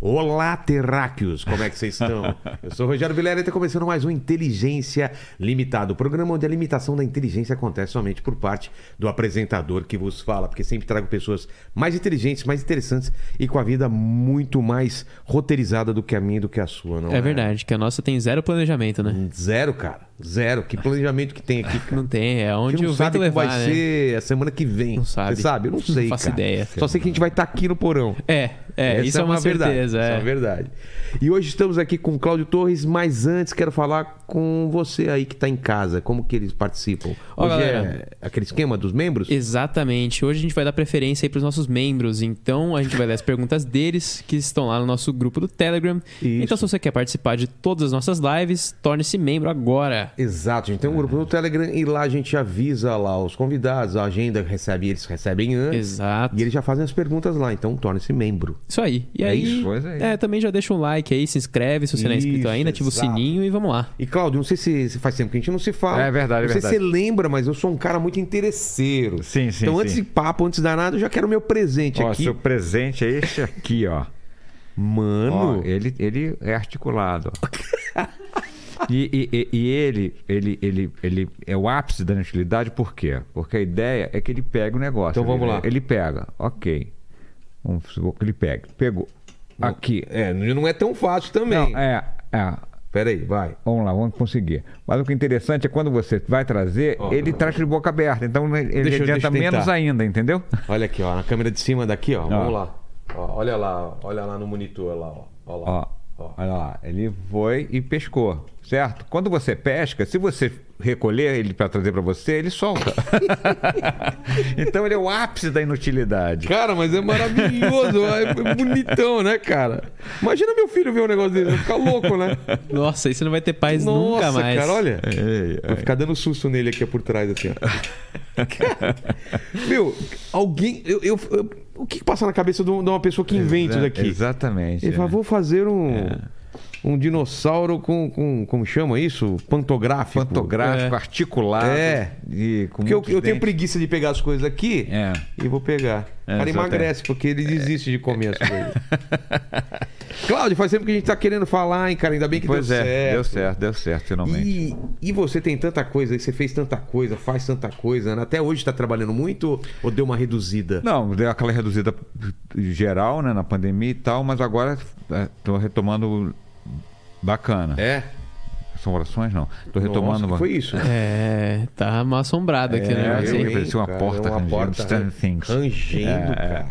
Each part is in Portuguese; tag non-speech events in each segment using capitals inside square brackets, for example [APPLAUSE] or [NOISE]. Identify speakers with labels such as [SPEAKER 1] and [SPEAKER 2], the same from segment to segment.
[SPEAKER 1] Olá, terráqueos! Como é que vocês estão? Eu sou o Rogério Vilela e está começando mais um Inteligência Limitada, o programa onde a limitação da inteligência acontece somente por parte do apresentador que vos fala, porque sempre trago pessoas mais inteligentes, mais interessantes e com a vida muito mais roteirizada do que a minha e do que a sua, não é?
[SPEAKER 2] É verdade, que a nossa tem zero planejamento, né?
[SPEAKER 1] Zero, cara. Zero. Que planejamento que tem
[SPEAKER 2] [LAUGHS]
[SPEAKER 1] aqui, cara?
[SPEAKER 2] Não tem, é
[SPEAKER 1] A gente
[SPEAKER 2] onde
[SPEAKER 1] Hum. não
[SPEAKER 2] o
[SPEAKER 1] sabe
[SPEAKER 2] vento
[SPEAKER 1] o que
[SPEAKER 2] levar,
[SPEAKER 1] vai
[SPEAKER 2] né?
[SPEAKER 1] ser a semana que vem.
[SPEAKER 2] Não sabe.
[SPEAKER 1] Você sabe? Eu não sei,
[SPEAKER 2] faço
[SPEAKER 1] cara.
[SPEAKER 2] ideia.
[SPEAKER 1] Só sei que a gente vai estar aqui no porão.
[SPEAKER 2] É, é,
[SPEAKER 1] Essa
[SPEAKER 2] isso é uma, certeza.
[SPEAKER 1] Verdade,
[SPEAKER 2] é.
[SPEAKER 1] Isso é uma verdade. E hoje estamos aqui com o Cláudio Torres, mas antes quero falar com você aí que está em casa. Como que eles participam? Hoje
[SPEAKER 2] Ó,
[SPEAKER 1] é
[SPEAKER 2] galera.
[SPEAKER 1] aquele esquema dos membros?
[SPEAKER 2] Exatamente. Hoje a gente vai dar preferência aí para os nossos membros. Então a gente vai ler as perguntas deles que estão lá no nosso grupo do Telegram.
[SPEAKER 1] Isso.
[SPEAKER 2] Então se você quer participar de todas as nossas lives, torne-se membro agora.
[SPEAKER 1] Exato, a gente tem um grupo no Telegram e lá a gente avisa lá os convidados, a agenda recebe, eles recebem antes.
[SPEAKER 2] Exato.
[SPEAKER 1] É. E eles já fazem as perguntas lá, então torne-se membro.
[SPEAKER 2] Isso aí. E
[SPEAKER 1] É
[SPEAKER 2] aí,
[SPEAKER 1] isso, é isso aí.
[SPEAKER 2] é, também já deixa um like aí, se inscreve se você não é inscrito
[SPEAKER 1] Isso,
[SPEAKER 2] ainda, ativa
[SPEAKER 1] exato.
[SPEAKER 2] o sininho e vamos lá.
[SPEAKER 1] E Cláudio, não sei se, se faz tempo que a gente não se fala.
[SPEAKER 3] É verdade, é
[SPEAKER 1] Não sei
[SPEAKER 3] verdade.
[SPEAKER 1] se você lembra, mas eu sou um cara muito interesseiro.
[SPEAKER 3] Sim, sim,
[SPEAKER 1] Então
[SPEAKER 3] sim.
[SPEAKER 1] antes de papo, antes de nada, eu já quero meu presente
[SPEAKER 3] Ó,
[SPEAKER 1] aqui.
[SPEAKER 3] seu presente é este aqui,
[SPEAKER 1] [LAUGHS]
[SPEAKER 3] ó.
[SPEAKER 1] Mano,
[SPEAKER 3] Ó, ele, ele
[SPEAKER 1] [LAUGHS]
[SPEAKER 3] é articulado. ó. E, e- e- e ele, ele, ele, ele é o ápice da inutilidade, por quê? Porque a ideia é que ele pega o negócio.
[SPEAKER 1] Então vamos
[SPEAKER 3] Ele-
[SPEAKER 1] lá.
[SPEAKER 3] Ele pega, ok. Vamos supor que ele pegue. Pegou. Aqui.
[SPEAKER 1] É, não é tão fácil também.
[SPEAKER 3] Não, é, é.
[SPEAKER 1] Peraí, vai.
[SPEAKER 3] Vamos lá, vamos conseguir. Mas o que é interessante é quando você vai trazer,
[SPEAKER 1] Ó.
[SPEAKER 3] ele traz de boca aberta. Então ele
[SPEAKER 1] Deixa eu- deixa
[SPEAKER 3] adianta
[SPEAKER 1] eu tentar.
[SPEAKER 3] menos ainda, entendeu?
[SPEAKER 1] Olha aqui, ó. Na câmera de cima daqui, ó. Vamos lá. Ó, olha lá, ó, olha lá no monitor lá, ó. Ó lá.
[SPEAKER 3] Ó,
[SPEAKER 1] Ó.
[SPEAKER 3] olha lá, ele foi e pescou, certo? Quando você pesca, se você recolher ele para trazer para você,
[SPEAKER 1] [LAUGHS]
[SPEAKER 3] ele solta. então ele é o ápice da inutilidade.
[SPEAKER 1] Cara, mas é maravilhoso, é bonitão, né, cara? Imagina meu filho ver um negócio desse, vai ficar louco, né?
[SPEAKER 2] Nossa, aí você não vai ter paz
[SPEAKER 1] Nossa,
[SPEAKER 2] nunca mais.
[SPEAKER 1] cara, olha.
[SPEAKER 3] Ei,
[SPEAKER 1] Vou ficar dando susto nele aqui por trás, assim,
[SPEAKER 3] [LAUGHS]
[SPEAKER 1] ó. Meu, alguém. Eu, eu- eu- o que que passa na cabeça de um- de uma pessoa que inventa isso
[SPEAKER 3] Exa-
[SPEAKER 1] daqui?
[SPEAKER 3] Exatamente.
[SPEAKER 1] Ele fala,
[SPEAKER 3] é.
[SPEAKER 1] vou fazer um, um dinossauro com, com. Como chama isso? Pantográfico.
[SPEAKER 3] Pantográfico,
[SPEAKER 2] É.
[SPEAKER 3] articulado.
[SPEAKER 1] É.
[SPEAKER 3] E com
[SPEAKER 1] Porque eu,
[SPEAKER 3] muitos
[SPEAKER 1] eu tenho
[SPEAKER 3] dentes.
[SPEAKER 1] preguiça de pegar as coisas aqui
[SPEAKER 3] É.
[SPEAKER 1] e vou pegar.
[SPEAKER 3] É,
[SPEAKER 1] o cara
[SPEAKER 3] exatamente. É.
[SPEAKER 1] emagrece, porque ele desiste de comer
[SPEAKER 3] [LAUGHS]
[SPEAKER 1] as coisas. Cláudio, faz tempo que a gente tá querendo falar, hein, cara? Ainda bem que
[SPEAKER 3] Pois
[SPEAKER 1] deu
[SPEAKER 3] é,
[SPEAKER 1] certo.
[SPEAKER 3] deu certo, deu certo, finalmente.
[SPEAKER 1] E, e você tem tanta coisa, e você fez tanta coisa, faz tanta coisa, né? Até hoje tá trabalhando muito ou deu uma reduzida?
[SPEAKER 3] Não, deu aquela reduzida geral, né, na pandemia e tal, mas agora estou retomando bacana.
[SPEAKER 1] É?
[SPEAKER 3] São orações, não. Tô retomando
[SPEAKER 1] Nossa, que
[SPEAKER 3] uma-
[SPEAKER 1] foi isso? né?
[SPEAKER 2] É, tá mal assombrado aqui o
[SPEAKER 3] É,
[SPEAKER 2] negócio.
[SPEAKER 3] eu
[SPEAKER 2] hein?
[SPEAKER 3] lembro. parecia uma porta
[SPEAKER 1] uma
[SPEAKER 3] rangendo, tá
[SPEAKER 1] porta
[SPEAKER 3] Stranger Things.
[SPEAKER 1] rangendo,
[SPEAKER 3] É,
[SPEAKER 1] cara.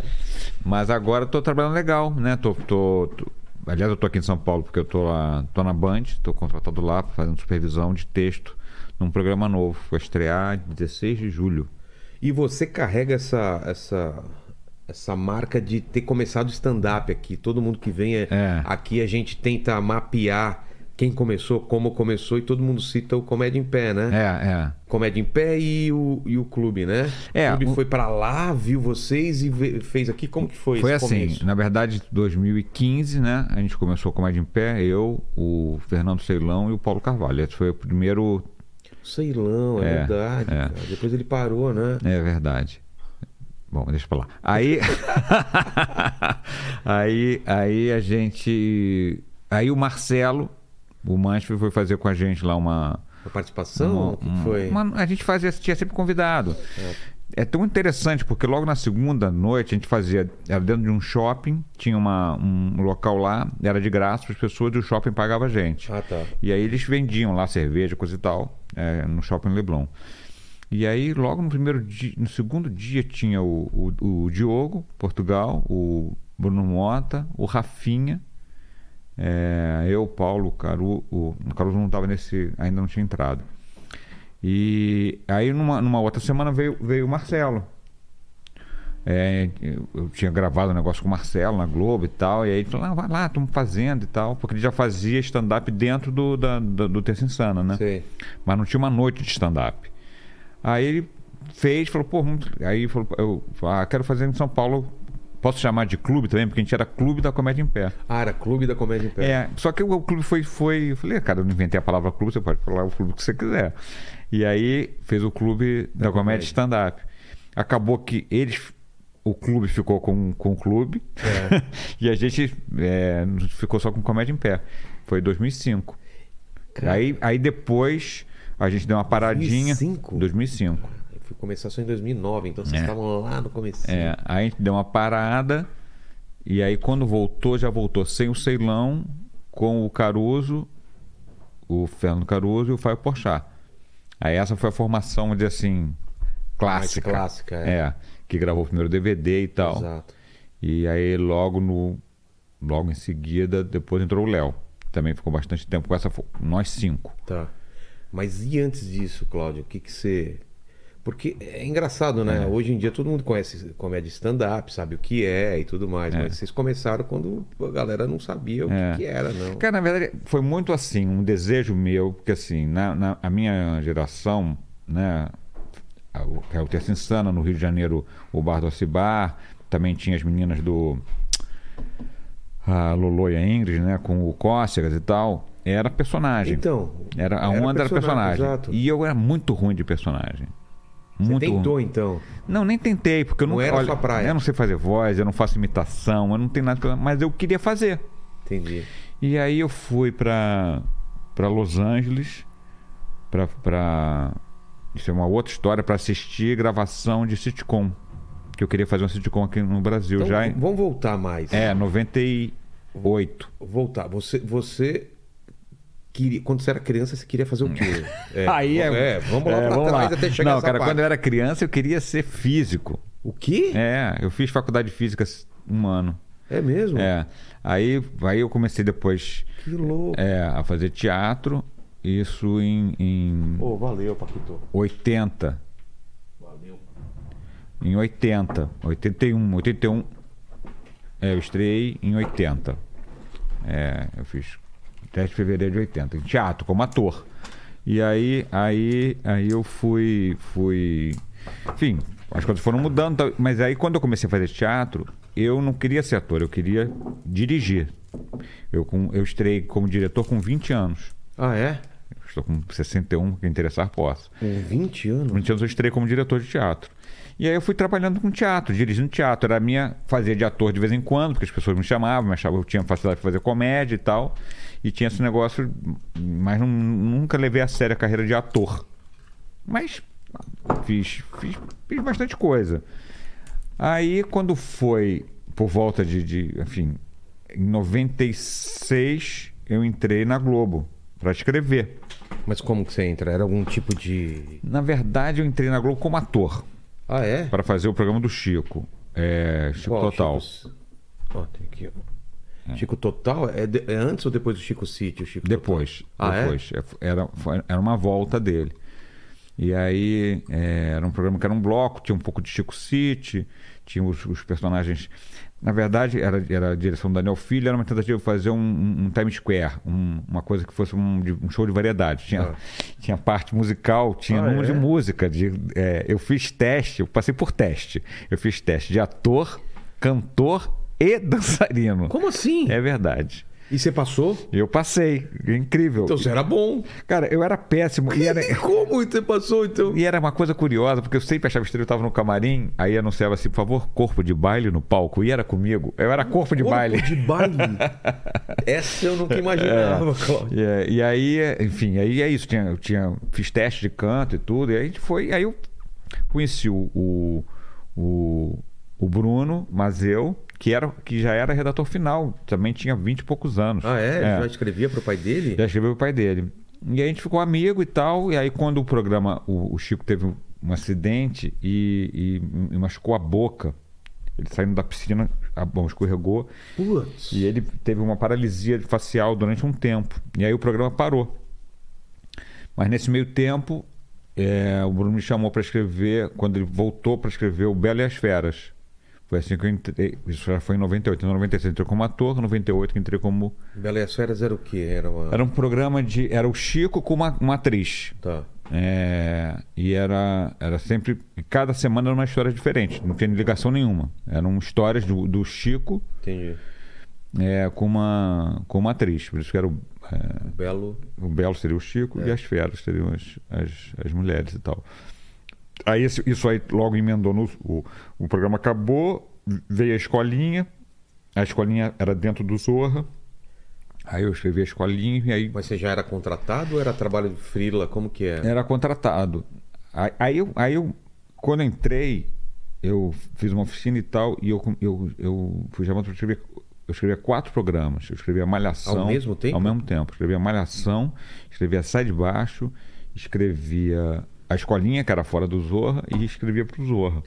[SPEAKER 3] Mas agora eu tô trabalhando legal, né? Tô, tô- tô- Aliás, eu tô aqui em São Paulo porque eu tô lá, tô na Band, tô contratado lá fazendo supervisão de texto num programa novo. Vai estrear 16 de julho.
[SPEAKER 1] E você carrega essa, essa, essa marca de ter começado stand-up aqui. Todo mundo que vem é-
[SPEAKER 3] É.
[SPEAKER 1] aqui, a gente tenta mapear quem começou, como começou, e todo mundo cita o Comédia em Pé, né?
[SPEAKER 3] É, é.
[SPEAKER 1] Comédia em Pé e o, e o clube, né?
[SPEAKER 3] É,
[SPEAKER 1] o clube
[SPEAKER 3] o-
[SPEAKER 1] foi pra lá, viu vocês e ve- fez aqui. Como que foi,
[SPEAKER 3] Foi
[SPEAKER 1] esse
[SPEAKER 3] assim,
[SPEAKER 1] começo?
[SPEAKER 3] na verdade, 2015, né? A gente começou com mais em pé, eu, o Fernando Ceilão e o Paulo Carvalho. Esse foi o primeiro.
[SPEAKER 1] Ceilão, é,
[SPEAKER 3] É,
[SPEAKER 1] verdade.
[SPEAKER 3] é.
[SPEAKER 1] cara. Depois ele parou, né?
[SPEAKER 3] É verdade. Bom, deixa pra lá. Aí. [LAUGHS] aí, aí a gente. Aí o Marcelo, o Mansfield, foi fazer com a gente lá uma.
[SPEAKER 1] A participação, Então, o que que foi?
[SPEAKER 3] Uma- a gente fazia, tinha sempre convidado. É tão interessante, porque logo na segunda noite a gente fazia, era dentro de um shopping, tinha uma, um local lá, era de graça para as pessoas e o shopping pagava a gente.
[SPEAKER 1] Ah, tá.
[SPEAKER 3] E aí eles vendiam lá cerveja, coisa e tal, é, no shopping Leblon. E aí, logo no primeiro dia, no segundo dia, tinha o, o, o Diogo, Portugal, o Bruno Mota, o Rafinha, é, eu, Paulo, o Caru, o, o Caruso não estava nesse, ainda não tinha entrado. E aí, numa, numa outra semana, veio, veio o Marcelo. É, eu, eu tinha gravado um negócio com o Marcelo na Globo e tal, e aí ele falou: ah, vai lá, estamos fazendo e tal, porque ele já fazia stand-up dentro do, da, da- do Terça Insana, né?
[SPEAKER 1] Sei.
[SPEAKER 3] Mas não tinha uma noite de stand-up. Aí ele fez, falou: pô, muito... aí falou, eu ah, quero fazer em São Paulo. Posso chamar de clube também? Porque a gente era clube da comédia em pé.
[SPEAKER 1] Ah, era Clube da Comédia em Pé.
[SPEAKER 3] É, só que o clube foi, foi. Eu falei, "Ah, cara, eu não inventei a palavra clube, você pode falar o clube que você quiser. E aí fez o clube da, comédia stand-up. Acabou que eles o clube ficou com, com o clube [LAUGHS] e a gente é, ficou só com comédia em pé. Foi 2005. Aí, aí depois a gente deu uma paradinha.
[SPEAKER 1] 2005?
[SPEAKER 3] 2005.
[SPEAKER 1] Eu fui começar só em 2009, então vocês
[SPEAKER 3] É.
[SPEAKER 1] estavam lá no comecinho.
[SPEAKER 3] É, aí a gente deu uma parada e aí quando voltou, já voltou sem o Ceilão, com o Caruso, o Fernando Caruso e o Fábio Porchat. Aí essa foi a formação, vamos dizer assim, clássica.
[SPEAKER 1] clássica, é.
[SPEAKER 3] é. que gravou o primeiro DVD e tal.
[SPEAKER 1] Exato.
[SPEAKER 3] E aí logo no logo em seguida, depois entrou o Léo. Também ficou bastante tempo com essa fo- nós cinco.
[SPEAKER 1] Tá. Mas e antes disso, Cláudio, o que que você. Porque é engraçado, né? Hoje em dia todo mundo conhece comédia stand-up, sabe o que é e tudo mais. Mas vocês começaram quando a galera não sabia o que
[SPEAKER 3] É.
[SPEAKER 1] que, era, não.
[SPEAKER 3] Cara, na verdade, foi muito assim, um desejo meu, porque assim, na, na- a minha geração, né? a- o- É o Terça Insana, no Rio de Janeiro, o Bar do Ocibar, também tinha as meninas do a Lolo e a Ingrid, né? Com o Cócegas e tal. Era personagem.
[SPEAKER 1] Então.
[SPEAKER 3] era, a onda era personagem.
[SPEAKER 1] Exato.
[SPEAKER 3] E eu era muito ruim de personagem.
[SPEAKER 1] Você
[SPEAKER 3] Muito ruim.
[SPEAKER 1] tentou, então.
[SPEAKER 3] Não, nem tentei, porque eu
[SPEAKER 1] Não
[SPEAKER 3] nunca-
[SPEAKER 1] era sua praia.
[SPEAKER 3] Eu não sei fazer voz, eu não faço imitação, eu não tenho nada, que- mas eu queria fazer.
[SPEAKER 1] Entendi.
[SPEAKER 3] E aí eu fui pra para Los Angeles pra- pra isso é uma outra história pra assistir gravação de sitcom, que eu queria fazer uma sitcom aqui no Brasil
[SPEAKER 1] Então,
[SPEAKER 3] já. em-
[SPEAKER 1] vamos voltar mais.
[SPEAKER 3] É, 98.
[SPEAKER 1] Voltar. Você. você... Queria, quando você era criança, você queria
[SPEAKER 3] [LAUGHS]
[SPEAKER 1] fazer o quê? É, é, vamos lá
[SPEAKER 3] é,
[SPEAKER 1] pra
[SPEAKER 3] vamos
[SPEAKER 1] trás
[SPEAKER 3] lá.
[SPEAKER 1] até chegar
[SPEAKER 3] Não,
[SPEAKER 1] nessa
[SPEAKER 3] cara,
[SPEAKER 1] parte.
[SPEAKER 3] quando eu era criança eu queria ser físico.
[SPEAKER 1] O quê?
[SPEAKER 3] É, eu fiz faculdade de física um ano.
[SPEAKER 1] É, mesmo?
[SPEAKER 3] É. Aí, aí eu comecei depois
[SPEAKER 1] Que louco.
[SPEAKER 3] é, a fazer teatro, isso em, em
[SPEAKER 1] Pô, valeu, Paquito.
[SPEAKER 3] 80. Em 80, 81, 81. É, eu estreiei em 80. É, eu fiz 10 de fevereiro de 80, em teatro, como ator. E aí, aí, aí eu fui, fui. Enfim, as coisas foram mudando, tal, mas aí quando eu comecei a fazer teatro, eu não queria ser ator, eu queria dirigir. Eu, com, eu estreiei como diretor com 20 anos.
[SPEAKER 1] Ah, é?
[SPEAKER 3] Estou com 61, que interessar posso.
[SPEAKER 1] Com 20 anos?
[SPEAKER 3] 20 anos eu estrei como diretor de teatro. E aí eu fui trabalhando com teatro, dirigindo teatro. Era a minha fazia de ator de vez em quando, porque as pessoas me chamavam, me achavam que eu tinha facilidade para fazer comédia e tal. E tinha esse negócio, mas não- nunca levei a sério a carreira de ator. Mas fiz, fiz, fiz bastante coisa. Aí quando foi por volta de, de, enfim, em 96 eu entrei na Globo para escrever.
[SPEAKER 1] Mas como que você entra? Era algum tipo de.
[SPEAKER 3] Na verdade eu entrei na Globo como ator.
[SPEAKER 1] Ah, é?
[SPEAKER 3] Para fazer o programa do Chico. É, Chico
[SPEAKER 1] Qual?
[SPEAKER 3] Total.
[SPEAKER 1] Chico... Ó, tem aqui, ó. Chico Total? É, de- é antes ou depois do Chico City? O Chico
[SPEAKER 3] Depois.
[SPEAKER 1] Ah, é?
[SPEAKER 3] depois. É, f- Era, foi- era uma volta dele. E aí é, era um programa que era um bloco, tinha um pouco de Chico City, tinha os, os personagens. Na verdade, era, era a direção do Daniel Filho, era uma tentativa de fazer um, um- um Times Square, um- uma coisa que fosse um, de- um show de variedade. Tinha,
[SPEAKER 1] Ah.
[SPEAKER 3] tinha parte musical, tinha
[SPEAKER 1] Ah,
[SPEAKER 3] número
[SPEAKER 1] é?
[SPEAKER 3] de música. de- é, eu fiz teste, eu passei por teste. Eu fiz teste de ator, cantor e dançarino.
[SPEAKER 1] Total? Como assim?
[SPEAKER 3] É verdade.
[SPEAKER 1] E você passou?
[SPEAKER 3] Eu passei. Incrível.
[SPEAKER 1] Então você era bom.
[SPEAKER 3] Cara, eu era péssimo. E era, [LAUGHS]
[SPEAKER 1] E [LAUGHS] como você passou, então?
[SPEAKER 3] e era uma coisa curiosa, porque eu sempre achava estranho. Eu tava no camarim, aí anunciava assim, por favor, corpo de baile no palco. E era comigo. Eu era corpo de
[SPEAKER 1] Corpo
[SPEAKER 3] baile.
[SPEAKER 1] De baile. Essa eu nunca imaginava, Cláudio.
[SPEAKER 3] [LAUGHS] E, é- e aí, é, enfim, aí é isso. Tinha, eu tinha, fiz teste de canto e tudo. E aí a gente foi. Aí eu conheci o, o, o, o Bruno Mazeu, que, era, que já era redator final. Também tinha 20 e poucos anos.
[SPEAKER 1] Ah, é? Já escrevia pro pai dele?
[SPEAKER 3] Já escreveu o pai dele. E aí a gente ficou amigo e tal. E aí quando o programa, o, o Chico teve um- um acidente e, e- e machucou a boca. Ele saindo da piscina, a mão escorregou.
[SPEAKER 1] Putz.
[SPEAKER 3] E ele teve uma paralisia facial durante um tempo. E aí o programa parou. Mas nesse meio tempo, é, o Bruno me chamou para escrever, quando ele voltou para escrever O Belo e as Feras. Foi assim que eu entrei. Isso já foi em 98. Em 96 eu entrei como ator, em 98 que eu entrei como
[SPEAKER 1] Bela e as Feras era o quê? Era uma.
[SPEAKER 3] era um programa de. Era o Chico com uma, uma atriz.
[SPEAKER 1] Tá.
[SPEAKER 3] É, e era, era sempre. Cada semana era uma história diferente, não tinha ligação nenhuma. Eram histórias do, do Chico
[SPEAKER 1] Entendi.
[SPEAKER 3] é, com, uma, com uma atriz. Por isso que era o, é,
[SPEAKER 1] Belo.
[SPEAKER 3] o Belo seria o Chico e as feras seriam as, as, as mulheres e tal. Aí esse- isso aí logo emendou no. O, o programa acabou, veio a escolinha. A escolinha era dentro do Zorra. Aí eu escrevi a escolinha e aí
[SPEAKER 1] Mas você já era contratado ou era trabalho de frila? Como que é?
[SPEAKER 3] era contratado. Aí, aí eu, aí eu, quando eu entrei, eu fiz uma oficina e tal, e eu, com- eu, eu fui chamado para escrever. Eu escrevia quatro programas. Eu escrevia Malhação.
[SPEAKER 1] Ao mesmo tempo?
[SPEAKER 3] Ao mesmo tempo. Escrevia Malhação, escrevia Sai de Baixo, escrevia A Escolinha, que era fora do Zorra, e escrevia para o Zorra.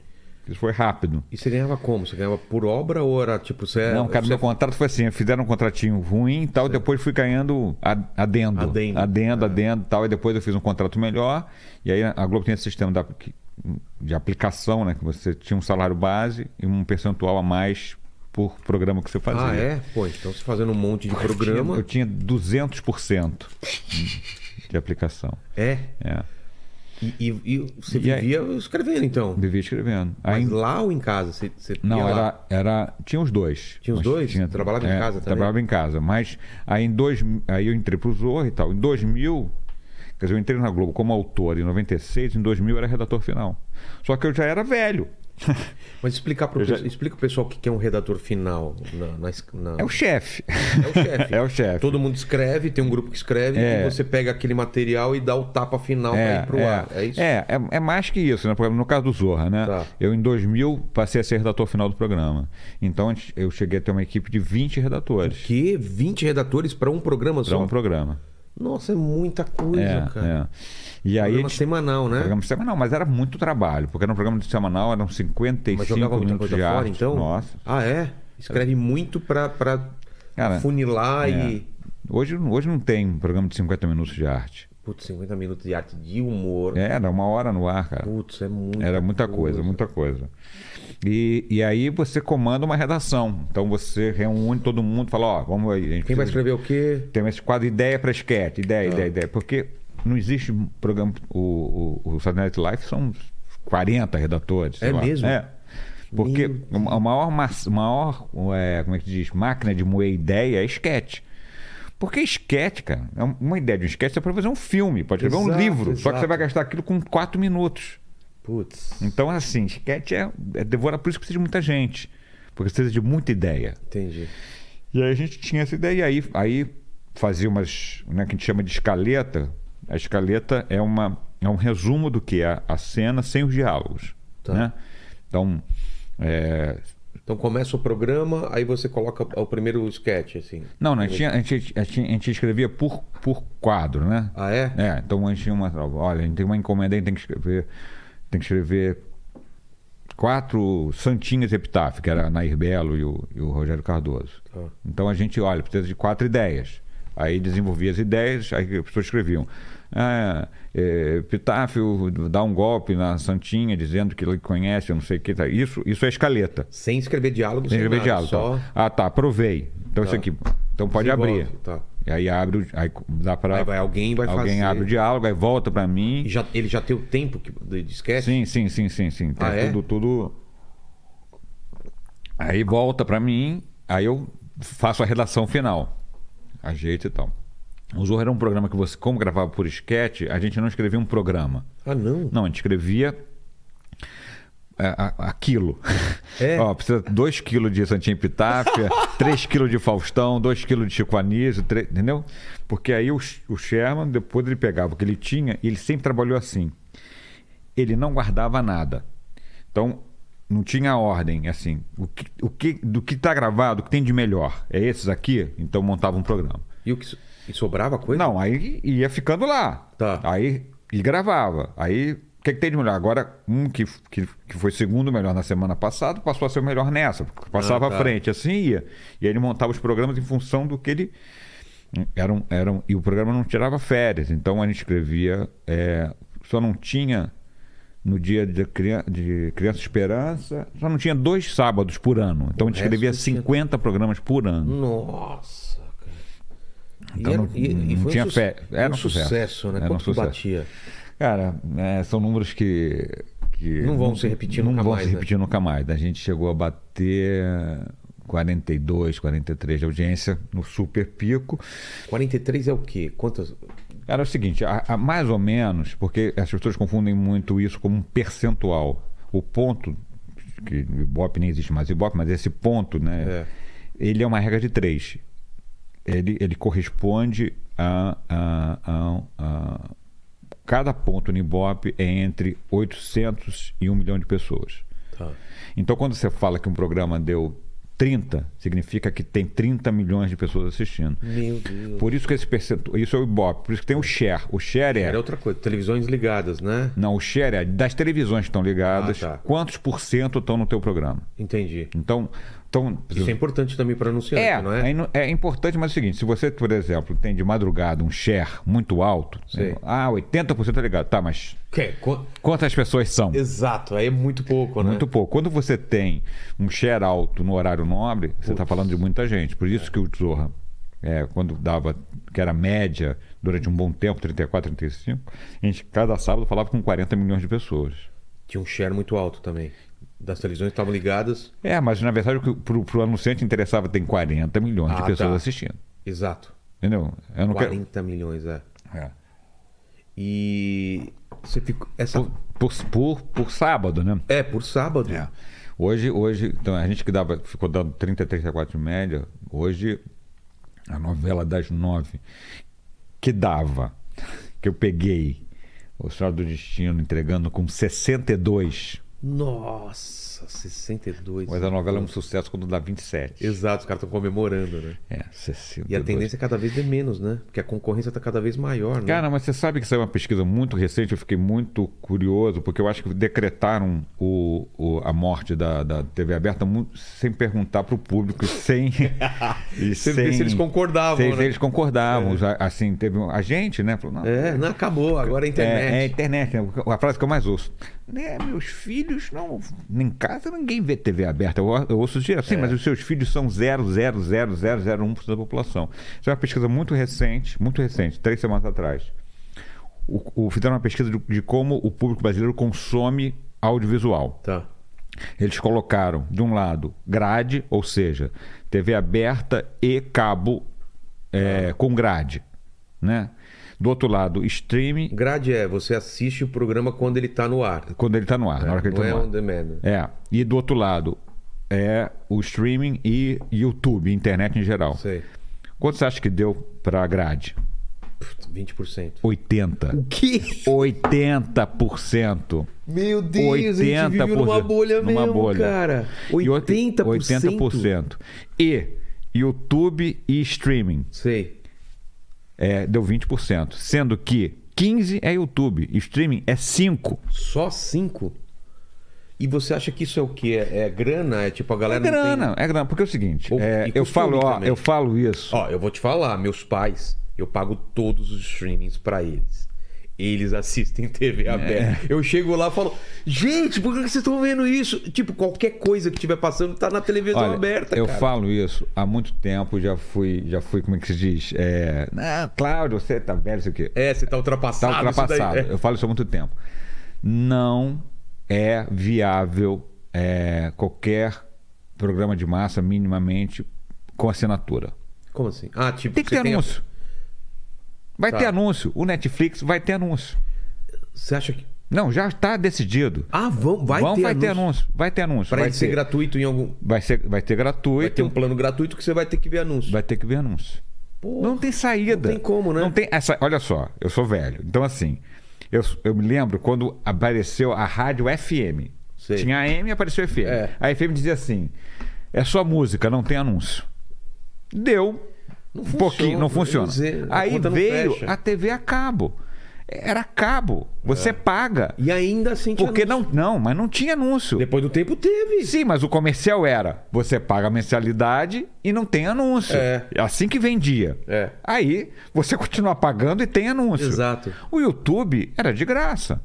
[SPEAKER 3] Isso foi rápido.
[SPEAKER 1] E você ganhava como? Você ganhava por obra ou era tipo você
[SPEAKER 3] Não, cara,
[SPEAKER 1] você...
[SPEAKER 3] meu contrato foi assim, fizeram um contratinho ruim e tal, depois fui ganhando a- adendo.
[SPEAKER 1] Adendo. É.
[SPEAKER 3] Adendo, adendo e tal, e depois eu fiz um contrato melhor, e aí a Globo tinha esse sistema da- que- de aplicação, né, que você tinha um salário base e um percentual a mais por programa que você fazia.
[SPEAKER 1] Ah, é? Pô, então você fazendo um monte de
[SPEAKER 3] Eu
[SPEAKER 1] programa.
[SPEAKER 3] tinha 200% de aplicação.
[SPEAKER 1] É.
[SPEAKER 3] É,
[SPEAKER 1] E, e- e você
[SPEAKER 3] E aí-
[SPEAKER 1] vivia escrevendo, então.
[SPEAKER 3] devia escrevendo. Aí,
[SPEAKER 1] Mas lá ou em casa? Você, você ia
[SPEAKER 3] Não,
[SPEAKER 1] lá?
[SPEAKER 3] era, era. Tinha os dois.
[SPEAKER 1] Tinha os
[SPEAKER 3] Mas é,
[SPEAKER 1] dois? Trabalhava em casa também?
[SPEAKER 3] Trabalhava em casa. Mas aí em dois. Aí eu entrei pro Zorro e tal. Em 2000. Quer dizer, eu entrei na Globo como autor em 96, em 2000 eu era redator final. Só que eu já era velho.
[SPEAKER 1] Mas explicar pro
[SPEAKER 3] Eu já-
[SPEAKER 1] pessoal- explica pro pessoal o que que é um redator final. Na, na es- na-
[SPEAKER 3] É o chefe.
[SPEAKER 1] Tá. É o chefe.
[SPEAKER 3] [LAUGHS] É o chefe.
[SPEAKER 1] Todo mundo escreve, tem um grupo que escreve,
[SPEAKER 3] É.
[SPEAKER 1] e você pega aquele material e dá o tapa final pra ir pro ar. É isso?
[SPEAKER 3] É, é- é mais que isso, né? Porque No caso do Zorra, né?
[SPEAKER 1] Tá.
[SPEAKER 3] Eu, em 2000, passei a ser redator final do programa. Então, antes, eu cheguei a ter uma equipe de 20 redatores
[SPEAKER 1] Que 20 redatores pra um programa
[SPEAKER 3] para
[SPEAKER 1] só.
[SPEAKER 3] um programa.
[SPEAKER 1] Nossa, é muita coisa,
[SPEAKER 3] É,
[SPEAKER 1] cara.
[SPEAKER 3] é. E aí,
[SPEAKER 1] programa semanal, né?
[SPEAKER 3] Programa semanal, mas era muito trabalho, porque era um programa de semanal, eram 55
[SPEAKER 1] Mas jogava muita
[SPEAKER 3] minutos
[SPEAKER 1] coisa
[SPEAKER 3] de
[SPEAKER 1] fora,
[SPEAKER 3] arte.
[SPEAKER 1] então?
[SPEAKER 3] Nossa.
[SPEAKER 1] Ah, é? Escreve muito pra, pra
[SPEAKER 3] Cara,
[SPEAKER 1] funilar
[SPEAKER 3] é.
[SPEAKER 1] e.
[SPEAKER 3] Hoje, hoje não tem um programa de 50 minutos de arte.
[SPEAKER 1] Putz, 50 minutos de arte de humor.
[SPEAKER 3] Era uma hora no ar, cara.
[SPEAKER 1] Putz, é muito.
[SPEAKER 3] É. Era muita coisa, muita coisa. E, e aí você comanda uma redação. Então você reúne todo mundo, fala, ó, vamos aí. A gente
[SPEAKER 1] Quem vai
[SPEAKER 3] precisa-
[SPEAKER 1] escrever o quê?
[SPEAKER 3] Tem esse quadro ideia para esquete, ideia,
[SPEAKER 1] Ah.
[SPEAKER 3] ideia, ideia. Porque não existe um programa. O, o, o Saturday Night Live são uns 40 redatores. sei
[SPEAKER 1] É
[SPEAKER 3] lá.
[SPEAKER 1] mesmo?
[SPEAKER 3] É. Porque
[SPEAKER 1] Meu
[SPEAKER 3] a maior, mas- maior é, como é que diz, máquina de moer ideia é esquete. Porque esquete, cara, é um- uma ideia de um esquete é para fazer um filme, pode escrever um
[SPEAKER 1] Exato,
[SPEAKER 3] livro. Só que você
[SPEAKER 1] exato.
[SPEAKER 3] vai gastar aquilo com quatro minutos.
[SPEAKER 1] Putz,
[SPEAKER 3] Então, assim, esquete é, é devora, por isso que precisa de muita gente. Porque precisa de muita ideia.
[SPEAKER 1] entendi.
[SPEAKER 3] E aí a gente tinha essa ideia. E aí, aí fazia umas. Né, que a gente chama de escaleta. A escaleta é, uma, é um resumo do que é a cena sem os diálogos.
[SPEAKER 1] Tá.
[SPEAKER 3] Né? Então. é,
[SPEAKER 1] Então começa o programa, aí você coloca o primeiro sketch, assim.
[SPEAKER 3] não, não, a gente, tinha- a gente- a gente- a gente escrevia por, por quadro, né?
[SPEAKER 1] Ah, é?
[SPEAKER 3] É, então a gente tinha uma. Olha, a gente tem uma encomenda, a gente tem que escrever. Tem que escrever quatro santinhas epitáfias, que era Nair Belo e o, e o Rogério Cardoso.
[SPEAKER 1] Tá.
[SPEAKER 3] Então a gente, olha, precisa de quatro ideias. Aí desenvolvia as ideias, aí as pessoas escreviam. Ah, é, Epitáfio dá um golpe na Santinha, dizendo que ele conhece, eu não sei o que. tá. Isso, isso é escaleta.
[SPEAKER 1] Sem escrever diálogo, sem
[SPEAKER 3] Tem que ver
[SPEAKER 1] nada,
[SPEAKER 3] diálogo.
[SPEAKER 1] é só
[SPEAKER 3] tá. Ah, tá, aprovei. Então isso aqui. Então pode
[SPEAKER 1] desenvolve,
[SPEAKER 3] abrir.
[SPEAKER 1] Tá.
[SPEAKER 3] E aí abre, o- aí dá para
[SPEAKER 1] Aí vai alguém e vai
[SPEAKER 3] alguém
[SPEAKER 1] fazer.
[SPEAKER 3] abre o diálogo, aí volta para
[SPEAKER 1] E
[SPEAKER 3] mim.
[SPEAKER 1] já, ele já tem o tempo que, de de sketch?
[SPEAKER 3] Sim, sim, sim, sim, sim. Tá
[SPEAKER 1] Ah, é?
[SPEAKER 3] tudo, tudo. Aí volta para mim, aí eu faço a redação final. Ajeito e tal. O Zorro era um programa que você, como gravava por esquete, a gente não escrevia um programa.
[SPEAKER 1] Ah, não.
[SPEAKER 3] Não, a gente escrevia é, a- aquilo.
[SPEAKER 1] É?
[SPEAKER 3] [LAUGHS] Ó, precisa 2 quilos de Santinha Epitáfia, 3 quilos de Faustão, 2 quilos de Chico Anísio, tre- entendeu? Porque aí o, Sh- o Sherman, depois ele pegava o que ele tinha, e ele sempre trabalhou assim. Ele não guardava nada. Então, não tinha ordem, assim. O que, o que, do que está gravado, o que tem de melhor? É esses aqui? Então montava um programa.
[SPEAKER 1] E o que so- e sobrava coisa?
[SPEAKER 3] Não, aí ia ficando lá.
[SPEAKER 1] Tá.
[SPEAKER 3] Aí e gravava. Aí o que, que tem de melhor? Agora, um que, que, que foi segundo melhor na semana passada, passou a ser o melhor nessa. porque Passava
[SPEAKER 1] Ah, tá.
[SPEAKER 3] à frente, assim ia. E aí ele montava os programas em função do que ele. Eram, eram, e o programa não tirava férias. Então a gente escrevia. é, só não tinha. No dia de, crian- de Criança Esperança, só não tinha dois sábados por ano. Então a gente
[SPEAKER 1] resto
[SPEAKER 3] escrevia
[SPEAKER 1] tinha-
[SPEAKER 3] 50 programas por ano.
[SPEAKER 1] Nossa, cara.
[SPEAKER 3] Então
[SPEAKER 1] era- um,
[SPEAKER 3] não- não tinha
[SPEAKER 1] suce-
[SPEAKER 3] fé. Era um sucesso.
[SPEAKER 1] né?
[SPEAKER 3] Era um
[SPEAKER 1] Quanto que
[SPEAKER 3] sucesso.
[SPEAKER 1] batia?
[SPEAKER 3] Cara, é, são números que, que
[SPEAKER 1] Não vão se repetir
[SPEAKER 3] não
[SPEAKER 1] nunca
[SPEAKER 3] vão
[SPEAKER 1] mais,
[SPEAKER 3] se
[SPEAKER 1] né?
[SPEAKER 3] repetir nunca mais. A gente chegou a bater 42, 43 de audiência no super pico.
[SPEAKER 1] 43 é o quê? Quantas?
[SPEAKER 3] Era o seguinte, a- a mais ou menos, porque as pessoas confundem muito isso como um percentual. O ponto, que o Ibope nem existe mais Ibope, mas esse ponto, né? Ele é uma regra de três. Ele, ele corresponde a, a- a- a- Cada ponto no Ibope é entre 800 e 1 milhão de pessoas.
[SPEAKER 1] Tá.
[SPEAKER 3] Então, quando você fala que um programa deu 30, significa que tem 30 milhões de pessoas assistindo.
[SPEAKER 1] Meu Deus.
[SPEAKER 3] Por isso que esse percentual. Isso é o Ibope. Por isso que tem o share. O share
[SPEAKER 1] Era
[SPEAKER 3] é.
[SPEAKER 1] outra coisa. Televisões ligadas, né?
[SPEAKER 3] Não, o share é das televisões que estão ligadas,
[SPEAKER 1] Ah, tá.
[SPEAKER 3] quantos por cento estão no teu programa.
[SPEAKER 1] Entendi.
[SPEAKER 3] Então. então
[SPEAKER 1] Isso é importante também para anunciar,
[SPEAKER 3] é,
[SPEAKER 1] não é?
[SPEAKER 3] aí não- é importante, mas é o seguinte: se você, por exemplo, tem de madrugada um share muito alto,
[SPEAKER 1] Sei.
[SPEAKER 3] né? ah, 80% é ligado. Tá, mas
[SPEAKER 1] Que- co-
[SPEAKER 3] quantas pessoas são?
[SPEAKER 1] Exato, aí é muito pouco, né?
[SPEAKER 3] Muito pouco. Quando você tem um share alto no horário nobre, você está falando de muita gente. Por isso que o Zorra, é, quando dava, que era média durante um bom tempo, 34, 35, a gente cada sábado falava com 40 milhões de pessoas.
[SPEAKER 1] Tinha um share muito alto também. Das televisões que estavam ligadas.
[SPEAKER 3] É, mas na verdade para o anunciante interessava ter 40 milhões
[SPEAKER 1] Ah,
[SPEAKER 3] de pessoas
[SPEAKER 1] tá.
[SPEAKER 3] assistindo.
[SPEAKER 1] Exato.
[SPEAKER 3] Entendeu? Eu não quero.
[SPEAKER 1] 40 milhões, é.
[SPEAKER 3] É.
[SPEAKER 1] E você ficou. Essa...
[SPEAKER 3] Por, por, por, por sábado, né?
[SPEAKER 1] É, por sábado.
[SPEAKER 3] É. Hoje, hoje, então, a gente que dava, ficou dando 30, 34 de média, hoje a novela das nove que dava, que eu peguei, o Senhor do Destino entregando com 62.
[SPEAKER 1] Nossa, 62.
[SPEAKER 3] Mas a novela é um sucesso quando dá 27.
[SPEAKER 1] Exato, os caras estão comemorando, né?
[SPEAKER 3] É, 62.
[SPEAKER 1] E a tendência é cada vez de menos, né? Porque a concorrência tá cada vez maior, né?
[SPEAKER 3] Cara, mas você sabe que saiu uma pesquisa muito recente, eu fiquei muito curioso, porque eu acho que decretaram o, o- a morte da, da TV aberta mu- sem perguntar para o público,
[SPEAKER 1] [LAUGHS]
[SPEAKER 3] e sem, e
[SPEAKER 1] Sem ver se eles concordavam,
[SPEAKER 3] sem-
[SPEAKER 1] né?
[SPEAKER 3] Se eles concordavam. Já, Assim, teve um- a gente, né? Falou, não,
[SPEAKER 1] É, não acabou, agora é internet.
[SPEAKER 3] É, é internet, né? a frase que eu mais ouço. Né, meus filhos não. Em casa ninguém vê TV aberta. Eu, eu ouço isso direto,
[SPEAKER 1] É.
[SPEAKER 3] sim, mas os seus filhos são 0,00001% da população. Isso é uma pesquisa muito recente, muito recente, três semanas atrás. O, o- fizeram uma pesquisa de, de como o público brasileiro consome audiovisual.
[SPEAKER 1] Tá.
[SPEAKER 3] Eles colocaram, de um lado, grade, ou seja, TV aberta e cabo é, com grade. Né? Do outro lado, streaming
[SPEAKER 1] Grade é, você assiste o programa quando ele tá no ar.
[SPEAKER 3] quando ele está no ar, na hora que ele
[SPEAKER 1] não é
[SPEAKER 3] está no ar.
[SPEAKER 1] on demand.
[SPEAKER 3] É. E do outro lado, é o streaming e YouTube, internet em geral.
[SPEAKER 1] Sei.
[SPEAKER 3] Quanto você acha que deu para a grade?
[SPEAKER 1] Putz, 20%.
[SPEAKER 3] 80.
[SPEAKER 1] que?
[SPEAKER 3] 80%.
[SPEAKER 1] Meu Deus, a gente vive numa bolha
[SPEAKER 3] numa
[SPEAKER 1] mesmo,
[SPEAKER 3] bolha.
[SPEAKER 1] cara.
[SPEAKER 3] E o-
[SPEAKER 1] 80%.
[SPEAKER 3] 80%. E YouTube e streaming
[SPEAKER 1] Sei.
[SPEAKER 3] é, deu 20%. Sendo que 15% é YouTube, streaming é 5%.
[SPEAKER 1] Só 5? E você acha que isso é o quê? É, é grana? É tipo a
[SPEAKER 3] É
[SPEAKER 1] galera não tem-
[SPEAKER 3] grana, é grana. Porque é o seguinte,
[SPEAKER 1] Ou-
[SPEAKER 3] é,
[SPEAKER 1] e
[SPEAKER 3] eu,
[SPEAKER 1] costume
[SPEAKER 3] falo, ó,
[SPEAKER 1] também.
[SPEAKER 3] eu falo isso.
[SPEAKER 1] Ó, eu vou te falar, meus pais, eu pago todos os streamings pra eles. Eles assistem
[SPEAKER 3] É.
[SPEAKER 1] TV aberta. Eu chego lá e falo, gente, por que vocês estão vendo isso? Tipo, qualquer coisa que estiver passando tá na televisão
[SPEAKER 3] Olha,
[SPEAKER 1] aberta,
[SPEAKER 3] Eu
[SPEAKER 1] cara.
[SPEAKER 3] falo isso há muito tempo, já fui, já fui, como é que se diz? É, ah, Cláudio, você tá velho, sei o quê.
[SPEAKER 1] É, você tá ultrapassado.
[SPEAKER 3] Tá
[SPEAKER 1] isso daí,
[SPEAKER 3] ultrapassado.
[SPEAKER 1] é.
[SPEAKER 3] Eu falo isso há muito tempo. Não é viável é, qualquer programa de massa minimamente com assinatura.
[SPEAKER 1] Como assim? Ah, tipo,
[SPEAKER 3] Tem que
[SPEAKER 1] você
[SPEAKER 3] ter anúncio. Vai
[SPEAKER 1] Tá.
[SPEAKER 3] ter anúncio. O Netflix vai ter anúncio.
[SPEAKER 1] Você acha que.
[SPEAKER 3] Não, já está decidido.
[SPEAKER 1] Ah, vão, vai
[SPEAKER 3] Vão-
[SPEAKER 1] ter
[SPEAKER 3] vai ter
[SPEAKER 1] anúncio.
[SPEAKER 3] anúncio. Vai ter anúncio.
[SPEAKER 1] Pra
[SPEAKER 3] vai,
[SPEAKER 1] ele ser
[SPEAKER 3] ter,
[SPEAKER 1] gratuito em algum.
[SPEAKER 3] vai, ser, vai ter gratuito.
[SPEAKER 1] Vai ter um plano gratuito que você vai ter que ver anúncio.
[SPEAKER 3] Vai ter que ver anúncio.
[SPEAKER 1] Porra,
[SPEAKER 3] não tem saída.
[SPEAKER 1] não tem como, né?
[SPEAKER 3] Não tem essa, olha só, eu sou velho. Então, assim, eu, eu me lembro quando apareceu a rádio FM.
[SPEAKER 1] Sei.
[SPEAKER 3] Tinha AM e apareceu FM.
[SPEAKER 1] É.
[SPEAKER 3] A FM dizia assim: é só música, não tem anúncio. Deu.
[SPEAKER 1] Não
[SPEAKER 3] um
[SPEAKER 1] funciona,
[SPEAKER 3] pouquinho, não
[SPEAKER 1] eu ia
[SPEAKER 3] funciona.
[SPEAKER 1] dizer, a
[SPEAKER 3] Aí
[SPEAKER 1] conta não
[SPEAKER 3] veio
[SPEAKER 1] fecha.
[SPEAKER 3] a TV a cabo. Era cabo. Você paga.
[SPEAKER 1] E ainda assim É. tinha
[SPEAKER 3] Porque
[SPEAKER 1] anúncio.
[SPEAKER 3] não, não, mas não tinha anúncio.
[SPEAKER 1] Depois do tempo teve.
[SPEAKER 3] Sim, mas o comercial era: você paga a mensalidade e não tem anúncio.
[SPEAKER 1] É.
[SPEAKER 3] Assim que vendia.
[SPEAKER 1] É.
[SPEAKER 3] Aí você continua pagando e tem anúncio.
[SPEAKER 1] Exato.
[SPEAKER 3] O YouTube era de graça.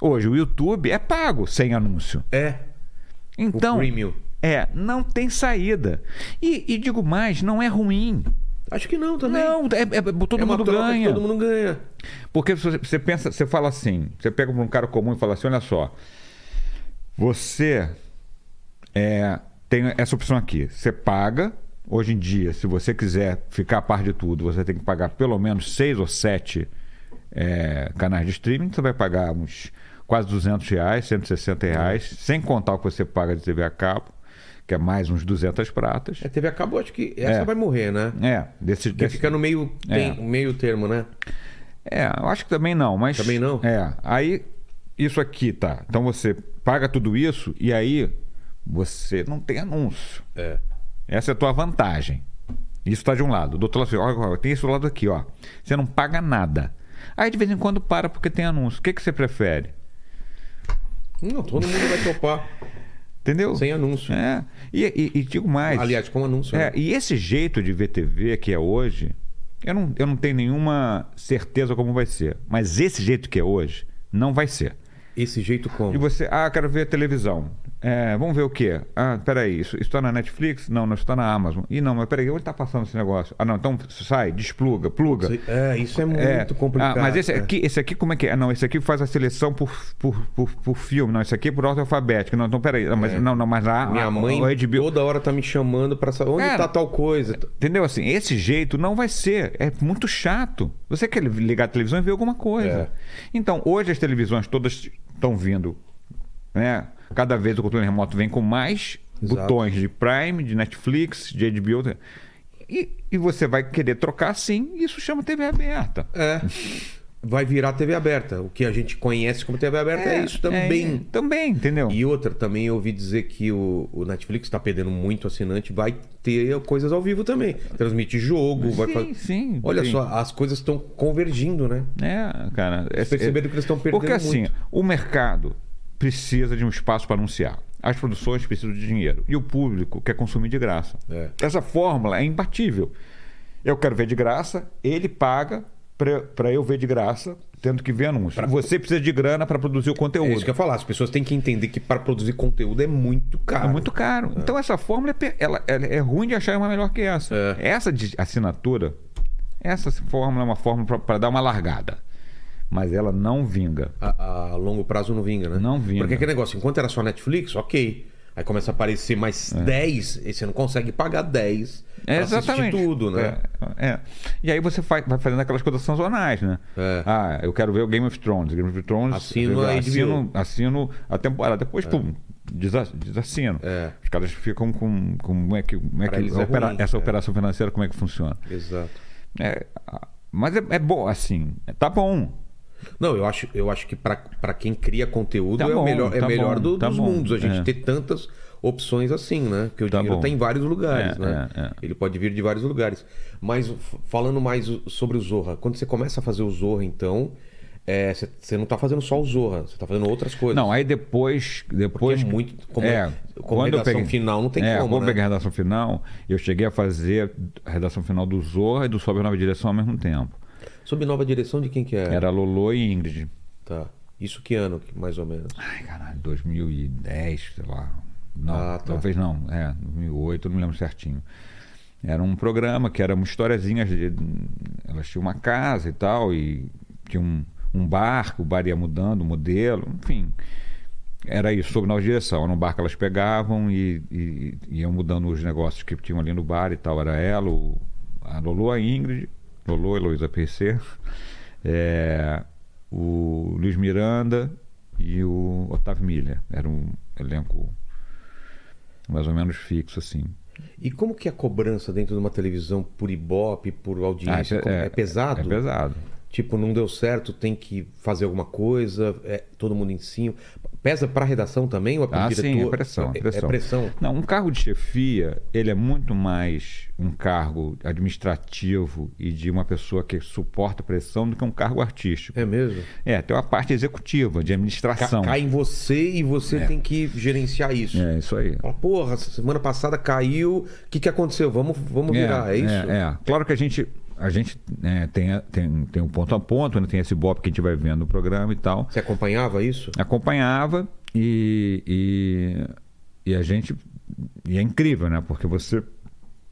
[SPEAKER 3] Hoje o YouTube é pago sem anúncio.
[SPEAKER 1] É.
[SPEAKER 3] Então.
[SPEAKER 1] premium.
[SPEAKER 3] É, não tem saída. E, e digo mais, não é ruim.
[SPEAKER 1] Acho que não também.
[SPEAKER 3] Não, é, é- todo
[SPEAKER 1] é uma
[SPEAKER 3] mundo
[SPEAKER 1] troca que
[SPEAKER 3] ganha.
[SPEAKER 1] Todo mundo ganha.
[SPEAKER 3] Porque você você pensa, você fala assim, você pega para um cara comum e fala assim, olha só, você é, tem essa opção aqui, você paga, hoje em dia, se você quiser ficar a par de tudo, você tem que pagar pelo menos seis ou sete é, canais de streaming, você vai pagar uns quase 200 reais,
[SPEAKER 1] É.
[SPEAKER 3] 160 reais, sem contar o que você paga de TV a cabo, que é mais uns 200 pratas.
[SPEAKER 1] A TV É, acabou, acho que essa
[SPEAKER 3] É.
[SPEAKER 1] vai morrer, né?
[SPEAKER 3] É, desse,
[SPEAKER 1] Porque
[SPEAKER 3] desse
[SPEAKER 1] fica no meio, tem-
[SPEAKER 3] É.
[SPEAKER 1] meio termo, né?
[SPEAKER 3] É, eu acho que também não, mas.
[SPEAKER 1] Também não?
[SPEAKER 3] É. Aí, isso aqui, tá. Então você paga tudo isso e aí você não tem anúncio.
[SPEAKER 1] É.
[SPEAKER 3] Essa é a tua vantagem. Isso está de um lado. Do outro lado, assim, ó, ó, tem esse lado aqui, ó. Você não paga nada. Aí de vez em quando para porque tem anúncio. O que, que você prefere?
[SPEAKER 1] Não, todo mundo vai topar
[SPEAKER 3] Entendeu?
[SPEAKER 1] sem anúncio.
[SPEAKER 3] É. E, e- e digo mais.
[SPEAKER 1] Aliás, com anúncio.
[SPEAKER 3] É,
[SPEAKER 1] né?
[SPEAKER 3] e esse jeito de ver TV que é hoje, eu não, eu não tenho nenhuma certeza como vai ser. Mas esse jeito que é hoje, não vai ser.
[SPEAKER 1] Esse jeito como?
[SPEAKER 3] E você, ah, quero ver televisão. É, vamos ver o quê? Ah, peraí, isso está na Netflix? Não, não está na Amazon. Ih, não, mas peraí, onde está passando esse negócio? Ah, não, então sai, despluga, pluga.
[SPEAKER 1] É, isso é muito
[SPEAKER 3] É.
[SPEAKER 1] complicado.
[SPEAKER 3] Ah, mas esse
[SPEAKER 1] né?
[SPEAKER 3] aqui, esse aqui como é que é? Ah, Não, esse aqui faz a seleção por, por, por, por filme. Não, esse aqui é por ordem alfabética. Não, então peraí. Não, mas, não, não, mas lá.
[SPEAKER 1] É. Minha
[SPEAKER 3] a-
[SPEAKER 1] mãe
[SPEAKER 3] Ah, o HBO
[SPEAKER 1] toda hora tá me chamando pra saber onde
[SPEAKER 3] Cara,
[SPEAKER 1] tá tal coisa.
[SPEAKER 3] Entendeu? Assim, esse jeito não vai ser. É muito chato. Você quer ligar a televisão e ver alguma
[SPEAKER 1] É.
[SPEAKER 3] coisa. Então, hoje as televisões todas estão vindo. Né? Cada vez o controle remoto vem com mais
[SPEAKER 1] Exato.
[SPEAKER 3] botões de Prime, de Netflix, de HBO. E, e você vai querer trocar sim, e isso chama TV aberta.
[SPEAKER 1] É. Vai virar TV aberta. O que a gente conhece como TV aberta é, isso
[SPEAKER 3] é,
[SPEAKER 1] também.
[SPEAKER 3] também, entendeu?
[SPEAKER 1] E outra, também eu ouvi dizer que o, o Netflix tá perdendo muito assinante, vai ter coisas ao vivo também. Transmite jogo, vai
[SPEAKER 3] Sim,
[SPEAKER 1] fazer.
[SPEAKER 3] sim,
[SPEAKER 1] Olha
[SPEAKER 3] sim.
[SPEAKER 1] só, as coisas estão convergindo, né?
[SPEAKER 3] É, cara. é-
[SPEAKER 1] perceberam que eles estão perdendo
[SPEAKER 3] Porque assim,
[SPEAKER 1] muito.
[SPEAKER 3] o mercado precisa de um espaço para anunciar. As produções precisam de dinheiro. E o público quer consumir de graça.
[SPEAKER 1] É.
[SPEAKER 3] Essa fórmula é imbatível. Eu quero ver de graça, ele paga para eu ver de graça, tendo que ver anúncio. Você precisa de grana para produzir o
[SPEAKER 1] É
[SPEAKER 3] conteúdo.
[SPEAKER 1] isso que eu ia falar. As pessoas têm que entender que para produzir conteúdo é muito caro.
[SPEAKER 3] É muito caro. Então essa fórmula é, pe- ela- ela é ruim de achar uma melhor que essa.
[SPEAKER 1] É.
[SPEAKER 3] Essa de assinatura, essa fórmula é uma fórmula para dar uma largada. Mas ela não vinga.
[SPEAKER 1] a, a longo prazo não vinga, né?
[SPEAKER 3] Não vinga.
[SPEAKER 1] Porque aquele negócio, enquanto era só Netflix, ok. Aí começa a aparecer mais 10, e você não consegue pagar 10
[SPEAKER 3] É,
[SPEAKER 1] pra assistir tudo, né?
[SPEAKER 3] É, é. E aí você faz- vai fazendo aquelas coisas sazonais, né?
[SPEAKER 1] É.
[SPEAKER 3] Ah, eu quero ver o Game of Thrones. Game of Thrones.
[SPEAKER 1] Assino
[SPEAKER 3] eu
[SPEAKER 1] a HBO.
[SPEAKER 3] assino, assino a temporada. Depois, pum, desa- desassino.
[SPEAKER 1] É.
[SPEAKER 3] Os caras ficam com. com- como é que, como é
[SPEAKER 1] Pra
[SPEAKER 3] que
[SPEAKER 1] eles é
[SPEAKER 3] opera-
[SPEAKER 1] ruim,
[SPEAKER 3] essa
[SPEAKER 1] é.
[SPEAKER 3] operação financeira, como é que funciona?
[SPEAKER 1] Exato.
[SPEAKER 3] É, a- mas é, é bom, assim. Tá bom.
[SPEAKER 1] Não, eu acho, eu acho que pra pra quem cria conteúdo
[SPEAKER 3] Tá
[SPEAKER 1] é
[SPEAKER 3] bom,
[SPEAKER 1] o melhor, é
[SPEAKER 3] tá
[SPEAKER 1] melhor
[SPEAKER 3] bom,
[SPEAKER 1] do-
[SPEAKER 3] tá
[SPEAKER 1] dos
[SPEAKER 3] bom,
[SPEAKER 1] mundos. A gente
[SPEAKER 3] é.
[SPEAKER 1] ter tantas opções assim, né? Porque o
[SPEAKER 3] Tá
[SPEAKER 1] dinheiro
[SPEAKER 3] bom.
[SPEAKER 1] tá em vários lugares,
[SPEAKER 3] É,
[SPEAKER 1] né?
[SPEAKER 3] é, é.
[SPEAKER 1] Ele pode vir de vários lugares. Mas f- falando mais o- sobre o Zorra, quando você começa a fazer o Zorra, então, é, você você não tá fazendo só o Zorra, você tá fazendo outras coisas.
[SPEAKER 3] Não, aí depois. depois
[SPEAKER 1] Porque é muito- como- como
[SPEAKER 3] quando eu
[SPEAKER 1] redação final, não tem
[SPEAKER 3] é,
[SPEAKER 1] como,
[SPEAKER 3] Quando
[SPEAKER 1] né?
[SPEAKER 3] eu peguei a redação final, eu cheguei a fazer a redação final do Zorra e do Sobe Nova Direção ao mesmo tempo.
[SPEAKER 1] Sob nova direção de quem que é?
[SPEAKER 3] Era Lolo e Ingrid.
[SPEAKER 1] Tá. Isso que ano, que- mais ou menos?
[SPEAKER 3] Ai, caralho, 2010, sei lá. Não,
[SPEAKER 1] Ah, tá.
[SPEAKER 3] talvez não. É, 2008, eu não lembro certinho. Era um programa que eram historiazinhas. de- Elas tinham uma casa e tal, e tinha um, um barco, o bar ia mudando, o modelo, enfim. Era isso, sob nova direção. Era um barco que elas pegavam e, e- e iam mudando os negócios que tinham ali no bar e tal. Era ela, o- a Lolo, a Ingrid, Lolo, Heloísa [LAUGHS] PC, é, o Luiz Miranda e o Otávio Milha. Era um elenco mais ou menos fixo, assim.
[SPEAKER 1] E como que é a cobrança dentro de uma televisão por Ibope, por audiência?
[SPEAKER 3] Ah,
[SPEAKER 1] Como- é, pesado?
[SPEAKER 3] É pesado.
[SPEAKER 1] Tipo, não deu certo, tem que fazer alguma coisa, é todo mundo em cima. Pesa pra redação também ou é pro
[SPEAKER 3] Ah,
[SPEAKER 1] diretor?
[SPEAKER 3] sim, é pressão, é pressão.
[SPEAKER 1] É pressão.
[SPEAKER 3] Não, um cargo de chefia, ele é muito mais um cargo administrativo e de uma pessoa que suporta pressão do que um cargo artístico.
[SPEAKER 1] É mesmo?
[SPEAKER 3] É, tem uma parte executiva, de
[SPEAKER 1] Ca-
[SPEAKER 3] administração.
[SPEAKER 1] Cai em você e você tem que gerenciar isso.
[SPEAKER 3] É, isso aí.
[SPEAKER 1] Fala, porra, essa semana passada caiu, o que, que aconteceu? Vamos, vamos virar, é, isso?
[SPEAKER 3] É, é. Claro que a gente, a gente né, tem, tem, tem um ponto a ponto, né, tem esse bop que a gente vai vendo no programa e tal.
[SPEAKER 1] Você acompanhava isso?
[SPEAKER 3] acompanhava e, e, e a gente e é incrível, né? Porque você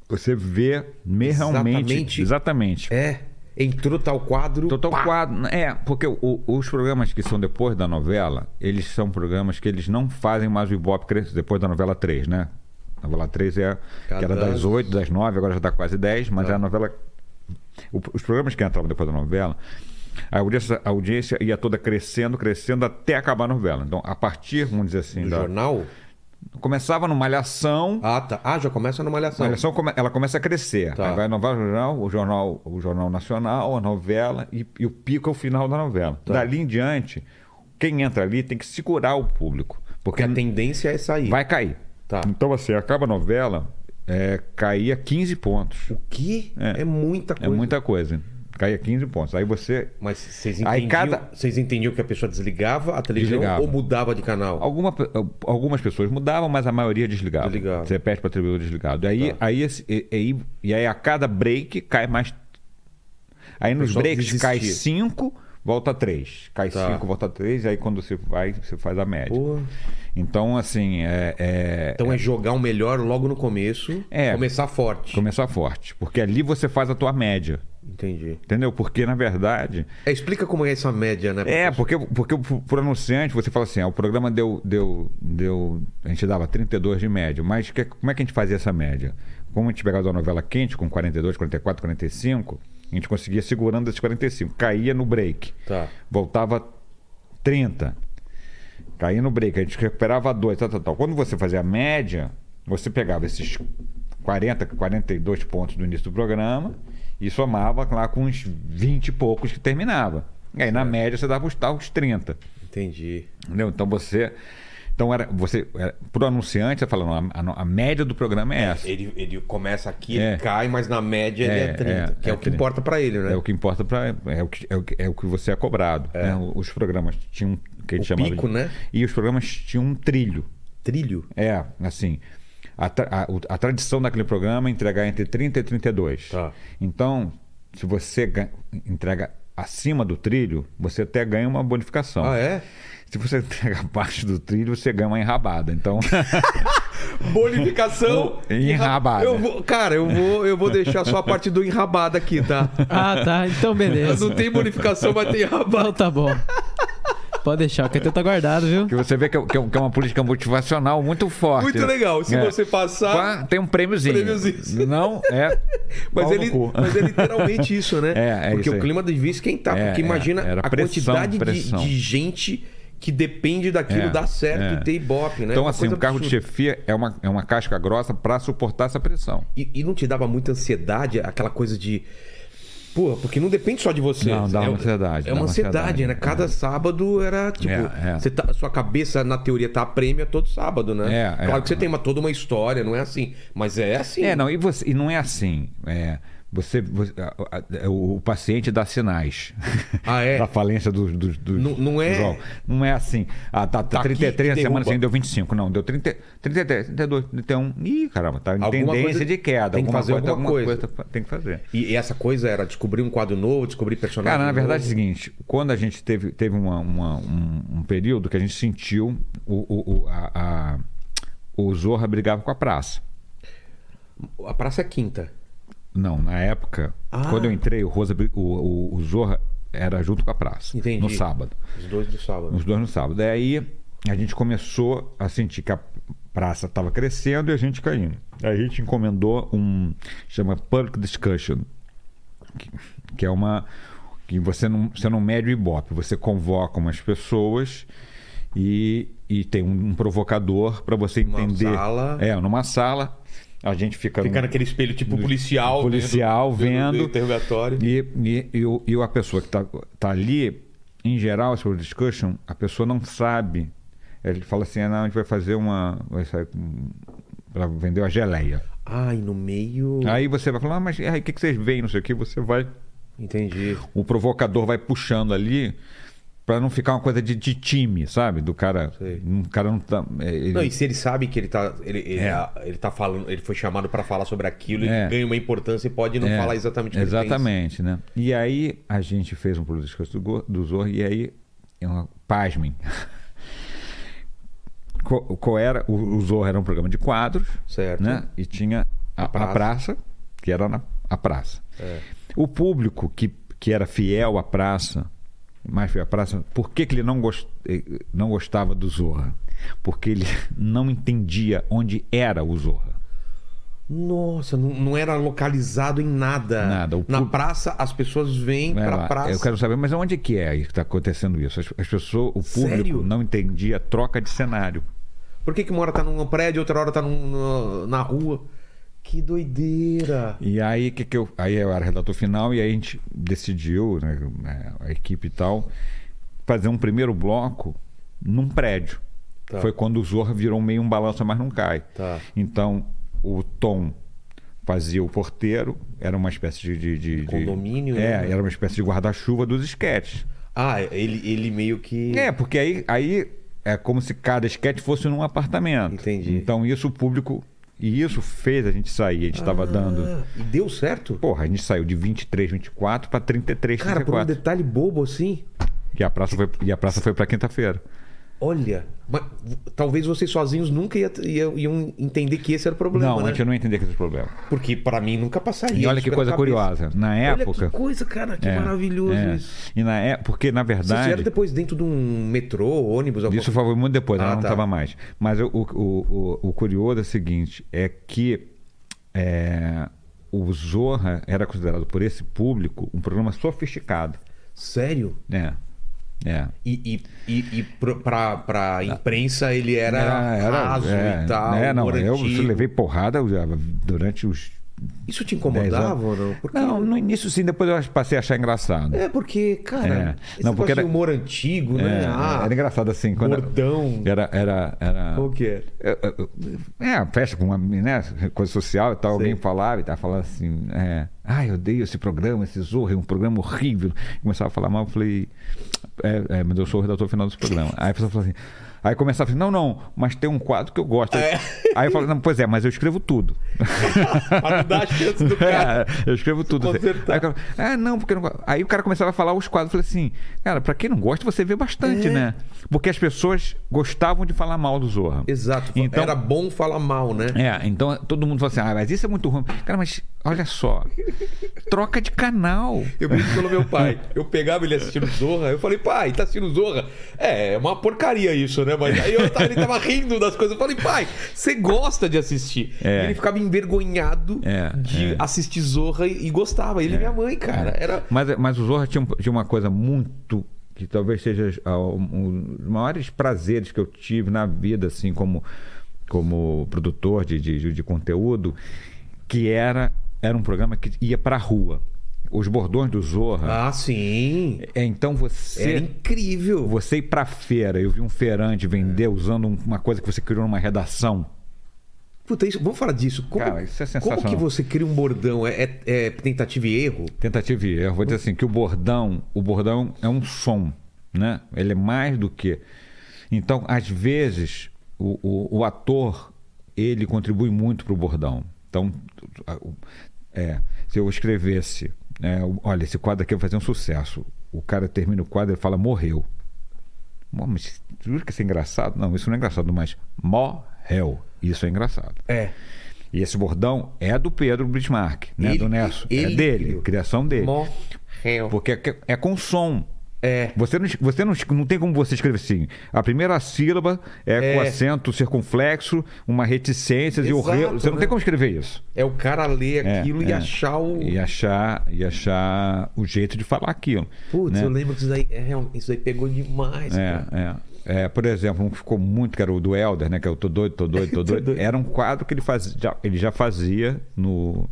[SPEAKER 3] você vê me- realmente
[SPEAKER 1] Exatamente.
[SPEAKER 3] exatamente
[SPEAKER 1] É. Entrou tal quadro.
[SPEAKER 3] Total
[SPEAKER 1] pá.
[SPEAKER 3] quadro. É, porque o- os programas que são depois da novela, eles são programas que eles não fazem mais o Ibope crescer depois da novela 3, né? A novela 3 é que era
[SPEAKER 1] Cada- Tá.
[SPEAKER 3] das 8, tá das 9, agora já está quase 10, mas a novela. o- os programas que entravam depois da novela, A audiência, a audiência ia toda crescendo, crescendo até acabar a novela. Então, a partir, vamos dizer assim,
[SPEAKER 1] Do
[SPEAKER 3] da-
[SPEAKER 1] jornal?
[SPEAKER 3] começava no Malhação.
[SPEAKER 1] Ah, tá. Ah, já começa na
[SPEAKER 3] A
[SPEAKER 1] Malhação.
[SPEAKER 3] Malhação é come- ela começa a crescer.
[SPEAKER 1] Tá.
[SPEAKER 3] Aí vai novela jornal, o jornal, o jornal nacional, a novela e, e o pico é o final da novela.
[SPEAKER 1] Tá.
[SPEAKER 3] Dali em diante, quem entra ali tem que segurar o público,
[SPEAKER 1] Porque
[SPEAKER 3] porque
[SPEAKER 1] a tendência é sair.
[SPEAKER 3] vai cair.
[SPEAKER 1] Tá.
[SPEAKER 3] Então assim, acaba a novela, é, caía 15 pontos.
[SPEAKER 1] O que? É,
[SPEAKER 3] É.
[SPEAKER 1] muita coisa.
[SPEAKER 3] É muita coisa. Caía 15 pontos. Aí você
[SPEAKER 1] Mas vocês
[SPEAKER 3] Aí
[SPEAKER 1] entendiam,
[SPEAKER 3] cada-
[SPEAKER 1] vocês entendiam que a pessoa desligava a televisão
[SPEAKER 3] Desligava.
[SPEAKER 1] ou mudava de canal?
[SPEAKER 3] Alguma- algumas pessoas mudavam, mas a maioria desligava.
[SPEAKER 1] Desligava.
[SPEAKER 3] Você pede para televisor desligado. E aí,
[SPEAKER 1] Tá.
[SPEAKER 3] aí, esse- e, e- e aí a cada break cai mais. Aí nos
[SPEAKER 1] Pessoal
[SPEAKER 3] breaks cai
[SPEAKER 1] desistia.
[SPEAKER 3] 5, volta 3. Cai
[SPEAKER 1] Tá.
[SPEAKER 3] 5, volta 3. Aí quando você vai, você faz a média.
[SPEAKER 1] Pô.
[SPEAKER 3] Então, assim, é, é-
[SPEAKER 1] Então é jogar o melhor logo no começo,
[SPEAKER 3] É.
[SPEAKER 1] começar forte.
[SPEAKER 3] começar forte. Porque ali você faz a tua média.
[SPEAKER 1] Entendi.
[SPEAKER 3] Entendeu? Porque, na verdade,
[SPEAKER 1] É, explica como é essa média, né?
[SPEAKER 3] É,
[SPEAKER 1] professor?
[SPEAKER 3] porque, porque por anunciante você fala assim, ah, o programa deu, deu, deu. A gente dava 32 de média, mas que- como é que a gente fazia essa média? Como a gente pegava uma novela quente com 42, 44, 45, a gente conseguia segurando esses 45. Caía no break.
[SPEAKER 1] Tá.
[SPEAKER 3] Voltava 30. Caía no break, a gente recuperava 2, tal, tal, tal. Quando você fazia a média, você pegava esses 40, 42 pontos do início do programa e somava lá com uns 20 e poucos que terminava. E aí, na média, você dava os tal, os 30.
[SPEAKER 1] Entendi.
[SPEAKER 3] Entendeu? Então você. Então era. Você. Era, pro anunciante, você fala, não, a, a média do programa é essa.
[SPEAKER 1] Ele, ele começa aqui,
[SPEAKER 3] É.
[SPEAKER 1] ele cai, mas na média ele é
[SPEAKER 3] É,
[SPEAKER 1] 30,
[SPEAKER 3] é,
[SPEAKER 1] que é,
[SPEAKER 3] é
[SPEAKER 1] o que
[SPEAKER 3] 30.
[SPEAKER 1] importa pra ele, né?
[SPEAKER 3] É o que importa para é o que é o que, é o que você é cobrado. né? Os programas tinham o que a gente
[SPEAKER 1] O
[SPEAKER 3] chamava
[SPEAKER 1] pico, né?
[SPEAKER 3] E os programas tinham um trilho.
[SPEAKER 1] Trilho?
[SPEAKER 3] É, assim. A, tra- a- o- a tradição daquele programa é entregar entre 30 e 32.
[SPEAKER 1] Tá.
[SPEAKER 3] Então, se você ga- entrega acima do trilho, você até ganha uma bonificação.
[SPEAKER 1] Ah, é?
[SPEAKER 3] Se você [LAUGHS] entrega abaixo do trilho, você ganha uma enrabada. Então, [LAUGHS]
[SPEAKER 1] Bonificação.
[SPEAKER 3] Enrabada.
[SPEAKER 1] Eu vou- cara, eu vou, eu vou deixar só a parte do enrabada aqui, tá?
[SPEAKER 3] [LAUGHS]
[SPEAKER 2] Ah, tá. Então,
[SPEAKER 3] É.
[SPEAKER 2] beleza.
[SPEAKER 1] Não tem bonificação, mas tem enrabada.
[SPEAKER 2] Então tá bom. Pode deixar, o que tá guardado, viu?
[SPEAKER 3] que você vê que é, que é um- que é uma política motivacional muito forte.
[SPEAKER 1] Muito
[SPEAKER 3] né?
[SPEAKER 1] legal. Se
[SPEAKER 3] É.
[SPEAKER 1] você passar.
[SPEAKER 3] Pá, tem um prêmiozinho.
[SPEAKER 1] Prêmiozinho.
[SPEAKER 3] Não, é.
[SPEAKER 1] [LAUGHS] Mas
[SPEAKER 3] pau no
[SPEAKER 1] ele,
[SPEAKER 3] cu.
[SPEAKER 1] [LAUGHS] mas é literalmente isso, né?
[SPEAKER 3] [LAUGHS] É, é
[SPEAKER 1] porque
[SPEAKER 3] isso
[SPEAKER 1] o
[SPEAKER 3] aí.
[SPEAKER 1] clima de vício quem tá.
[SPEAKER 3] É,
[SPEAKER 1] porque
[SPEAKER 3] é,
[SPEAKER 1] imagina
[SPEAKER 3] era
[SPEAKER 1] a
[SPEAKER 3] pressão,
[SPEAKER 1] quantidade de-
[SPEAKER 3] pressão.
[SPEAKER 1] De, gente que depende daquilo
[SPEAKER 3] É,
[SPEAKER 1] dar certo
[SPEAKER 3] é.
[SPEAKER 1] e ter ibope, né?
[SPEAKER 3] Então,
[SPEAKER 1] Uma
[SPEAKER 3] assim,
[SPEAKER 1] coisa
[SPEAKER 3] o cargo de
[SPEAKER 1] absurda.
[SPEAKER 3] chefia é uma, é uma casca grossa para suportar essa pressão.
[SPEAKER 1] E, e não te dava muita ansiedade, aquela coisa de. Pô, porque não depende só de você.
[SPEAKER 3] Não, dá
[SPEAKER 1] é,
[SPEAKER 3] uma ansiedade,
[SPEAKER 1] É
[SPEAKER 3] dá
[SPEAKER 1] uma
[SPEAKER 3] uma
[SPEAKER 1] ansiedade,
[SPEAKER 3] ansiedade,
[SPEAKER 1] né? Cada sábado era tipo.
[SPEAKER 3] É, é.
[SPEAKER 1] Você tá- sua cabeça, na teoria, tá a prêmio todo sábado, né?
[SPEAKER 3] É, é.
[SPEAKER 1] claro que você tem uma, toda uma história, não é assim. Mas é assim.
[SPEAKER 3] É, não, e, você, e não é assim. É, você, você- a- a- o, o paciente dá sinais
[SPEAKER 1] Ah, é?
[SPEAKER 3] [LAUGHS] da falência dos. dos, dos-
[SPEAKER 1] Não- não é-
[SPEAKER 3] dos órgãos. Não é assim. Ah, tá,
[SPEAKER 1] Tá
[SPEAKER 3] tá
[SPEAKER 1] aqui
[SPEAKER 3] 33,
[SPEAKER 1] que
[SPEAKER 3] a semana
[SPEAKER 1] derruba.
[SPEAKER 3] seguinte deu 25. Não, deu 30, 33, 32, 31. Ih, caramba, tá em
[SPEAKER 1] Alguma
[SPEAKER 3] tendência
[SPEAKER 1] coisa-
[SPEAKER 3] de queda.
[SPEAKER 1] tem que fazer alguma coisa.
[SPEAKER 3] Tem que fazer.
[SPEAKER 1] E e essa coisa era descobrir um quadro novo, descobrir personagem.
[SPEAKER 3] Cara, na verdade é o
[SPEAKER 1] novo.
[SPEAKER 3] seguinte, quando a gente teve, teve uma- uma- um, um período que a gente sentiu o, o, o- a, a- o Zorra brigava com a praça.
[SPEAKER 1] A praça é quinta.
[SPEAKER 3] Não, na época,
[SPEAKER 1] Ah.
[SPEAKER 3] quando eu entrei, o, Rosa, bri- o, o- o Zorra era junto com a praça.
[SPEAKER 1] Entendi.
[SPEAKER 3] No sábado.
[SPEAKER 1] Os dois do sábado.
[SPEAKER 3] Os dois no sábado. Daí a gente começou a sentir que a praça estava crescendo e a gente caindo. Aí a gente encomendou um. chama Public Discussion. Que, que é uma. que você não, você não mede o ibope, você convoca umas pessoas. E, e tem um, um provocador para você
[SPEAKER 1] Uma
[SPEAKER 3] entender.
[SPEAKER 1] sala.
[SPEAKER 3] É, numa sala. A gente fica.
[SPEAKER 1] Ficar
[SPEAKER 3] num-
[SPEAKER 1] naquele espelho tipo policial.
[SPEAKER 3] Hum. policial
[SPEAKER 1] do- do- do
[SPEAKER 3] vendo.
[SPEAKER 1] interrogatório.
[SPEAKER 3] E, e, e, o- e a pessoa que está tá ali, em geral, sobre discussion, a pessoa não sabe. Ele fala assim: ah, não, a gente vai fazer uma. Vai sair com- pra vender uma geleia.
[SPEAKER 1] Ai, no meio.
[SPEAKER 3] Aí você vai falar, ah, mas aí, o que, que vocês veem? Não sei o que, você vai.
[SPEAKER 1] Entendi.
[SPEAKER 3] O provocador vai puxando ali para não ficar uma coisa de, de time, sabe? Do cara.
[SPEAKER 1] Sei.
[SPEAKER 3] Um cara não tá. é, ele-
[SPEAKER 1] Não, e se ele sabe que ele tá. Ele, ele,
[SPEAKER 3] É.
[SPEAKER 1] ele tá falando, ele foi chamado pra falar sobre aquilo, ele
[SPEAKER 3] É.
[SPEAKER 1] ganha uma importância e pode não
[SPEAKER 3] É,
[SPEAKER 1] falar exatamente o que ele
[SPEAKER 3] Exatamente, né? E aí a gente fez um produto de discurso do, Go- do Zorro e aí, é uma- pasmem. [LAUGHS] qual, qual era? O, o Zorro era um programa de quadros,
[SPEAKER 1] Certo.
[SPEAKER 3] né? E tinha a, a praça. que era na, a praça.
[SPEAKER 1] É.
[SPEAKER 3] O público que, que era fiel à praça, mais fiel à praça, por que, que ele não, gos- eh, não gostava [LAUGHS] do Zorra? Porque ele não entendia onde era o Zorra.
[SPEAKER 1] pensa. Nossa, não, não era localizado em nada.
[SPEAKER 3] Nada, o
[SPEAKER 1] Na
[SPEAKER 3] pub-
[SPEAKER 1] praça, as pessoas vêm
[SPEAKER 3] Vai
[SPEAKER 1] pra
[SPEAKER 3] lá.
[SPEAKER 1] praça.
[SPEAKER 3] Eu quero saber, mas onde é que é que está acontecendo isso? As, as pessoas, o público
[SPEAKER 1] Sério?
[SPEAKER 3] não entendia a troca de cenário.
[SPEAKER 1] Por que, que uma hora tá num prédio, outra hora tá num- na- na rua? Que doideira.
[SPEAKER 3] E aí que, que eu, aí eu era redator final e aí a gente decidiu, né, a equipe e tal, fazer um primeiro bloco num prédio.
[SPEAKER 1] Tá.
[SPEAKER 3] Foi quando o Zorra virou meio um balança, mas não cai.
[SPEAKER 1] Tá.
[SPEAKER 3] Então o Tom fazia o porteiro, era uma espécie de. de- de- de-
[SPEAKER 1] Condomínio,
[SPEAKER 3] É,
[SPEAKER 1] né?
[SPEAKER 3] era uma espécie de guarda-chuva dos esquetes.
[SPEAKER 1] Ah, ele, ele meio que.
[SPEAKER 3] É, porque aí, aí é como se cada esquete fosse num apartamento.
[SPEAKER 1] Entendi.
[SPEAKER 3] Então isso o público. E isso fez a gente sair, a gente estava dando.
[SPEAKER 1] Ah, e deu certo?
[SPEAKER 3] Porra, a gente saiu de 23, 24 para 33,
[SPEAKER 1] Cara, por um
[SPEAKER 3] 34.
[SPEAKER 1] detalhe bobo assim.
[SPEAKER 3] E a praça foi, e a praça foi para quinta-feira.
[SPEAKER 1] Olha, mas v- talvez vocês sozinhos nunca ia, ia- iam entender que esse era o problema.
[SPEAKER 3] não,
[SPEAKER 1] né?
[SPEAKER 3] a gente não entendeu aquele problema.
[SPEAKER 1] Porque pra mim nunca passaria.
[SPEAKER 3] E olha
[SPEAKER 1] isso
[SPEAKER 3] que
[SPEAKER 1] pela
[SPEAKER 3] coisa
[SPEAKER 1] cabeça.
[SPEAKER 3] curiosa. Na
[SPEAKER 1] Olha
[SPEAKER 3] época.
[SPEAKER 1] que coisa, cara, que
[SPEAKER 3] É,
[SPEAKER 1] maravilhoso
[SPEAKER 3] é.
[SPEAKER 1] isso.
[SPEAKER 3] E na é, porque na
[SPEAKER 1] Vocês vieram
[SPEAKER 3] verdade,
[SPEAKER 1] depois dentro de um metrô, ônibus, alguma
[SPEAKER 3] Isso foi muito depois,
[SPEAKER 1] Ah,
[SPEAKER 3] ela não
[SPEAKER 1] tá.
[SPEAKER 3] estava mais. Mas o, o- o- o- o curioso é o seguinte: é que é, o Zorra era considerado por esse público um programa sofisticado.
[SPEAKER 1] Sério?
[SPEAKER 3] né? É.
[SPEAKER 1] E, e, e, e pro- pra, pra imprensa ele era, raso
[SPEAKER 3] Ah. é,
[SPEAKER 1] e tal.
[SPEAKER 3] É, não,
[SPEAKER 1] humor
[SPEAKER 3] eu
[SPEAKER 1] antigo.
[SPEAKER 3] levei porrada eu já- durante os.
[SPEAKER 1] Isso te
[SPEAKER 3] 10 anos.
[SPEAKER 1] incomodava ou não? Porque-
[SPEAKER 3] Não, no início sim, depois eu passei a achar engraçado.
[SPEAKER 1] É porque, cara,
[SPEAKER 3] É.
[SPEAKER 1] esse
[SPEAKER 3] Não,
[SPEAKER 1] negócio
[SPEAKER 3] porque era-
[SPEAKER 1] de humor antigo, né?
[SPEAKER 3] É,
[SPEAKER 1] Ah,
[SPEAKER 3] era engraçado assim. Quando
[SPEAKER 1] gordão.
[SPEAKER 3] Era, era, era...
[SPEAKER 1] Qual que é?
[SPEAKER 3] É, É, é, festa com uma né, coisa social e tal. Alguém falava e tava falando assim: é, Ai, eu odeio esse programa, esse Zorro, é um programa horrível. Começava a falar mal, eu falei: é, é, mas eu sou o redator final desse programa. Aí a pessoa falou assim. Aí começava a falar, não, não, mas tem um quadro que eu gosto. Aí eu falei, não, pois é, mas eu escrevo tudo.
[SPEAKER 1] Pra não dar a chance do cara.
[SPEAKER 3] [LAUGHS] É, eu escrevo tudo. assim.
[SPEAKER 1] consertar.
[SPEAKER 3] Aí, o cara, ah, não, porque eu não gosto. Aí o cara começava a falar os quadros. Eu falei assim, cara, pra quem não gosta, você vê bastante,
[SPEAKER 1] É.
[SPEAKER 3] né? Porque as pessoas gostavam de falar mal do Zorra.
[SPEAKER 1] Exato.
[SPEAKER 3] Então,
[SPEAKER 1] Era bom falar mal, né?
[SPEAKER 3] é, então todo mundo fala assim, ah, mas isso é muito ruim. Cara, mas olha só, troca de canal.
[SPEAKER 1] Eu brinco pelo meu pai. Eu pegava ele assistindo Zorra. Eu falei, pai, tá assistindo Zorra? É, é uma porcaria isso, né? Mas aí eu tava, ele tava rindo das coisas. Eu falei, pai, você gosta de assistir.
[SPEAKER 3] É.
[SPEAKER 1] E ele ficava envergonhado
[SPEAKER 3] É,
[SPEAKER 1] de assistir Zorra e, e gostava. Ele e minha mãe, cara. Era.
[SPEAKER 3] Mas, mas o Zorra tinha, um- tinha uma coisa muito que talvez seja a- um dos maiores prazeres que eu tive na vida, assim, como, como produtor de, de, de conteúdo, que era, era um programa que ia pra rua. Os bordões do Zorra.
[SPEAKER 1] Ah, sim.
[SPEAKER 3] É, então
[SPEAKER 1] Era
[SPEAKER 3] você.
[SPEAKER 1] incrível.
[SPEAKER 3] Você ir pra feira, eu vi um feirante vender usando um- uma coisa que você criou numa redação.
[SPEAKER 1] Puta, isso, vamos falar disso. Como,
[SPEAKER 3] Cara, isso é
[SPEAKER 1] Como
[SPEAKER 3] sensacional.
[SPEAKER 1] que você cria um bordão? É, é- é tentativa e erro?
[SPEAKER 3] Tentativa e erro. Vou dizer assim, que o bordão, o bordão é um som, né? Ele é mais do que. Então, às vezes, o, o, o ator, ele contribui muito para o bordão. Então, a- o- é, se eu escrevesse, né, o- olha, esse quadro aqui vai fazer um sucesso. O cara termina o quadro e fala, morreu. Mô, Mas juro que isso é engraçado? Não, isso não é engraçado, mas morreu. Isso é engraçado.
[SPEAKER 1] É.
[SPEAKER 3] E esse bordão é do Pedro Bismarck, né?
[SPEAKER 1] Ele-
[SPEAKER 3] do Nelson.
[SPEAKER 1] ele
[SPEAKER 3] é dele,
[SPEAKER 1] criou.
[SPEAKER 3] criação dele.
[SPEAKER 1] Morreu.
[SPEAKER 3] Porque é- é com som.
[SPEAKER 1] É.
[SPEAKER 3] Você não, es- você não, es- não tem como você escrever assim. A primeira sílaba é,
[SPEAKER 1] É.
[SPEAKER 3] com acento circunflexo, uma reticência e o re.
[SPEAKER 1] Exato,
[SPEAKER 3] Você não
[SPEAKER 1] né?
[SPEAKER 3] tem como escrever isso.
[SPEAKER 1] É o cara ler
[SPEAKER 3] É,
[SPEAKER 1] aquilo e
[SPEAKER 3] é.
[SPEAKER 1] achar o.
[SPEAKER 3] E achar, e achar o jeito de falar aquilo.
[SPEAKER 1] Putz,
[SPEAKER 3] né?
[SPEAKER 1] eu lembro que isso daí, é, real- isso daí pegou demais, cara.
[SPEAKER 3] É, é. É, por exemplo, um que ficou muito, que era o do Helder, né? Que é o Tô Doido,
[SPEAKER 1] [LAUGHS]
[SPEAKER 3] Tô Doido, Tô Doido. Era um quadro que ele, faz, já, ele já fazia no.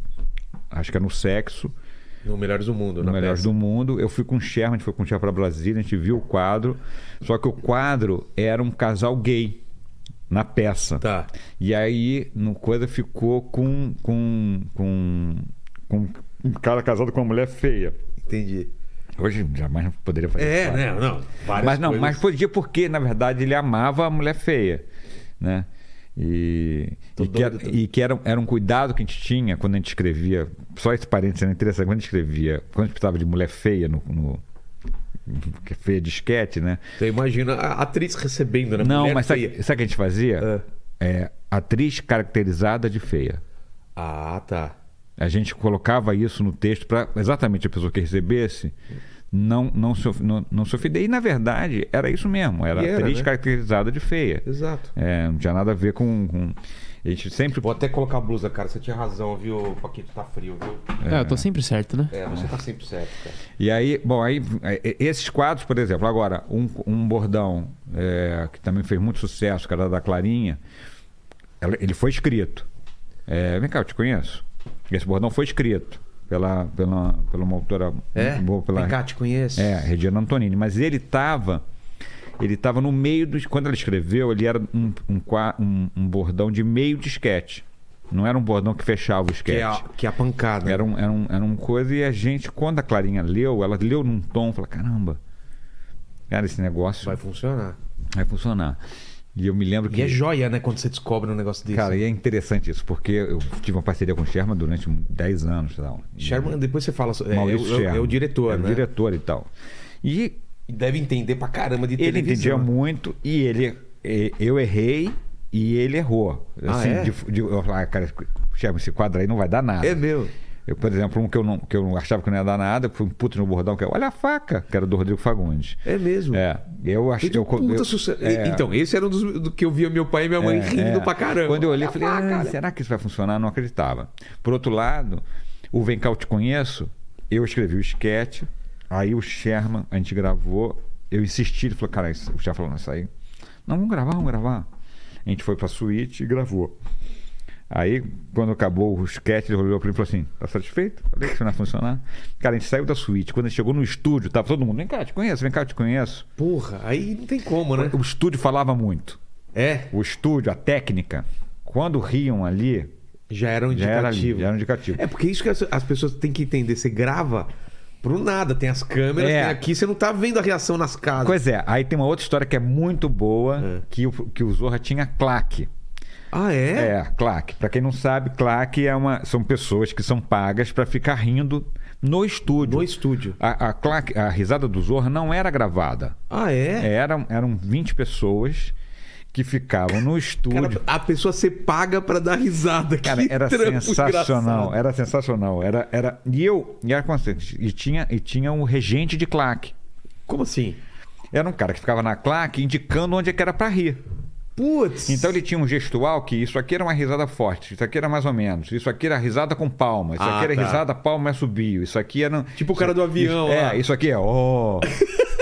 [SPEAKER 3] Acho que era no sexo.
[SPEAKER 1] No Melhores do Mundo,
[SPEAKER 3] no
[SPEAKER 1] na
[SPEAKER 3] Melhores
[SPEAKER 1] peça.
[SPEAKER 3] do Mundo. Eu fui com o Sherman, a gente foi com o Sherman para Brasília, a gente viu o quadro. Só que o quadro era um casal gay na peça.
[SPEAKER 1] Tá.
[SPEAKER 3] E aí, no coisa ficou com com com com um cara casado com uma mulher feia.
[SPEAKER 1] Entendi.
[SPEAKER 3] Hoje jamais poderia fazer esse
[SPEAKER 1] É,
[SPEAKER 3] quadro.
[SPEAKER 1] né? Não. Várias
[SPEAKER 3] Mas não,
[SPEAKER 1] coisas.
[SPEAKER 3] mas podia porque, na verdade, ele amava a mulher feia, né? E,
[SPEAKER 1] Tô
[SPEAKER 3] e que, era,
[SPEAKER 1] doido, tô-
[SPEAKER 3] e que era, era um cuidado que a gente tinha quando a gente escrevia. Só esse parênteses era interessante. Quando a gente escrevia, quando a gente precisava de mulher feia no. no que é feia de esquete, né?
[SPEAKER 1] Você imagina a atriz recebendo, né?
[SPEAKER 3] Não,
[SPEAKER 1] Mulher
[SPEAKER 3] mas sabe,
[SPEAKER 1] feia.
[SPEAKER 3] sabe o que a gente fazia? É, atriz caracterizada de feia.
[SPEAKER 1] Ah, tá.
[SPEAKER 3] A gente colocava isso no texto para exatamente a pessoa que recebesse não, não, se, of- não, não se ofender. E na verdade era isso mesmo, era,
[SPEAKER 1] E era,
[SPEAKER 3] atriz
[SPEAKER 1] né?
[SPEAKER 3] caracterizada de feia.
[SPEAKER 1] Exato.
[SPEAKER 3] É, não tinha nada a ver com. com- A gente sempre.
[SPEAKER 1] Vou até colocar a blusa, cara. Você tinha razão, viu, Paquito? Tá frio, viu?
[SPEAKER 2] É, eu tô sempre certo, né?
[SPEAKER 1] É, você tá sempre certo, cara.
[SPEAKER 3] E aí, bom, aí é, é, esses quadros, por exemplo, agora, um, um bordão é, que também fez muito sucesso, que era da Clarinha, ela- ele foi escrito. É, vem cá, eu te conheço. Esse bordão foi escrito pela, pela, pela uma autora muito boa, pela
[SPEAKER 1] É? Vem cá, te conheço.
[SPEAKER 3] é, Regina Antonini. Mas ele estava. Ele estava no meio dos. Quando ela escreveu, ele era um, um, qua- um- um bordão de meio de esquete. Não era um bordão que fechava o
[SPEAKER 1] Que
[SPEAKER 3] esquete.
[SPEAKER 1] é, a, que é a pancada.
[SPEAKER 3] Era um, era, um, era um coisa e a gente, quando a Clarinha leu, ela leu num tom, falou, caramba, cara, esse negócio
[SPEAKER 1] Vai
[SPEAKER 3] vai,
[SPEAKER 1] funcionar.
[SPEAKER 3] funcionar. E eu me lembro que.
[SPEAKER 1] E é joia, né, quando você descobre um negócio desse.
[SPEAKER 3] cara, e é interessante isso, porque eu tive uma parceria com o Sherman durante 10 anos. Tal. E-
[SPEAKER 1] Sherman, depois você fala. É, é,
[SPEAKER 3] um, Maurício
[SPEAKER 1] o- é, o- é o
[SPEAKER 3] Sherman.
[SPEAKER 1] diretor,
[SPEAKER 3] Era
[SPEAKER 1] né?
[SPEAKER 3] o diretor e tal. E
[SPEAKER 1] E Deve entender pra caramba de
[SPEAKER 3] ele
[SPEAKER 1] televisão.
[SPEAKER 3] entendia muito e ele. e- Eu errei e ele errou.
[SPEAKER 1] Ah,
[SPEAKER 3] Assim,
[SPEAKER 1] é?
[SPEAKER 3] de, de- eu falei, ah, cara, Sherman, esse quadro aí não vai dar nada.
[SPEAKER 1] É meu.
[SPEAKER 3] Eu, por exemplo, um que eu, não, que eu não achava que não ia dar nada, que foi um puto no bordão, que é Olha a faca, que era do Rodrigo Fagundes.
[SPEAKER 1] É mesmo.
[SPEAKER 3] É, eu achei.
[SPEAKER 1] Fez um
[SPEAKER 3] Eu,
[SPEAKER 1] puta
[SPEAKER 3] eu-
[SPEAKER 1] sucesso.
[SPEAKER 3] é,
[SPEAKER 1] Então, esse era um dos do que eu via meu pai e minha mãe
[SPEAKER 3] é,
[SPEAKER 1] rindo
[SPEAKER 3] é.
[SPEAKER 1] pra caramba.
[SPEAKER 3] Quando eu olhei,
[SPEAKER 1] Ah,
[SPEAKER 3] falei, ah,
[SPEAKER 1] cara.
[SPEAKER 3] será que isso vai funcionar? Não acreditava. Por outro lado, o Vem cá, eu te conheço, eu escrevi o esquete, aí o Sherman, a gente gravou, eu insisti, ele falou, cara, isso- o Sherman falou, não, isso aí. Não, vamos gravar, vamos gravar. A gente foi pra suíte e gravou. Aí, quando acabou o sketch, ele olhou pra mim e falou assim: tá satisfeito? Falei que isso não ia funcionar. Cara, a gente saiu da suíte. Quando a gente chegou no estúdio, tava todo mundo: vem cá, eu te conheço, vem cá, eu te conheço.
[SPEAKER 1] Porra, aí não tem como, né?
[SPEAKER 3] O estúdio falava muito.
[SPEAKER 1] É,
[SPEAKER 3] O estúdio, a técnica, quando riam ali,
[SPEAKER 1] já era um
[SPEAKER 3] já era, ali,
[SPEAKER 1] indicativo.
[SPEAKER 3] já era um indicativo.
[SPEAKER 1] É porque isso que as, as pessoas têm que entender. Você grava pro nada, tem as câmeras,
[SPEAKER 3] É.
[SPEAKER 1] tem aqui, você não tá vendo a reação nas casas.
[SPEAKER 3] Pois é, aí tem uma outra história que é muito boa, que, o, que o Zorra tinha claque.
[SPEAKER 1] Ah, é?
[SPEAKER 3] É, claque. Pra quem não sabe, claque é uma, são pessoas que são pagas pra ficar rindo no estúdio.
[SPEAKER 1] No estúdio.
[SPEAKER 3] A, a, claque, a risada do Zorra não era gravada.
[SPEAKER 1] Ah, é?
[SPEAKER 3] Eram, eram 20 pessoas que ficavam no
[SPEAKER 1] Cara,
[SPEAKER 3] estúdio.
[SPEAKER 1] a pessoa ser paga pra dar risada.
[SPEAKER 3] Cara,
[SPEAKER 1] que
[SPEAKER 3] era
[SPEAKER 1] trampo
[SPEAKER 3] sensacional, É.
[SPEAKER 1] engraçado.
[SPEAKER 3] era sensacional, era era e eu e era constante e tinha e tinha um regente de claque.
[SPEAKER 1] Como assim?
[SPEAKER 3] Era um cara que ficava na claque indicando onde é que era pra rir.
[SPEAKER 1] Putz.
[SPEAKER 3] Então ele tinha um gestual que isso aqui era uma risada forte, isso aqui era mais ou menos, isso aqui era risada com palma, isso
[SPEAKER 1] Ah,
[SPEAKER 3] aqui era
[SPEAKER 1] tá.
[SPEAKER 3] risada palma é subio, isso aqui era um
[SPEAKER 1] Tipo o cara do avião
[SPEAKER 3] Isso-
[SPEAKER 1] lá.
[SPEAKER 3] é, isso aqui
[SPEAKER 1] [LAUGHS]
[SPEAKER 3] é ó.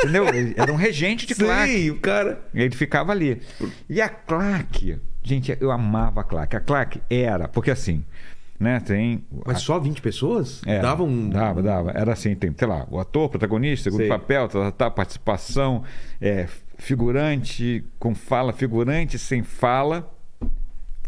[SPEAKER 3] Entendeu? Ele Era um regente de claque.
[SPEAKER 1] Sei, o cara.
[SPEAKER 3] E Ele ficava ali. E a claque, gente, eu amava a claque. A claque era, porque assim, né, tem.
[SPEAKER 1] Mas só 20 pessoas?
[SPEAKER 3] é,
[SPEAKER 1] Dava um.
[SPEAKER 3] Dava, dava. Era assim, tem, sei lá, o ator, protagonista, segundo
[SPEAKER 1] Sei.
[SPEAKER 3] papel, tá, tá, tá, participação, é, figurante, com fala, figurante, sem fala.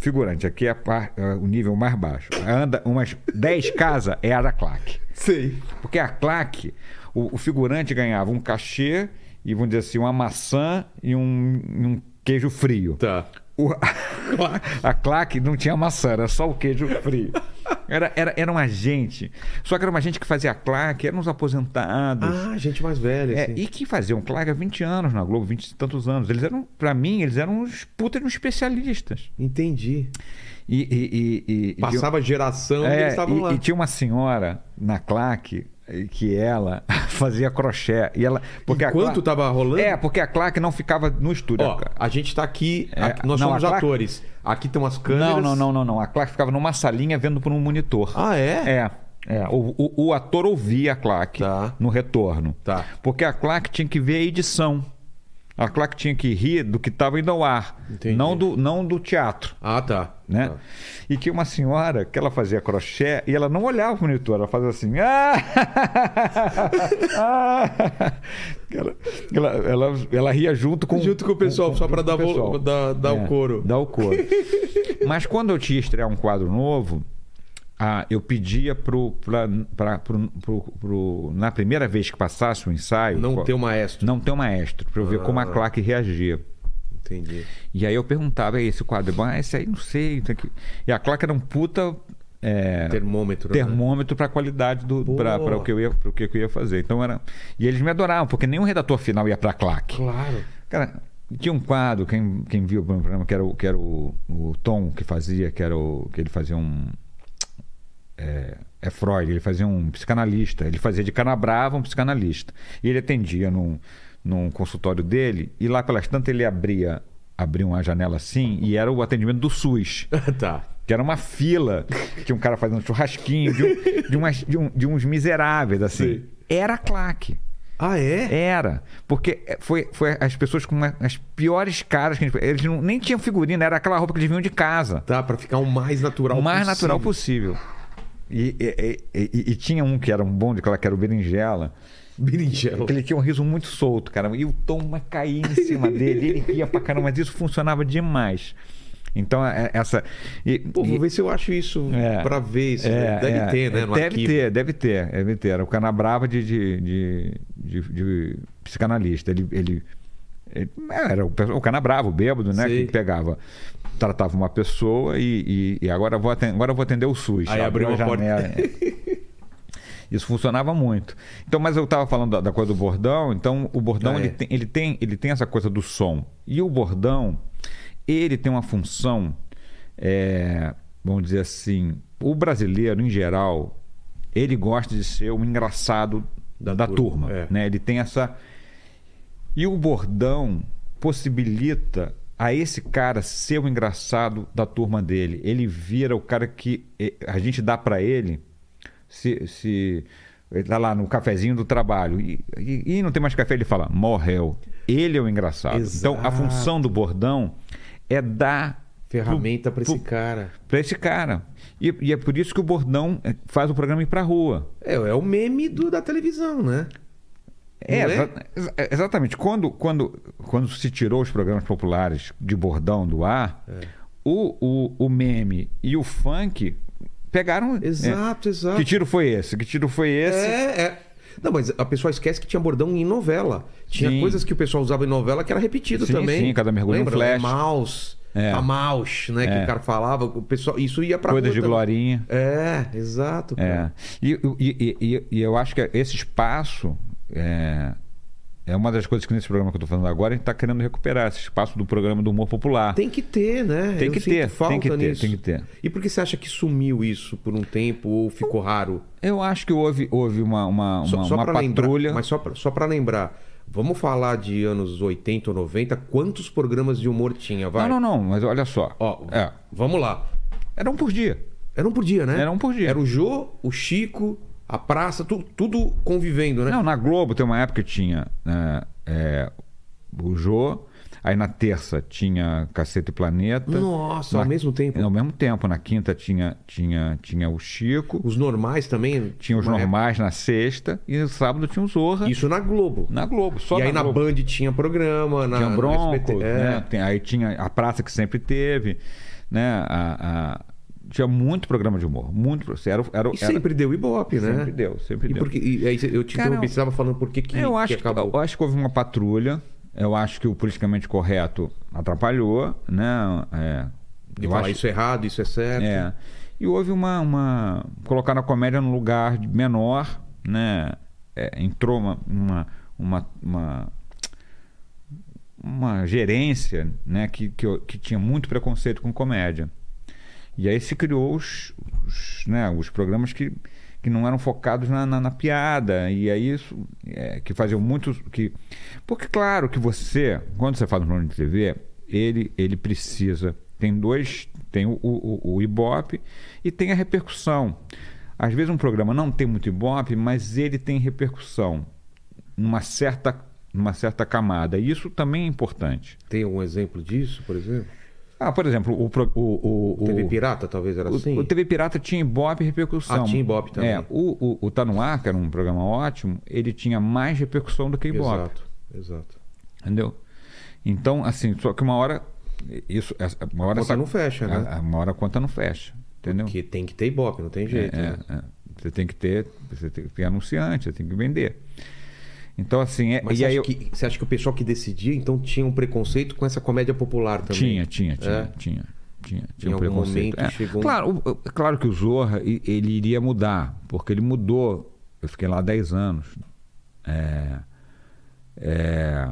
[SPEAKER 3] Figurante, aqui é, a par- é o nível mais baixo. Anda umas [LAUGHS] 10 casas, era a claque.
[SPEAKER 1] Sei.
[SPEAKER 3] Porque a claque, o, o figurante ganhava um cachê e, vamos dizer assim, uma maçã e um, um queijo frio.
[SPEAKER 1] Tá.
[SPEAKER 3] O- [LAUGHS] a claque não tinha maçã, era só o queijo frio. Era, era, era uma gente. Só que era uma gente que fazia claque, eram uns aposentados.
[SPEAKER 1] Ah, gente mais velha.
[SPEAKER 3] É,
[SPEAKER 1] assim.
[SPEAKER 3] e que faziam claque há 20 anos na Globo, 20 e tantos anos. Eles eram, pra mim, eles eram uns puta de uns especialistas.
[SPEAKER 1] Entendi.
[SPEAKER 3] E, e- e- e- e-
[SPEAKER 1] Passava geração e
[SPEAKER 3] é,
[SPEAKER 1] eles estavam
[SPEAKER 3] e-
[SPEAKER 1] lá.
[SPEAKER 3] e tinha uma senhora na claque eh, que ela [LAUGHS] fazia crochê. E ela, porque a
[SPEAKER 1] Enquanto
[SPEAKER 3] claque-
[SPEAKER 1] tava rolando?
[SPEAKER 3] É, porque a claque não ficava no estúdio.
[SPEAKER 1] Ó, a gente tá aqui.
[SPEAKER 3] É,
[SPEAKER 1] aqui- nós
[SPEAKER 3] não,
[SPEAKER 1] somos
[SPEAKER 3] a placa-
[SPEAKER 1] atores. Aqui estão as câmeras.
[SPEAKER 3] não, não, não, não, não. A claque ficava numa salinha vendo por um monitor.
[SPEAKER 1] Ah, é?
[SPEAKER 3] É. é. O, o- o ator ouvia a claque
[SPEAKER 1] Tá.
[SPEAKER 3] no retorno.
[SPEAKER 1] Tá.
[SPEAKER 3] Porque a claque tinha que ver a edição. A claque tinha que rir do que estava indo ao ar.
[SPEAKER 1] Entendi.
[SPEAKER 3] Não do, não do teatro.
[SPEAKER 1] Ah, tá.
[SPEAKER 3] né?
[SPEAKER 1] Tá.
[SPEAKER 3] E tinha uma senhora que ela fazia crochê e ela não olhava o monitor, ela fazia assim. "Ah!" [LAUGHS] Ah! ela, ela, ela, ela ria junto com
[SPEAKER 1] Junto com o pessoal, só pra
[SPEAKER 3] junto
[SPEAKER 1] dar,
[SPEAKER 3] com o
[SPEAKER 1] vo-
[SPEAKER 3] pessoal.
[SPEAKER 1] dar, dar
[SPEAKER 3] É,
[SPEAKER 1] o couro.
[SPEAKER 3] Dá
[SPEAKER 1] [LAUGHS]
[SPEAKER 3] o couro. Mas quando eu tinha estrear um quadro novo, ah, eu pedia pro, pra, pra- pro, pro- pro- na primeira vez que passasse o ensaio.
[SPEAKER 1] Não
[SPEAKER 3] qual-
[SPEAKER 1] ter um Ah. o maestro.
[SPEAKER 3] Não ter o maestro, pra eu ver como a claque reagia.
[SPEAKER 1] Entendi.
[SPEAKER 3] E aí eu perguntava, e aí, esse quadro é bom? Ah, esse aí não sei. tem que-" E a claque era um puta é,
[SPEAKER 1] Termômetro. né?
[SPEAKER 3] termômetro para a qualidade do
[SPEAKER 1] Boa.
[SPEAKER 3] para o que eu ia pro que eu ia fazer. Então era e eles me adoravam porque nenhum redator final ia para claque.
[SPEAKER 1] Claro.
[SPEAKER 3] Cara, tinha um quadro quem, quem viu o programa que era o que era o, o Tom que fazia que era o que ele fazia um é, é Freud, ele fazia um psicanalista, ele fazia de canabrava um psicanalista. E ele atendia num, num consultório dele, e lá pelas tantas ele abria abrir uma janela assim e era o atendimento do SUS.
[SPEAKER 1] [LAUGHS] tá.
[SPEAKER 3] Que era uma fila, tinha um cara fazendo churrasquinho de, um- de umas- de um- de uns miseráveis, assim.
[SPEAKER 1] Sim.
[SPEAKER 3] Era claque.
[SPEAKER 1] Ah, é?
[SPEAKER 3] Era. Porque é, foi, foi as pessoas com uma- as piores caras que a gente, Eles não, nem tinham figurina, era aquela roupa que eles vinham de casa.
[SPEAKER 1] Tá, pra ficar o mais natural
[SPEAKER 3] O mais
[SPEAKER 1] possível.
[SPEAKER 3] natural possível. E, e- e- e- e tinha um que era um bom de claque, que era o berinjela.
[SPEAKER 1] Berinjela.
[SPEAKER 3] Porque ele tinha um riso muito solto, cara. E o tom mas caía em cima dele. Ele ria pra caramba, mas isso funcionava demais. Então, é- essa. e-
[SPEAKER 1] Pô,
[SPEAKER 3] e-
[SPEAKER 1] vou ver se eu acho isso
[SPEAKER 3] é.
[SPEAKER 1] pra ver isso.
[SPEAKER 3] É,
[SPEAKER 1] deve
[SPEAKER 3] é.
[SPEAKER 1] ter, né? No
[SPEAKER 3] deve
[SPEAKER 1] arquivo.
[SPEAKER 3] ter, deve ter, deve ter. Era o Canabrava de, de, de, de- de psicanalista. Ele. ele, ele- é, era o, perso- o Canabrava, o bêbado, né?
[SPEAKER 1] Sei.
[SPEAKER 3] Que pegava. Tratava uma pessoa e, e, e agora, eu vou atender, agora eu vou atender o SUS.
[SPEAKER 1] Aí abriu
[SPEAKER 3] a
[SPEAKER 1] uma porta.
[SPEAKER 3] janela. Isso funcionava muito. Então, mas eu estava falando da, da coisa do bordão. Então, o bordão
[SPEAKER 1] Ah,
[SPEAKER 3] ele,
[SPEAKER 1] é.
[SPEAKER 3] tem, ele, tem, ele tem essa coisa do som. E o bordão, ele tem uma função, é, vamos dizer assim, o brasileiro em geral, ele gosta de ser o engraçado
[SPEAKER 1] Da
[SPEAKER 3] da,
[SPEAKER 1] turma,
[SPEAKER 3] turma.
[SPEAKER 1] é.
[SPEAKER 3] né? Ele tem essa. E o bordão possibilita a esse cara ser o engraçado da turma dele. Ele vira o cara que eh, a gente dá pra ele se, se ele tá lá no cafezinho do trabalho e, e- e não tem mais café, ele fala, morreu. Ele é o engraçado. Então a
[SPEAKER 1] Exato.
[SPEAKER 3] função do bordão é dar
[SPEAKER 1] Ferramenta pra
[SPEAKER 3] pro-
[SPEAKER 1] esse cara.
[SPEAKER 3] para esse cara. E, e é por isso que o bordão eh, faz o programa ir pra rua.
[SPEAKER 1] É, é o meme do, da televisão, né?
[SPEAKER 3] É,
[SPEAKER 1] Não é?
[SPEAKER 3] exa- exa- exatamente. Quando, quando, quando se tirou os programas populares de bordão do ar,
[SPEAKER 1] É.
[SPEAKER 3] o, o, o meme e o funk pegaram. né?
[SPEAKER 1] Exato, exato.
[SPEAKER 3] Que tiro foi esse? Que tiro foi esse?
[SPEAKER 1] É, é. Não, mas a pessoa esquece que tinha bordão em novela. Tinha
[SPEAKER 3] Sim.
[SPEAKER 1] coisas que o pessoal usava em novela que era repetido
[SPEAKER 3] Sim,
[SPEAKER 1] também.
[SPEAKER 3] sim, cada mergulho um
[SPEAKER 1] Lembra?
[SPEAKER 3] flash.
[SPEAKER 1] Mouse.
[SPEAKER 3] É.
[SPEAKER 1] A mouse, né? Que o cara falava. O pessoal, isso ia pra
[SPEAKER 3] Coisas
[SPEAKER 1] rua
[SPEAKER 3] de
[SPEAKER 1] também.
[SPEAKER 3] glorinha.
[SPEAKER 1] É, exato.
[SPEAKER 3] É.
[SPEAKER 1] cara.
[SPEAKER 3] E, e- e- e- e eu acho que esse espaço é, é uma das coisas que nesse programa que eu estou falando agora a gente está querendo recuperar esse espaço do programa do humor popular.
[SPEAKER 1] Tem que ter, né?
[SPEAKER 3] Tem
[SPEAKER 1] Eu
[SPEAKER 3] que
[SPEAKER 1] sinto
[SPEAKER 3] ter,
[SPEAKER 1] falta
[SPEAKER 3] tem que ter,
[SPEAKER 1] nisso.
[SPEAKER 3] tem que ter.
[SPEAKER 1] E por que você acha que sumiu isso por um tempo ou ficou raro?
[SPEAKER 3] Eu acho que houve, houve uma, uma, uma, uma
[SPEAKER 1] pra
[SPEAKER 3] patrulha.
[SPEAKER 1] Lembrar, mas só pra, só pra lembrar, vamos falar de anos 80 ou 90, quantos programas de humor tinha, vai?
[SPEAKER 3] Não, não, não, mas olha só.
[SPEAKER 1] Ó,
[SPEAKER 3] É,
[SPEAKER 1] vamos lá.
[SPEAKER 3] era um por dia.
[SPEAKER 1] Era um por dia, né?
[SPEAKER 3] Era um por dia.
[SPEAKER 1] Era o Jô, o Chico, a praça, tu- tudo convivendo, né?
[SPEAKER 3] Não, na Globo tem uma época que tinha né, é, o Jô, aí na terça tinha Cacete e Planeta.
[SPEAKER 1] Nossa, ao
[SPEAKER 3] Na-
[SPEAKER 1] mesmo tempo.
[SPEAKER 3] Ao mesmo tempo, na quinta tinha, tinha, tinha o Chico,
[SPEAKER 1] Os normais também.
[SPEAKER 3] tinha os
[SPEAKER 1] uma época.
[SPEAKER 3] normais na sexta, e no sábado tinha o Zorra
[SPEAKER 1] Isso na Globo.
[SPEAKER 3] na Globo. Só
[SPEAKER 1] e aí na
[SPEAKER 3] Globo.
[SPEAKER 1] Band tinha programa, na
[SPEAKER 3] tinha
[SPEAKER 1] no
[SPEAKER 3] Bronco,
[SPEAKER 1] SBT, é.
[SPEAKER 3] né? Tem- aí tinha a praça que sempre teve, né? A- a- tinha muito programa de humor, muito. pro- Era, era,
[SPEAKER 1] E
[SPEAKER 3] era-
[SPEAKER 1] sempre deu Ibope, né?
[SPEAKER 3] Sempre deu, sempre
[SPEAKER 1] e
[SPEAKER 3] deu.
[SPEAKER 1] porque- e aí eu te
[SPEAKER 3] Cara,
[SPEAKER 1] interrompi, você estava falando por que, que,
[SPEAKER 3] eu, acho
[SPEAKER 1] que
[SPEAKER 3] que,
[SPEAKER 1] acabou.
[SPEAKER 3] eu acho que houve uma patrulha. Eu acho que o politicamente correto atrapalhou, né? É,
[SPEAKER 1] De
[SPEAKER 3] eu
[SPEAKER 1] falar
[SPEAKER 3] acho-
[SPEAKER 1] isso é errado, isso é certo.
[SPEAKER 3] é. E houve uma, uma. Colocaram a comédia num lugar de- menor, né? É, entrou uma. uma, uma, uma uma gerência né, que, que, eu- que tinha muito preconceito com comédia. E aí se criou os, os, né, os programas que, que não eram focados na, na- na piada. E aí isso é, que faziam muito. Que... Porque claro que você, quando você faz um programa de TV, ele, ele precisa. Tem dois. Tem o, o, o- o Ibope e tem a repercussão. Às vezes um programa não tem muito Ibope, mas ele tem repercussão numa certa, numa certa camada. E isso também é importante.
[SPEAKER 1] Tem algum exemplo disso, por exemplo?
[SPEAKER 3] Ah, por exemplo, o, pro- o, o, o-
[SPEAKER 1] TV Pirata talvez era
[SPEAKER 3] o,
[SPEAKER 1] assim?
[SPEAKER 3] o TV Pirata tinha Ibope e repercussão.
[SPEAKER 1] Ah, tinha Ibope também.
[SPEAKER 3] É, o, o, o Tá No Ar, que era um programa ótimo, ele tinha mais repercussão do que Ibope.
[SPEAKER 1] Exato, exato.
[SPEAKER 3] Entendeu? Então, assim, só que uma hora. Isso, essa- uma hora
[SPEAKER 1] A conta não fecha, né?
[SPEAKER 3] a- a- uma hora a conta não fecha. Entendeu?
[SPEAKER 1] Porque tem que ter Ibope, não tem
[SPEAKER 3] É,
[SPEAKER 1] jeito. né?
[SPEAKER 3] é, é. Você tem que ter. Você tem que ter anunciante, você tem que vender. Então, assim, é,
[SPEAKER 1] Mas
[SPEAKER 3] e
[SPEAKER 1] você,
[SPEAKER 3] aí
[SPEAKER 1] acha
[SPEAKER 3] eu-
[SPEAKER 1] que, você acha que o pessoal que decidia, então, tinha um preconceito com essa comédia popular também?
[SPEAKER 3] Tinha, tinha, tinha,
[SPEAKER 1] É?
[SPEAKER 3] tinha, tinha. Tinha
[SPEAKER 1] algum
[SPEAKER 3] um preconceito.
[SPEAKER 1] momento chegou um-
[SPEAKER 3] Claro, o- o- claro que o Zorra, e- ele iria mudar, porque ele mudou. Eu fiquei lá 10 anos. É, é,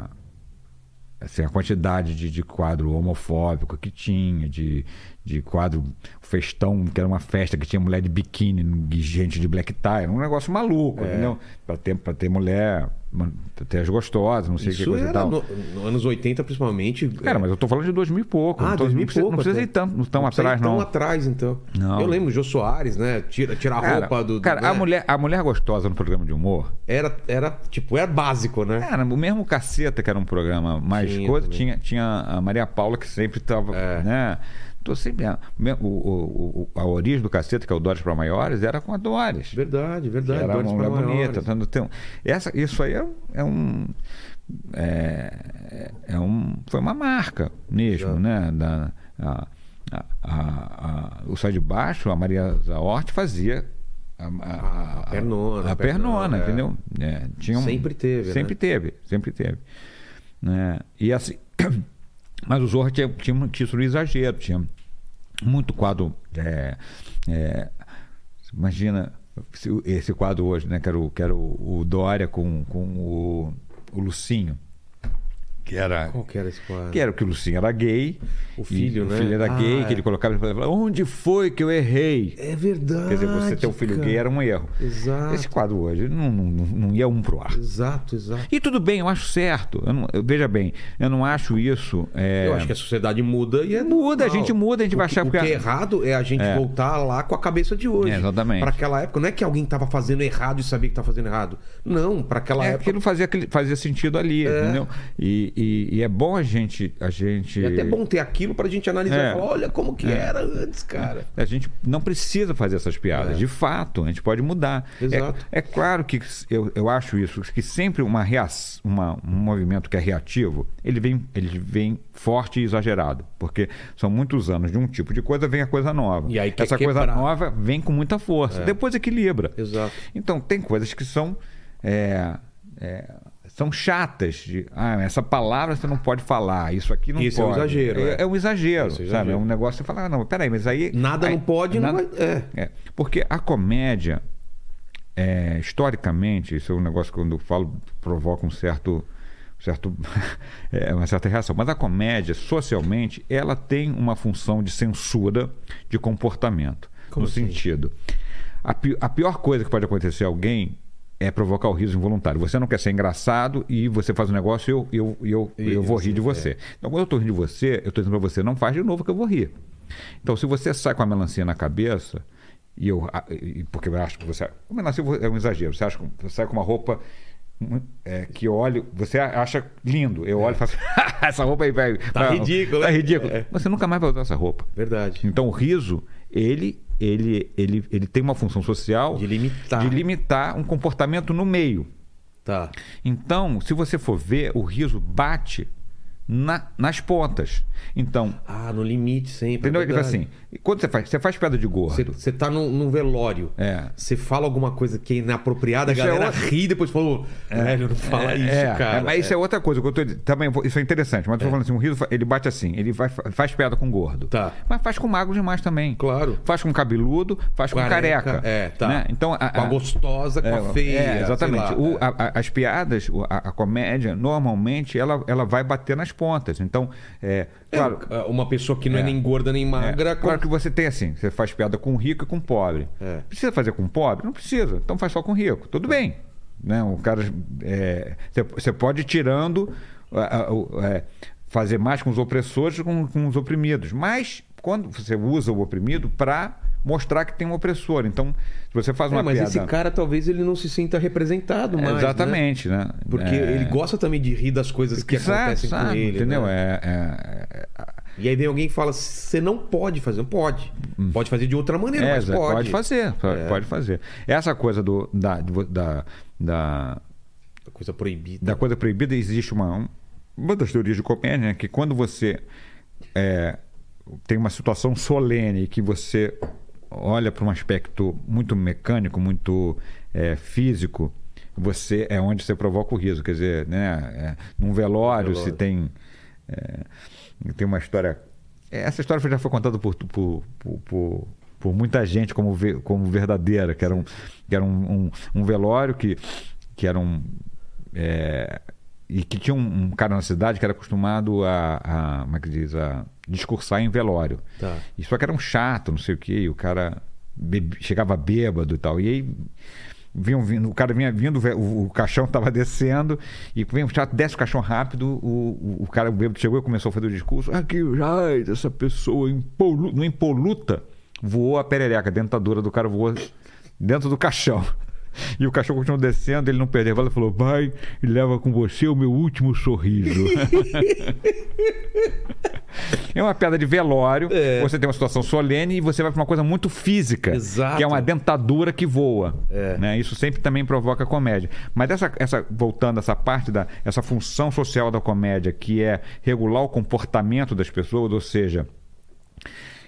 [SPEAKER 3] assim, a quantidade de, de quadro homofóbico que tinha, de, de quadro festão, que era uma festa que tinha
[SPEAKER 1] É.
[SPEAKER 3] mulher de biquíni e gente de black tie. Era um negócio maluco, entendeu? Pra ter, pra ter mulher man- Terras gostosas, não sei o que
[SPEAKER 1] Isso
[SPEAKER 3] coisa e
[SPEAKER 1] era
[SPEAKER 3] tal.
[SPEAKER 1] no, no anos 80, principalmente. é.
[SPEAKER 3] Cara, mas eu tô falando de 2000 e pouco.
[SPEAKER 1] Ah,
[SPEAKER 3] não, tô-
[SPEAKER 1] 2000
[SPEAKER 3] não
[SPEAKER 1] e
[SPEAKER 3] precisa,
[SPEAKER 1] pouco
[SPEAKER 3] não precisa
[SPEAKER 1] até.
[SPEAKER 3] ir tão, não tão
[SPEAKER 1] Não sei,
[SPEAKER 3] atrás, não.
[SPEAKER 1] Tão atrás, então.
[SPEAKER 3] Não.
[SPEAKER 1] Eu lembro, Jô Soares, né? Tira, tira a
[SPEAKER 3] Cara,
[SPEAKER 1] roupa do. do-
[SPEAKER 3] cara, a,
[SPEAKER 1] né?
[SPEAKER 3] mulher, a mulher gostosa no programa de humor,
[SPEAKER 1] Era, era, tipo, era básico, né?
[SPEAKER 3] Cara, o mesmo Caceta, que era um programa mais
[SPEAKER 1] Tinha
[SPEAKER 3] coisa,
[SPEAKER 1] também. É.
[SPEAKER 3] tinha, tinha a Maria Paula, que sempre tava, né? Tô sempre... a- me- O, o- o- a origem do Caceta, que é o Dóris para Maiores, era com a Dóris.
[SPEAKER 1] Verdade, verdade.
[SPEAKER 3] era
[SPEAKER 1] Dores
[SPEAKER 3] uma mulher
[SPEAKER 1] pra maiores.
[SPEAKER 3] bonita. tanto tem- um, essa, isso aí é, um- é um... É, é um... Foi uma marca mesmo,
[SPEAKER 1] Exato.
[SPEAKER 3] né? Da, a- a- a- a- o Sai de Baixo, a Maria Zaort fazia... A,
[SPEAKER 1] A- a pernona,
[SPEAKER 3] A
[SPEAKER 1] a pernona,
[SPEAKER 3] pernona,
[SPEAKER 1] é.
[SPEAKER 3] entendeu? É, tinha um-
[SPEAKER 1] Sempre teve, né?
[SPEAKER 3] Sempre teve, sempre teve. Né? E assim, [CLEARS THROAT] mas o Zorra tinha, tinha um título exagero, tinha muito quadro. é, é, imagina se o- esse quadro hoje, né? Que era o, que era o, o Dória com, com o, o Lucinho. Que era.
[SPEAKER 1] Qual que era esse quadro?
[SPEAKER 3] Que é- era que o Lucinho era gay.
[SPEAKER 1] O
[SPEAKER 3] e
[SPEAKER 1] filho,
[SPEAKER 3] O
[SPEAKER 1] né?
[SPEAKER 3] filho era
[SPEAKER 1] Ah,
[SPEAKER 3] gay,
[SPEAKER 1] é.
[SPEAKER 3] que ele colocava e falava: Onde foi que eu errei?
[SPEAKER 1] É verdade.
[SPEAKER 3] Quer dizer, você ter um filho
[SPEAKER 1] cara.
[SPEAKER 3] gay era um erro.
[SPEAKER 1] Exato.
[SPEAKER 3] Esse quadro hoje não, não, não ia um pro ar.
[SPEAKER 1] Exato, exato.
[SPEAKER 3] E tudo bem, eu acho certo. Eu não- eu- veja bem, eu não acho isso. é,
[SPEAKER 1] Eu acho que a sociedade muda e é
[SPEAKER 3] Muda, a
[SPEAKER 1] normal.
[SPEAKER 3] gente muda, a gente
[SPEAKER 1] o
[SPEAKER 3] vai
[SPEAKER 1] que-
[SPEAKER 3] achar
[SPEAKER 1] o
[SPEAKER 3] porque-
[SPEAKER 1] que é errado é a gente voltar lá com a cabeça de hoje.
[SPEAKER 3] É, exatamente.
[SPEAKER 1] Para aquela época, não é que alguém estava fazendo errado e sabia que estava fazendo errado. Não, para aquela
[SPEAKER 3] É,
[SPEAKER 1] época.
[SPEAKER 3] aquilo fazia, aquele- fazia sentido ali, entendeu? E, e- e é bom a gente. A gente
[SPEAKER 1] É até bom ter aquilo pra gente analisar.
[SPEAKER 3] É.
[SPEAKER 1] e falar, Olha como que era antes, cara.
[SPEAKER 3] A gente não precisa fazer essas piadas,
[SPEAKER 1] É.
[SPEAKER 3] de fato, a gente pode mudar.
[SPEAKER 1] Exato.
[SPEAKER 3] É, é claro que eu, eu acho isso, que sempre uma reação, um movimento que é reativo, ele vem, ele vem forte e exagerado, porque são muitos anos de um tipo de coisa, vem a coisa nova.
[SPEAKER 1] E aí quer
[SPEAKER 3] Essa coisa
[SPEAKER 1] quebrar. É.
[SPEAKER 3] nova vem com muita força, depois equilibra.
[SPEAKER 1] Exato.
[SPEAKER 3] Então, tem coisas que são. é, é, são chatas de ah, essa palavra você não pode falar, isso aqui não
[SPEAKER 1] Isso é um
[SPEAKER 3] pode.
[SPEAKER 1] exagero,
[SPEAKER 3] É,
[SPEAKER 1] é.
[SPEAKER 3] é um exagero,
[SPEAKER 1] Isso é
[SPEAKER 3] sabe? É
[SPEAKER 1] exagero.
[SPEAKER 3] um negócio que você fala, ah, não, peraí, mas aí
[SPEAKER 1] Nada
[SPEAKER 3] Aí,
[SPEAKER 1] não pode, não
[SPEAKER 3] nada-
[SPEAKER 1] vai- é.
[SPEAKER 3] é, Porque a comédia, é, historicamente, isso é um negócio que quando eu falo provoca um certo, certo [LAUGHS] é, uma certa reação. Mas a comédia, socialmente, ela tem uma função de censura de comportamento.
[SPEAKER 1] Como
[SPEAKER 3] no
[SPEAKER 1] assim?
[SPEAKER 3] sentido. A, pi- a pior coisa que pode acontecer a alguém é provocar o riso involuntário. Você não quer ser engraçado e você faz um negócio e eu, eu, eu,
[SPEAKER 1] E
[SPEAKER 3] eu vou rir de
[SPEAKER 1] você,
[SPEAKER 3] você. Então, quando eu tô rindo de você, eu tô dizendo pra você, não faz de novo que eu vou rir. Então, se você sai com a melancia na cabeça, e eu. a- e- Porque eu acho que você. O melancia é um exagero. Você, acha, que você sai com uma roupa. hum, é, que eu olho, você acha lindo. Eu olho e falo assim, [LAUGHS] essa roupa aí vai.
[SPEAKER 1] Tá
[SPEAKER 3] vai-
[SPEAKER 1] ridículo,
[SPEAKER 3] Tá
[SPEAKER 1] né?
[SPEAKER 3] ridículo.
[SPEAKER 1] É.
[SPEAKER 3] Você nunca mais vai usar essa roupa.
[SPEAKER 1] Verdade.
[SPEAKER 3] Então o riso, ele, ele, ele, ele tem uma função social
[SPEAKER 1] De limitar.
[SPEAKER 3] de limitar um comportamento no meio.
[SPEAKER 1] Tá.
[SPEAKER 3] Então, se você for ver, o riso bate na- nas pontas. Então,
[SPEAKER 1] Ah, no limite sempre.
[SPEAKER 3] entendeu?
[SPEAKER 1] é
[SPEAKER 3] Ele fala
[SPEAKER 1] verdade.
[SPEAKER 3] assim, quando você faz, você faz piada de gordo.
[SPEAKER 1] Você- Você tá num, num velório.
[SPEAKER 3] É.
[SPEAKER 1] Você fala alguma coisa que é inapropriada,
[SPEAKER 3] Isso
[SPEAKER 1] a
[SPEAKER 3] é
[SPEAKER 1] galera
[SPEAKER 3] outra-
[SPEAKER 1] ri e depois falou. Velho, não fala isso,
[SPEAKER 3] é,
[SPEAKER 1] cara.
[SPEAKER 3] é, mas isso é, outra coisa. que eu tô dizendo. também, vou- isso é interessante. Mas eu tô falando assim, o riso, fa- ele bate assim, ele vai- faz piada com gordo.
[SPEAKER 1] Tá.
[SPEAKER 3] Mas faz com magro demais também.
[SPEAKER 1] Claro.
[SPEAKER 3] Faz com cabeludo, faz com Tipo um careca.
[SPEAKER 1] É, tá.
[SPEAKER 3] né? Então, a-
[SPEAKER 1] com a
[SPEAKER 3] a-
[SPEAKER 1] gostosa, com a
[SPEAKER 3] É,
[SPEAKER 1] feia.
[SPEAKER 3] é,
[SPEAKER 1] sei
[SPEAKER 3] exatamente.
[SPEAKER 1] lá.
[SPEAKER 3] O- a- a- as piadas, o- a, a comédia, normalmente ela, ela vai bater nas pontas. Então, é,
[SPEAKER 1] É,
[SPEAKER 3] claro,
[SPEAKER 1] Uma pessoa que não é,
[SPEAKER 3] É.
[SPEAKER 1] nem gorda nem
[SPEAKER 3] é,
[SPEAKER 1] magra. com-
[SPEAKER 3] claro que você tem assim, você faz piada com rico e com pobre.
[SPEAKER 1] É. Tá.
[SPEAKER 3] Precisa fazer com pobre? Não precisa. Então faz só com rico. Tudo bem. Né? O cara, é, você, você pode ir tirando, a- a- o- é, fazer mais com os opressores do que com, com os oprimidos. Mas quando você usa o oprimido para mostrar que tem um opressor. Então, se você faz uma
[SPEAKER 1] É, mas
[SPEAKER 3] piada...
[SPEAKER 1] esse cara talvez ele não se sinta representado mais. né?
[SPEAKER 3] Exatamente, né?
[SPEAKER 1] Porque
[SPEAKER 3] É.
[SPEAKER 1] ele gosta também de rir das coisas que
[SPEAKER 3] Sabe,
[SPEAKER 1] acontecem com
[SPEAKER 3] sabe,
[SPEAKER 1] ele.
[SPEAKER 3] Entendeu?
[SPEAKER 1] né?
[SPEAKER 3] É, é,
[SPEAKER 1] E aí vem alguém e fala: você não pode fazer. Pode. Pode fazer de outra
[SPEAKER 3] é,
[SPEAKER 1] maneira,
[SPEAKER 3] é,
[SPEAKER 1] mas
[SPEAKER 3] pode.
[SPEAKER 1] pode.
[SPEAKER 3] fazer, É. pode, pode fazer. Essa coisa do, da, do- da, da,
[SPEAKER 1] Coisa proibida.
[SPEAKER 3] da coisa proibida existe uma, um- uma das teorias de comédia, né, que quando você é, tem uma situação solene que você olha para um aspecto muito mecânico, muito é, físico, você é onde você provoca o riso. Quer dizer, né, é, num velório, se
[SPEAKER 1] Velório.
[SPEAKER 3] tem é, tem uma história. é, Essa história foi- já foi contada por, por, por, por- por muita gente como, ve- como verdadeira, que era um, que era um, um, um velório que, que era um. é, e que tinha um, um cara na cidade que era acostumado a, a- Como é que diz? A discursar em velório.
[SPEAKER 1] Tá.
[SPEAKER 3] E só que era um chato, não sei o quê, e o cara bebe- chegava bêbado e tal. E aí vinham vindo, o cara vinha vindo, o, o caixão [LAUGHS] estava descendo, e vem o chato, desce o caixão rápido, o, o, o cara o bêbado chegou e começou a fazer o discurso. Aqui, ai, essa pessoa impolu, no impoluta voou a perereca, a dentadura do cara voou dentro do caixão. [LAUGHS] E o cachorro continuou descendo, ele não perdeu a bola e falou: Vai e leva com você o meu último sorriso. [LAUGHS] é uma piada de velório,
[SPEAKER 1] É.
[SPEAKER 3] você tem uma situação solene e você vai para uma coisa muito física,
[SPEAKER 1] Exato. É.
[SPEAKER 3] que é uma dentadura que voa. Né? Isso sempre também provoca comédia. Mas essa, essa voltando a essa parte da essa função social da comédia, que é regular o comportamento das pessoas, ou seja,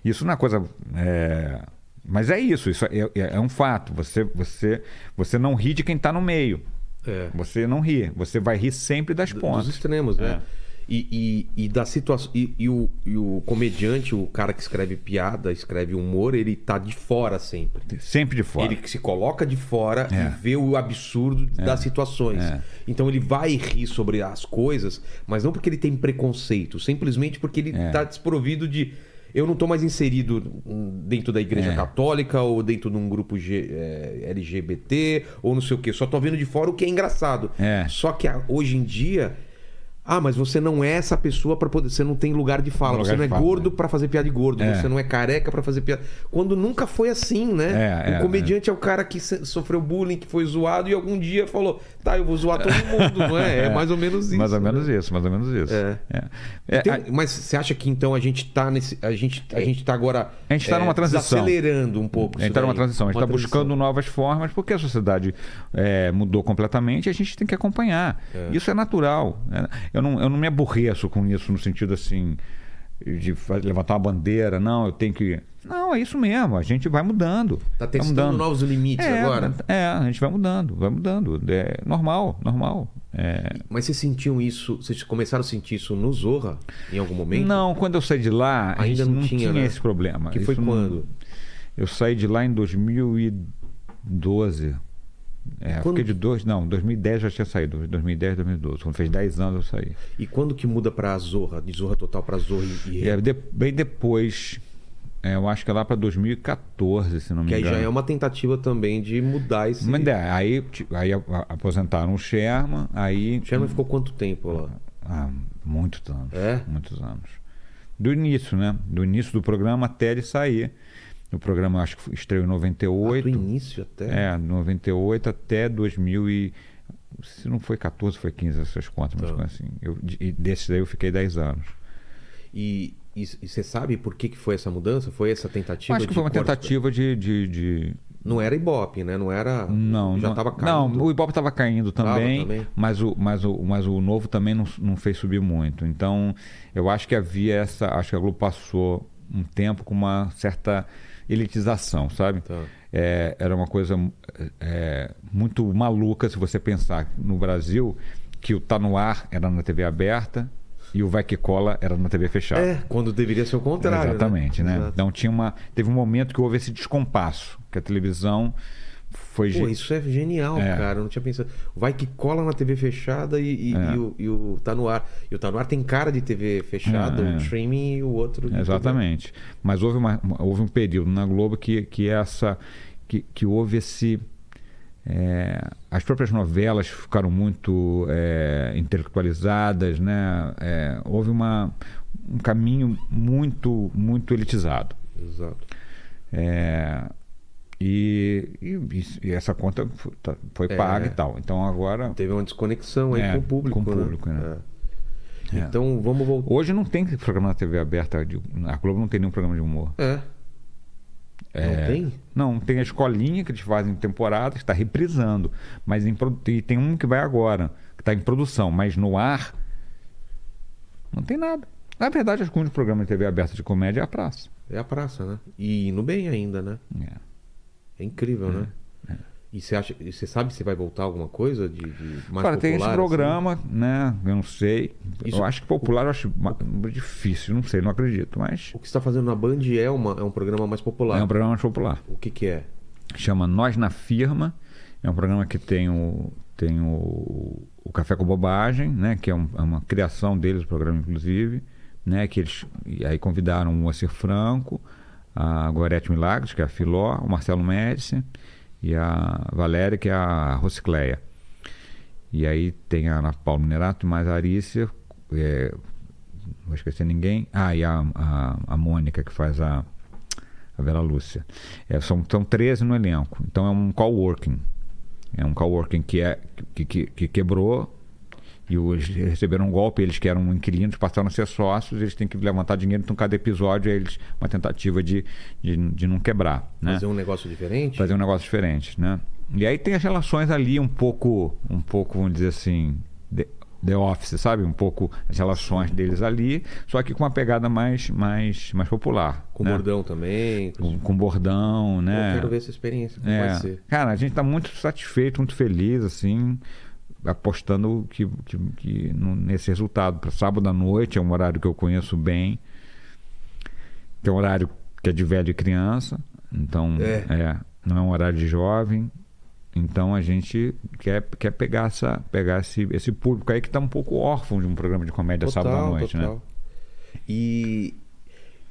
[SPEAKER 3] isso não é coisa. é, Mas é isso, isso é, é- é um fato. Você, você, você não ri de quem está no meio.
[SPEAKER 1] É.
[SPEAKER 3] Você não ri. Você vai rir sempre das
[SPEAKER 1] Do-
[SPEAKER 3] pontas.
[SPEAKER 1] Dos extremos, né?
[SPEAKER 3] É.
[SPEAKER 1] E, e, e da situação. E, e o, e o comediante, o cara que escreve piada, escreve humor, ele tá de fora sempre.
[SPEAKER 3] Sempre de fora.
[SPEAKER 1] Ele que se coloca de fora
[SPEAKER 3] É.
[SPEAKER 1] e vê o absurdo das situações. Então ele vai rir sobre as coisas, mas não porque ele tem preconceito, simplesmente porque ele
[SPEAKER 3] É.
[SPEAKER 1] está desprovido de. Eu não estou mais inserido hum, dentro da
[SPEAKER 3] É.
[SPEAKER 1] igreja católica ou dentro de um grupo G- eh, LGBT ou não sei o quê. Só estou vendo de fora o que é engraçado.
[SPEAKER 3] É.
[SPEAKER 1] Só que ah, hoje em dia. Ah, mas você não é essa pessoa para poder. Você não tem lugar de fala.
[SPEAKER 3] Lugar
[SPEAKER 1] você não
[SPEAKER 3] de
[SPEAKER 1] é
[SPEAKER 3] fala,
[SPEAKER 1] gordo para fazer piada de gordo.
[SPEAKER 3] É.
[SPEAKER 1] Você não é careca para fazer piada. Quando nunca foi assim, né?
[SPEAKER 3] É,
[SPEAKER 1] o
[SPEAKER 3] é,
[SPEAKER 1] comediante é. o cara que se- sofreu bullying, que foi zoado e algum dia falou: tá, eu vou zoar todo mundo, não é? É mais ou menos isso.
[SPEAKER 3] mais ou
[SPEAKER 1] né?
[SPEAKER 3] menos isso, mais ou menos isso.
[SPEAKER 1] É.
[SPEAKER 3] É. É,
[SPEAKER 1] Tem- um,
[SPEAKER 3] a- É.
[SPEAKER 1] Mas você acha que então a gente tá nesse. A gente, a gente tá agora.
[SPEAKER 3] A gente tá numa transição.
[SPEAKER 1] Acelerando um pouco.
[SPEAKER 3] A gente
[SPEAKER 1] isso
[SPEAKER 3] está
[SPEAKER 1] daí.
[SPEAKER 3] numa então, é transição, a gente
[SPEAKER 1] Uma
[SPEAKER 3] está buscando novas formas, porque a sociedade é, mudou completamente e a gente tem que acompanhar. Isso é natural. né? Eu, não, eu não me aborreço com isso no sentido assim de fa- levantar uma bandeira, não, eu tenho que. Não, é isso mesmo, a gente vai mudando.
[SPEAKER 1] Tá
[SPEAKER 3] vai
[SPEAKER 1] testando
[SPEAKER 3] mudando.
[SPEAKER 1] novos limites
[SPEAKER 3] É,
[SPEAKER 1] agora.
[SPEAKER 3] É, a gente vai mudando, vai mudando. É normal, normal. É,
[SPEAKER 1] Mas vocês sentiam isso? Vocês começaram a sentir isso no Zorra em algum momento?
[SPEAKER 3] Não, quando eu saí de lá, a
[SPEAKER 1] Ainda
[SPEAKER 3] gente
[SPEAKER 1] não
[SPEAKER 3] não
[SPEAKER 1] tinha,
[SPEAKER 3] tinha,
[SPEAKER 1] né?
[SPEAKER 3] esse problema.
[SPEAKER 1] Que foi
[SPEAKER 3] Isso não-
[SPEAKER 1] quando?
[SPEAKER 3] Eu saí de lá em 2012. É,
[SPEAKER 1] Quando-
[SPEAKER 3] fiquei de dois, não, 2010 já tinha saído, 2010, 2012. Quando fez 10 anos eu saí.
[SPEAKER 1] E quando que muda pra Zorra? De Zorra Total pra Zorra e. e-
[SPEAKER 3] E aí, de- bem depois, é, eu acho que é lá para 2014, se não me
[SPEAKER 1] Que aí
[SPEAKER 3] engano.
[SPEAKER 1] já é uma tentativa também de mudar esse.
[SPEAKER 3] Mas, é, aí, ti- aí a- a- aposentaram o Sherman, aí.
[SPEAKER 1] O Sherman ficou quanto tempo lá?
[SPEAKER 3] Ah, muitos anos.
[SPEAKER 1] É?
[SPEAKER 3] Muitos anos. Do início, né? Do início do programa até ele sair. O programa acho que foi- estreou em
[SPEAKER 1] Ah, Do
[SPEAKER 3] 98.
[SPEAKER 1] início até.
[SPEAKER 3] É, 98 até 2000 e... Se não foi 14, foi 15 essas contas, mas
[SPEAKER 1] Tá.
[SPEAKER 3] foi assim. Eu, de- e desse daí eu fiquei 10 anos.
[SPEAKER 1] E você sabe por que, que foi essa mudança? Foi essa tentativa?
[SPEAKER 3] acho que
[SPEAKER 1] de
[SPEAKER 3] foi uma
[SPEAKER 1] corte? né?
[SPEAKER 3] tentativa de... de, de-
[SPEAKER 1] Não era Ibope, né? Não era.
[SPEAKER 3] Não,
[SPEAKER 1] Já
[SPEAKER 3] não- é.
[SPEAKER 1] estava caindo.
[SPEAKER 3] Não, o Ibope estava caindo também,
[SPEAKER 1] também.
[SPEAKER 3] Mas, o, mas, o, mas o novo também não, não fez subir muito. Então, eu acho que havia essa... Acho que a Globo passou um tempo com uma certa elitização, sabe?
[SPEAKER 1] Tá.
[SPEAKER 3] É, era uma coisa é, muito maluca se você pensar no Brasil que o Tá No Ar era na TV aberta e o Vai Que Cola era na TV fechada.
[SPEAKER 1] É, quando deveria ser o contrário. né?
[SPEAKER 3] Exatamente, né?
[SPEAKER 1] Exato.
[SPEAKER 3] Então tinha uma, teve um momento que houve esse descompasso, que a televisão foi...
[SPEAKER 1] Pô,
[SPEAKER 3] ge-
[SPEAKER 1] isso é genial,
[SPEAKER 3] É.
[SPEAKER 1] cara. Eu não tinha pensado. Vai que cola na TV fechada e, e-
[SPEAKER 3] É.
[SPEAKER 1] e o, e o Tá No Ar. E o Tá No Ar tem cara de TV fechada,
[SPEAKER 3] É,
[SPEAKER 1] um
[SPEAKER 3] é.
[SPEAKER 1] streaming e o outro. de
[SPEAKER 3] Exatamente. Mas houve, uma, uma- houve um período na Globo que, que essa. Que, que houve esse. é, as próprias novelas ficaram muito é, intelectualizadas, né? É, houve uma, um caminho muito, muito elitizado.
[SPEAKER 1] tudo. Exato.
[SPEAKER 3] É, e, e- e essa conta foi, tá- foi
[SPEAKER 1] É.
[SPEAKER 3] paga e tal. Então agora.
[SPEAKER 1] Teve uma desconexão aí
[SPEAKER 3] É,
[SPEAKER 1] com o público.
[SPEAKER 3] com o público, né?
[SPEAKER 1] É.
[SPEAKER 3] É.
[SPEAKER 1] Então vamos voltar.
[SPEAKER 3] Hoje não tem programa na TV aberta. De, a Globo não tem nenhum programa de humor.
[SPEAKER 1] É. Não
[SPEAKER 3] É,
[SPEAKER 1] tem?
[SPEAKER 3] Não, tem a escolinha que eles fazem temporada, está reprisando. Mas em, produ- e tem um que vai agora, que está em produção, mas no ar não tem nada. Na verdade, acho que o único programa de TV aberta de comédia é a praça.
[SPEAKER 1] É a praça, né? E indo bem ainda, né?
[SPEAKER 3] É.
[SPEAKER 1] É incrível, né? E você acha, e você sabe se vai voltar alguma coisa de, de mais
[SPEAKER 3] Cara, tem esse
[SPEAKER 1] popular, assim?
[SPEAKER 3] programa, né? Eu não sei.
[SPEAKER 1] Isso-
[SPEAKER 3] Eu acho que popular eu acho ma- difícil, não sei, não acredito, mas
[SPEAKER 1] O que você está fazendo na Band é, uma, é um programa mais popular.
[SPEAKER 3] é um programa mais popular.
[SPEAKER 1] O que que é?
[SPEAKER 3] Chama Nós na Firma. É um programa que tem o, tem o, o Café com Bobagem, né? Que é, um- é uma criação deles, o programa, inclusive. Né? Que eles, e aí convidaram o Moacir Franco, a Gorete Milagres, que é a Filó, o Marcelo Médici e a Valéria, que é a Rocicleia. E aí tem a Ana Paula Minerato, mais a Arícia, é, não vou esquecer ninguém. Ah, e a, a, a Mônica, que faz a, a Vera Lúcia. É, são, são 13 no elenco. Então é um coworking. É um coworking que, é, que, que, que quebrou e os receberam um golpe, eles que eram inquilinos passaram a ser sócios, eles têm que levantar dinheiro, então cada episódio é eles, uma tentativa de, de, de não quebrar. Né?
[SPEAKER 1] Fazer um negócio diferente?
[SPEAKER 3] Fazer um negócio diferente, né? E aí tem as relações ali um pouco, um pouco, vamos dizer assim, de, The Office, sabe? Um pouco as relações deles ali, só que com uma pegada mais, mais, mais popular.
[SPEAKER 1] Com
[SPEAKER 3] né?
[SPEAKER 1] bordão também.
[SPEAKER 3] Com, com bordão, né?
[SPEAKER 1] Eu quero ver essa experiência, como vai
[SPEAKER 3] É.
[SPEAKER 1] ser.
[SPEAKER 3] Cara, a gente tá muito satisfeito, muito feliz, assim, apostando que, que, que no- nesse resultado. Para sábado à noite é um horário que eu conheço bem, que é um horário que é de velho e criança, então
[SPEAKER 1] É.
[SPEAKER 3] é, não é um horário de jovem. Então a gente quer, quer pegar, essa, pegar esse, esse público aí que está um pouco órfão de um programa de comédia sábado à noite, né?
[SPEAKER 1] E,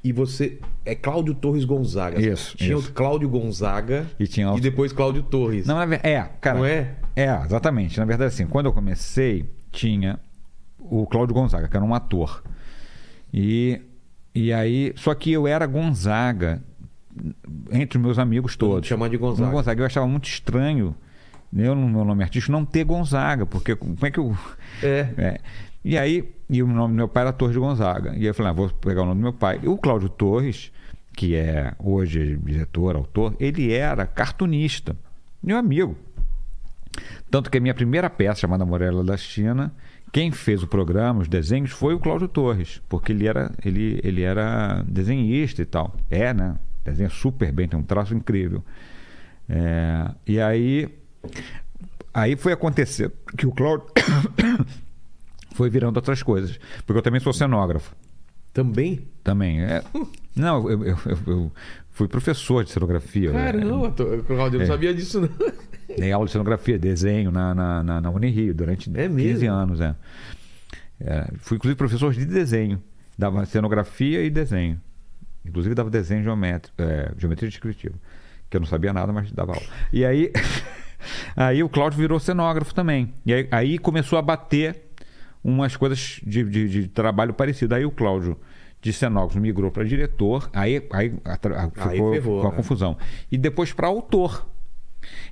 [SPEAKER 1] e você. É Cláudio Torres Gonzaga.
[SPEAKER 3] Isso,
[SPEAKER 1] Tinha
[SPEAKER 3] isso.
[SPEAKER 1] o Cláudio Gonzaga
[SPEAKER 3] E tinha o-
[SPEAKER 1] e depois Cláudio Torres.
[SPEAKER 3] Não, na ver- é, cara.
[SPEAKER 1] Não é?
[SPEAKER 3] É, exatamente. Na verdade, assim, quando eu comecei, tinha o Cláudio Gonzaga, que era um ator. E, e aí. Só que eu era Gonzaga entre os meus amigos todos.
[SPEAKER 1] chamar de Gonzaga.
[SPEAKER 3] Um Eu achava muito estranho, eu, no meu nome artístico, não ter Gonzaga, porque como é que eu.
[SPEAKER 1] É.
[SPEAKER 3] É. E aí, e o nome do meu pai era Torres de Gonzaga. E aí eu falei, ah, vou pegar o nome do meu pai. E o Cláudio Torres, que é hoje diretor, autor, ele era cartunista, meu amigo. Tanto que a minha primeira peça, chamada Morella da China, quem fez o programa, os desenhos, foi o Cláudio Torres, porque ele era, ele, ele era desenhista e tal. É, né? Desenha super bem, tem um traço incrível. É, e aí, aí foi acontecer que o Cláudio foi virando outras coisas, porque eu também sou cenógrafo.
[SPEAKER 1] Também?
[SPEAKER 3] Também.
[SPEAKER 1] [LAUGHS]
[SPEAKER 3] É... Não, eu, eu- eu- eu fui professor de cenografia.
[SPEAKER 1] Caramba, Tor- Cláudio, eu
[SPEAKER 3] É.
[SPEAKER 1] não [LAUGHS] sabia disso, não.
[SPEAKER 3] Dei aula de cenografia, desenho na, na, na, na Unirio durante
[SPEAKER 1] É
[SPEAKER 3] 15
[SPEAKER 1] mesmo?
[SPEAKER 3] anos. É. É, fui, inclusive, professor de desenho. Dava cenografia e desenho. Inclusive, dava desenho geométrico, é, geometria descritiva. Que eu não sabia nada, mas dava aula. E aí, [LAUGHS] aí o Cláudio virou cenógrafo também. E aí, aí começou a bater umas coisas de, de, de trabalho parecido. Aí o Cláudio de cenógrafo migrou para diretor. Aí, aí, atra- ficou,
[SPEAKER 1] ferrou,
[SPEAKER 3] ficou a
[SPEAKER 1] né?
[SPEAKER 3] confusão. E depois para autor.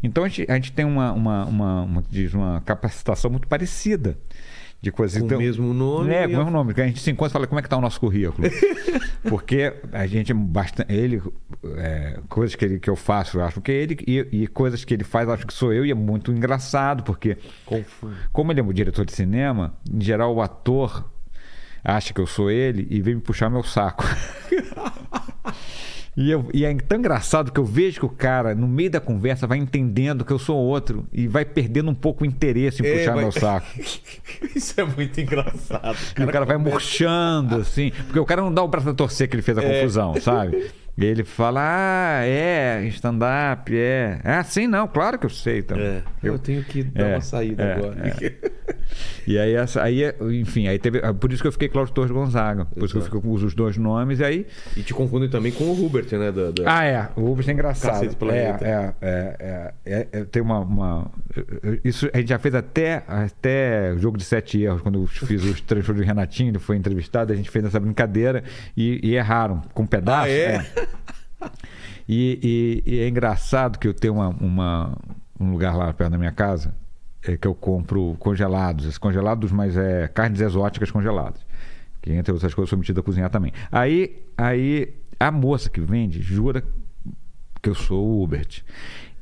[SPEAKER 3] Então a gente, a gente tem uma, uma, uma, uma- diz, uma capacitação muito parecida de coisas
[SPEAKER 1] Com o mesmo nome
[SPEAKER 3] É,
[SPEAKER 1] e
[SPEAKER 3] com o
[SPEAKER 1] a-
[SPEAKER 3] mesmo nome. Que a gente se encontra e fala como é que está o nosso
[SPEAKER 1] [LAUGHS]
[SPEAKER 3] currículo. Porque a gente é bastante. Ele, é, coisas que, ele, que eu faço, eu acho que é ele, e, e coisas que ele faz, eu acho que sou eu, e é muito engraçado, porque
[SPEAKER 1] Confuso.
[SPEAKER 3] como ele é um diretor de cinema, em geral o ator acha que eu sou ele e vem me puxar meu saco. [LAUGHS] E, eu- e é tão engraçado que eu vejo que o cara, no meio da conversa, vai entendendo que eu sou outro e vai perdendo um pouco o interesse em
[SPEAKER 1] É,
[SPEAKER 3] puxar
[SPEAKER 1] vai-
[SPEAKER 3] meu saco.
[SPEAKER 1] Isso é muito engraçado.
[SPEAKER 3] E o cara
[SPEAKER 1] é.
[SPEAKER 3] vai murchando, assim. Porque o cara não dá o braço a torcer que ele
[SPEAKER 1] É.
[SPEAKER 3] fez a confusão,
[SPEAKER 1] [LAUGHS]
[SPEAKER 3] sabe? E ele fala, ah, é, stand-up, é. Ah, sim, não, claro que eu sei também.
[SPEAKER 1] É, eu, tenho que dar
[SPEAKER 3] é,
[SPEAKER 1] uma saída
[SPEAKER 3] é,
[SPEAKER 1] agora.
[SPEAKER 3] E aí, essa, aí, enfim, aí teve. ah, Por isso que eu fiquei Cláudio Torres Gonzaga. Por isso que eu
[SPEAKER 1] Exato.
[SPEAKER 3] fico, uso os dois nomes. E aí.
[SPEAKER 1] E te confundem também com o Hubert, né? Da, da-
[SPEAKER 3] Ah, é. O Rubens é engraçado.
[SPEAKER 1] Cacete
[SPEAKER 3] É,
[SPEAKER 1] Planeta.
[SPEAKER 3] é, é, é, é, é, Tem uma, uma- Isso a gente já fez até, até o jogo de sete erros. Quando eu fiz os trechos do Renatinho, ele foi entrevistado, a gente fez essa brincadeira e, e erraram com um pedaço.
[SPEAKER 1] Ah, é?
[SPEAKER 3] E, e- e é engraçado que eu tenho uma, uma- um lugar lá perto da minha casa é que eu compro congelados, esses congelados, mas é carnes exóticas congeladas. Que entre outras coisas eu sou metido a cozinhar também. Aí, aí a moça que vende jura que eu sou o Hubert.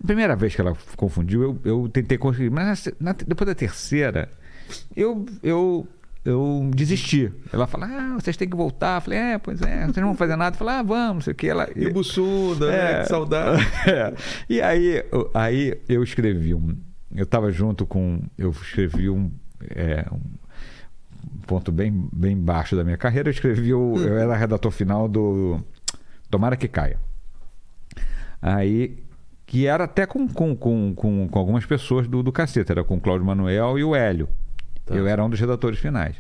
[SPEAKER 3] Primeira vez que ela f- confundiu, eu, eu tentei conseguir, mas na se- na te- depois da terceira, eu, eu, eu desisti. Ela fala: Ah, vocês têm que voltar. Eu falei: É, pois é, vocês não vão fazer nada. Eu falei: Ah, vamos, não sei o que. Ela,
[SPEAKER 1] E o Bussunda, né? Que
[SPEAKER 3] [LAUGHS]
[SPEAKER 1] saudade.
[SPEAKER 3] É. E aí, eu- aí eu escrevi um. Eu estava junto com. Eu escrevi um. é, um ponto bem, bem baixo da minha carreira. Eu escrevi. O, eu era redator final do Tomara que Caia. Aí. Que era até com, com, com, com, com algumas pessoas do, do cacete. Era com o Cláudio Manuel e o Hélio. Eu era um dos redatores finais.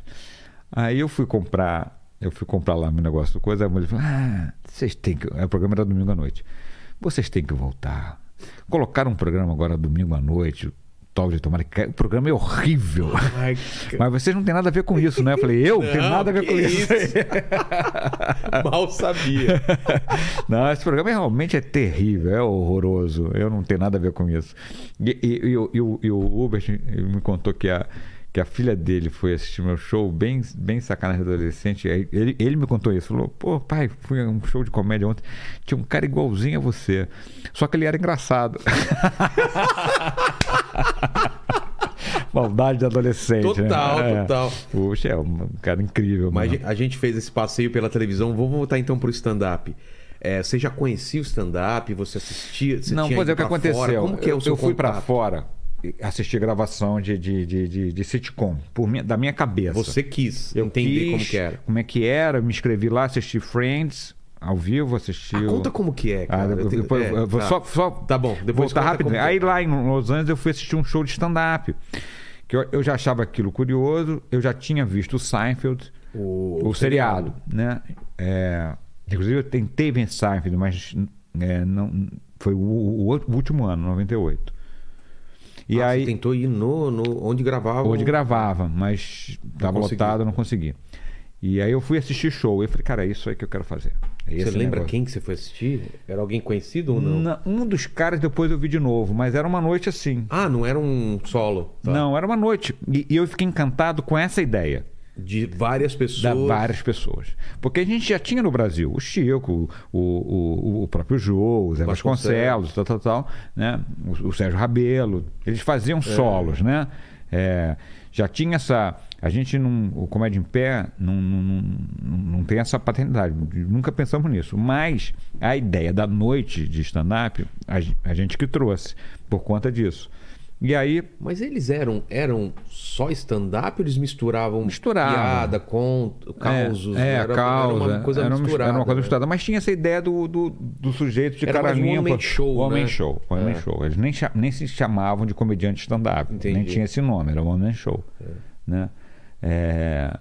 [SPEAKER 3] Aí eu fui comprar, eu fui comprar lá meu negócio, coisa, a mulher falou: "Ah, vocês têm que, o programa era domingo à noite. Vocês têm que voltar. Colocaram um programa agora domingo à noite, o tal de tomar. O programa é [LAUGHS] horrível.
[SPEAKER 1] Ai,
[SPEAKER 3] Mas vocês não têm nada a ver com isso, né? Eu falei, eu? Não, tem nada a ver
[SPEAKER 1] que
[SPEAKER 3] com isso.
[SPEAKER 1] [LAUGHS] Mal sabia.
[SPEAKER 3] [LAUGHS] Não, esse programa realmente é terrível, é horroroso. Eu não tenho nada a ver com isso. E, e- e o- e o- e o Uber me contou que a, que a filha dele foi assistir meu show, bem, bem sacanagem adolescente. Aí Ele, ele me contou isso. Falou, pô, pai, fui a um show de comédia ontem. Tinha um cara igualzinho a você. Só que ele era engraçado. [LAUGHS] Maldade de adolescente.
[SPEAKER 1] Total,
[SPEAKER 3] né? É.
[SPEAKER 1] total.
[SPEAKER 3] Puxa, é um cara incrível.
[SPEAKER 1] Mas
[SPEAKER 3] mano.
[SPEAKER 1] a gente fez esse passeio pela televisão. Vou voltar então pro stand-up. É, você já conhecia o stand-up? Você assistia? Você
[SPEAKER 3] não,
[SPEAKER 1] tinha
[SPEAKER 3] pois é
[SPEAKER 1] ido
[SPEAKER 3] o que
[SPEAKER 1] pra
[SPEAKER 3] aconteceu.
[SPEAKER 1] Fora? Como que é o
[SPEAKER 3] Eu-
[SPEAKER 1] seu
[SPEAKER 3] Eu fui pra
[SPEAKER 1] contato?
[SPEAKER 3] fora e assisti gravação de, de, de, de- de sitcom, por minha- da minha cabeça.
[SPEAKER 1] Você quis
[SPEAKER 3] eu
[SPEAKER 1] entender
[SPEAKER 3] quis
[SPEAKER 1] como que era.
[SPEAKER 3] Como é que era, me inscrevi lá, assisti Friends ao vivo, assisti.
[SPEAKER 1] Ah,
[SPEAKER 3] o-
[SPEAKER 1] conta como que é,
[SPEAKER 3] Ah,
[SPEAKER 1] cara.
[SPEAKER 3] eu-
[SPEAKER 1] Eu tenho-
[SPEAKER 3] depois-
[SPEAKER 1] é,
[SPEAKER 3] eu vou
[SPEAKER 1] tá.
[SPEAKER 3] só, só
[SPEAKER 1] Tá bom, depois conta
[SPEAKER 3] voltar rápido.
[SPEAKER 1] como que é.
[SPEAKER 3] Aí lá em Los Angeles eu fui assistir um show de stand-up. Que eu, eu já achava aquilo curioso, eu já tinha visto o Seinfeld,
[SPEAKER 1] é. O- Ah,
[SPEAKER 3] o,
[SPEAKER 1] o
[SPEAKER 3] seriado, né? É, inclusive eu tentei ver Seinfeld, mas é, não, foi o, o- o último ano, 98. E
[SPEAKER 1] Ah,
[SPEAKER 3] aí,
[SPEAKER 1] Você tentou ir no, no- onde gravava.
[SPEAKER 3] Onde
[SPEAKER 1] o-
[SPEAKER 3] gravava, mas estava
[SPEAKER 1] consegui.
[SPEAKER 3] lotado, eu não consegui. E aí eu fui assistir show. Eu falei, cara, é isso aí que eu quero fazer. É
[SPEAKER 1] Você
[SPEAKER 3] esse
[SPEAKER 1] lembra
[SPEAKER 3] negócio.
[SPEAKER 1] quem que você foi assistir? Era alguém conhecido ou não?
[SPEAKER 3] Na- um dos caras depois eu vi de novo, mas era uma noite assim.
[SPEAKER 1] Ah, não era um solo. tá?
[SPEAKER 3] Não, era uma noite. E, e eu fiquei encantado com essa ideia.
[SPEAKER 1] De várias
[SPEAKER 3] Da
[SPEAKER 1] pessoas.
[SPEAKER 3] várias pessoas. Porque a gente já tinha no Brasil o Chico, o, o, o- o próprio Jô, o Zé
[SPEAKER 1] Vasconcelos.
[SPEAKER 3] Vasconcelos, tal, tal, tal, né? o, o Sérgio Rabelo. Eles faziam solos, né? É, já tinha essa. A gente não. O Comédia em Pé não, não, não, não tem essa paternidade. Nunca pensamos nisso. Mas a ideia da noite de stand-up, a, gen- a gente que trouxe, por conta disso. E aí.
[SPEAKER 1] Mas eles eram, eram só stand-up ou eles misturavam
[SPEAKER 3] Misturavam.
[SPEAKER 1] piada, conto, causos? né?
[SPEAKER 3] é, é,
[SPEAKER 1] era, era
[SPEAKER 3] causa,
[SPEAKER 1] uma coisa
[SPEAKER 3] era uma-
[SPEAKER 1] misturada.
[SPEAKER 3] era uma coisa
[SPEAKER 1] né?
[SPEAKER 3] misturada, mas tinha essa ideia do, do, do sujeito de
[SPEAKER 1] Era
[SPEAKER 3] cara
[SPEAKER 1] mais um
[SPEAKER 3] limpa.
[SPEAKER 1] one-man show,
[SPEAKER 3] Homem
[SPEAKER 1] né?
[SPEAKER 3] show. Homem
[SPEAKER 1] É.
[SPEAKER 3] show. Eles nem, cha- nem se chamavam de comediante stand-up.
[SPEAKER 1] Entendi.
[SPEAKER 3] Nem tinha esse nome, era um Homem Show. Né? É,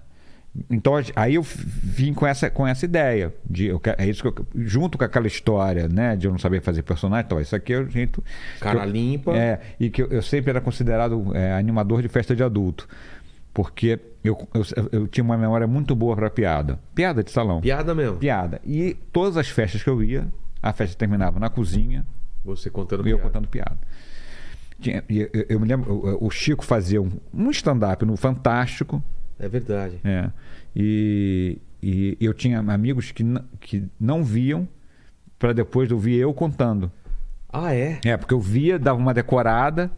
[SPEAKER 3] Então a gen- aí eu f- vim com essa, com essa ideia. De, eu, que- é isso que eu- junto com aquela história né, de eu não saber fazer personagem, tal, isso aqui é o jeito.
[SPEAKER 1] Cara
[SPEAKER 3] que eu-
[SPEAKER 1] limpa.
[SPEAKER 3] É, e que eu, eu sempre era considerado é, animador de festa de adulto. Porque eu, eu, eu tinha uma memória muito boa para piada. Piada de salão.
[SPEAKER 1] Piada mesmo.
[SPEAKER 3] Piada. E todas as festas que eu ia, a festa terminava na cozinha,
[SPEAKER 1] Você contando
[SPEAKER 3] eu
[SPEAKER 1] piada.
[SPEAKER 3] contando piada. Tinha- e eu, eu me lembro, o, o Chico fazia um, um stand-up no Fantástico,
[SPEAKER 1] É verdade.
[SPEAKER 3] né? e, e eu tinha amigos que, n- que não viam, para depois ouvir eu contando.
[SPEAKER 1] Ah, é?
[SPEAKER 3] É, porque eu via, dava uma decorada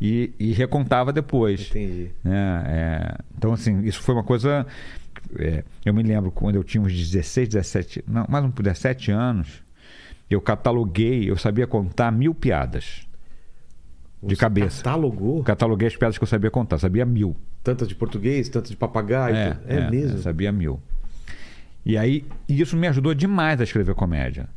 [SPEAKER 3] e, e recontava depois.
[SPEAKER 1] Entendi.
[SPEAKER 3] né? É, então, assim, isso foi uma coisa. é, eu me lembro quando eu tinha uns 16, 17, não, mais um 17 anos, eu cataloguei, eu sabia contar mil piadas. De
[SPEAKER 1] Você
[SPEAKER 3] cabeça.
[SPEAKER 1] Catalogou?
[SPEAKER 3] Cataloguei as piadas que eu sabia contar, sabia mil.
[SPEAKER 1] Tanto de português, tanto de papagaio. tudo. é mesmo?
[SPEAKER 3] eu sabia mil. E aí, e isso me ajudou demais a escrever comédia.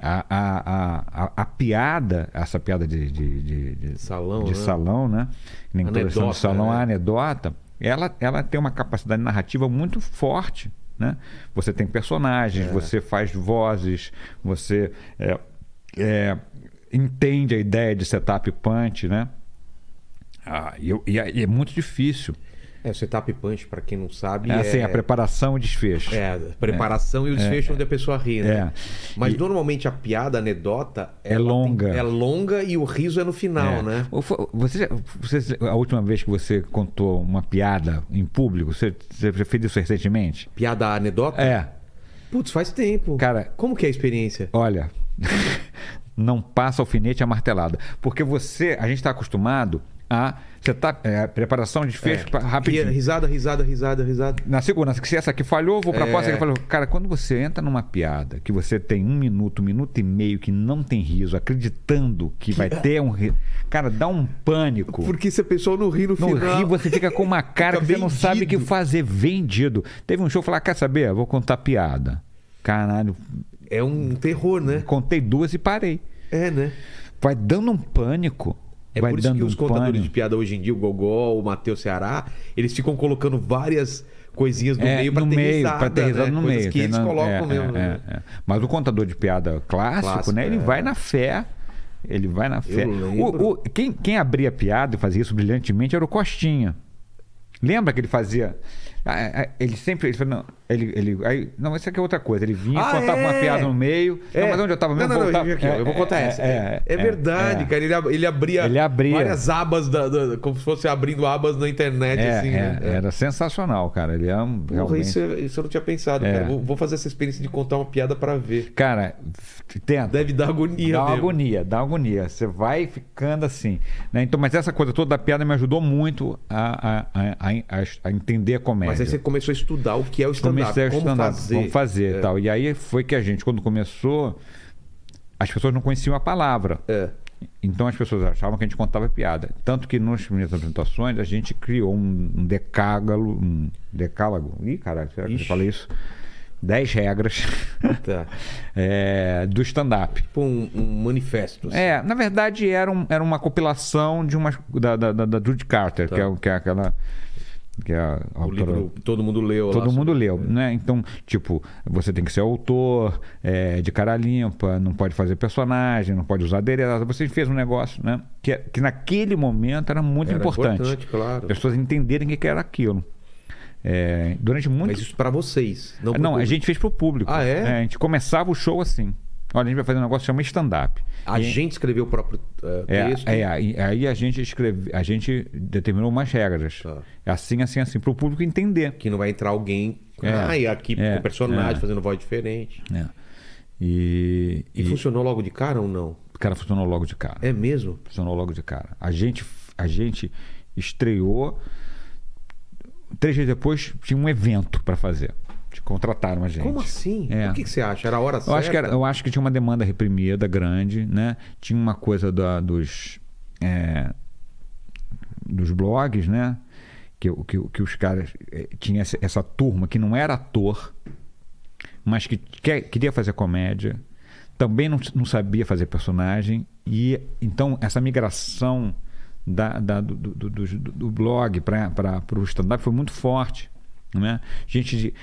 [SPEAKER 3] A, a, a, a, a piada, essa piada de, de, de- de-
[SPEAKER 1] Salão,
[SPEAKER 3] de
[SPEAKER 1] né?
[SPEAKER 3] salão, né? Que Nem toda lição
[SPEAKER 1] Anedota,
[SPEAKER 3] de salão,
[SPEAKER 1] né?
[SPEAKER 3] a anedota, ela, ela tem uma capacidade narrativa muito forte. Né? Você tem
[SPEAKER 1] É.
[SPEAKER 3] personagens, você faz vozes, você é, é, entende a ideia de setup e punch, né? Ah, e, eu- e é- e é muito difícil.
[SPEAKER 1] É, o setup punch, pra quem não sabe,
[SPEAKER 3] É,
[SPEAKER 1] é,
[SPEAKER 3] assim, a preparação e o desfecho.
[SPEAKER 1] é a preparação e o desfecho onde a pessoa ri, né?
[SPEAKER 3] É.
[SPEAKER 1] Mas normalmente a piada, a anedota...
[SPEAKER 3] É
[SPEAKER 1] ela tem-
[SPEAKER 3] longa.
[SPEAKER 1] é longa e o riso é no final,
[SPEAKER 3] É.
[SPEAKER 1] né?
[SPEAKER 3] Ou fo- Você, já- você- a última vez que você contou uma piada em público, você, você fez isso recentemente?
[SPEAKER 1] Piada anedota?
[SPEAKER 3] É.
[SPEAKER 1] Putz, faz tempo.
[SPEAKER 3] Cara-
[SPEAKER 1] Como que é a experiência?
[SPEAKER 3] Olha, [LAUGHS] não passa alfinete a martelada. Porque você, a gente está acostumado a. Você tá, é, preparação de fecho pra-
[SPEAKER 1] Ria-
[SPEAKER 3] rapidinho.
[SPEAKER 1] Risada, risada, risada, risada.
[SPEAKER 3] Na segurança, que se essa aqui falhou, vou pra
[SPEAKER 1] É.
[SPEAKER 3] próxima. que falhou. Cara, quando você entra numa piada que você tem um minuto, um minuto e meio que não tem riso, acreditando que
[SPEAKER 1] é.
[SPEAKER 3] vai ter um riso. Cara, dá um pânico.
[SPEAKER 1] Porque se a pessoa não ri no,
[SPEAKER 3] No
[SPEAKER 1] final...
[SPEAKER 3] Rio você fica com uma
[SPEAKER 1] [LAUGHS]
[SPEAKER 3] cara
[SPEAKER 1] Fica
[SPEAKER 3] que você não
[SPEAKER 1] vendido.
[SPEAKER 3] sabe o que fazer, vendido. Teve um show falar, quer saber? Vou contar piada. Caralho,
[SPEAKER 1] É um terror, né?
[SPEAKER 3] contei duas e parei.
[SPEAKER 1] É, né?
[SPEAKER 3] Vai dando um pânico.
[SPEAKER 1] É
[SPEAKER 3] vai
[SPEAKER 1] por isso
[SPEAKER 3] dando
[SPEAKER 1] que os
[SPEAKER 3] um
[SPEAKER 1] contadores
[SPEAKER 3] pânico.
[SPEAKER 1] de piada hoje em dia, o Gogol, o Matheus Ceará, eles ficam colocando várias coisinhas no
[SPEAKER 3] É,
[SPEAKER 1] meio pra ter risada.
[SPEAKER 3] pra ter risada
[SPEAKER 1] né?
[SPEAKER 3] no
[SPEAKER 1] Coisas
[SPEAKER 3] meio.
[SPEAKER 1] que eles
[SPEAKER 3] entendendo?
[SPEAKER 1] colocam
[SPEAKER 3] É,
[SPEAKER 1] mesmo.
[SPEAKER 3] é,
[SPEAKER 1] né?
[SPEAKER 3] é, é. Mas o contador de piada clássico,
[SPEAKER 1] Clássico,
[SPEAKER 3] né? Ele
[SPEAKER 1] é.
[SPEAKER 3] vai na fé Ele vai na fé.
[SPEAKER 1] lembro.
[SPEAKER 3] O- o- quem, quem abria piada e fazia isso brilhantemente era o Costinha. Lembra que ele fazia. Ah, ah, Ele sempre. Ele falou, não, ele, ele, aí, não, isso aqui é outra coisa. Ele vinha,
[SPEAKER 1] Ah,
[SPEAKER 3] contava uma
[SPEAKER 1] é?
[SPEAKER 3] piada no meio. Não, mas onde eu tava mesmo?
[SPEAKER 1] Não, não, não,
[SPEAKER 3] voltava-
[SPEAKER 1] eu, aqui, ó, eu vou contar essa. É, é verdade,
[SPEAKER 3] é.
[SPEAKER 1] cara. Ele, ab- ele abria
[SPEAKER 3] Ele abria.
[SPEAKER 1] várias abas, da, da- como se fosse abrindo abas na internet,
[SPEAKER 3] É,
[SPEAKER 1] assim,
[SPEAKER 3] é,
[SPEAKER 1] né? É.
[SPEAKER 3] Era sensacional, cara. Ele era um,
[SPEAKER 1] Porra,
[SPEAKER 3] realmente-
[SPEAKER 1] isso, é eu- isso eu não tinha pensado,
[SPEAKER 3] É.
[SPEAKER 1] cara. Vou, vou fazer essa experiência de contar uma piada pra ver.
[SPEAKER 3] Cara, tenta.
[SPEAKER 1] Deve dar agonia
[SPEAKER 3] Dá uma
[SPEAKER 1] mesmo.
[SPEAKER 3] agonia, dá uma agonia. Você vai ficando assim. né? Então, mas essa coisa toda da piada me ajudou muito a, a, a, a, a entender a comédia.
[SPEAKER 1] Mas aí você começou a estudar o que é o stand-up.
[SPEAKER 3] Comecei a
[SPEAKER 1] como
[SPEAKER 3] estudar,
[SPEAKER 1] fazer.
[SPEAKER 3] vamos fazer tá?
[SPEAKER 1] É.
[SPEAKER 3] tal. E aí foi que a gente, quando começou, as pessoas não conheciam a palavra.
[SPEAKER 1] É.
[SPEAKER 3] Então as pessoas achavam que a gente contava piada. Tanto que nas minhas apresentações a gente criou um, um decágalo. Um decálogo. Ih, caralho, será que eu
[SPEAKER 1] Ixi.
[SPEAKER 3] falei isso? Dez regras
[SPEAKER 1] Tá.
[SPEAKER 3] [LAUGHS] é, do stand-up.
[SPEAKER 1] Tipo um, um manifesto. assim.
[SPEAKER 3] É, na verdade era, um- era uma compilação de umas, da, da, da- da Judy Carter, que, é, o- que é aquela. Que é a
[SPEAKER 1] Tá. O
[SPEAKER 3] autora-
[SPEAKER 1] livro todo mundo leu. lá
[SPEAKER 3] Todo
[SPEAKER 1] sobre-
[SPEAKER 3] mundo leu, né? Então, tipo, você tem que ser autor, é, de cara limpa, não pode fazer personagem, não pode usar adereço. Você fez um negócio, né? Que, que naquele momento era muito
[SPEAKER 1] Era
[SPEAKER 3] importante.
[SPEAKER 1] importante, claro.
[SPEAKER 3] As pessoas entenderem o que que era aquilo. É, durante muito
[SPEAKER 1] Mas isso pra vocês. Não, pro
[SPEAKER 3] não, a
[SPEAKER 1] público.
[SPEAKER 3] gente fez pro público.
[SPEAKER 1] Ah, é?
[SPEAKER 3] a gente começava o show assim. Olha, a gente vai fazer um negócio que chama stand-up.
[SPEAKER 1] A
[SPEAKER 3] E-
[SPEAKER 1] gente escreveu o próprio eh,
[SPEAKER 3] é,
[SPEAKER 1] texto.
[SPEAKER 3] é, aí aí a gente escreve, a gente determinou umas regras.
[SPEAKER 1] Tá.
[SPEAKER 3] Assim, assim, assim, para o público entender.
[SPEAKER 1] Que não vai entrar alguém.
[SPEAKER 3] É,
[SPEAKER 1] ah, e aqui
[SPEAKER 3] é,
[SPEAKER 1] com o personagem
[SPEAKER 3] é.
[SPEAKER 1] fazendo voz diferente.
[SPEAKER 3] né? E,
[SPEAKER 1] E,
[SPEAKER 3] e
[SPEAKER 1] funcionou logo de cara ou não?
[SPEAKER 3] o cara funcionou logo de cara.
[SPEAKER 1] É mesmo?
[SPEAKER 3] Funcionou logo de cara. A gente, a gente estreou. Três dias depois tinha um evento para fazer. Te contrataram a gente.
[SPEAKER 1] Como assim?
[SPEAKER 3] É.
[SPEAKER 1] O que, que você acha? Era a hora
[SPEAKER 3] Eu
[SPEAKER 1] certa?
[SPEAKER 3] acho, que era- eu acho que tinha uma demanda reprimida grande, né? Tinha uma coisa da- dos, é, dos blogs, né? Que, o- que, o- que os caras. eh, Tinha essa, essa turma que não era ator, mas que quer- queria fazer comédia, também não, não sabia fazer personagem. E então essa migração da, da- do, do- do- do- do blog para o stand-up foi muito forte. Né? Gente de,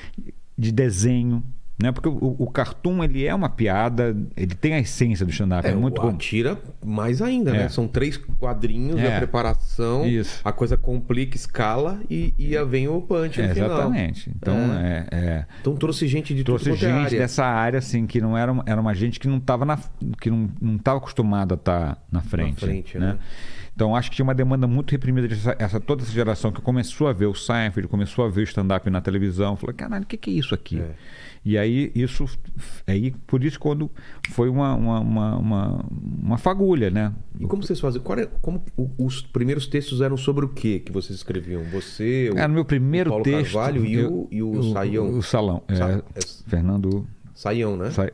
[SPEAKER 3] de desenho. Né? Porque o, o cartoon ele é uma piada, ele tem a essência do stand-up, é,
[SPEAKER 1] É,
[SPEAKER 3] muito
[SPEAKER 1] o-
[SPEAKER 3] bom.
[SPEAKER 1] Tira mais ainda, né?
[SPEAKER 3] É.
[SPEAKER 1] São três quadrinhos,
[SPEAKER 3] É.
[SPEAKER 1] a preparação,
[SPEAKER 3] Isso.
[SPEAKER 1] a coisa complica, escala e, e aí vem o punch
[SPEAKER 3] É,
[SPEAKER 1] no final.
[SPEAKER 3] exatamente. Então, é. é.
[SPEAKER 1] Então trouxe gente de
[SPEAKER 3] trouxe
[SPEAKER 1] tudo quanto é
[SPEAKER 3] gente
[SPEAKER 1] área.
[SPEAKER 3] dessa área, assim, que não era, uma- era uma gente que não estava na, que não, não tava acostumada a estar na frente.
[SPEAKER 1] frente,
[SPEAKER 3] né?
[SPEAKER 1] né?
[SPEAKER 3] Então, acho que tinha uma demanda muito reprimida dessa essa- toda essa geração que começou a ver o Seinfeld, começou a ver o stand-up na televisão, falou, caralho, o que, que é isso aqui?
[SPEAKER 1] É.
[SPEAKER 3] E aí, isso. Aí, por isso, quando foi uma, uma, uma, uma, uma fagulha, né?
[SPEAKER 1] E como vocês fazem? Qual é- como o- os primeiros textos eram sobre o que que vocês escreviam? Você, o,
[SPEAKER 3] Cara, no meu primeiro
[SPEAKER 1] o Paulo
[SPEAKER 3] texto.
[SPEAKER 1] Carvalho e o, e o, Saião.
[SPEAKER 3] O Salão. é,
[SPEAKER 1] Sa- é-
[SPEAKER 3] Fernando.
[SPEAKER 1] Saião, né?
[SPEAKER 3] Sa-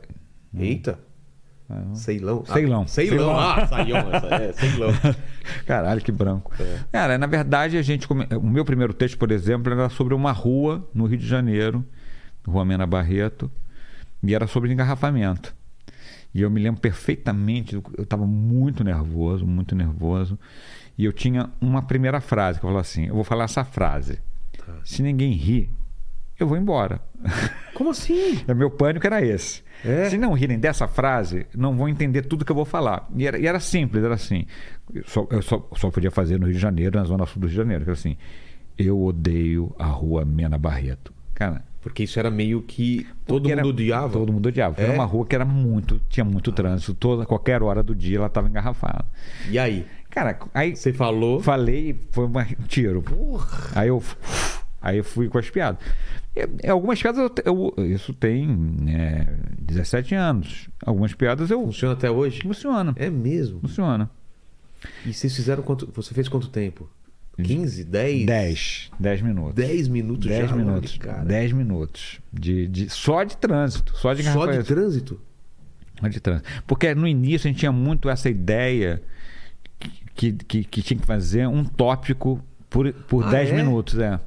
[SPEAKER 1] Eita. Ceilão. Ah,
[SPEAKER 3] Ceilão.
[SPEAKER 1] Ceilão. Ah, Saião. essa-
[SPEAKER 3] [LAUGHS]
[SPEAKER 1] É, Ceilão.
[SPEAKER 3] Caralho, que branco. Cara, na verdade, a gente. come- O meu primeiro texto, por exemplo, era sobre uma rua no Rio de Janeiro, Rua Mena Barreto, e era sobre engarrafamento. E eu me lembro perfeitamente, eu estava muito nervoso, muito nervoso. E eu tinha uma primeira frase que eu falava assim: eu vou falar essa frase. Se ninguém rir, eu vou embora. [LAUGHS]
[SPEAKER 1] Como assim?
[SPEAKER 3] O É, Meu pânico era esse.
[SPEAKER 1] É?
[SPEAKER 3] Se não rirem dessa frase, não vão entender tudo que eu vou falar. E era, e era simples, era assim. Eu só, eu só- só podia fazer no Rio de Janeiro, na zona sul do Rio de Janeiro. que Era assim. Eu odeio a rua Mena Barreto. Cara.
[SPEAKER 1] Porque isso era meio que todo
[SPEAKER 3] porque
[SPEAKER 1] mundo
[SPEAKER 3] era-
[SPEAKER 1] odiava.
[SPEAKER 3] Todo mundo odiava. Era
[SPEAKER 1] É? Ah.
[SPEAKER 3] uma rua que era muito, tinha muito trânsito. Toda, qualquer hora do dia ela estava engarrafada.
[SPEAKER 1] E aí?
[SPEAKER 3] Cara, aí
[SPEAKER 1] Você falou.
[SPEAKER 3] Falei, foi uma- um tiro. Aí eu, aí eu fui com as piadas. E, algumas piadas eu, te- eu- isso tem né, 17 anos. Algumas piadas eu
[SPEAKER 1] Funciona até hoje?
[SPEAKER 3] funciona,
[SPEAKER 1] É mesmo.
[SPEAKER 3] funciona.
[SPEAKER 1] E vocês fizeram quanto. Você fez quanto tempo?
[SPEAKER 3] Hum.
[SPEAKER 1] 15, 10?
[SPEAKER 3] 10, 10 minutos.
[SPEAKER 1] 10 minutos
[SPEAKER 3] 10
[SPEAKER 1] já? Olha,
[SPEAKER 3] minutos.
[SPEAKER 1] cara.
[SPEAKER 3] 10 minutos de, de- só de trânsito, só de
[SPEAKER 1] Só de
[SPEAKER 3] garrafa-
[SPEAKER 1] trânsito?
[SPEAKER 3] Mas de trânsito. Porque no início a gente tinha muito essa ideia que, que, que tinha que fazer um tópico por, por
[SPEAKER 1] Ah,
[SPEAKER 3] 10
[SPEAKER 1] é?
[SPEAKER 3] minutos. É.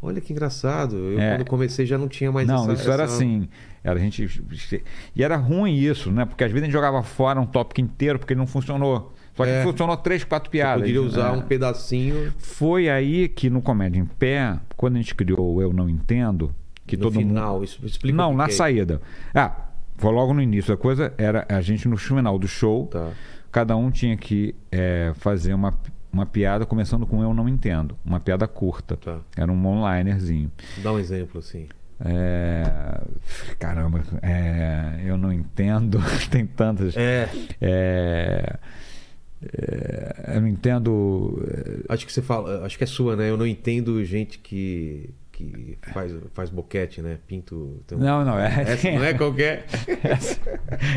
[SPEAKER 1] Olha que engraçado. Eu,
[SPEAKER 3] É.
[SPEAKER 1] quando comecei, já não tinha mais
[SPEAKER 3] não,
[SPEAKER 1] essa-
[SPEAKER 3] isso era
[SPEAKER 1] essa-
[SPEAKER 3] assim. Era a gente e era ruim isso, né? Porque às vezes a gente jogava fora um tópico inteiro porque ele não funcionou. Só que
[SPEAKER 1] É.
[SPEAKER 3] funcionou três, quatro
[SPEAKER 1] Você
[SPEAKER 3] piadas.
[SPEAKER 1] poderia
[SPEAKER 3] né?
[SPEAKER 1] usar um pedacinho.
[SPEAKER 3] Foi aí que no Comédia em Pé, quando a gente criou o Eu Não Entendo, que
[SPEAKER 1] no
[SPEAKER 3] todo mundo
[SPEAKER 1] final, isso explica. o
[SPEAKER 3] não,
[SPEAKER 1] que
[SPEAKER 3] na
[SPEAKER 1] que é.
[SPEAKER 3] saída. Ah, Foi logo no início. A coisa era a gente no final do show.
[SPEAKER 1] Tá.
[SPEAKER 3] Cada um tinha que é, fazer uma, uma piada começando com Eu Não Entendo. Uma piada curta.
[SPEAKER 1] Tá.
[SPEAKER 3] Era um onlinerzinho.
[SPEAKER 1] Dá um exemplo, assim.
[SPEAKER 3] É, Caramba, é, eu não entendo. [LAUGHS] Tem tantas.
[SPEAKER 1] É,
[SPEAKER 3] É, é, eu não entendo. é,
[SPEAKER 1] acho que você fala, acho que é sua, né? Eu não entendo gente que, que faz, faz boquete, né? Pinto. então-
[SPEAKER 3] Não, não, é.
[SPEAKER 1] Essa
[SPEAKER 3] [LAUGHS]
[SPEAKER 1] não é qualquer. [LAUGHS]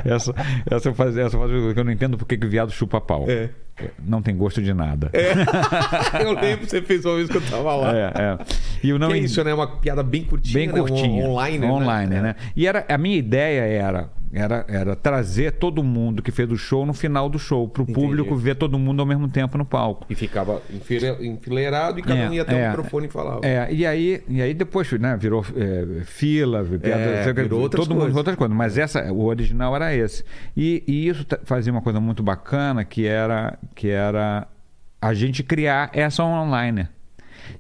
[SPEAKER 3] Essa, essa eu fazia, essa eu fazia, que eu não entendo porque que viado chupa pau.
[SPEAKER 1] É.
[SPEAKER 3] Não tem gosto de nada.
[SPEAKER 1] Eu lembro que você fez uma vez que eu tava lá.
[SPEAKER 3] É, é. E o não
[SPEAKER 1] Que é
[SPEAKER 3] en-
[SPEAKER 1] isso, né? Uma piada bem curtinha.
[SPEAKER 3] bem
[SPEAKER 1] né? Um
[SPEAKER 3] curtinha.
[SPEAKER 1] Online, né?
[SPEAKER 3] Online, né? E era, a minha ideia era, era, era trazer todo mundo que fez o show no final do show, para o
[SPEAKER 1] Entendi.
[SPEAKER 3] público ver todo mundo ao mesmo tempo no palco.
[SPEAKER 1] E ficava enfile- enfileirado e cada
[SPEAKER 3] É,
[SPEAKER 1] um ia até
[SPEAKER 3] é.
[SPEAKER 1] o microfone e falava.
[SPEAKER 3] É, e aí, e aí depois né, virou é, fila, piada,
[SPEAKER 1] É,
[SPEAKER 3] sei o que,
[SPEAKER 1] virou outras
[SPEAKER 3] todo mundo
[SPEAKER 1] coisas.
[SPEAKER 3] outras coisas, mas essa, o original era esse. E, e isso ta- fazia uma coisa muito bacana que era, que era a gente criar essa online.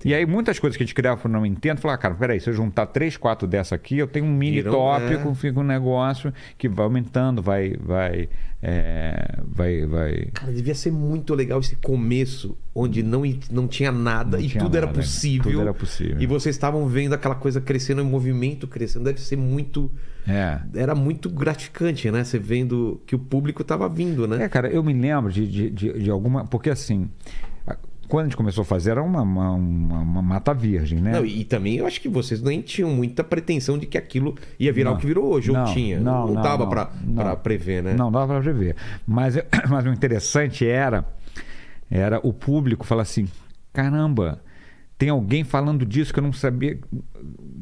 [SPEAKER 3] E aí muitas coisas que a gente criava por não entendo, falava, ah, cara, peraí, se eu juntar três, quatro dessa aqui, eu tenho um mini
[SPEAKER 1] Viram,
[SPEAKER 3] tópico,
[SPEAKER 1] é.
[SPEAKER 3] fica um negócio que vai aumentando, vai, vai, é, vai, vai.
[SPEAKER 1] Cara, devia ser muito legal esse começo, onde não, não tinha nada
[SPEAKER 3] Não
[SPEAKER 1] e
[SPEAKER 3] tinha
[SPEAKER 1] tudo era
[SPEAKER 3] nada, né?
[SPEAKER 1] possível.
[SPEAKER 3] tudo era possível.
[SPEAKER 1] E vocês estavam vendo aquela coisa crescendo, o movimento crescendo. Deve ser muito.
[SPEAKER 3] É.
[SPEAKER 1] Era muito gratificante, né? Você vendo que o público tava vindo, né?
[SPEAKER 3] É, cara, eu me lembro de, de, de, de alguma. Porque assim, a- quando a gente começou a fazer, era uma, uma, uma- uma mata virgem, né?
[SPEAKER 1] Não, e também eu acho que vocês nem tinham muita pretensão de que aquilo ia virar
[SPEAKER 3] Não.
[SPEAKER 1] o que virou hoje,
[SPEAKER 3] Não,
[SPEAKER 1] ou tinha.
[SPEAKER 3] não, não,
[SPEAKER 1] dava
[SPEAKER 3] não,
[SPEAKER 1] pra,
[SPEAKER 3] não.
[SPEAKER 1] pra prever, né?
[SPEAKER 3] Não dava pra prever. Mas, eu- [CLEARS THROAT] mas o interessante era, era o público falar assim: caramba, tem alguém falando disso que eu não sabia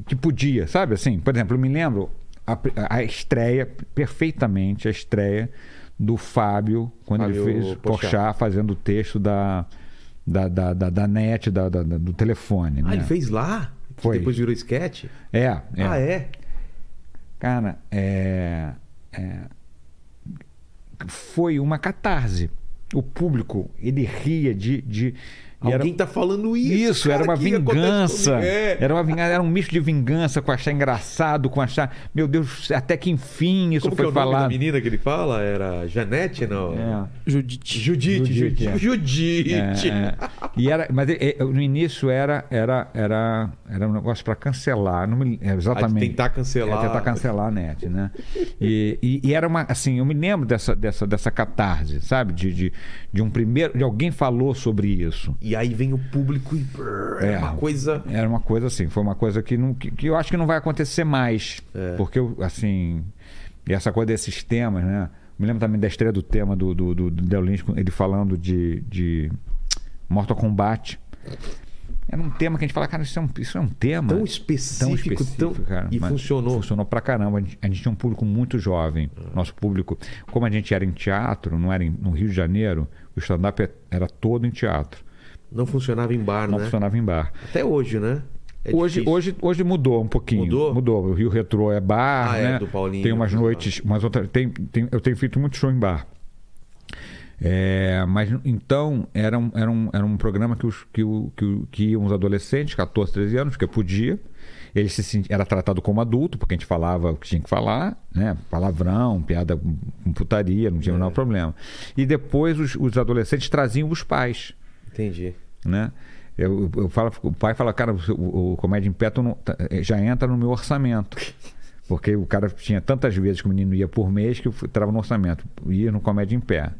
[SPEAKER 3] que podia, sabe? Assim, por exemplo, eu me lembro a, a estreia, perfeitamente a estreia do Fábio, quando
[SPEAKER 1] Fábio
[SPEAKER 3] ele fez
[SPEAKER 1] Porchat.
[SPEAKER 3] Porchat fazendo o texto da. Da, da, da, da net, da, da- da- do telefone.
[SPEAKER 1] Ah,
[SPEAKER 3] né?
[SPEAKER 1] ele fez lá? Que
[SPEAKER 3] Foi.
[SPEAKER 1] Depois virou sketch?
[SPEAKER 3] É, é.
[SPEAKER 1] Ah, é?
[SPEAKER 3] Cara, é, é, foi uma catarse. O público, ele ria de. de e era-
[SPEAKER 1] Alguém tá falando isso.
[SPEAKER 3] isso, era
[SPEAKER 1] cara,
[SPEAKER 3] uma
[SPEAKER 1] que acontece
[SPEAKER 3] vingança.
[SPEAKER 1] comigo. É.
[SPEAKER 3] Era uma vingança, era um misto de vingança com achar engraçado, com achar, meu Deus, até que enfim isso
[SPEAKER 1] Como
[SPEAKER 3] foi
[SPEAKER 1] que é o nome da
[SPEAKER 3] falado.
[SPEAKER 1] menina que ele fala? Era Janete, não?
[SPEAKER 3] É.
[SPEAKER 2] Judite.
[SPEAKER 1] Judite,
[SPEAKER 3] Judite,
[SPEAKER 1] Judite.
[SPEAKER 3] é.
[SPEAKER 1] Judite.
[SPEAKER 3] É, é. E era, mas é, é, no início era era era era um negócio para cancelar, não me, é,
[SPEAKER 1] Ah,
[SPEAKER 3] exatamente.
[SPEAKER 1] de tentar cancelar.
[SPEAKER 3] É, tentar cancelar a net, né? E, e- e era uma, assim, eu me lembro dessa, dessa, dessa catarse, sabe? De, de, de um primeiro, de alguém falou sobre isso.
[SPEAKER 1] E aí vem o público e. brrr, É
[SPEAKER 3] É.
[SPEAKER 1] uma coisa.
[SPEAKER 3] Era uma coisa assim, foi uma coisa que, não, que, que eu acho que não vai acontecer mais.
[SPEAKER 1] É.
[SPEAKER 3] Porque, eu, assim, e essa coisa desses temas, né? Me lembro também da estreia do tema do, do, do, do Del Lynch, com ele falando de, de Mortal Kombat. Era um tema que a gente fala, cara, isso é um, isso é um tema.
[SPEAKER 1] Tão específico, tão.
[SPEAKER 3] cara,
[SPEAKER 1] e
[SPEAKER 3] mas
[SPEAKER 1] funcionou. É.
[SPEAKER 3] Funcionou pra caramba. A gente, a gente tinha um público muito jovem. Nosso público, como a gente era em teatro, não era em- no Rio de Janeiro, o stand-up é- era todo em teatro.
[SPEAKER 1] Não funcionava em bar,
[SPEAKER 3] Não
[SPEAKER 1] né?
[SPEAKER 3] funcionava em bar.
[SPEAKER 1] Até hoje, né? É
[SPEAKER 3] hoje,
[SPEAKER 1] difícil.
[SPEAKER 3] hoje, hoje mudou um pouquinho.
[SPEAKER 1] Mudou?
[SPEAKER 3] Mudou. O Rio Retrô é bar,
[SPEAKER 1] Ah, é,
[SPEAKER 3] né?
[SPEAKER 1] do Paulinho,
[SPEAKER 3] Tem umas
[SPEAKER 1] do Paulinho.
[SPEAKER 3] noites, umas outras. Tem, tem- eu tenho feito muito show em bar. É, mas então era um, era um, era um programa que, os, que, o, que, o- que iam os adolescentes, 14, 13 anos, porque podia. Ele se senti- era tratado como adulto, porque a gente falava o que tinha que falar, né? Palavrão, piada com com putaria, não tinha o menor
[SPEAKER 1] É.
[SPEAKER 3] problema. E depois os, os adolescentes traziam os pais
[SPEAKER 1] Entendi.
[SPEAKER 3] né? Eu, eu- eu falo, o pai fala, cara, o, o- o comédia em pé tu não- tá- eh, já entra no
[SPEAKER 1] [LAUGHS]
[SPEAKER 3] meu orçamento. Porque o cara tinha tantas vezes que o menino ia por mês que eu fui- entrava no orçamento. Ia no comédia em pé.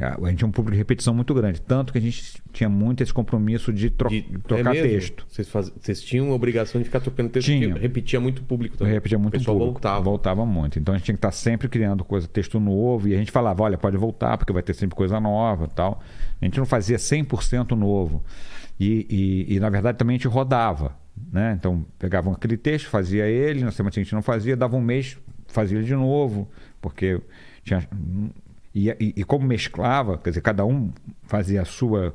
[SPEAKER 3] A a gente tinha um público de repetição muito grande. Tanto que a gente tinha muito esse compromisso de, tro-
[SPEAKER 1] De-
[SPEAKER 3] trocar
[SPEAKER 1] é mesmo?
[SPEAKER 3] texto.
[SPEAKER 1] Vocês, faz... Vocês tinham a obrigação de ficar trocando texto,
[SPEAKER 3] Tinha.
[SPEAKER 1] porque repetia muito público
[SPEAKER 3] Eu
[SPEAKER 1] também.
[SPEAKER 3] repetia é muito
[SPEAKER 1] o pessoal
[SPEAKER 3] público.
[SPEAKER 1] voltava.
[SPEAKER 3] muito. Então a gente tinha que estar sempre criando coisa, texto novo. E a gente falava, olha, pode voltar, porque vai ter sempre coisa nova tal. A gente não fazia 100% novo. E, e- e, na verdade também a gente rodava. Né? Então pegavam aquele texto, fazia ele, na semana seguinte não fazia, dava um mês, fazia ele de novo, porque tinha. E, e- e como mesclava, quer dizer, cada um fazia a sua,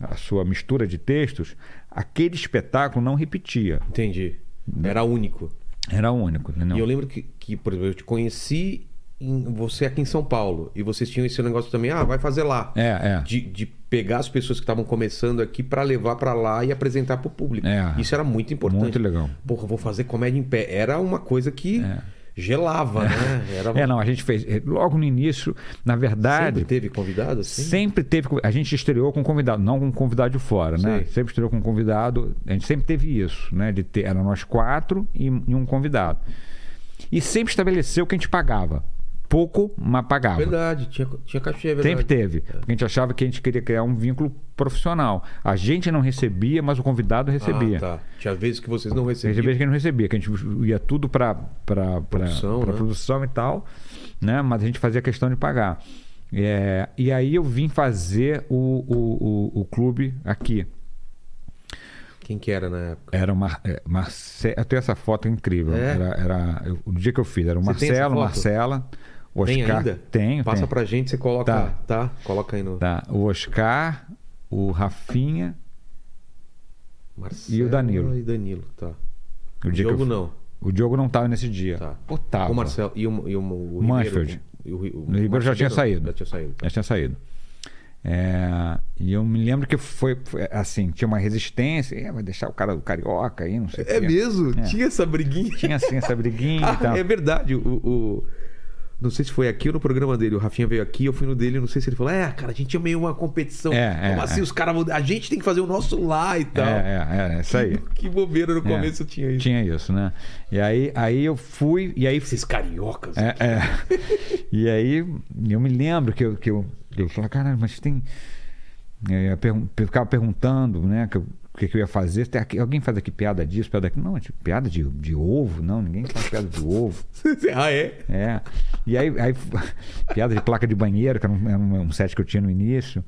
[SPEAKER 3] a sua mistura de textos, aquele espetáculo não repetia.
[SPEAKER 1] Entendi.
[SPEAKER 3] Né?
[SPEAKER 1] Era único.
[SPEAKER 3] Era único. Entendeu?
[SPEAKER 1] E eu lembro que, que, por exemplo, eu te conheci em, você aqui em São Paulo. E vocês tinham esse negócio também, ah, vai fazer lá.
[SPEAKER 3] É, é.
[SPEAKER 1] De, de pegar as pessoas que estavam começando aqui pra levar pra lá e apresentar pro público.
[SPEAKER 3] É.
[SPEAKER 1] Isso era muito importante.
[SPEAKER 3] Muito legal.
[SPEAKER 1] Porra, vou fazer comédia em pé. Era uma coisa que. gelava, né? Era...
[SPEAKER 3] É, não, a gente fez. eh, Logo no início, na verdade.
[SPEAKER 1] Sempre teve convidado assim?
[SPEAKER 3] Sempre teve. A gente estreou com um convidado, não com convidado de fora, né?
[SPEAKER 1] Sim.
[SPEAKER 3] Sempre estreou com convidado. A gente sempre teve isso, né? De ter, eram nós quatro e, e um convidado. E sempre estabeleceu que a gente pagava. Pouco, mas pagava.
[SPEAKER 1] Verdade, tinha, tinha cachê, é verdade.
[SPEAKER 3] Sempre teve. Porque a gente achava que a gente queria criar um vínculo profissional. A gente não recebia, mas o convidado recebia.
[SPEAKER 1] Ah, tá. Tinha vezes que vocês não
[SPEAKER 3] Tem
[SPEAKER 1] recebiam.
[SPEAKER 3] cerveja que não recebia, que a gente ia tudo para produção,
[SPEAKER 1] Produção, né?
[SPEAKER 3] produção e tal, né? Mas a gente fazia questão de pagar. É, e aí eu vim fazer o, o, o, o clube aqui.
[SPEAKER 1] Quem que era na época?
[SPEAKER 3] Era o Mar, é, Marce- eu tenho essa foto incrível.
[SPEAKER 1] É?
[SPEAKER 3] Era, era eu- o dia que eu fiz era o
[SPEAKER 1] Você tem essa
[SPEAKER 3] Marcelo,
[SPEAKER 1] foto?
[SPEAKER 3] Marcela, Oscar.
[SPEAKER 1] Tem ainda?
[SPEAKER 3] Tenho.
[SPEAKER 1] Passa
[SPEAKER 3] tenho.
[SPEAKER 1] pra gente, você coloca.
[SPEAKER 3] Tá.
[SPEAKER 1] Tá. Coloca aí no.
[SPEAKER 3] Tá, O Oscar, o Rafinha,
[SPEAKER 1] Marcelo
[SPEAKER 3] E o Danilo.
[SPEAKER 1] E Danilo, tá.
[SPEAKER 3] o dia
[SPEAKER 1] Diogo
[SPEAKER 3] que eu,
[SPEAKER 1] não.
[SPEAKER 3] o Diogo não tava nesse dia.
[SPEAKER 1] Tá.
[SPEAKER 3] Pô, tava.
[SPEAKER 1] O Marcelo e o, e o, o
[SPEAKER 3] Mansfield.
[SPEAKER 1] Ribeiro. E o, o-
[SPEAKER 3] O Ribeiro já tinha
[SPEAKER 1] não,
[SPEAKER 3] saído.
[SPEAKER 1] Já tinha saído. tá.
[SPEAKER 3] Já tinha saído. É, e eu me lembro que foi, foi assim, tinha uma resistência, é, vai deixar o cara o carioca aí, não sei o
[SPEAKER 1] É
[SPEAKER 3] quê.
[SPEAKER 1] mesmo?
[SPEAKER 3] É.
[SPEAKER 1] Tinha essa briguinha.
[SPEAKER 3] Tinha assim essa briguinha
[SPEAKER 1] [LAUGHS]
[SPEAKER 3] e
[SPEAKER 1] Ah,
[SPEAKER 3] tal.
[SPEAKER 1] é verdade. O, o- Não sei se foi aqui ou no programa dele. O Rafinha veio aqui, eu fui no dele. Não sei se ele falou. É, cara, a gente é meio uma competição.
[SPEAKER 3] É, é,
[SPEAKER 1] Como assim?
[SPEAKER 3] é.
[SPEAKER 1] Os caras vão- A gente tem que fazer o nosso lá e
[SPEAKER 3] É,
[SPEAKER 1] tal.
[SPEAKER 3] é, é, é, isso aí.
[SPEAKER 1] [LAUGHS] Que bobeira no
[SPEAKER 3] É.
[SPEAKER 1] começo tinha isso.
[SPEAKER 3] Tinha isso, né? E aí, aí eu fui, e aí
[SPEAKER 1] Esses cariocas.
[SPEAKER 3] É, é. E aí, eu me lembro que eu, que eu, eu falava, caralho, mas tem. é, Eu pergun- eu ficava perguntando, né? que eu- O que, que eu ia fazer? Tem aqui- alguém faz aqui piada disso, piada daquilo? Não, tipo, piada de, de ovo? Não, ninguém faz piada de ovo.
[SPEAKER 1] [LAUGHS] ah, é?
[SPEAKER 3] É. E aí, [LAUGHS] aí piada de placa de banheiro, que era um, era um set que eu tinha no início.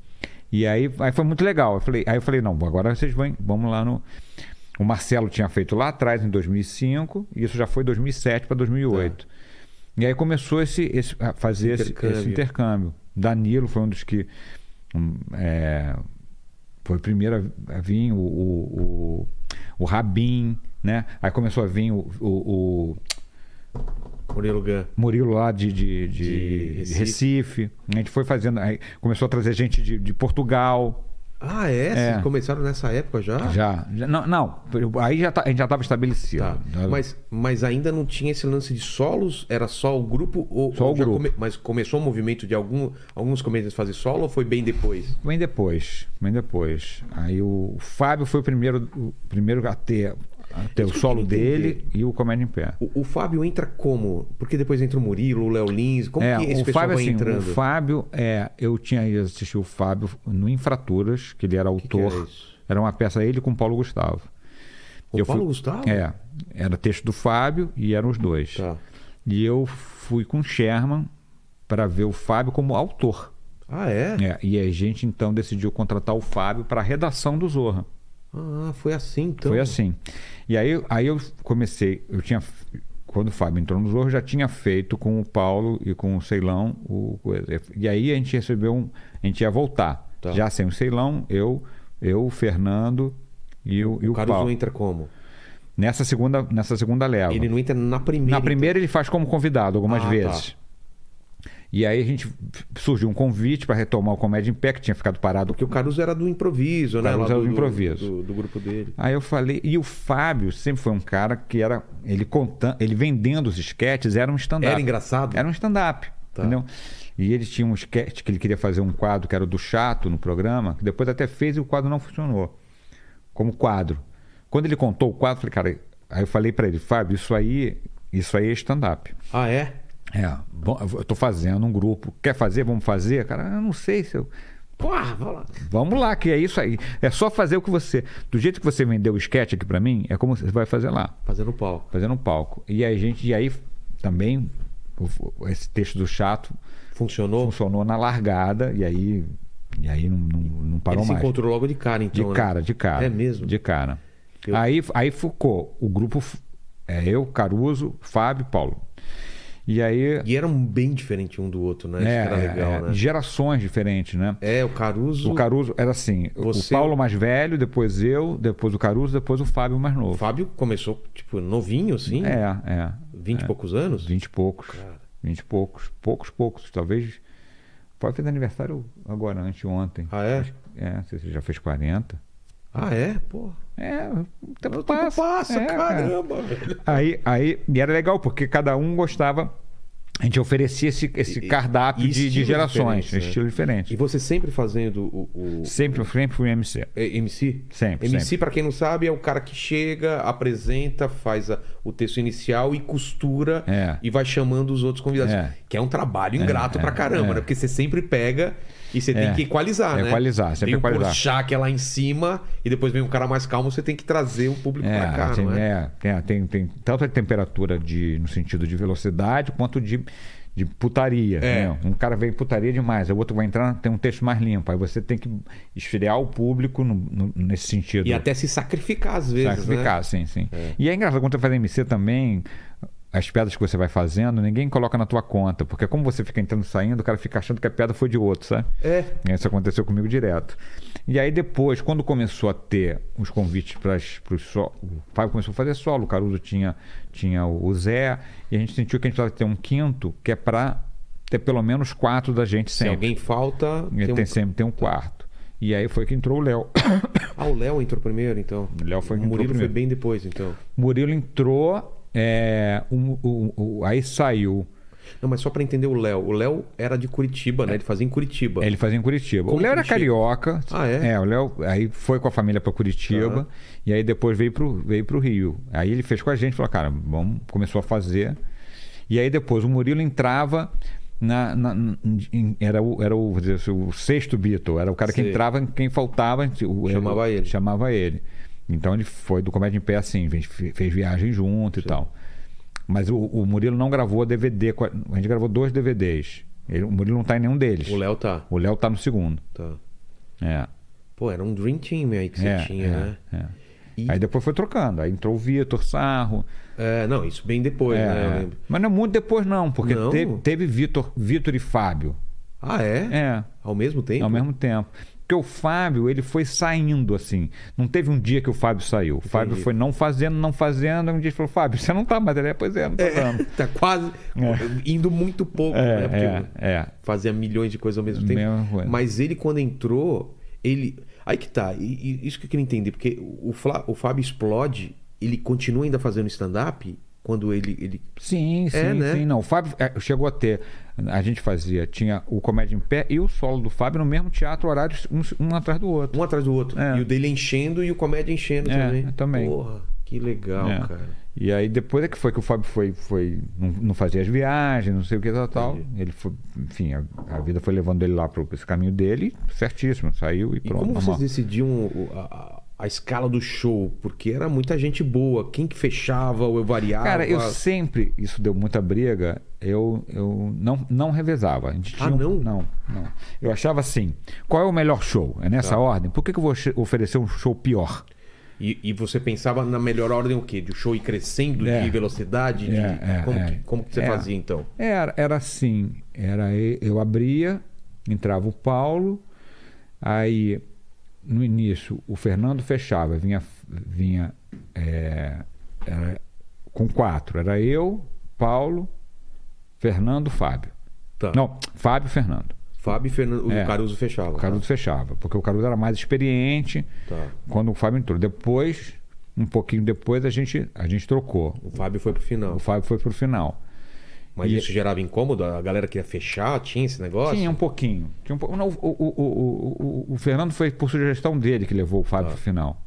[SPEAKER 3] E aí, aí foi muito legal. Eu falei, aí eu falei, não, agora vocês vão, vamos lá no. O Marcelo tinha feito lá atrás, em 2005, e isso já foi 2007 para 2008. E aí começou esse, esse, a fazer esse
[SPEAKER 1] Intercâmbio.
[SPEAKER 3] esse intercâmbio. Danilo foi um dos que. hum, é, foi o primeiro a a vir o, o, o, o Rabin, né? Aí começou a vir o- o- o
[SPEAKER 1] Murilo Gun.
[SPEAKER 3] Murilo lá de, de, de-
[SPEAKER 1] De
[SPEAKER 3] de
[SPEAKER 1] Recife.
[SPEAKER 3] Recife. A gente foi fazendo. Aí começou a trazer gente de, de Portugal.
[SPEAKER 1] Ah, é?
[SPEAKER 3] É.
[SPEAKER 1] Vocês começaram nessa época já?
[SPEAKER 3] Já. já- Não, não, aí já tá- a gente já estava estabelecido.
[SPEAKER 1] Tá.
[SPEAKER 3] Já-
[SPEAKER 1] Mas, mas ainda não tinha esse lance de solos? Era só o grupo? Ou,
[SPEAKER 3] Só
[SPEAKER 1] ou
[SPEAKER 3] o
[SPEAKER 1] já
[SPEAKER 3] grupo.
[SPEAKER 1] mas começou o movimento de algum, alguns comediantes fazer solo ou foi bem depois?
[SPEAKER 3] Bem depois. Bem depois. Aí o, Fábio foi o primeiro, o primeiro a ter, a ter o
[SPEAKER 1] que eu
[SPEAKER 3] solo
[SPEAKER 1] queria entender.
[SPEAKER 3] dele e o Comédia em Pé.
[SPEAKER 1] O, o Fábio entra como? Porque depois entra o Murilo, o Léo Lins. Como
[SPEAKER 3] é,
[SPEAKER 1] que esse
[SPEAKER 3] o
[SPEAKER 1] pessoal
[SPEAKER 3] Fábio,
[SPEAKER 1] vai
[SPEAKER 3] assim,
[SPEAKER 1] entrando?
[SPEAKER 3] o Fábio, é, eu tinha ido assistir o Fábio no Infraturas, que ele era
[SPEAKER 1] que
[SPEAKER 3] autor.
[SPEAKER 1] era isso?
[SPEAKER 3] era uma peça ele com o Paulo Gustavo.
[SPEAKER 1] O Paulo Gustavo?
[SPEAKER 3] É, era texto do Fábio e eram os dois.
[SPEAKER 1] Tá.
[SPEAKER 3] E eu fui com o Sherman para ver o Fábio
[SPEAKER 1] [LAUGHS]
[SPEAKER 3] como autor.
[SPEAKER 1] Ah, é?
[SPEAKER 3] É, e a gente então decidiu contratar o Fábio para a redação do Zorra.
[SPEAKER 1] Ah, foi assim então.
[SPEAKER 3] Foi assim. E aí, aí eu comecei, eu tinha. Quando o Fábio entrou no Zorro, eu já tinha feito com o Paulo e com o Ceilão o coisa. E aí a gente recebeu um. A gente ia voltar.
[SPEAKER 1] Tá.
[SPEAKER 3] Já sem o Ceilão, eu, eu, o Fernando e o, e o,
[SPEAKER 1] O Caruso
[SPEAKER 3] Paulo.
[SPEAKER 1] entra como?
[SPEAKER 3] Nessa segunda, nessa segunda leva.
[SPEAKER 1] Ele não entra na primeira. então.
[SPEAKER 3] Na primeira ele faz como convidado algumas
[SPEAKER 1] Ah, tá.
[SPEAKER 3] vezes. E aí a gente surgiu um convite para retomar o Comédia em Pé, que tinha ficado parado.
[SPEAKER 1] Porque o Caruso era do improviso, né?
[SPEAKER 3] Caruso
[SPEAKER 1] Lá
[SPEAKER 3] era do improviso.
[SPEAKER 1] Do, do grupo dele.
[SPEAKER 3] Aí eu falei, e o Fábio sempre foi um cara que era. Ele contando, ele vendendo os esquetes, era um stand-up.
[SPEAKER 1] Era engraçado?
[SPEAKER 3] Era um stand-up.
[SPEAKER 1] Tá.
[SPEAKER 3] Entendeu? E ele tinha um esquete que ele queria fazer um quadro que era o do chato no programa, que depois até fez e o quadro não funcionou. Como quadro. Quando ele contou o quadro, eu falei, cara, aí eu falei para ele, Fábio, isso aí, isso aí é stand-up.
[SPEAKER 1] Ah, é?
[SPEAKER 3] É, bom, eu tô fazendo um grupo. Quer fazer? Vamos fazer? Cara, eu não sei se eu.
[SPEAKER 1] Porra, vai lá.
[SPEAKER 3] Vamos lá, que é isso aí. É só fazer o que você. Do jeito que você vendeu o sketch aqui pra mim, é como você vai fazer lá,
[SPEAKER 1] Fazendo palco.
[SPEAKER 3] fazendo um palco. E aí, gente, e aí também o- o- esse texto do chato
[SPEAKER 1] Funcionou?
[SPEAKER 3] funcionou na largada, e aí, e aí não, não, não parou
[SPEAKER 1] Ele se
[SPEAKER 3] mais.
[SPEAKER 1] encontrou logo de cara,
[SPEAKER 3] De
[SPEAKER 1] então. né?
[SPEAKER 3] cara, de cara.
[SPEAKER 1] É mesmo?
[SPEAKER 3] De cara.
[SPEAKER 1] Eu-
[SPEAKER 3] Aí, aí ficou o grupo. f- É eu, Caruso, Fábio e Paulo. E aí.
[SPEAKER 1] E eram bem diferentes um do outro, né? Isso
[SPEAKER 3] É,
[SPEAKER 1] que era
[SPEAKER 3] é,
[SPEAKER 1] legal,
[SPEAKER 3] é,
[SPEAKER 1] né?
[SPEAKER 3] Gerações diferentes, né?
[SPEAKER 1] É, o Caruso.
[SPEAKER 3] O Caruso era assim,
[SPEAKER 1] Você-
[SPEAKER 3] o Paulo mais velho, depois eu, depois o Caruso, depois o Fábio mais
[SPEAKER 1] O
[SPEAKER 3] novo.
[SPEAKER 1] Fábio começou, tipo, novinho, assim.
[SPEAKER 3] É, é.
[SPEAKER 1] Vinte e poucos anos?
[SPEAKER 3] Vinte e poucos.
[SPEAKER 1] Cara.
[SPEAKER 3] Vinte e poucos. Poucos, poucos. Talvez. Pode fez aniversário agora, anteontem.
[SPEAKER 1] Ah, é?
[SPEAKER 3] É, não sei se ele já fez 40.
[SPEAKER 1] Ah, é? Pô.
[SPEAKER 3] É, o tempo
[SPEAKER 1] O tempo
[SPEAKER 3] passa.
[SPEAKER 1] passa,
[SPEAKER 3] É, cara.
[SPEAKER 1] caramba. velho.
[SPEAKER 3] Aí, aí, e era legal, porque cada um gostava. A gente oferecia esse, esse
[SPEAKER 1] E- e-
[SPEAKER 3] cardápio
[SPEAKER 1] e
[SPEAKER 3] de, de
[SPEAKER 1] estilos
[SPEAKER 3] gerações,
[SPEAKER 1] diferentes, né?
[SPEAKER 3] estilo diferente.
[SPEAKER 1] E você sempre fazendo o. o-
[SPEAKER 3] Sempre, sempre fui MC.
[SPEAKER 1] é, MC?
[SPEAKER 3] Sempre,
[SPEAKER 1] MC,
[SPEAKER 3] sempre.
[SPEAKER 1] pra quem não sabe, é o cara que chega, apresenta, faz a- o texto inicial e costura
[SPEAKER 3] É.
[SPEAKER 1] e vai chamando os outros convidados.
[SPEAKER 3] É.
[SPEAKER 1] Que é um trabalho ingrato
[SPEAKER 3] é,
[SPEAKER 1] pra caramba,
[SPEAKER 3] é.
[SPEAKER 1] né? Porque você sempre pega e você tem
[SPEAKER 3] É.
[SPEAKER 1] que equalizar, né?
[SPEAKER 3] Equalizar, sempre
[SPEAKER 1] tem o
[SPEAKER 3] equalizar.
[SPEAKER 1] Porchat que é lá em cima e depois vem um cara mais calmo, você tem que trazer o público
[SPEAKER 3] É,
[SPEAKER 1] pra cá,
[SPEAKER 3] assim,
[SPEAKER 1] não é?
[SPEAKER 3] é, é, tem, tem tanto a temperatura de, no sentido de velocidade quanto de, de putaria.
[SPEAKER 1] É.
[SPEAKER 3] né? Um cara vem putaria demais, aí o outro vai entrar, tem um texto mais limpo. Aí você tem que esfriar o público no- no- nesse sentido.
[SPEAKER 1] E até se sacrificar às vezes,
[SPEAKER 3] Sacrificar,
[SPEAKER 1] né?
[SPEAKER 3] sim, sim. E é engraçado, quando você faz MC também, as piadas que você vai fazendo, ninguém coloca na tua conta. Porque como você fica entrando e saindo, o cara fica achando que a piada foi de outro, sabe?
[SPEAKER 1] É.
[SPEAKER 3] Isso aconteceu comigo direto. E aí depois, quando começou a ter os convites para os solo, o Fábio começou a fazer solo, o Caruso tinha, tinha o Zé, e a gente sentiu que a gente precisava ter um quinto, que é para ter pelo menos quatro da gente
[SPEAKER 1] Se
[SPEAKER 3] sempre.
[SPEAKER 1] alguém falta,
[SPEAKER 3] E
[SPEAKER 1] tem um-
[SPEAKER 3] tem sempre tem um quarto. E aí foi que entrou o Léo.
[SPEAKER 1] Ah, o Léo entrou primeiro, então.
[SPEAKER 3] O Léo foi
[SPEAKER 1] o
[SPEAKER 3] quem entrou
[SPEAKER 1] Murilo foi
[SPEAKER 3] primeiro.
[SPEAKER 1] bem depois, então.
[SPEAKER 3] Murilo entrou, é, um- o- o- aí saiu.
[SPEAKER 1] Não, mas só pra entender o Léo. O Léo era de Curitiba, né? Ele fazia em Curitiba.
[SPEAKER 3] É. Ele fazia em Curitiba.
[SPEAKER 1] Como
[SPEAKER 3] o Léo era
[SPEAKER 1] Curitiba?
[SPEAKER 3] carioca.
[SPEAKER 1] Ah, é?
[SPEAKER 3] o Léo aí foi com a família para Curitiba e aí depois veio pro, veio pro Rio. Aí ele fez com a gente, falou, cara, vamos, começou a fazer. E aí depois o Murilo entrava na, na- em- era o, era o, vou dizer assim, o sexto Beatle, era o cara que
[SPEAKER 1] Sei.
[SPEAKER 3] entrava, quem faltava, o-
[SPEAKER 1] Chamava
[SPEAKER 3] era-
[SPEAKER 1] ele.
[SPEAKER 3] Chamava ele. Então ele foi do Comédia em Pé assim, fez, fez viagem junto e tal. Mas o, o Murilo não gravou DVD, com a a gente gravou dois DVDs. Ele- o Murilo não tá em nenhum deles.
[SPEAKER 1] O Léo tá.
[SPEAKER 3] O Léo tá no segundo.
[SPEAKER 1] tá.
[SPEAKER 3] É.
[SPEAKER 1] Pô, era um Dream Team aí que você
[SPEAKER 3] é,
[SPEAKER 1] tinha,
[SPEAKER 3] é,
[SPEAKER 1] né?
[SPEAKER 3] é.
[SPEAKER 1] E-
[SPEAKER 3] Aí depois foi trocando. Aí entrou o Vitor Sarro.
[SPEAKER 1] É, não, isso bem depois,
[SPEAKER 3] É,
[SPEAKER 1] né? Eu
[SPEAKER 3] é.
[SPEAKER 1] lembro.
[SPEAKER 3] Mas não muito depois, não, porque
[SPEAKER 1] Não?
[SPEAKER 3] teve, teve Vitor, Vitor e Fábio.
[SPEAKER 1] Ah, é?
[SPEAKER 3] É.
[SPEAKER 1] Ao mesmo tempo?
[SPEAKER 3] Ao mesmo tempo. Porque o Fábio, ele foi saindo assim. Não teve um dia que o Fábio saiu. O Fábio foi não fazendo, não fazendo. Aí um dia ele falou: Fábio, você não tá mais. Ele é, pois é, não tá
[SPEAKER 1] [LAUGHS]
[SPEAKER 3] dando.
[SPEAKER 1] [LAUGHS] Tá quase indo muito pouco, né? Porque
[SPEAKER 3] É, é, é.
[SPEAKER 1] fazia milhões de coisas ao mesmo tempo.
[SPEAKER 3] Mesma coisa.
[SPEAKER 1] Mas ele, quando entrou, ele. Aí que tá, e- e isso que eu queria entender, porque o, Fla... o Fábio explode, ele continua ainda fazendo stand-up quando ele. ele...
[SPEAKER 3] Sim, sim,
[SPEAKER 1] né?
[SPEAKER 3] sim. Não, o Fábio é, chegou a ter. A gente fazia, tinha o Comédia em Pé e o solo do Fábio no mesmo teatro, horários um, um atrás do outro.
[SPEAKER 1] Um atrás do outro.
[SPEAKER 3] É.
[SPEAKER 1] E o dele enchendo e o comédia enchendo
[SPEAKER 3] É,
[SPEAKER 1] também.
[SPEAKER 3] eu também.
[SPEAKER 1] Porra, que legal,
[SPEAKER 3] É.
[SPEAKER 1] cara.
[SPEAKER 3] E aí depois é que foi que o Fábio foi, foi não, não fazia as viagens, não sei o que tal, tal. Ele foi, enfim, a, a vida foi levando ele lá para esse caminho dele, certíssimo, saiu e
[SPEAKER 1] E
[SPEAKER 3] pronto. tá
[SPEAKER 1] como vocês
[SPEAKER 3] normal.
[SPEAKER 1] decidiam o- a, a- a escala do show? Porque era muita gente boa. Quem que fechava ou eu variava?
[SPEAKER 3] Cara, eu sempre, isso deu muita briga, eu, eu não, não revezava. A gente
[SPEAKER 1] Ah,
[SPEAKER 3] tinha um-
[SPEAKER 1] não?
[SPEAKER 3] Não, não. Eu achava assim, qual é o melhor show? É nessa
[SPEAKER 1] Tá.
[SPEAKER 3] ordem? Por que, que eu vou che- oferecer um show pior?
[SPEAKER 1] E, e você pensava na melhor ordem o quê? De show ir crescendo,
[SPEAKER 3] É.
[SPEAKER 1] de velocidade? de-
[SPEAKER 3] É, é,
[SPEAKER 1] como,
[SPEAKER 3] é.
[SPEAKER 1] que- como que você
[SPEAKER 3] É.
[SPEAKER 1] fazia então?
[SPEAKER 3] Era, era assim, era e- eu abria, entrava o Paulo, aí no início o Fernando fechava, vinha vinha é, era com quatro, era eu, Paulo, Fernando, Fábio.
[SPEAKER 1] Tá.
[SPEAKER 3] Não, Fábio, Fernando.
[SPEAKER 1] Fábio e Fernando,
[SPEAKER 3] É.
[SPEAKER 1] o Caruso fechava.
[SPEAKER 3] O Caruso fechava, porque o Caruso era mais experiente
[SPEAKER 1] Tá.
[SPEAKER 3] quando o Fábio entrou. Depois, um pouquinho depois a gente a gente trocou.
[SPEAKER 1] O Fábio foi pro final.
[SPEAKER 3] O Fábio foi pro final.
[SPEAKER 1] Mas
[SPEAKER 3] E-
[SPEAKER 1] isso gerava incômodo? A galera queria fechar? Tinha esse negócio?
[SPEAKER 3] Tinha um pouquinho. Tinha um pou- Não, o, o- o- o- o Fernando foi por sugestão dele que levou o Fábio pro final.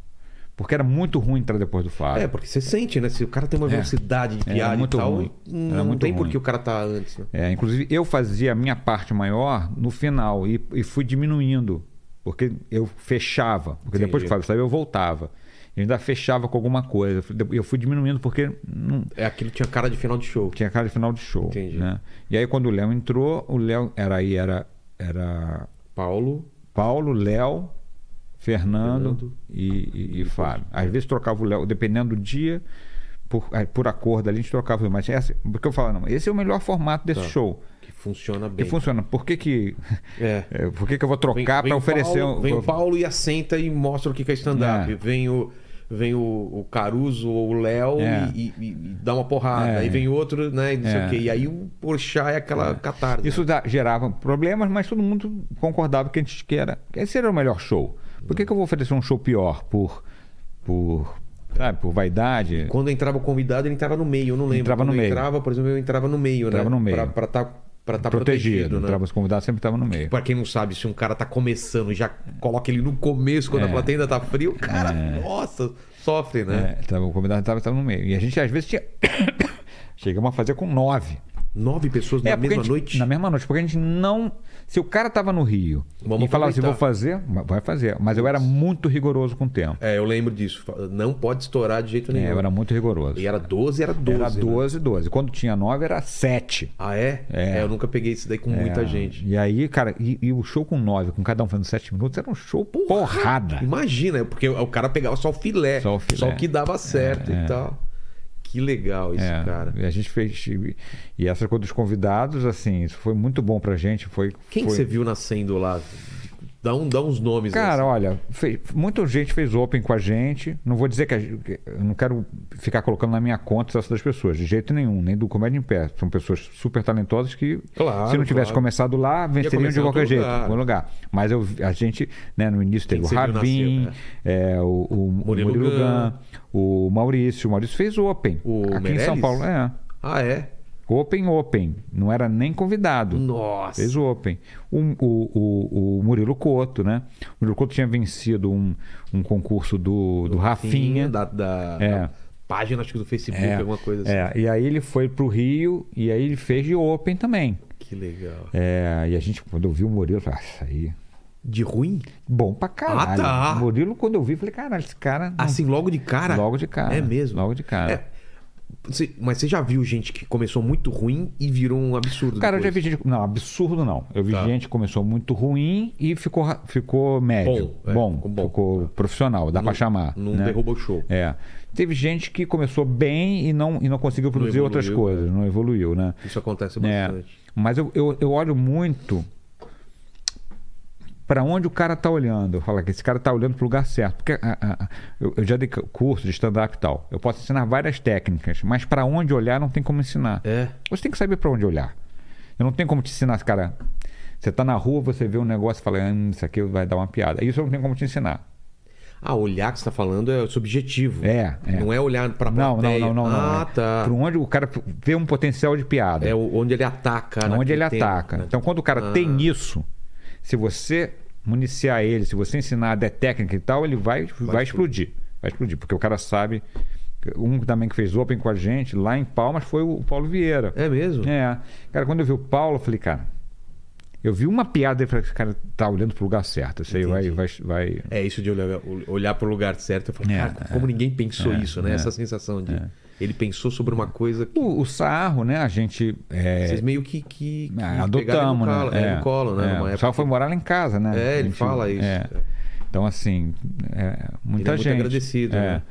[SPEAKER 3] Porque era muito ruim entrar depois do Fábio.
[SPEAKER 1] Tá. É, porque você sente, né? Se o cara tem uma velocidade de
[SPEAKER 3] É. Era
[SPEAKER 1] piada
[SPEAKER 3] muito
[SPEAKER 1] e tal,
[SPEAKER 3] ruim. Era
[SPEAKER 1] não
[SPEAKER 3] muito
[SPEAKER 1] tem por
[SPEAKER 3] ruim.
[SPEAKER 1] que o cara tá antes, né?
[SPEAKER 3] É, inclusive, eu fazia a minha parte maior no final e, e fui diminuindo. Porque eu fechava. Porque depois
[SPEAKER 1] Entendi.
[SPEAKER 3] que o Fábio saiu, eu voltava. Eu ainda fechava com alguma coisa. Eu fui- Eu fui diminuindo porque não,
[SPEAKER 1] É aquilo que tinha cara de final de show.
[SPEAKER 3] Tinha cara de final de show.
[SPEAKER 1] Entendi.
[SPEAKER 3] né? E aí quando o Léo entrou, o Léo era aí, era, era
[SPEAKER 1] Paulo,
[SPEAKER 3] Paulo, Léo, Fernando,
[SPEAKER 1] Fernando.
[SPEAKER 3] e, e- e Fábio. Às vezes trocava o Léo, dependendo do dia, por, aí, por acordo ali, a gente trocava. Mas essa, porque eu falo, não, esse é o melhor formato desse show.
[SPEAKER 1] que funciona
[SPEAKER 3] Que
[SPEAKER 1] Tá. bem.
[SPEAKER 3] funciona. Por que que, [LAUGHS]
[SPEAKER 1] É.
[SPEAKER 3] é, por que que eu vou
[SPEAKER 1] Vem-
[SPEAKER 3] trocar
[SPEAKER 1] vem
[SPEAKER 3] para
[SPEAKER 1] o
[SPEAKER 3] oferecer...
[SPEAKER 1] Paulo,
[SPEAKER 3] um-
[SPEAKER 1] Vem o
[SPEAKER 3] vou-
[SPEAKER 1] Paulo e assenta e mostra o que que é stand-up.
[SPEAKER 3] É.
[SPEAKER 1] Vem, o, vem o, o Caruso ou o Léo
[SPEAKER 3] É.
[SPEAKER 1] e, e- e dá uma porrada.
[SPEAKER 3] É.
[SPEAKER 1] Aí vem outro, né? E não sei
[SPEAKER 3] É.
[SPEAKER 1] o quê. E aí o Porchat é aquela catarse.
[SPEAKER 3] Isso da- gerava problemas, mas todo mundo concordava que a gente que era. que Esse era o melhor show. Por que, que eu vou oferecer um show pior? Por. por sabe, por vaidade?
[SPEAKER 1] Quando entrava o convidado, ele entrava no meio, eu não lembro.
[SPEAKER 3] Entrava
[SPEAKER 1] Quando
[SPEAKER 3] no meio.
[SPEAKER 1] entrava, por exemplo, eu entrava no meio, né?
[SPEAKER 3] Entrava no meio.
[SPEAKER 1] Pra, pra tá, pra tá
[SPEAKER 3] protegido.
[SPEAKER 1] protegido, né?
[SPEAKER 3] entrava os convidados, sempre estava no meio.
[SPEAKER 1] Pra quem não sabe, se um cara tá começando e já coloca ele no começo, quando
[SPEAKER 3] É.
[SPEAKER 1] a plateia ainda tá fria, o cara, nossa, sofre, né?
[SPEAKER 3] É, tava, o convidado estava no meio. E a gente, às vezes, tinha. [COUGHS] Chegamos a fazer com nove. É,
[SPEAKER 1] Nove pessoas na
[SPEAKER 3] porque a
[SPEAKER 1] mesma
[SPEAKER 3] gente-
[SPEAKER 1] noite.
[SPEAKER 3] Na mesma noite, porque a gente não. Se o cara tava no Rio
[SPEAKER 1] Vamos
[SPEAKER 3] e falava assim,
[SPEAKER 1] aproveitar.
[SPEAKER 3] vou fazer, vai fazer. Mas eu era muito rigoroso com o tempo.
[SPEAKER 1] É, eu lembro disso. Fa- Não pode estourar de jeito
[SPEAKER 3] É,
[SPEAKER 1] nenhum.
[SPEAKER 3] eu era muito rigoroso.
[SPEAKER 1] E era 12, era 12.
[SPEAKER 3] era
[SPEAKER 1] né?
[SPEAKER 3] 12, 12. Quando tinha 9, era 7.
[SPEAKER 1] Ah, é?
[SPEAKER 3] É.
[SPEAKER 1] Eu nunca peguei isso daí com muita gente.
[SPEAKER 3] E aí, cara, e, e o show com 9, com cada um fazendo 7 minutos, era um show porrada.
[SPEAKER 1] Imagina, porque o cara pegava só o filé.
[SPEAKER 3] Só o filé.
[SPEAKER 1] que dava certo e tal. Que legal isso,
[SPEAKER 3] É,
[SPEAKER 1] cara.
[SPEAKER 3] e a gente fez. E, e essa coisa dos convidados, assim, isso foi muito bom pra gente. Foi,
[SPEAKER 1] Quem
[SPEAKER 3] foi...
[SPEAKER 1] que você viu nascendo lá? Dá, um, dá uns nomes.
[SPEAKER 3] Cara, olha, fez- muita gente fez open com a gente. Não vou dizer que a gente- que- eu não quero ficar colocando na minha conta essas das pessoas, de jeito nenhum, nem do Comédia em Pé. São pessoas super talentosas que,
[SPEAKER 1] Claro,
[SPEAKER 3] se não tivesse
[SPEAKER 1] claro.
[SPEAKER 3] começado lá, venceriam
[SPEAKER 1] começar
[SPEAKER 3] de
[SPEAKER 1] em
[SPEAKER 3] qualquer
[SPEAKER 1] outro
[SPEAKER 3] jeito,
[SPEAKER 1] lugar.
[SPEAKER 3] em algum lugar. Mas eu- a gente, né, no início teve
[SPEAKER 1] Quem
[SPEAKER 3] o
[SPEAKER 1] que você viu
[SPEAKER 3] Rabin,
[SPEAKER 1] nascer,
[SPEAKER 3] é, o, o
[SPEAKER 1] né? Murilo
[SPEAKER 3] Murilo,
[SPEAKER 1] Gun.
[SPEAKER 3] Gun, o Maurício. O Maurício fez open.
[SPEAKER 1] O
[SPEAKER 3] aqui em São
[SPEAKER 1] Meirelles?
[SPEAKER 3] Paulo, é.
[SPEAKER 1] Ah, é?
[SPEAKER 3] Open, open. Não era nem convidado.
[SPEAKER 1] Nossa.
[SPEAKER 3] Fez o Open. O, o, o, o Murilo Couto, né? O Murilo Couto tinha vencido um, um concurso do, do Rafinha.
[SPEAKER 1] Da, da-
[SPEAKER 3] É.
[SPEAKER 1] da página, acho que do Facebook,
[SPEAKER 3] É,
[SPEAKER 1] alguma coisa assim.
[SPEAKER 3] é, e aí ele foi pro Rio e aí ele fez de Open também.
[SPEAKER 1] Que legal.
[SPEAKER 3] É, e a gente, quando eu vi o Murilo, eu falei, ah, isso aí.
[SPEAKER 1] De ruim?
[SPEAKER 3] Bom pra caralho.
[SPEAKER 1] tá.
[SPEAKER 3] O Murilo, quando eu vi, eu falei, caralho, esse cara. não-
[SPEAKER 1] Assim, logo de cara?
[SPEAKER 3] Logo de cara.
[SPEAKER 1] É mesmo?
[SPEAKER 3] Logo de cara.
[SPEAKER 1] É. Você- Mas você já viu gente que começou muito ruim e virou um absurdo.
[SPEAKER 3] Cara, eu já vi
[SPEAKER 1] depois?
[SPEAKER 3] gente. Não, absurdo não. Eu vi
[SPEAKER 1] Tá.
[SPEAKER 3] gente que começou muito ruim e ficou, ra- ficou médio.
[SPEAKER 1] Bom, é,
[SPEAKER 3] bom,
[SPEAKER 1] ficou
[SPEAKER 3] ficou,
[SPEAKER 1] bom.
[SPEAKER 3] profissional, dá pra chamar.
[SPEAKER 1] Não
[SPEAKER 3] né?
[SPEAKER 1] derruba o show.
[SPEAKER 3] É. Teve gente que começou bem e não, e não conseguiu produzir
[SPEAKER 1] evoluiu,
[SPEAKER 3] outras coisas, não evoluiu, né?
[SPEAKER 1] Isso acontece
[SPEAKER 3] É.
[SPEAKER 1] bastante.
[SPEAKER 3] Mas eu, eu, eu olho muito para onde o cara tá olhando. Eu falo que esse cara tá olhando pro lugar certo. Porque a- a- a- eu, eu já dei c- curso de stand-up e tal. Eu posso ensinar várias técnicas, mas para onde olhar não tem como ensinar.
[SPEAKER 1] É.
[SPEAKER 3] Você tem que saber para onde olhar. Eu não tenho como te ensinar, cara. Você tá na rua, você vê um negócio e fala, hum, isso aqui vai dar uma piada. Isso eu não tenho como te ensinar.
[SPEAKER 1] Ah, olhar que você tá falando é subjetivo.
[SPEAKER 3] É, é.
[SPEAKER 1] Não é olhar pra
[SPEAKER 3] Não, não,
[SPEAKER 1] plateia.
[SPEAKER 3] não, não. É um
[SPEAKER 1] Ah,
[SPEAKER 3] não.
[SPEAKER 1] tá.
[SPEAKER 3] Por onde o cara vê um potencial de piada.
[SPEAKER 1] É o- onde ele ataca.
[SPEAKER 3] É onde
[SPEAKER 1] naquele
[SPEAKER 3] ele
[SPEAKER 1] tempo,
[SPEAKER 3] ataca.
[SPEAKER 1] né?
[SPEAKER 3] Então, quando o cara tem isso, se você municiar ele, se você ensinar a técnica e tal, ele vai, vai, explodir. Vai explodir, porque o cara sabe. Um também que fez open com a gente lá em Palmas foi o Paulo Vieira.
[SPEAKER 1] É mesmo?
[SPEAKER 3] É. Cara, quando eu vi o Paulo, eu falei, cara. Eu vi uma piada e falei, esse cara tá olhando pro lugar certo. Isso aí vai, vai, vai.
[SPEAKER 1] É isso de olhar, olhar pro lugar certo. Eu falo,
[SPEAKER 3] É,
[SPEAKER 1] cara, como ninguém pensou isso, né?
[SPEAKER 3] é.
[SPEAKER 1] Essa sensação de. Ele pensou sobre uma coisa que.
[SPEAKER 3] O, o Sarro, né? A gente. é,
[SPEAKER 1] Vocês meio que. que, que
[SPEAKER 3] Ah,
[SPEAKER 1] pegaram
[SPEAKER 3] adotamos,
[SPEAKER 1] no
[SPEAKER 3] né?
[SPEAKER 1] colo, é, no colo, né?
[SPEAKER 3] é.
[SPEAKER 1] Numa
[SPEAKER 3] O
[SPEAKER 1] época
[SPEAKER 3] pessoal foi morar lá em casa, né?
[SPEAKER 1] É, ele
[SPEAKER 3] A gente-
[SPEAKER 1] fala isso,
[SPEAKER 3] é.
[SPEAKER 1] cara.
[SPEAKER 3] Então, assim, é,
[SPEAKER 1] Ele é
[SPEAKER 3] muita
[SPEAKER 1] muito
[SPEAKER 3] gente.
[SPEAKER 1] agradecido,
[SPEAKER 3] é,
[SPEAKER 1] né?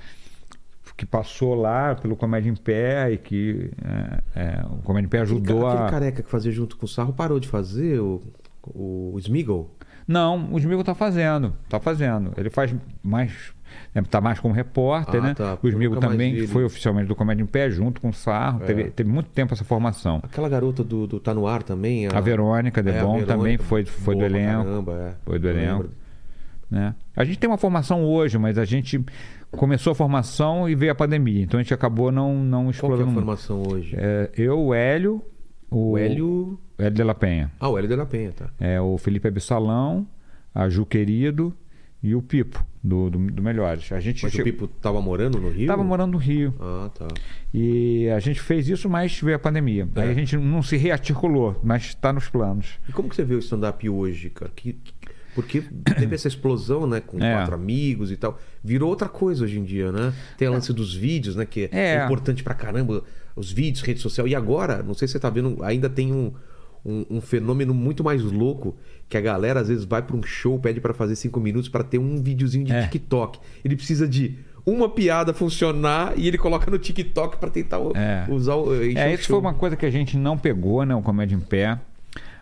[SPEAKER 3] Que passou lá pelo Comédia em Pé e que é, é, o Comédia em Pé ajudou
[SPEAKER 1] Aquele
[SPEAKER 3] a.
[SPEAKER 1] careca que fazia junto com o Sarro parou de fazer, o, o Smiggle.
[SPEAKER 3] Não, o Smigol tá fazendo, tá fazendo. Ele faz mais. né, Tá mais como repórter,
[SPEAKER 1] Ah,
[SPEAKER 3] né?
[SPEAKER 1] tá.
[SPEAKER 3] O Smigol
[SPEAKER 1] Nunca mais
[SPEAKER 3] também,
[SPEAKER 1] vi
[SPEAKER 3] que
[SPEAKER 1] ele. É.
[SPEAKER 3] foi oficialmente do Comédia em Pé, junto com o Sarro. Teve, teve muito tempo essa formação.
[SPEAKER 1] Aquela garota do, do Tá No Ar também.
[SPEAKER 3] A Verônica
[SPEAKER 1] é, a
[SPEAKER 3] Debon também
[SPEAKER 1] Verônica,
[SPEAKER 3] foi, foi do
[SPEAKER 1] boa pra
[SPEAKER 3] elenco.
[SPEAKER 1] Caramba, é.
[SPEAKER 3] Foi do
[SPEAKER 1] Eu
[SPEAKER 3] elenco.
[SPEAKER 1] lembro.
[SPEAKER 3] né? A gente tem uma formação hoje, mas a gente começou a formação e veio a pandemia. Então a gente acabou não,
[SPEAKER 1] Qual que é a
[SPEAKER 3] não explorando. muito.
[SPEAKER 1] formação hoje?
[SPEAKER 3] É, eu, o Hélio, o,
[SPEAKER 1] O Hélio...
[SPEAKER 3] Hélio de la Penha,
[SPEAKER 1] Ah, o Hélio de La Penha, tá.
[SPEAKER 3] é, o Felipe Absalão, a Ju Querido e o Pipo, do, do, do Melhores. A gente
[SPEAKER 1] Mas o Pipo tava morando no Rio?
[SPEAKER 3] estava morando no Rio.
[SPEAKER 1] Ah, tá.
[SPEAKER 3] E a gente fez isso, mas veio a pandemia. Aí
[SPEAKER 1] É.
[SPEAKER 3] a gente não se rearticulou, mas está nos planos.
[SPEAKER 1] E como que você vê o stand-up hoje, cara? Que, que- porque teve essa explosão, né? Com
[SPEAKER 3] É.
[SPEAKER 1] quatro amigos e tal. Virou outra coisa hoje em dia, né? Tem a lance dos vídeos, né? Que é,
[SPEAKER 3] É.
[SPEAKER 1] importante pra caramba. Os vídeos, rede social. E agora, não sei se você tá vendo, ainda tem um, um, um fenômeno muito mais louco que a galera às vezes vai pra um show, pede pra fazer cinco minutos pra ter um videozinho de
[SPEAKER 3] É.
[SPEAKER 1] TikTok. Ele precisa de uma piada funcionar e ele coloca no TikTok pra tentar o-
[SPEAKER 3] É.
[SPEAKER 1] usar o. encher
[SPEAKER 3] É,
[SPEAKER 1] o
[SPEAKER 3] isso
[SPEAKER 1] show.
[SPEAKER 3] foi uma coisa que a gente não pegou, né? O Comédia em Pé.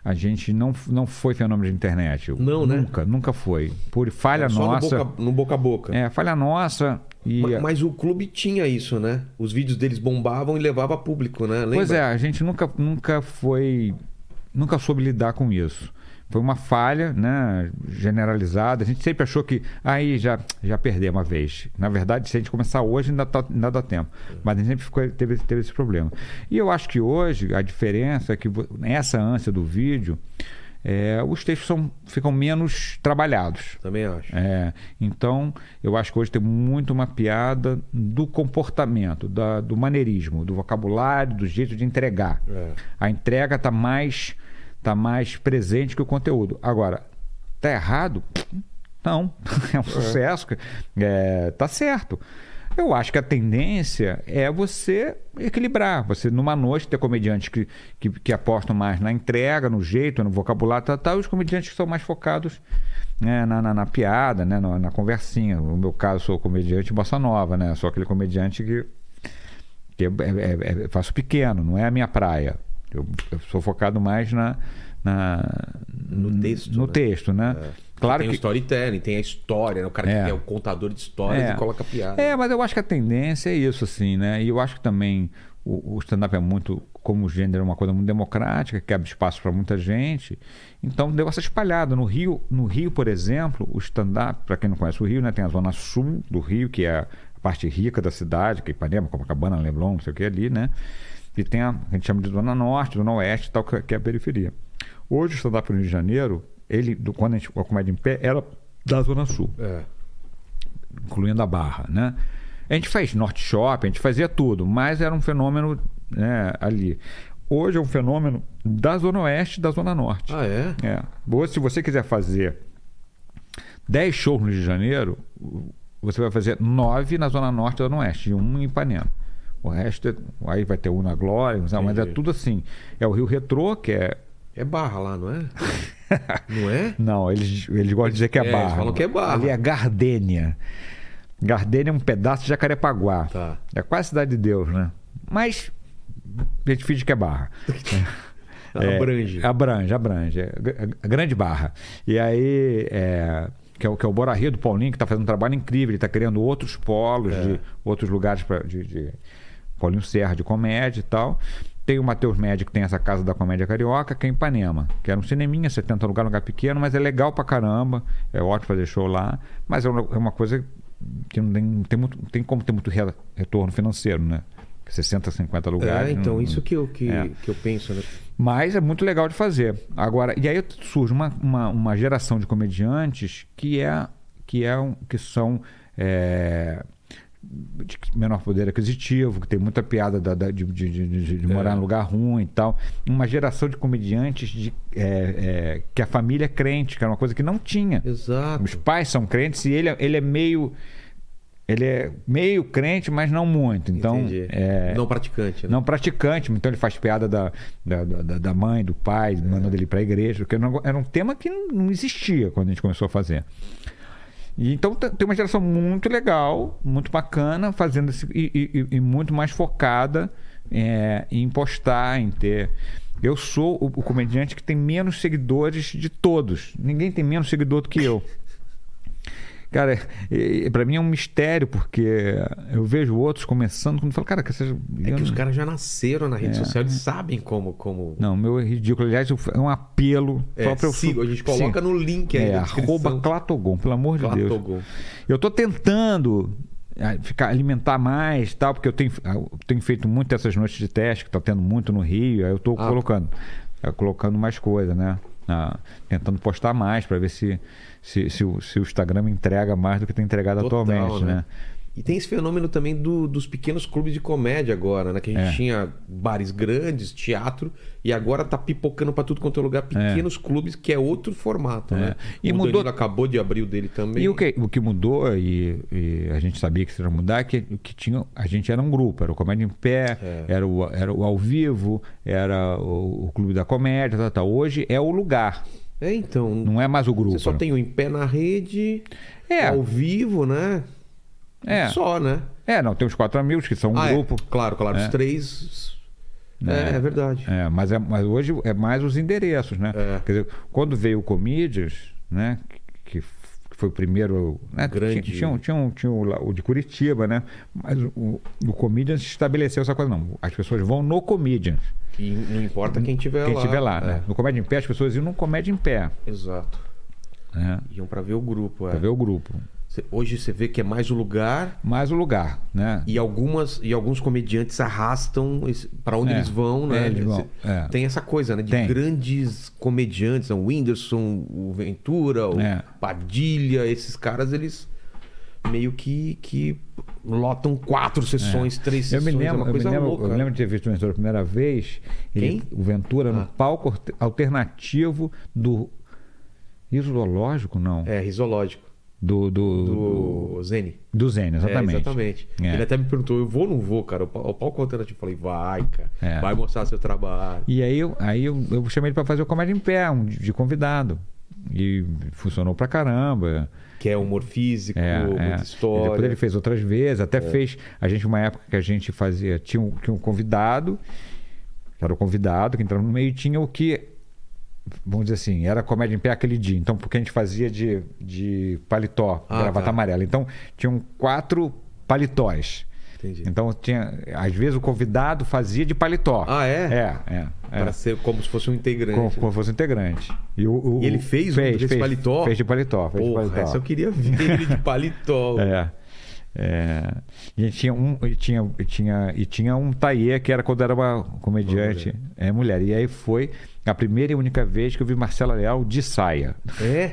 [SPEAKER 3] A gente não, não foi fenômeno de internet.
[SPEAKER 1] Não, né?
[SPEAKER 3] Nunca, nunca foi. Por falha
[SPEAKER 1] Só
[SPEAKER 3] nossa.
[SPEAKER 1] no boca, no boca a boca.
[SPEAKER 3] É, falha nossa. E,
[SPEAKER 1] Ma- Mas o clube tinha isso, né? Os vídeos deles bombavam e levava
[SPEAKER 3] é,
[SPEAKER 1] público, né? Lembra?
[SPEAKER 3] pois é, a gente nunca, nunca foi. Nunca soube lidar com isso. Foi uma falha né, generalizada. A gente sempre achou que aí já, já perdeu uma vez. Na verdade, se a gente começar hoje, ainda, tá, ainda dá tempo. Mas a gente sempre ficou- teve, teve esse problema. E eu acho que hoje a diferença é que vo- essa ânsia do vídeo, é, os textos são, ficam menos trabalhados.
[SPEAKER 1] Também acho.
[SPEAKER 3] É, então, eu acho que hoje tem muito uma piada do comportamento, da- do maneirismo, do vocabulário, do jeito de entregar.
[SPEAKER 1] É.
[SPEAKER 3] A entrega está mais, tá mais presente que o conteúdo. Agora, tá errado? Não, [LAUGHS] é um sucesso. É, tá certo. Eu acho que a tendência é você equilibrar. Você, numa noite, ter comediantes que, que, que apostam mais na entrega, no jeito, no vocabulário, tal, tal, e os comediantes que são mais focados né, na, na, na piada, né, na, na conversinha. No meu caso, sou comediante bossa nova, né? Sou aquele comediante que que é, é- é- é- faço pequeno, não é a minha praia. Eu, eu sou focado mais na, na-
[SPEAKER 1] No texto,
[SPEAKER 3] no
[SPEAKER 1] né?
[SPEAKER 3] texto, né? Claro
[SPEAKER 1] tem o
[SPEAKER 3] que
[SPEAKER 1] storytelling, tem a história, né? o cara
[SPEAKER 3] É.
[SPEAKER 1] que é o contador de histórias e coloca piada.
[SPEAKER 3] é, mas eu acho que a tendência é isso, assim, né? E eu acho que também o, o stand-up é muito, como gênero, é uma coisa muito democrática, que abre espaço para muita gente. Então deu essa espalhada. No Rio, no Rio, por exemplo, o stand-up, para quem não conhece o Rio, né? Tem a zona sul do Rio, que é a parte rica da cidade, que é Ipanema, Copacabana, Leblon, não sei o que ali, né? E tem a, a gente chama de zona norte, zona oeste e tal, que, que é a periferia. Hoje o stand-up no Rio de Janeiro, ele, do, quando a gente a comédia em pé, era da zona sul
[SPEAKER 1] É.
[SPEAKER 3] incluindo a Barra, né? A gente faz Norte Shopping, a gente fazia tudo, mas era um fenômeno né, ali. Hoje é um fenômeno da Zona Oeste e da Zona Norte.
[SPEAKER 1] Ah, é?
[SPEAKER 3] É. Hoje, se você quiser fazer 10 shows no Rio de Janeiro, você vai fazer 9 na Zona Norte e Zona Oeste, e um em Ipanema. O resto, é- aí vai ter um na Glória, mas é
[SPEAKER 1] Entendi.
[SPEAKER 3] tudo assim. É o Rio Retrô, que é.
[SPEAKER 1] É barra lá,
[SPEAKER 3] [LAUGHS]
[SPEAKER 1] não é? não é?
[SPEAKER 3] Não, eles, eles gostam de dizer que é,
[SPEAKER 1] É, eles
[SPEAKER 3] barra.
[SPEAKER 1] falam que é barra.
[SPEAKER 3] Ali é Gardênia. Gardênia é um pedaço de Jacarepaguá.
[SPEAKER 1] Tá.
[SPEAKER 3] É quase cidade de Deus, né? Mas a gente finge que é barra. É,
[SPEAKER 1] Abrange.
[SPEAKER 3] Abrange, abrange. É, gr- é grande barra. E aí, é, que, é o, que é o Bora Rio do Paulinho, que está fazendo um trabalho incrível. Ele está criando outros polos,
[SPEAKER 1] É.
[SPEAKER 3] de, outros lugares pra, de, de- Paulinho Serra, de comédia e tal. Tem o Matheus Médio, que tem essa casa da comédia carioca, que é em Ipanema. Que era um cineminha, 70 lugar, lugar pequeno, mas é legal pra caramba. É ótimo fazer show lá. Mas é uma, é uma coisa que não tem, não tem muito, não tem como ter muito re- retorno financeiro, né? 60, 50 lugares.
[SPEAKER 1] É, então,
[SPEAKER 3] não-
[SPEAKER 1] isso que eu, que,
[SPEAKER 3] É.
[SPEAKER 1] que eu penso, né?
[SPEAKER 3] mas é muito legal de fazer. Agora, e aí surge uma, uma, uma geração de comediantes que é que, é, um- que são é, de menor poder aquisitivo, que tem muita piada da- da- de, de- de- de- de
[SPEAKER 1] É.
[SPEAKER 3] morar em lugar ruim e tal. Uma geração de comediantes de, é, é, que a família é crente, que era uma coisa que não tinha.
[SPEAKER 1] Exato.
[SPEAKER 3] Os pais são crentes e ele, é- ele é meio. Ele é meio crente, mas não muito. Então,
[SPEAKER 1] Entendi.
[SPEAKER 3] é,
[SPEAKER 1] Não praticante, né?
[SPEAKER 3] não praticante, então ele faz piada da, da, da, da mãe, do pai,
[SPEAKER 1] É.
[SPEAKER 3] mandando ele para a igreja, porque não- era um tema que não não existia quando a gente começou a fazer. E então te- tem uma geração muito legal, muito bacana, fazendo esse, e, e- e- e muito mais focada é, em postar, em ter. Eu sou o, o comediante que tem menos seguidores de todos. Ninguém tem menos seguidor do que eu. Cara, e- e pra mim é um mistério, porque eu vejo outros começando, quando eu falo, cara, que vocês.
[SPEAKER 1] É
[SPEAKER 3] eu
[SPEAKER 1] que
[SPEAKER 3] não-
[SPEAKER 1] os caras já nasceram na rede social, eles sabem como. como...
[SPEAKER 3] É. não, meu é ridículo. Aliás, eu- é um apelo.
[SPEAKER 1] É,
[SPEAKER 3] só pra eu
[SPEAKER 1] siga, a gente coloca
[SPEAKER 3] Sim.
[SPEAKER 1] no link aí.
[SPEAKER 3] É,
[SPEAKER 1] na descrição.
[SPEAKER 3] arroba Clatogon, pelo amor de Deus.
[SPEAKER 1] Clatogon.
[SPEAKER 3] Eu tô tentando ah, ficar alimentar mais e tal, porque eu tenho, ah, eu tenho feito muito essas noites de teste, que tá tendo muito no Rio, aí eu tô
[SPEAKER 1] Ah.
[SPEAKER 3] colocando. ah, colocando mais coisa, né? Ah, tentando postar mais para ver se, se, se o, se o Instagram me entrega mais do que tem entregado
[SPEAKER 1] Total,
[SPEAKER 3] atualmente, né?
[SPEAKER 1] E tem esse fenômeno também do- dos pequenos clubes de comédia agora, né? Que a gente
[SPEAKER 3] É.
[SPEAKER 1] tinha bares grandes, teatro, e agora tá pipocando pra tudo quanto é lugar pequenos clubes, que é outro formato, né?
[SPEAKER 3] E
[SPEAKER 1] o
[SPEAKER 3] mudou-
[SPEAKER 1] Danilo acabou de abrir o dele também.
[SPEAKER 3] E o que, o que mudou, e, e a gente sabia que isso ia mudar, é que, que tinha, a gente era um grupo, era o Comédia em Pé,
[SPEAKER 1] É.
[SPEAKER 3] era, o, era o Ao Vivo, era o, o Clube da Comédia, tal, tal. hoje é o lugar,
[SPEAKER 1] É, então.
[SPEAKER 3] não é mais o grupo.
[SPEAKER 1] Você só tem o em pé na rede,
[SPEAKER 3] É.
[SPEAKER 1] ao vivo, né?
[SPEAKER 3] É.
[SPEAKER 1] Só, né?
[SPEAKER 3] É, não, tem os quatro amigos que são um
[SPEAKER 1] Ah, é.
[SPEAKER 3] grupo.
[SPEAKER 1] Claro, claro,
[SPEAKER 3] É.
[SPEAKER 1] os três. É, é verdade.
[SPEAKER 3] É, mas, é, mas hoje é mais os endereços, né? Quer dizer, quando veio o Comedians, né? Que, que foi o primeiro. Né?
[SPEAKER 1] Grande.
[SPEAKER 3] Tinha, tinha, um- tinha, um- tinha o, lá- o de Curitiba, né? Mas o, o Comedians estabeleceu essa coisa, não. As pessoas vão no Comedians.
[SPEAKER 1] E não importa quem tiver
[SPEAKER 3] Quem
[SPEAKER 1] lá.
[SPEAKER 3] estiver lá, né?
[SPEAKER 1] É,
[SPEAKER 3] No Comédia em Pé, as pessoas iam no Comédia em Pé,
[SPEAKER 1] Exato.
[SPEAKER 3] né?
[SPEAKER 1] Iam pra ver o grupo. é.
[SPEAKER 3] Pra ver o grupo.
[SPEAKER 1] Cê- Hoje você vê que é mais o lugar
[SPEAKER 3] Mais o lugar, né?
[SPEAKER 1] e algumas e alguns comediantes arrastam esse- pra onde
[SPEAKER 3] É.
[SPEAKER 1] eles vão, né?
[SPEAKER 3] É, eles vão,
[SPEAKER 1] Cê-
[SPEAKER 3] é.
[SPEAKER 1] Tem essa coisa, né? De
[SPEAKER 3] Tem.
[SPEAKER 1] grandes comediantes, né? o Whindersson, o Ventura, o
[SPEAKER 3] É.
[SPEAKER 1] Padilha, esses caras, eles meio que, que lotam quatro sessões, três
[SPEAKER 3] Eu
[SPEAKER 1] sessões.
[SPEAKER 3] me
[SPEAKER 1] é uma
[SPEAKER 3] lembro, eu me
[SPEAKER 1] coisa
[SPEAKER 3] lembro,
[SPEAKER 1] louca.
[SPEAKER 3] eu lembro de ter visto o Ventura a primeira vez, ele,
[SPEAKER 1] Quem?
[SPEAKER 3] o Ventura
[SPEAKER 1] Ah.
[SPEAKER 3] no palco alter- alternativo do isológico, não,
[SPEAKER 1] É, risológico.
[SPEAKER 3] do, do, do,
[SPEAKER 1] Do Zene.
[SPEAKER 3] do Zênio, exatamente.
[SPEAKER 1] É, exatamente.
[SPEAKER 3] É.
[SPEAKER 1] Ele até me perguntou, eu vou ou não vou, cara? O pal- o palco alternativo. Eu falei, vai, cara.
[SPEAKER 3] É.
[SPEAKER 1] Vai mostrar seu trabalho.
[SPEAKER 3] E aí, eu, aí eu, eu chamei ele pra fazer o Comédia em Pé, um de, de convidado. E funcionou pra caramba.
[SPEAKER 1] Que é humor físico,
[SPEAKER 3] É,
[SPEAKER 1] muita
[SPEAKER 3] é. E
[SPEAKER 1] história. É.
[SPEAKER 3] Depois ele fez outras vezes, até fez. A gente, uma época que a gente fazia, tinha um, tinha um convidado, que era o convidado que entrava no meio, e tinha o que, vamos dizer assim, era comédia em pé aquele dia. Então, porque a gente fazia de, de paletó,
[SPEAKER 1] Ah,
[SPEAKER 3] gravata
[SPEAKER 1] tá.
[SPEAKER 3] amarela. Então, tinham quatro paletós.
[SPEAKER 1] Entendi.
[SPEAKER 3] Então, tinha, às vezes o convidado fazia de paletó.
[SPEAKER 1] Ah, é?
[SPEAKER 3] É, é. é.
[SPEAKER 1] Pra ser como se fosse um integrante.
[SPEAKER 3] Como, como fosse integrante. E, o- o-
[SPEAKER 1] E ele fez um desse
[SPEAKER 3] fez
[SPEAKER 1] paletó?
[SPEAKER 3] Fez de paletó. Fez de
[SPEAKER 1] Porra,
[SPEAKER 3] paletó.
[SPEAKER 1] essa eu queria ver ele de paletó.
[SPEAKER 3] um [LAUGHS] É. É. E tinha um, e tinha, e tinha, e tinha um Taie que era quando era uma comediante, é mulher. E aí foi a primeira e única vez que eu vi Marcela Leal de saia.
[SPEAKER 1] É,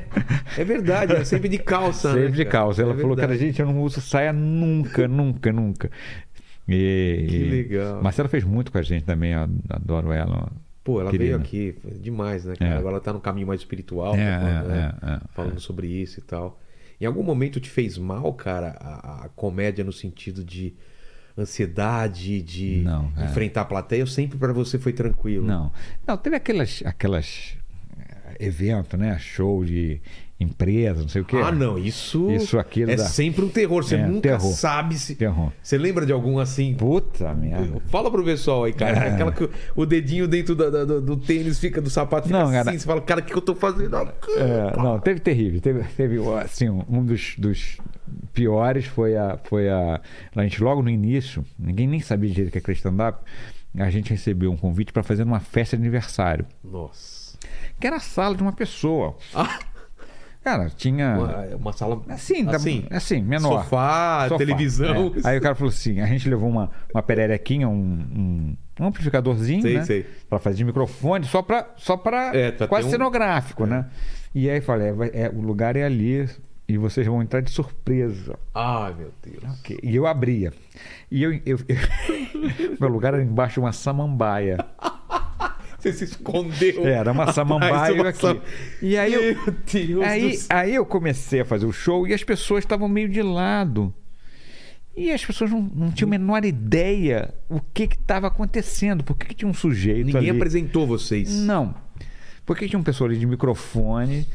[SPEAKER 1] é verdade, é sempre de calça, né,
[SPEAKER 3] Sempre de
[SPEAKER 1] cara?
[SPEAKER 3] calça. Ela
[SPEAKER 1] É
[SPEAKER 3] falou, cara,
[SPEAKER 1] verdade.
[SPEAKER 3] gente, eu não uso
[SPEAKER 1] [LAUGHS]
[SPEAKER 3] saia nunca, nunca, nunca. E,
[SPEAKER 1] Que
[SPEAKER 3] e-
[SPEAKER 1] legal.
[SPEAKER 3] Marcela fez muito com a gente também, eu adoro ela.
[SPEAKER 1] Pô, ela veio
[SPEAKER 3] Querida.
[SPEAKER 1] aqui, foi demais, né, cara?
[SPEAKER 3] É.
[SPEAKER 1] Agora ela tá no caminho mais espiritual,
[SPEAKER 3] É,
[SPEAKER 1] tá falando,
[SPEAKER 3] é,
[SPEAKER 1] né?
[SPEAKER 3] é, é,
[SPEAKER 1] falando sobre isso e tal. Em algum momento te fez mal, cara, a, a comédia no sentido de ansiedade, de
[SPEAKER 3] Não, cara.
[SPEAKER 1] enfrentar a plateia? Ou sempre pra você foi tranquilo?
[SPEAKER 3] Não. Não, teve aquelas. aquelas eh, evento, né? Show de empresa, não sei o quê.
[SPEAKER 1] Ah, não, isso,
[SPEAKER 3] Isso, aquilo
[SPEAKER 1] é
[SPEAKER 3] da-
[SPEAKER 1] sempre um terror. Você
[SPEAKER 3] É,
[SPEAKER 1] nunca
[SPEAKER 3] terror.
[SPEAKER 1] sabe se.
[SPEAKER 3] Terror.
[SPEAKER 1] Você lembra de algum assim?
[SPEAKER 3] Puta merda.
[SPEAKER 1] [LAUGHS] Fala pro pessoal aí, cara.
[SPEAKER 3] É.
[SPEAKER 1] Aquela que o dedinho dentro da- da- do, do tênis fica, do sapato fica
[SPEAKER 3] Não,
[SPEAKER 1] assim.
[SPEAKER 3] cara.
[SPEAKER 1] Você fala, cara, o que eu tô fazendo aqui?
[SPEAKER 3] É, não, teve terrível. Teve, teve assim, um dos, dos piores foi a, foi a. A gente logo no início, ninguém nem sabia direito o que era stand-up. A gente recebeu um convite para fazer uma festa de aniversário.
[SPEAKER 1] Nossa.
[SPEAKER 3] Que era a sala de uma pessoa.
[SPEAKER 1] Ah.
[SPEAKER 3] Cara, tinha.
[SPEAKER 1] Uma, uma sala.
[SPEAKER 3] Assim, da- assim, menor.
[SPEAKER 1] Sofá,
[SPEAKER 3] Sofá,
[SPEAKER 1] televisão.
[SPEAKER 3] é. Aí o cara falou assim: a gente levou uma, uma pererequinha, um, um amplificadorzinho,
[SPEAKER 1] Sei,
[SPEAKER 3] né?
[SPEAKER 1] sei.
[SPEAKER 3] Pra fazer de microfone, só pra. Só pra
[SPEAKER 1] É, pra
[SPEAKER 3] quase
[SPEAKER 1] ter um-
[SPEAKER 3] cenográfico, né? E aí eu falei: é, vai- é, o lugar é ali e vocês vão entrar de surpresa.
[SPEAKER 1] Ai, meu Deus.
[SPEAKER 3] Ok. E eu abria. E eu. eu- eu- [LAUGHS] meu lugar era embaixo de uma samambaia.
[SPEAKER 1] Você se escondeu.
[SPEAKER 3] Era
[SPEAKER 1] [LAUGHS]
[SPEAKER 3] uma samambaia
[SPEAKER 1] Mas uma
[SPEAKER 3] aqui.
[SPEAKER 1] sam-
[SPEAKER 3] E aí eu.
[SPEAKER 1] Meu Deus do
[SPEAKER 3] Aí,
[SPEAKER 1] céu.
[SPEAKER 3] aí eu comecei a fazer o show e as pessoas estavam meio de lado. E as pessoas não, não tinham a menor ideia o que estava acontecendo. Por que, que tinha um sujeito
[SPEAKER 1] Ninguém
[SPEAKER 3] ali?
[SPEAKER 1] apresentou vocês.
[SPEAKER 3] Não. Por que tinha um pessoal ali de microfone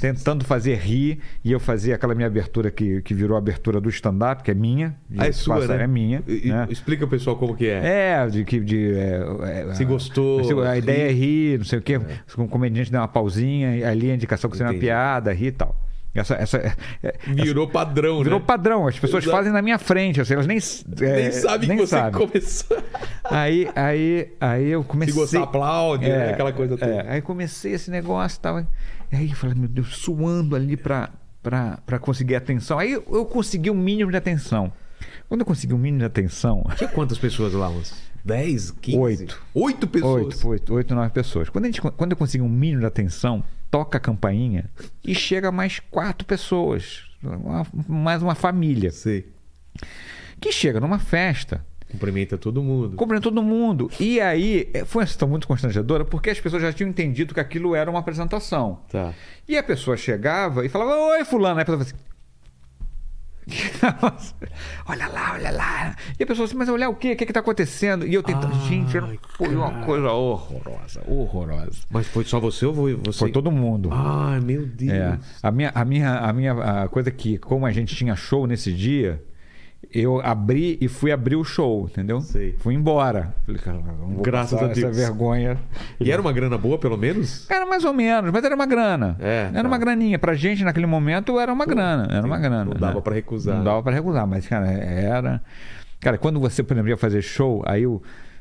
[SPEAKER 3] tentando fazer rir e eu fazia aquela minha abertura que, que virou a abertura do stand-up, que é minha.
[SPEAKER 1] Ah, é
[SPEAKER 3] Isso
[SPEAKER 1] sua,
[SPEAKER 3] passa-
[SPEAKER 1] né?
[SPEAKER 3] É minha.
[SPEAKER 1] E- e-
[SPEAKER 3] né?
[SPEAKER 1] Explica pro pessoal como que é.
[SPEAKER 3] É, de que. De, é, é,
[SPEAKER 1] Se gostou,
[SPEAKER 3] se- A
[SPEAKER 1] ri. É.
[SPEAKER 3] ideia é rir, não sei o quê. O comediante dá uma pausinha, e ali a indicação que seria uma
[SPEAKER 1] Entendi.
[SPEAKER 3] piada, rir e tal. Essa, essa, é- é-
[SPEAKER 1] Virou padrão,
[SPEAKER 3] virou
[SPEAKER 1] né?
[SPEAKER 3] padrão, as pessoas
[SPEAKER 1] Exato.
[SPEAKER 3] fazem na minha frente, assim, elas nem. é,
[SPEAKER 1] Nem sabe que você
[SPEAKER 3] sabem.
[SPEAKER 1] começou.
[SPEAKER 3] Aí, aí, aí eu
[SPEAKER 1] Se
[SPEAKER 3] comecei.
[SPEAKER 1] gostar, aplaude, né? aquela coisa toda.
[SPEAKER 3] é, aí comecei esse negócio e tava. Aí eu falei, meu Deus, suando ali pra, pra, pra conseguir atenção. Aí eu, eu consegui um mínimo de atenção. Quando eu consegui um mínimo de atenção.
[SPEAKER 1] Tinha quantas pessoas lá? Uns 10, 15?
[SPEAKER 3] Oito.
[SPEAKER 1] Oito [LAUGHS] pessoas?
[SPEAKER 3] Oito, oito, oito, nove pessoas. Quando, a gente, quando eu consigo um mínimo de atenção, toca a campainha e chega mais quatro pessoas. uma- mais uma família.
[SPEAKER 1] Sei.
[SPEAKER 3] Que chega numa festa.
[SPEAKER 1] Cumprimenta todo mundo.
[SPEAKER 3] Cobrando todo mundo. E aí, eh, foi uma situação muito constrangedora, porque as pessoas já tinham entendido que aquilo era uma apresentação.
[SPEAKER 1] Tá.
[SPEAKER 3] E a pessoa chegava e falava, oi, fulano. Aí a pessoa falava assim. [LAUGHS] olha lá, olha lá. E a pessoa assim, mas olhar o quê? O que está acontecendo? E eu tentando,
[SPEAKER 1] Ai,
[SPEAKER 3] gente, era- foi uma coisa horrorosa, horrorosa.
[SPEAKER 1] Mas foi só você ou foi você?
[SPEAKER 3] Foi todo mundo.
[SPEAKER 1] Ai, meu Deus.
[SPEAKER 3] É. A minha, a minha, a minha a coisa que, como a gente tinha show nesse dia, eu abri e fui abrir o show, entendeu?
[SPEAKER 1] Sei.
[SPEAKER 3] Fui embora. Falei, cara, não vou
[SPEAKER 1] Graças
[SPEAKER 3] passar
[SPEAKER 1] a
[SPEAKER 3] essa
[SPEAKER 1] Deus.
[SPEAKER 3] vergonha.
[SPEAKER 1] E era uma grana boa, pelo menos?
[SPEAKER 3] Era mais ou menos, mas era uma grana.
[SPEAKER 1] É,
[SPEAKER 3] era
[SPEAKER 1] tá.
[SPEAKER 3] uma graninha. Pra gente, naquele momento, era uma grana. Era uma
[SPEAKER 1] não
[SPEAKER 3] grana. né?
[SPEAKER 1] dava pra recusar.
[SPEAKER 3] Não dava pra recusar, mas, cara, era. Cara, quando você, por exemplo, ia fazer show, aí o,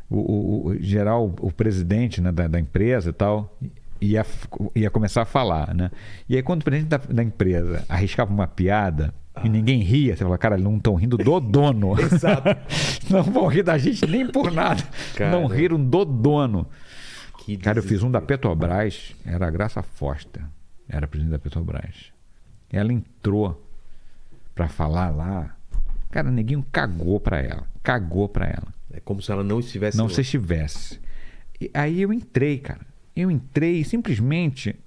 [SPEAKER 3] o, o- o geral, o presidente né, da, da empresa e tal. Ia, f- ia começar a falar, né? E aí, quando o presidente da, da empresa arriscava uma piada
[SPEAKER 1] Ah.
[SPEAKER 3] e ninguém ria, você fala, cara, não estão rindo do
[SPEAKER 1] [LAUGHS]
[SPEAKER 3] dono. [LAUGHS]
[SPEAKER 1] Exato.
[SPEAKER 3] não vão rir da gente nem por nada.
[SPEAKER 1] Cara.
[SPEAKER 3] Não riram do dono.
[SPEAKER 1] Que
[SPEAKER 3] Cara, eu fiz um da
[SPEAKER 1] desespero.
[SPEAKER 3] Petrobras, era a Graça Foster, era a presidente da Petrobras. Ela entrou pra falar lá. Cara, neguinho cagou pra ela. Cagou pra ela.
[SPEAKER 1] É como se ela não estivesse.
[SPEAKER 3] Não
[SPEAKER 1] lá.
[SPEAKER 3] se estivesse. E aí eu entrei, cara. Eu entrei e simplesmente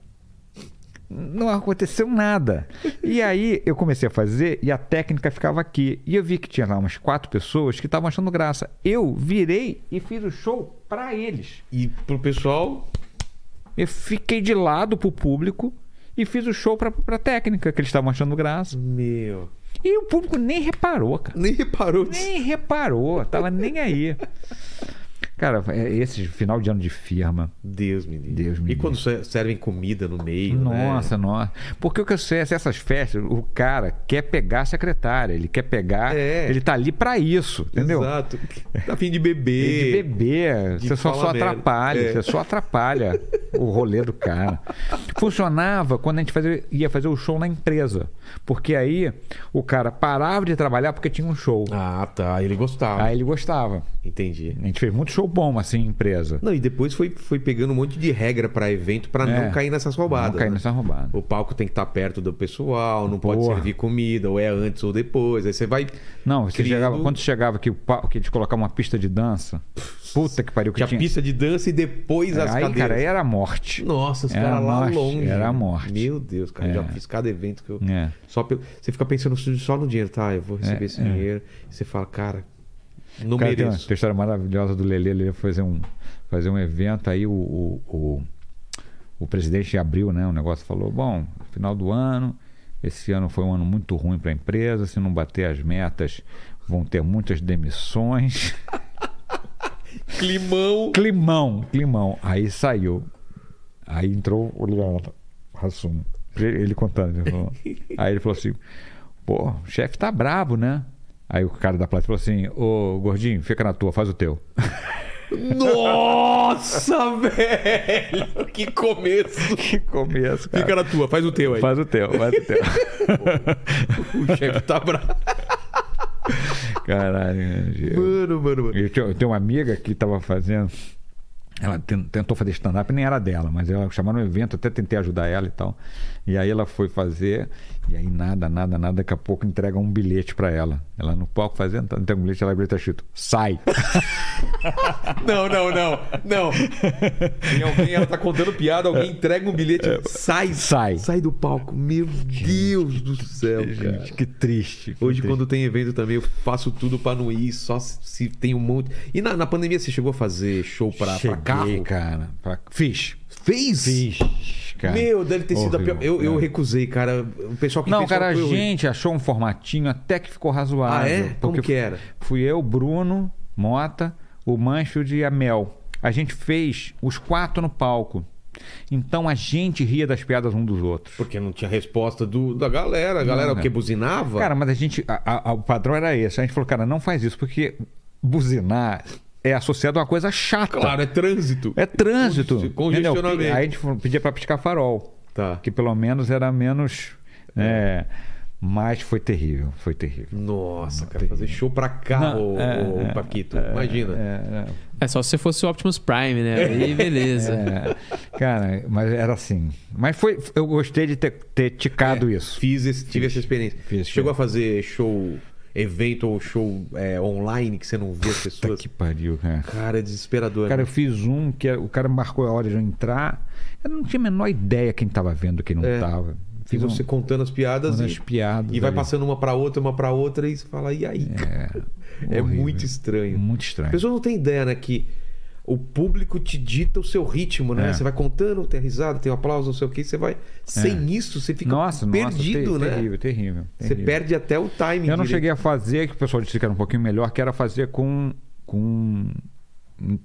[SPEAKER 3] não aconteceu nada. E aí eu comecei a fazer e a técnica ficava aqui. E eu vi que tinha lá umas quatro pessoas que estavam achando graça. Eu virei e fiz o show pra eles.
[SPEAKER 1] E pro pessoal.
[SPEAKER 3] Eu fiquei de lado pro público e fiz o show pra, pra técnica, que eles estavam achando graça.
[SPEAKER 1] Meu.
[SPEAKER 3] E o público nem reparou, cara.
[SPEAKER 1] Nem reparou disso.
[SPEAKER 3] Nem reparou, tava nem aí. Cara, é esse final de ano de firma.
[SPEAKER 1] Deus me livre.
[SPEAKER 3] Deus me
[SPEAKER 1] e
[SPEAKER 3] livre.
[SPEAKER 1] quando se- servem comida no meio. né?
[SPEAKER 3] Nossa, nossa. Porque o que eu sei é se essas festas, o cara quer pegar a secretária, ele quer pegar.
[SPEAKER 1] É.
[SPEAKER 3] Ele tá ali pra isso,
[SPEAKER 1] né?
[SPEAKER 3] entendeu?
[SPEAKER 1] Exato. Tá a fim de
[SPEAKER 3] E de
[SPEAKER 1] beber.
[SPEAKER 3] beber,
[SPEAKER 1] de
[SPEAKER 3] você só, só
[SPEAKER 1] falar merda.
[SPEAKER 3] atrapalha,
[SPEAKER 1] É.
[SPEAKER 3] você só atrapalha o rolê do cara. Funcionava quando a gente fazia- ia fazer o show na empresa, porque aí o cara parava de trabalhar porque tinha um show.
[SPEAKER 1] Ah, tá. Ele gostava.
[SPEAKER 3] Aí ele gostava.
[SPEAKER 1] Entendi.
[SPEAKER 3] A gente fez muito show bom assim em empresa.
[SPEAKER 1] Não, e depois foi, foi pegando um monte de regra pra evento pra
[SPEAKER 3] É.
[SPEAKER 1] não cair nessas roubadas.
[SPEAKER 3] Não cair
[SPEAKER 1] né?
[SPEAKER 3] nessa roubada.
[SPEAKER 1] O palco tem que estar perto do pessoal, não pode
[SPEAKER 3] Porra.
[SPEAKER 1] servir comida, ou é antes ou depois. Aí você vai.
[SPEAKER 3] Não, você
[SPEAKER 1] criando-
[SPEAKER 3] chegava, quando chegava que, o, pa- que eles colocavam uma pista de dança, puta que pariu que
[SPEAKER 1] Tinha
[SPEAKER 3] tinha.
[SPEAKER 1] pista de dança e depois as
[SPEAKER 3] aí,
[SPEAKER 1] cadeiras.
[SPEAKER 3] cara, aí era a morte.
[SPEAKER 1] Nossa, os
[SPEAKER 3] Era
[SPEAKER 1] caras lá
[SPEAKER 3] morte,
[SPEAKER 1] longe.
[SPEAKER 3] era a morte.
[SPEAKER 1] Meu Deus, cara,
[SPEAKER 3] É.
[SPEAKER 1] já fiz cada evento que eu.
[SPEAKER 3] É.
[SPEAKER 1] Só pelo- Você fica pensando só no dinheiro, tá? Eu vou receber
[SPEAKER 3] É,
[SPEAKER 1] esse
[SPEAKER 3] é.
[SPEAKER 1] dinheiro. E você fala, cara, não
[SPEAKER 3] Cara, tem, uma, tem
[SPEAKER 1] mereço.
[SPEAKER 3] uma história maravilhosa do Lele. Ele ia fazer um, fazer um evento, aí o, o, o, o presidente abriu né, um negócio falou: bom, final do ano, esse ano foi um ano muito ruim para a empresa, se não bater as metas, vão ter muitas demissões. [LAUGHS]
[SPEAKER 1] Climão.
[SPEAKER 3] climão, climão. Aí saiu. Aí entrou o Leonardo Hassum. Ele contando. Ele falou. Aí ele falou assim: pô, o chefe tá brabo, né? Aí o cara da plateia falou assim: ô gordinho, fica na tua, faz o teu.
[SPEAKER 1] Nossa, [LAUGHS] velho! Que começo!
[SPEAKER 3] Que começo, cara.
[SPEAKER 1] Fica na tua, faz o teu aí.
[SPEAKER 3] Faz o teu, faz
[SPEAKER 1] [LAUGHS]
[SPEAKER 3] o teu.
[SPEAKER 1] O chefe tá bravo.
[SPEAKER 3] Caralho, eu,
[SPEAKER 1] Mano, mano, mano.
[SPEAKER 3] eu, tinha- eu tenho uma amiga que tava fazendo. Ela ten- tentou fazer stand-up, nem era dela, mas ela chamaram um evento, até tentei ajudar ela e tal. E aí ela foi fazer, e aí nada, nada, nada, daqui a pouco entrega um bilhete pra ela. Ela no palco fazendo, tá, não tem um bilhete, ela abre e tá escrito,
[SPEAKER 1] [LAUGHS]
[SPEAKER 3] sai.
[SPEAKER 1] Não, não, não, não. Tem alguém, ela tá contando piada, alguém entrega um bilhete, sai,
[SPEAKER 3] Sai.
[SPEAKER 1] sai do palco. Meu Deus do céu, cara.
[SPEAKER 3] Gente, que triste. que
[SPEAKER 1] Hoje,
[SPEAKER 3] triste.
[SPEAKER 1] quando tem evento também, eu faço tudo pra não ir, só se se tem um monte. E na, na pandemia, você chegou a fazer show pra, pra
[SPEAKER 3] Cheguei,
[SPEAKER 1] carro?
[SPEAKER 3] cara. pra- Fiz.
[SPEAKER 1] Fez?
[SPEAKER 3] Fiz, cara.
[SPEAKER 1] Meu, deve ter sido a
[SPEAKER 3] Horrível,
[SPEAKER 1] pior. Eu, eu
[SPEAKER 3] cara.
[SPEAKER 1] recusei, cara. O pessoal que
[SPEAKER 3] Não,
[SPEAKER 1] fez
[SPEAKER 3] cara, a
[SPEAKER 1] foi horrível.
[SPEAKER 3] gente achou um formatinho até que ficou razoável.
[SPEAKER 1] Ah, é? Como
[SPEAKER 3] Porque
[SPEAKER 1] que era?
[SPEAKER 3] Fui eu, Bruno, Mota, o Mansfield e a Mel. A gente fez os quatro no palco. Então a gente ria das piadas um dos outros.
[SPEAKER 1] Porque não tinha resposta do, da galera. A galera
[SPEAKER 3] Não,
[SPEAKER 1] o que?
[SPEAKER 3] cara.
[SPEAKER 1] Buzinava?
[SPEAKER 3] Cara, mas a gente. a- a- a- o padrão era esse. A gente falou, cara, não faz isso, porque buzinar é associado a uma coisa chata.
[SPEAKER 1] claro, é trânsito.
[SPEAKER 3] É trânsito.
[SPEAKER 1] Con- congestionamento.
[SPEAKER 3] entendeu? Aí a gente pedia pra piscar farol.
[SPEAKER 1] Tá. É.
[SPEAKER 3] Que pelo menos era menos. né, mas foi terrível, foi terrível.
[SPEAKER 1] Nossa, cara, fazer show pra cá,
[SPEAKER 3] Não,
[SPEAKER 1] ô,
[SPEAKER 3] é,
[SPEAKER 1] ô,
[SPEAKER 3] é,
[SPEAKER 1] Paquito.
[SPEAKER 3] é,
[SPEAKER 1] Imagina.
[SPEAKER 3] é,
[SPEAKER 2] É só se você fosse o Optimus Prime, né? Aí beleza.
[SPEAKER 3] é. cara, mas era assim. Mas foi, eu gostei de ter, ter ticado isso.
[SPEAKER 1] É. Fiz esse- tive essa experiência.
[SPEAKER 3] fiz,
[SPEAKER 1] Chegou a fazer show, evento ou show é, online que você não vê as
[SPEAKER 3] Puta
[SPEAKER 1] pessoas?
[SPEAKER 3] que pariu, cara.
[SPEAKER 1] Cara, é desesperador.
[SPEAKER 3] Cara, eu
[SPEAKER 1] né?
[SPEAKER 3] fiz um que o cara marcou a hora de eu entrar. Eu não tinha a menor ideia quem tava vendo, quem não
[SPEAKER 1] É.
[SPEAKER 3] tava.
[SPEAKER 1] Fiz
[SPEAKER 3] um,
[SPEAKER 1] você contando as piadas
[SPEAKER 3] umas
[SPEAKER 1] e,
[SPEAKER 3] piadas.
[SPEAKER 1] e vai
[SPEAKER 3] ali.
[SPEAKER 1] passando uma pra outra, uma pra outra e você fala, e aí? cara? [LAUGHS] É,
[SPEAKER 3] horrível.
[SPEAKER 1] muito estranho.
[SPEAKER 3] Muito estranho.
[SPEAKER 1] A pessoa não tem ideia, né, que o público te dita o seu ritmo, né?
[SPEAKER 3] É.
[SPEAKER 1] Você vai contando, tem risada, tem um aplauso, não sei o que, você vai. Sem isso, você fica
[SPEAKER 3] nossa,
[SPEAKER 1] perdido,
[SPEAKER 3] nossa, ter-
[SPEAKER 1] né?
[SPEAKER 3] terrível, terrível.
[SPEAKER 1] Você
[SPEAKER 3] terrível.
[SPEAKER 1] perde até o timing.
[SPEAKER 3] Eu não
[SPEAKER 1] direito.
[SPEAKER 3] cheguei a fazer, que o pessoal disse que era um pouquinho melhor, que era fazer com. com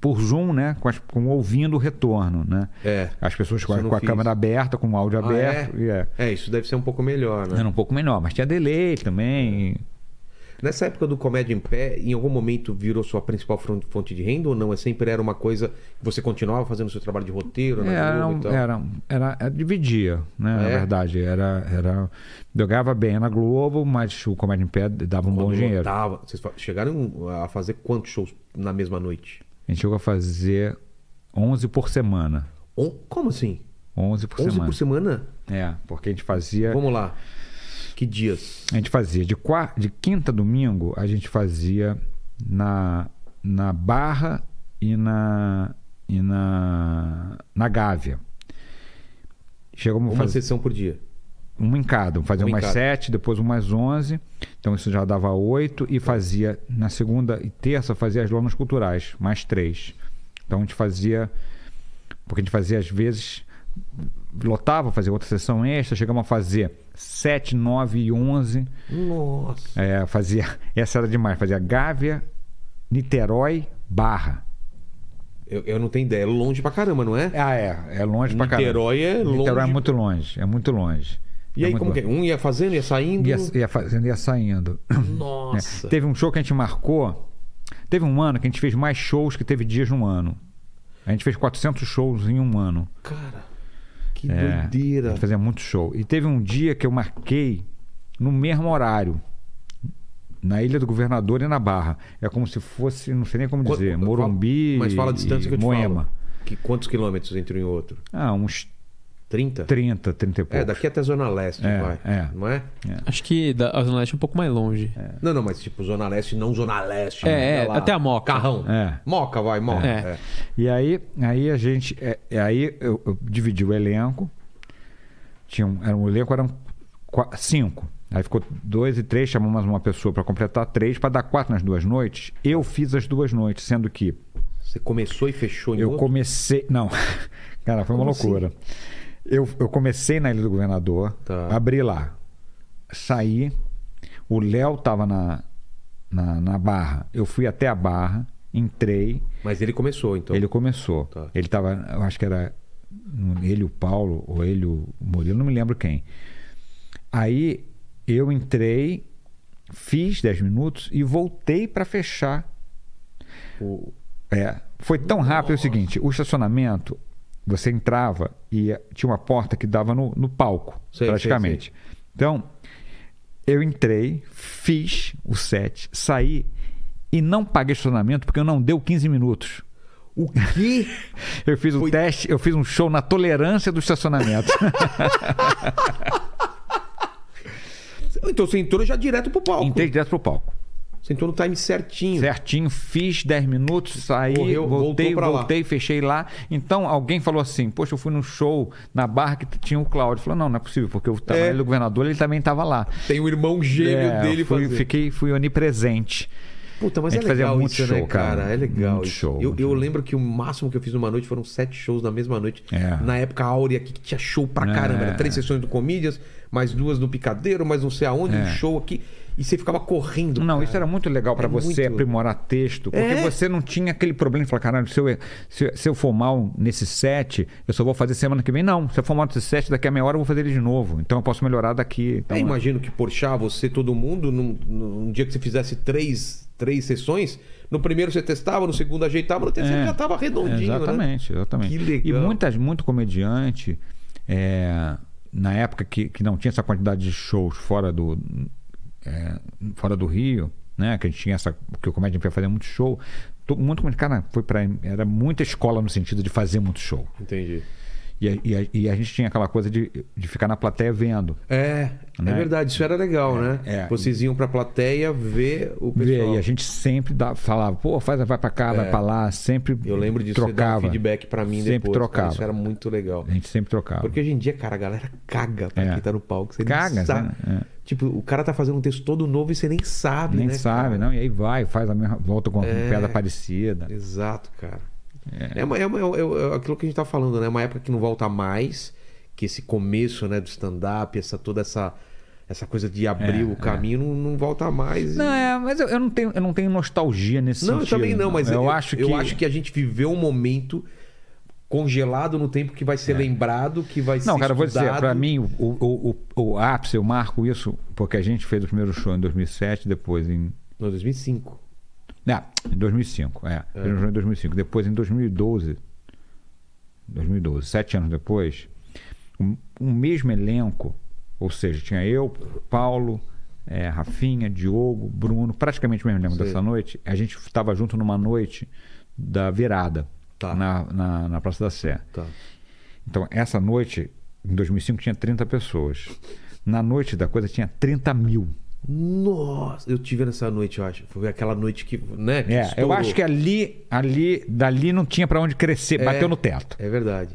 [SPEAKER 3] por Zoom, né? Com, as- com ouvindo o retorno, né?
[SPEAKER 1] É.
[SPEAKER 3] As pessoas com,
[SPEAKER 1] Isso eu
[SPEAKER 3] a-
[SPEAKER 1] não
[SPEAKER 3] com a
[SPEAKER 1] fiz.
[SPEAKER 3] câmera aberta, com o áudio
[SPEAKER 1] Ah,
[SPEAKER 3] aberto. e é.
[SPEAKER 1] É, isso deve ser um pouco melhor, né?
[SPEAKER 3] Era um pouco menor, mas tinha delay também.
[SPEAKER 1] Nessa época do Comédia em Pé, em algum momento virou sua principal fron- fonte de renda ou não? É sempre era uma coisa que você continuava fazendo seu trabalho de roteiro,
[SPEAKER 3] É,
[SPEAKER 1] né?
[SPEAKER 3] era, um- era, era, era- dividia, né? Na
[SPEAKER 1] É?
[SPEAKER 3] verdade, era, era. Eu ganhava bem na Globo, mas o Comédia em Pé dava um bom dinheiro.
[SPEAKER 1] Lotava, vocês fa- chegaram a fazer quantos shows na mesma noite?
[SPEAKER 3] A gente chegou a fazer 11 por semana.
[SPEAKER 1] On- Como assim?
[SPEAKER 3] 11 por
[SPEAKER 1] 11
[SPEAKER 3] semana.
[SPEAKER 1] por semana?
[SPEAKER 3] É, porque a gente fazia.
[SPEAKER 1] Vamos lá. Que dias?
[SPEAKER 3] A gente fazia de, qua- de quinta a domingo, a gente fazia na, na Barra e na, e na, na Gávea. Chegamos
[SPEAKER 1] Uma
[SPEAKER 3] a fazer
[SPEAKER 1] sessão por dia.
[SPEAKER 3] uma em cada, um fazia
[SPEAKER 1] Uma em
[SPEAKER 3] umas
[SPEAKER 1] cada.
[SPEAKER 3] sete, depois umas onze, então isso já dava oito, e fazia na segunda e terça fazia as lonas culturais, mais três. Então a gente fazia, porque a gente fazia às vezes, lotava, fazia outra sessão extra, chegamos a fazer sete, nove e onze.
[SPEAKER 1] Nossa.
[SPEAKER 3] É, fazia. [LAUGHS] Essa era demais. Fazia Gávea, Niterói, Barra.
[SPEAKER 1] Eu, eu não tenho ideia. É longe pra caramba, não é?
[SPEAKER 3] Ah, é. É longe pra caramba.
[SPEAKER 1] Niterói é longe.
[SPEAKER 3] Niterói é muito longe. É muito longe.
[SPEAKER 1] E
[SPEAKER 3] É
[SPEAKER 1] aí,
[SPEAKER 3] muito
[SPEAKER 1] como que é?
[SPEAKER 3] longe.
[SPEAKER 1] Um ia fazendo, ia saindo?
[SPEAKER 3] [LAUGHS] Ia, ia fazendo, ia saindo.
[SPEAKER 1] Nossa.
[SPEAKER 3] Teve um show que a gente marcou. Teve um ano que a gente fez mais shows que teve dias no ano. A gente fez 400 shows em um ano.
[SPEAKER 1] Cara, que
[SPEAKER 3] É, A
[SPEAKER 1] doideira.
[SPEAKER 3] gente fazia muito show. E teve um dia que eu marquei no mesmo horário. Na Ilha do Governador e na Barra. É como se fosse, não sei nem como dizer,
[SPEAKER 1] Quanto-
[SPEAKER 3] Morumbi.
[SPEAKER 1] Mas fala a distância
[SPEAKER 3] e
[SPEAKER 1] que eu te
[SPEAKER 3] Moema.
[SPEAKER 1] falo. Que, quantos quilômetros entre um e outro?
[SPEAKER 3] Ah, uns
[SPEAKER 1] 30?
[SPEAKER 3] 30, 30 e poucos.
[SPEAKER 1] É, daqui até Zona Leste,
[SPEAKER 3] É,
[SPEAKER 1] vai.
[SPEAKER 3] é.
[SPEAKER 1] Não é?
[SPEAKER 2] Acho que da, a Zona Leste é um pouco mais longe.
[SPEAKER 1] Não, não, mas tipo Zona Leste, não Zona Leste.
[SPEAKER 2] É,
[SPEAKER 1] né?
[SPEAKER 2] é,
[SPEAKER 1] Lá.
[SPEAKER 2] até a Moca.
[SPEAKER 1] Carrão.
[SPEAKER 3] É.
[SPEAKER 1] Moca, vai, Moca.
[SPEAKER 2] É.
[SPEAKER 1] É.
[SPEAKER 3] E aí, aí a gente. é- é aí eu, eu dividi o elenco. Tinha um, era um elenco, eram qua- cinco. Aí ficou dois e três, chamamos mais uma pessoa para completar três, para dar quatro nas duas noites. Eu fiz as duas noites, sendo que
[SPEAKER 1] Você começou e fechou em
[SPEAKER 3] Eu
[SPEAKER 1] um outro?
[SPEAKER 3] comecei. Não, [LAUGHS] cara, foi uma
[SPEAKER 1] Como assim?
[SPEAKER 3] loucura. Eu, eu comecei na Ilha do Governador,
[SPEAKER 1] Tá.
[SPEAKER 3] abri lá, saí. O Léo tava na, na, na barra. Eu fui até a barra, entrei.
[SPEAKER 1] Mas ele começou, então.
[SPEAKER 3] Ele começou.
[SPEAKER 1] Tá.
[SPEAKER 3] Ele tava, eu acho que era hum, ele o Paulo ou ele o Murilo, não me lembro quem. Aí eu entrei, fiz 10 minutos e voltei para fechar.
[SPEAKER 1] O-
[SPEAKER 3] É, foi tão rápido o seguinte, o estacionamento você entrava e tinha uma porta que dava no, no palco,
[SPEAKER 1] Sei,
[SPEAKER 3] praticamente. Então, eu entrei, fiz o set, saí e não paguei estacionamento porque eu não deu 15 minutos.
[SPEAKER 1] O
[SPEAKER 3] [LAUGHS]
[SPEAKER 1] quê?
[SPEAKER 3] Eu fiz um
[SPEAKER 1] Foi-
[SPEAKER 3] teste, eu fiz um show na tolerância do estacionamento.
[SPEAKER 1] então você entrou já direto pro [LAUGHS] palco.
[SPEAKER 3] Entrei direto pro palco.
[SPEAKER 1] Você entrou no time certinho.
[SPEAKER 3] Certinho, fiz 10 minutos, saí,
[SPEAKER 1] Correu,
[SPEAKER 3] voltei,
[SPEAKER 1] voltou pra lá.
[SPEAKER 3] voltei, fechei lá. Então alguém falou assim: Poxa, eu fui num show na barra que tinha o Cláudio. Falou: Não, não é possível, porque eu tava
[SPEAKER 1] É.
[SPEAKER 3] na Ilha do governador, ele também estava lá.
[SPEAKER 1] Tem o irmão gêmeo
[SPEAKER 3] É,
[SPEAKER 1] dele
[SPEAKER 3] eu fui,
[SPEAKER 1] fazendo.
[SPEAKER 3] fiquei, fui onipresente.
[SPEAKER 1] Puta, mas
[SPEAKER 3] A
[SPEAKER 1] é
[SPEAKER 3] gente fazia
[SPEAKER 1] legal
[SPEAKER 3] muito
[SPEAKER 1] isso, né,
[SPEAKER 3] show, cara.
[SPEAKER 1] É legal
[SPEAKER 3] Muito
[SPEAKER 1] isso.
[SPEAKER 3] show,
[SPEAKER 1] eu,
[SPEAKER 3] muito
[SPEAKER 1] eu
[SPEAKER 3] show.
[SPEAKER 1] lembro que o máximo que eu fiz numa noite foram sete shows na mesma noite.
[SPEAKER 3] É.
[SPEAKER 1] Na época áurea aqui que tinha show pra
[SPEAKER 3] É.
[SPEAKER 1] caramba. Era três sessões do Comedians, mais duas no Picadeiro, mais não sei aonde, um show aqui. E você ficava correndo.
[SPEAKER 3] É. Não,
[SPEAKER 1] cara.
[SPEAKER 3] isso era muito legal pra
[SPEAKER 1] É
[SPEAKER 3] você
[SPEAKER 1] muito-
[SPEAKER 3] aprimorar texto, porque
[SPEAKER 1] É.
[SPEAKER 3] você não tinha aquele problema de falar, caralho, se eu, se, se eu for mal nesse set, eu só vou fazer semana que vem. Não, se eu for mal nesse set, daqui a meia hora eu vou fazer ele de novo. Então eu posso melhorar daqui. Então,
[SPEAKER 1] Eu imagino que porchar você, todo mundo, num, num dia que você fizesse três, três sessões, no primeiro você testava, no segundo ajeitava, no terceiro
[SPEAKER 3] É.
[SPEAKER 1] já tava redondinho, né?
[SPEAKER 3] Exatamente, exatamente.
[SPEAKER 1] Que legal.
[SPEAKER 3] E muitas, muito comediante, é, na época que, que não tinha essa quantidade de shows fora do, é, fora do Rio, né? Que a gente tinha essa. Que o Comédia em Pé fazia muito show. to- Muito comediante, cara, foi pra, era muita escola no sentido de fazer muito show.
[SPEAKER 1] Entendi.
[SPEAKER 3] E a, e a- e a gente tinha aquela coisa de, de ficar na plateia vendo.
[SPEAKER 1] É, é
[SPEAKER 3] Né?
[SPEAKER 1] verdade, isso era legal, né?
[SPEAKER 3] é.
[SPEAKER 1] Vocês iam pra plateia ver o pessoal. É.
[SPEAKER 3] Ver, e a gente sempre dá- falava, pô, faz, vai pra cá, vai pra lá, sempre
[SPEAKER 1] Eu lembro disso, você dava
[SPEAKER 3] trocava.
[SPEAKER 1] feedback pra mim
[SPEAKER 3] sempre
[SPEAKER 1] depois. cara,
[SPEAKER 3] trocava.
[SPEAKER 1] isso era muito legal.
[SPEAKER 3] A gente sempre trocava.
[SPEAKER 1] Porque hoje em dia, cara, a galera caga pra
[SPEAKER 3] É.
[SPEAKER 1] quem tá no palco. Você nem
[SPEAKER 3] Caga,
[SPEAKER 1] sabe.
[SPEAKER 3] né?
[SPEAKER 1] Tipo, o cara tá fazendo um texto todo novo e você nem sabe,
[SPEAKER 3] Nem
[SPEAKER 1] né? cara?
[SPEAKER 3] sabe, não. E aí vai, faz a mesma volta com uma
[SPEAKER 1] É.
[SPEAKER 3] pedra parecida.
[SPEAKER 1] Exato, cara. É, uma- é uma- é uma- é aquilo que a gente tá falando, né? Uma época que não volta mais, que esse começo, né, do stand-up, essa toda essa essa coisa de abrir o caminho não, não volta mais. e-
[SPEAKER 3] É, Não, é, mas eu, eu não tenho, eu não tenho nostalgia nesse
[SPEAKER 1] Não, eu
[SPEAKER 3] sentido.
[SPEAKER 1] também não, mas
[SPEAKER 3] né? eu,
[SPEAKER 1] eu,
[SPEAKER 3] acho que
[SPEAKER 1] eu acho que a gente viveu um momento congelado no tempo que vai ser lembrado, que vai é ser
[SPEAKER 3] É. Não, cara, eu vou dizer,
[SPEAKER 1] estudado.
[SPEAKER 3] pra mim, o, o, o, o ápice, eu marco isso, porque a gente fez o primeiro show em 2007, depois em.
[SPEAKER 1] No 2005.
[SPEAKER 3] Não, em 2005, é. Fez um show em 2005. Depois, em 2012, 2012, sete anos depois, o o mesmo elenco, ou seja, tinha eu, Paulo, é, Rafinha, Diogo, Bruno, praticamente o mesmo elenco
[SPEAKER 1] Sei.
[SPEAKER 3] dessa noite, a gente estava junto numa noite da virada
[SPEAKER 1] Tá.
[SPEAKER 3] na, na, na Praça da Sé.
[SPEAKER 1] Tá.
[SPEAKER 3] Então, essa noite, em 2005, tinha 30 pessoas. Na noite da coisa, tinha 30 mil.
[SPEAKER 1] Nossa, eu tive nessa noite, eu acho. Foi aquela noite que, né? que
[SPEAKER 3] É, eu
[SPEAKER 1] estourou.
[SPEAKER 3] acho que ali, ali, dali não tinha pra onde crescer, bateu no teto.
[SPEAKER 1] É verdade.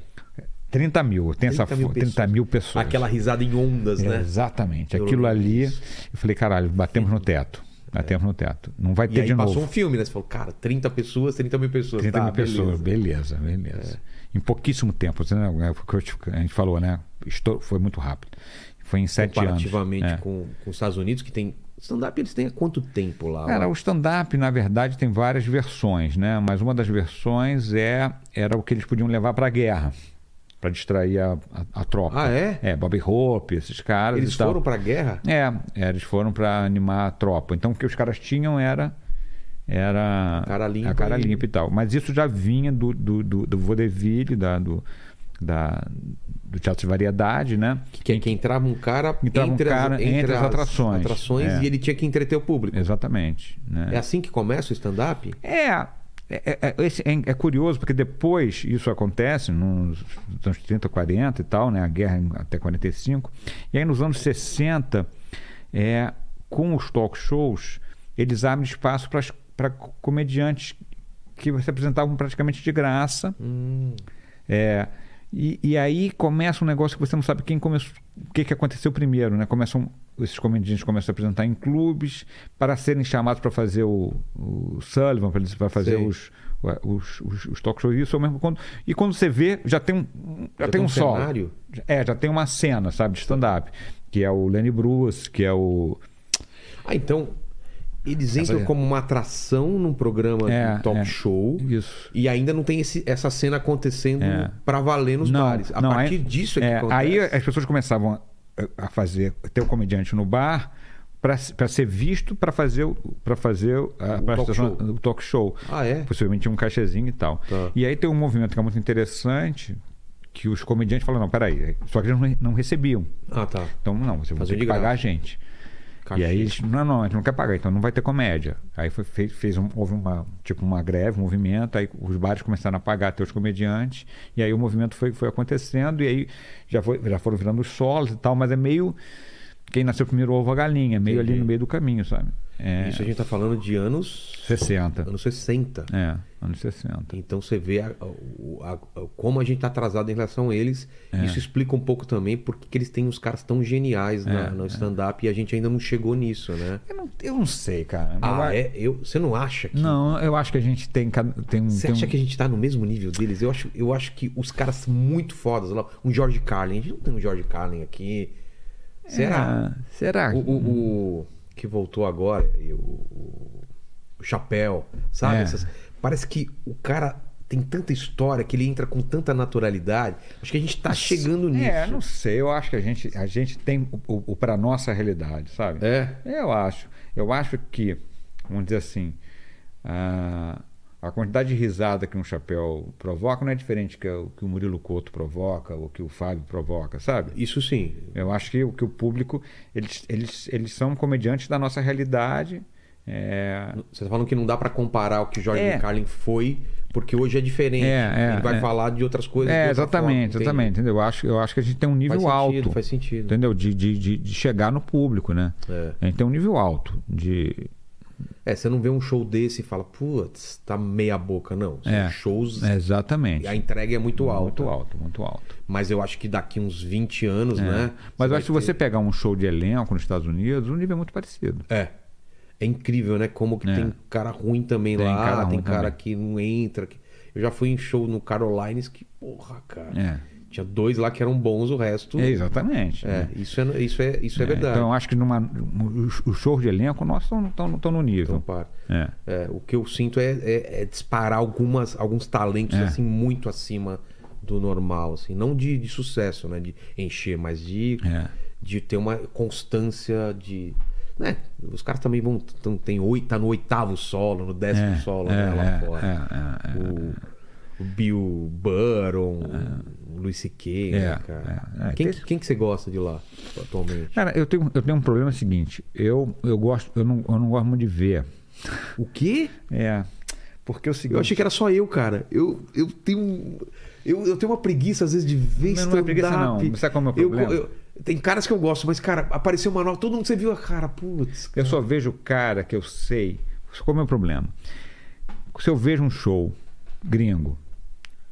[SPEAKER 3] 30 mil, tem
[SPEAKER 1] 30
[SPEAKER 3] essa
[SPEAKER 1] mil
[SPEAKER 3] fo- 30 mil pessoas.
[SPEAKER 1] Aquela risada em ondas,
[SPEAKER 3] É,
[SPEAKER 1] né?
[SPEAKER 3] Exatamente.
[SPEAKER 1] Eu
[SPEAKER 3] Aquilo
[SPEAKER 1] lembro
[SPEAKER 3] ali, eu falei, caralho, batemos no teto. Batemos no teto. Não vai
[SPEAKER 1] E
[SPEAKER 3] ter
[SPEAKER 1] aí
[SPEAKER 3] de
[SPEAKER 1] passou
[SPEAKER 3] novo.
[SPEAKER 1] um filme, né? Você falou, cara, 30 pessoas, 30 mil pessoas.
[SPEAKER 3] 30
[SPEAKER 1] Tá,
[SPEAKER 3] mil
[SPEAKER 1] beleza. É.
[SPEAKER 3] pessoas, beleza, beleza. Em pouquíssimo tempo, você não- é o que eu te- a gente falou, né? Estou- Foi muito rápido. Foi em sete anos.
[SPEAKER 1] Comparativamente
[SPEAKER 3] É.
[SPEAKER 1] com, com os Estados Unidos, que tem. Stand-up eles têm há quanto tempo lá?
[SPEAKER 3] Cara,
[SPEAKER 1] lá?
[SPEAKER 3] o stand-up, na verdade, tem várias versões, né? Mas uma das versões é era o que eles podiam levar para a guerra, para distrair a, a- a tropa.
[SPEAKER 1] Ah, é?
[SPEAKER 3] É, Bobby Hope, esses caras.
[SPEAKER 1] eles
[SPEAKER 3] e tal.
[SPEAKER 1] foram pra guerra?
[SPEAKER 3] É, é, eles foram para animar a tropa. Então, o que os caras tinham era. Era.
[SPEAKER 1] Cara limpa
[SPEAKER 3] A cara
[SPEAKER 1] e-
[SPEAKER 3] limpa e tal. Mas isso já vinha do, do, do, do vaudeville, da, do, da, do teatro de variedade, né?
[SPEAKER 1] Que, que, que entrava um cara,
[SPEAKER 3] Entrava um
[SPEAKER 1] entre,
[SPEAKER 3] cara
[SPEAKER 1] as,
[SPEAKER 3] entre as atrações.
[SPEAKER 1] atrações
[SPEAKER 3] É.
[SPEAKER 1] e ele tinha que entreter o público.
[SPEAKER 3] Exatamente. Né?
[SPEAKER 1] É assim que começa o stand-up?
[SPEAKER 3] É. É, é- é- esse- é- é curioso, porque depois isso acontece, nos anos 30, 40 e tal, né? a guerra em- até 45. E aí nos anos 60, é, com os talk shows, eles abrem espaço para comediantes que se apresentavam praticamente de graça. É, e, e aí começa um negócio que você não sabe quem começou, o que, que aconteceu primeiro, né? Começam esses comediantes começam a se apresentar em clubes para serem chamados para fazer o, o Sullivan, para eles- para fazer
[SPEAKER 1] Sei.
[SPEAKER 3] os, os, os, os talk shows isso ao mesmo quando e quando você vê já tem um já,
[SPEAKER 1] Já
[SPEAKER 3] tem,
[SPEAKER 1] tem
[SPEAKER 3] um,
[SPEAKER 1] um
[SPEAKER 3] solo.
[SPEAKER 1] cenário?
[SPEAKER 3] é já tem uma cena sabe de stand-up que é o Lenny Bruce que é o
[SPEAKER 1] Ah, então eles entram
[SPEAKER 3] aí.
[SPEAKER 1] como uma atração num programa
[SPEAKER 3] É,
[SPEAKER 1] de talk
[SPEAKER 3] é.
[SPEAKER 1] show
[SPEAKER 3] Isso.
[SPEAKER 1] e ainda não tem esse- essa cena acontecendo
[SPEAKER 3] É.
[SPEAKER 1] pra valer nos bares. A partir
[SPEAKER 3] aí-
[SPEAKER 1] disso é que
[SPEAKER 3] é,
[SPEAKER 1] acontece.
[SPEAKER 3] Aí as pessoas começavam a, a fazer ter o comediante no bar para ser visto para fazer para fazer a- pra
[SPEAKER 1] talk
[SPEAKER 3] apresentação-
[SPEAKER 1] show.
[SPEAKER 3] o talk show.
[SPEAKER 1] Ah, é?
[SPEAKER 3] Possivelmente um cachezinho e tal.
[SPEAKER 1] Tá.
[SPEAKER 3] E aí tem um movimento que é muito interessante que os comediantes falam, não, peraí, só que eles não, não recebiam.
[SPEAKER 1] Ah, tá.
[SPEAKER 3] Então, não, você vai
[SPEAKER 1] Fazer
[SPEAKER 3] ter que
[SPEAKER 1] de graça.
[SPEAKER 3] pagar a gente. é- E aí eles, não, não, a gente não quer pagar, então não vai ter comédia. Aí foi, fez, fez um- houve uma, tipo, uma greve, um movimento, aí os bares começaram a pagar até os comediantes, e aí o movimento foi, foi acontecendo, e aí já, foi, já foram virando os solos e tal, mas é meio. Quem nasceu primeiro ovo a galinha, é meio ali
[SPEAKER 1] Entendi.
[SPEAKER 3] no meio do caminho, sabe? É,
[SPEAKER 1] Isso a gente tá falando de anos
[SPEAKER 3] 60.
[SPEAKER 1] anos 60.
[SPEAKER 3] É, anos 60.
[SPEAKER 1] Então você vê a- o- a- o- como a gente está atrasado em relação a eles. Isso explica um pouco também porque que eles têm uns caras tão geniais na- no stand-up e a gente ainda não chegou nisso, né?
[SPEAKER 3] Eu não, eu não sei, cara. eu,
[SPEAKER 1] Ah,
[SPEAKER 3] a-
[SPEAKER 1] é? Eu, você não acha que.
[SPEAKER 3] Não, eu acho que a gente tem. cada- tem, um-
[SPEAKER 1] Você
[SPEAKER 3] tem um-
[SPEAKER 1] acha que a gente tá no mesmo nível deles? Eu acho, eu acho que os caras são muito fodas. lá. Um George Carlin. A gente não tem um George Carlin aqui. Será?
[SPEAKER 3] Ah, será?
[SPEAKER 1] O, o-
[SPEAKER 3] hum.
[SPEAKER 1] o que voltou agora, e o, o- o chapéu, sabe?
[SPEAKER 3] É.
[SPEAKER 1] Essas- parece que o cara tem tanta história que ele entra com tanta naturalidade. Acho que a gente tá chegando nisso.
[SPEAKER 3] É, não sei. Eu acho que a gente, a gente tem o, o, o para nossa realidade, sabe?
[SPEAKER 1] É.
[SPEAKER 3] Eu acho. Eu acho que, vamos dizer assim, a, a quantidade de risada que um chapéu provoca não é diferente que o que o Murilo Couto provoca ou que o Fábio provoca, sabe?
[SPEAKER 1] Isso sim.
[SPEAKER 3] Eu acho que o que o público eles, eles, eles são comediantes da nossa realidade. É,
[SPEAKER 1] Vocês falam que não dá pra comparar o que o George
[SPEAKER 3] É.
[SPEAKER 1] Carlin foi, porque hoje é diferente.
[SPEAKER 3] É, é,
[SPEAKER 1] ele vai
[SPEAKER 3] é.
[SPEAKER 1] falar de outras coisas.
[SPEAKER 3] é
[SPEAKER 1] de outra forma,
[SPEAKER 3] exatamente,
[SPEAKER 1] entende?
[SPEAKER 3] exatamente. Entendeu? Eu acho, eu acho que a gente tem um nível
[SPEAKER 1] Faz
[SPEAKER 3] alto.
[SPEAKER 1] sentido, faz sentido.
[SPEAKER 3] Entendeu? De, de, de, de chegar no público, né?
[SPEAKER 1] É.
[SPEAKER 3] A gente tem um nível alto de.
[SPEAKER 1] É, você não vê um show desse e fala, putz, tá meia boca, não. São
[SPEAKER 3] É.
[SPEAKER 1] shows.
[SPEAKER 3] Exatamente.
[SPEAKER 1] A entrega é muito alta.
[SPEAKER 3] Muito alto, muito alto.
[SPEAKER 1] Mas eu acho que daqui uns 20 anos, né?
[SPEAKER 3] É. Mas
[SPEAKER 1] vai
[SPEAKER 3] eu acho que se
[SPEAKER 1] ter-
[SPEAKER 3] você pegar um show de elenco nos Estados Unidos, o nível é muito parecido.
[SPEAKER 1] É. É incrível, né? Como que
[SPEAKER 3] É.
[SPEAKER 1] tem cara ruim também
[SPEAKER 3] Tem
[SPEAKER 1] lá,
[SPEAKER 3] cara
[SPEAKER 1] tem
[SPEAKER 3] ruim
[SPEAKER 1] cara
[SPEAKER 3] também.
[SPEAKER 1] que não entra. que- Eu já fui em show no Carolines que, porra, cara.
[SPEAKER 3] É.
[SPEAKER 1] Tinha dois lá que eram bons, o resto.
[SPEAKER 3] É, exatamente.
[SPEAKER 1] É,
[SPEAKER 3] né?
[SPEAKER 1] isso é, isso é, isso é,
[SPEAKER 3] É,
[SPEAKER 1] verdade.
[SPEAKER 3] Então eu acho que numa, um- os- os shows de elenco nossos estão no
[SPEAKER 1] Então,
[SPEAKER 3] nível.
[SPEAKER 1] para.
[SPEAKER 3] É.
[SPEAKER 1] É, o que eu sinto é, é- é disparar algumas, alguns talentos
[SPEAKER 3] É.
[SPEAKER 1] assim muito acima do normal, assim, não de, de sucesso, né, de encher, mas de,
[SPEAKER 3] É.
[SPEAKER 1] de ter uma constância de, né, os caras também vão tão, tem oito, tá no oitavo solo, no décimo
[SPEAKER 3] É,
[SPEAKER 1] solo
[SPEAKER 3] é,
[SPEAKER 1] né, lá
[SPEAKER 3] é,
[SPEAKER 1] fora.
[SPEAKER 3] é, é, é.
[SPEAKER 1] o, o Bill Burron, o Luis C.K., né,
[SPEAKER 3] É,
[SPEAKER 1] cara?
[SPEAKER 3] é, é.
[SPEAKER 1] Quem,
[SPEAKER 3] Tem-
[SPEAKER 1] quem que você gosta de lá atualmente?
[SPEAKER 3] Cara, eu tenho, eu tenho um problema seguinte. Eu, eu gosto, eu não, eu não gosto muito de ver.
[SPEAKER 1] O quê?
[SPEAKER 3] É. Porque o seguinte.
[SPEAKER 1] Eu achei que era só eu, cara. Eu, eu tenho. um- Eu, eu tenho uma preguiça, às vezes, de ver
[SPEAKER 3] Não, não é preguiça,
[SPEAKER 1] stand-up.
[SPEAKER 3] não. Sabe qual é o meu
[SPEAKER 1] Eu-
[SPEAKER 3] problema?
[SPEAKER 1] eu- tem caras que eu gosto, mas, cara, apareceu uma nova. Todo mundo você viu a cara, putz.
[SPEAKER 3] Eu só vejo o cara que eu sei. Qual é o meu problema? Se eu vejo um show gringo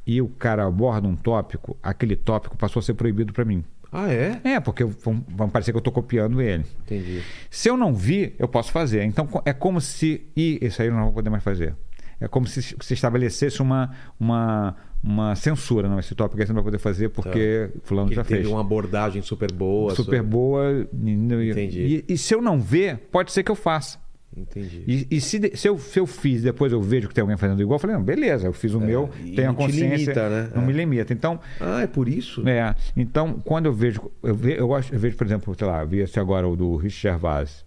[SPEAKER 3] e o cara aborda um tópico, aquele tópico passou a ser proibido pra mim.
[SPEAKER 1] Ah, é?
[SPEAKER 3] É, porque eu- vão, vão parecer que eu tô copiando ele.
[SPEAKER 1] Entendi.
[SPEAKER 3] Se eu não vi, eu posso fazer. Então co- é como se. E isso aí eu não vou poder mais fazer. É como se se estabelecesse uma, uma, uma censura, não. Esse tópico aí você não vai poder fazer porque Fulano
[SPEAKER 1] Tá. Que
[SPEAKER 3] já
[SPEAKER 1] teve
[SPEAKER 3] fez.
[SPEAKER 1] uma abordagem super boa.
[SPEAKER 3] Super boa. e-
[SPEAKER 1] Entendi.
[SPEAKER 3] E, e se eu não ver, pode ser que eu faça.
[SPEAKER 1] Entendi.
[SPEAKER 3] E, e se, de- se, eu, se eu fiz, depois eu vejo que tem alguém fazendo igual, eu falei, não, beleza, eu fiz o meu,
[SPEAKER 1] É, e
[SPEAKER 3] tenho a
[SPEAKER 1] não te
[SPEAKER 3] consciência.
[SPEAKER 1] limita, né?
[SPEAKER 3] Não
[SPEAKER 1] É.
[SPEAKER 3] me limita. Então,
[SPEAKER 1] Ah, é por isso?
[SPEAKER 3] é, então, quando eu vejo, eu, ve- eu, gosto- eu vejo, por exemplo, sei lá, eu vi esse agora o do Rich Gervais.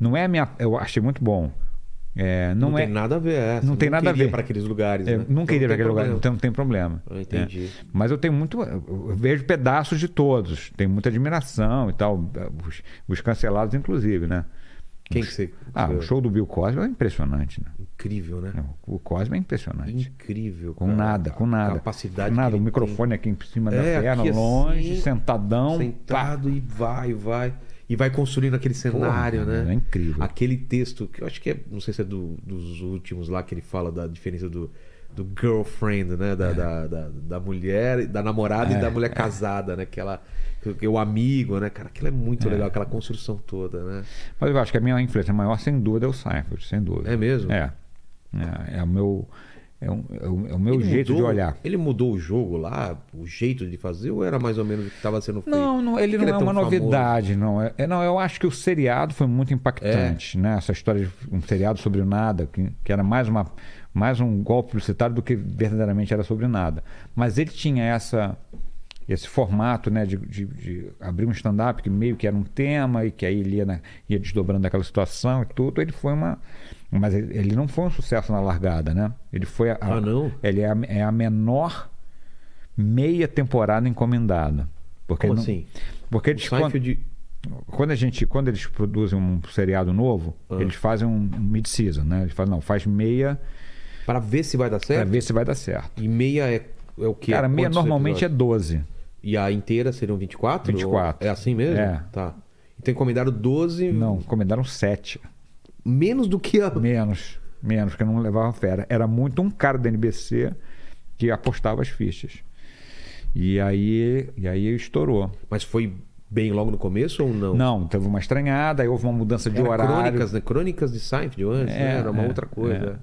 [SPEAKER 3] Não é a minha, eu achei muito bom. É, não,
[SPEAKER 1] Não,
[SPEAKER 3] é,
[SPEAKER 1] tem nada a ver. é,
[SPEAKER 3] não
[SPEAKER 1] você
[SPEAKER 3] tem nada a
[SPEAKER 1] queria
[SPEAKER 3] ver. É,
[SPEAKER 1] para aqueles lugares.
[SPEAKER 3] eu
[SPEAKER 1] né?
[SPEAKER 3] nunca iria
[SPEAKER 1] Então não tem
[SPEAKER 3] para aquele lugar,
[SPEAKER 1] problema.
[SPEAKER 3] então não tem problema.
[SPEAKER 1] Ah, entendi.
[SPEAKER 3] É. Mas eu tenho muito, eu eu vejo pedaços de todos, tenho muita admiração e tal, os, os cancelados inclusive, né?
[SPEAKER 1] Quem que você.
[SPEAKER 3] Ah, o show do Bill Cosby é impressionante, né?
[SPEAKER 1] Incrível, né?
[SPEAKER 3] O Cosby é impressionante.
[SPEAKER 1] Incrível.
[SPEAKER 3] Com
[SPEAKER 1] cara.
[SPEAKER 3] nada, com
[SPEAKER 1] A
[SPEAKER 3] nada.
[SPEAKER 1] Capacidade.
[SPEAKER 3] com nada,
[SPEAKER 1] que
[SPEAKER 3] o
[SPEAKER 1] ele tem.
[SPEAKER 3] microfone aqui em cima da
[SPEAKER 1] É,
[SPEAKER 3] perna,
[SPEAKER 1] aqui assim,
[SPEAKER 3] longe, sentadão. pá.
[SPEAKER 1] sentado e vai, vai. E vai construindo aquele cenário,
[SPEAKER 3] Porra,
[SPEAKER 1] né?
[SPEAKER 3] é incrível.
[SPEAKER 1] Aquele texto, que eu acho que é, não sei se é do- dos últimos lá, que ele fala da diferença do, do girlfriend, né?
[SPEAKER 3] É.
[SPEAKER 1] Da, da, da, da mulher, da namorada e da mulher casada, né? Que ela, que- que o amigo, né? Cara, aquilo é muito legal, aquela construção toda, né?
[SPEAKER 3] Mas eu acho que a minha influência maior, sem dúvida, é o Seinfeld, sem dúvida.
[SPEAKER 1] É mesmo?
[SPEAKER 3] É. É, é o meu, é um- é o, é o meu
[SPEAKER 1] Ele
[SPEAKER 3] jeito de
[SPEAKER 1] mudou-
[SPEAKER 3] olhar.
[SPEAKER 1] Ele mudou o jogo lá, o jeito de fazer, ou era mais ou menos o que estava sendo feito?
[SPEAKER 3] Não, não, ele
[SPEAKER 1] Por que
[SPEAKER 3] não é,
[SPEAKER 1] tão
[SPEAKER 3] uma
[SPEAKER 1] famoso?
[SPEAKER 3] novidade, não. É, é, não. Eu acho que o seriado foi muito impactante,
[SPEAKER 1] É?
[SPEAKER 3] né? Essa história de um seriado sobre o nada, que, que era mais, uma, mais um golpe publicitário do que verdadeiramente era sobre nada. Mas ele tinha essa esse formato, né, de, de- de abrir um stand-up que meio que era um tema e que aí ele ia, na- ia desdobrando aquela situação e tudo. Ele foi uma, mas ele, ele não foi um sucesso na largada, né? Ele foi a, a-
[SPEAKER 1] Ah, não?
[SPEAKER 3] Ele é a- é a menor meia temporada encomendada. Porque
[SPEAKER 1] Como
[SPEAKER 3] não-
[SPEAKER 1] assim?
[SPEAKER 3] Porque
[SPEAKER 1] O
[SPEAKER 3] eles, quan-
[SPEAKER 1] Seinfeld...
[SPEAKER 3] quando, a gente, quando eles produzem um seriado novo,
[SPEAKER 1] Ah.
[SPEAKER 3] eles fazem um mid-season, né? Eles falam, não, faz meia
[SPEAKER 1] Pra ver se vai dar
[SPEAKER 3] pra
[SPEAKER 1] certo?
[SPEAKER 3] ver se vai dar certo.
[SPEAKER 1] E meia é, é o que?
[SPEAKER 3] Cara, meia normalmente é 12.
[SPEAKER 1] E a inteira seriam 24?
[SPEAKER 3] 24.
[SPEAKER 1] Ou- É assim mesmo?
[SPEAKER 3] É.
[SPEAKER 1] Tá. Então encomendaram 12.
[SPEAKER 3] Não, encomendaram 7.
[SPEAKER 1] Menos do que a.
[SPEAKER 3] Menos, menos, porque não levava fera. Era muito um cara da NBC que apostava as fichas. E aí, e aí estourou.
[SPEAKER 1] Mas foi bem logo no começo ou não?
[SPEAKER 3] Não, teve uma estranhada, aí houve uma mudança de
[SPEAKER 1] Era
[SPEAKER 3] horário.
[SPEAKER 1] crônicas, né? Crônicas de Seinfeld antes, né?
[SPEAKER 3] É,
[SPEAKER 1] Era uma
[SPEAKER 3] é,
[SPEAKER 1] outra coisa.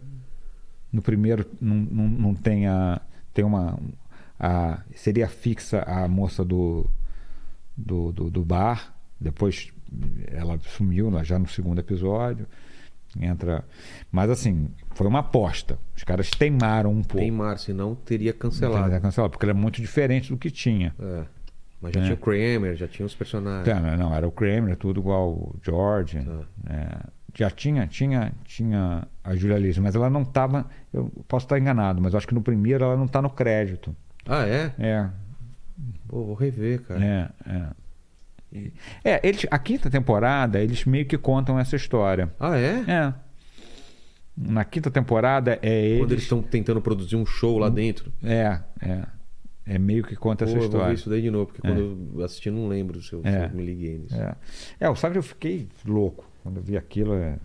[SPEAKER 3] no primeiro não, não, não tem a tem uma a, seria fixa a moça do do, do do bar depois ela sumiu lá já no segundo episódio entra mas assim foi uma aposta os caras teimaram um pouco
[SPEAKER 1] Tem mar, senão teria
[SPEAKER 3] Tentaram
[SPEAKER 1] cancelado.
[SPEAKER 3] cancelar, porque era muito diferente do que tinha
[SPEAKER 1] É. Mas já
[SPEAKER 3] É.
[SPEAKER 1] tinha o Kramer, já tinha os personagens.
[SPEAKER 3] Tá, não, não, era o Kramer, tudo igual o George. né? já tinha, tinha, tinha a Julia Louis, mas ela não estava. Eu posso estar enganado, mas eu acho que no primeiro ela não está no crédito.
[SPEAKER 1] Ah, é?
[SPEAKER 3] É,
[SPEAKER 1] Pô, vou rever, cara.
[SPEAKER 3] é, é. E- É, eles, a quinta temporada, eles meio que contam essa história.
[SPEAKER 1] Ah, é?
[SPEAKER 3] É. Na quinta temporada é
[SPEAKER 1] Quando eles
[SPEAKER 3] eles.
[SPEAKER 1] estão tentando produzir um show lá dentro.
[SPEAKER 3] É, é. É meio que conta
[SPEAKER 1] Pô,
[SPEAKER 3] essa
[SPEAKER 1] eu vou ver
[SPEAKER 3] história.
[SPEAKER 1] isso daí de novo, porque quando eu assisti eu não lembro se eu, se
[SPEAKER 3] É.
[SPEAKER 1] eu me liguei nisso.
[SPEAKER 3] É. É, o Sagre eu fiquei louco quando eu vi aquilo. é,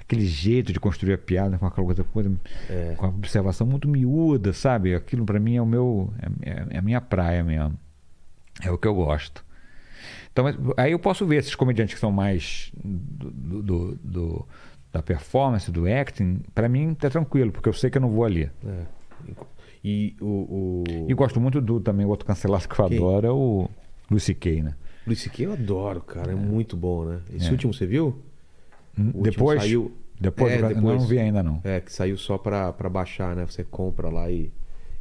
[SPEAKER 3] Aquele jeito de construir a piada com aquela coisa, coisa
[SPEAKER 1] É.
[SPEAKER 3] com a observação muito miúda, sabe? Aquilo pra mim é o meu. É, é- é a minha praia mesmo. É o que eu gosto. Então, mas aí eu posso ver esses comediantes que são mais do, do- do- da performance, do acting. Pra mim, tá tranquilo, porque eu sei que eu não vou ali.
[SPEAKER 1] É. E o. o...
[SPEAKER 3] E gosto muito do também, o outro cancelado que eu
[SPEAKER 1] Quem?
[SPEAKER 3] adoro é o Lucy Kay, né?
[SPEAKER 1] Luiz Siquei eu adoro, cara. É, muito bom, né? Esse último você viu? último
[SPEAKER 3] Depois,
[SPEAKER 1] saiu-
[SPEAKER 3] depois,
[SPEAKER 1] É,
[SPEAKER 3] do can-
[SPEAKER 1] depois.
[SPEAKER 3] não vi ainda não.
[SPEAKER 1] É, que saiu só pra, pra baixar, né? Você compra lá e,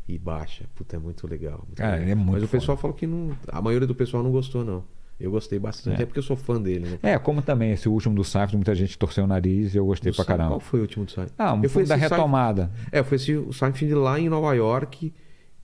[SPEAKER 1] e baixa. Puta, é muito legal. muito
[SPEAKER 3] Cara,
[SPEAKER 1] legal.
[SPEAKER 3] ele é muito
[SPEAKER 1] Mas o
[SPEAKER 3] foda.
[SPEAKER 1] pessoal falou que não. A maioria do pessoal não gostou, não. Eu gostei bastante. É, porque eu sou fã dele, né?
[SPEAKER 3] É, como também esse último do Seinfeld, muita gente torceu o nariz e eu gostei
[SPEAKER 1] Do
[SPEAKER 3] pra
[SPEAKER 1] Seinfeld,
[SPEAKER 3] caramba.
[SPEAKER 1] Qual foi o último do Seinfeld?
[SPEAKER 3] Ah, um
[SPEAKER 1] Eu fui
[SPEAKER 3] filme da
[SPEAKER 1] assistir
[SPEAKER 3] retomada.
[SPEAKER 1] Seinfeld- É, eu fui assistir o Seinfeld lá em Nova York,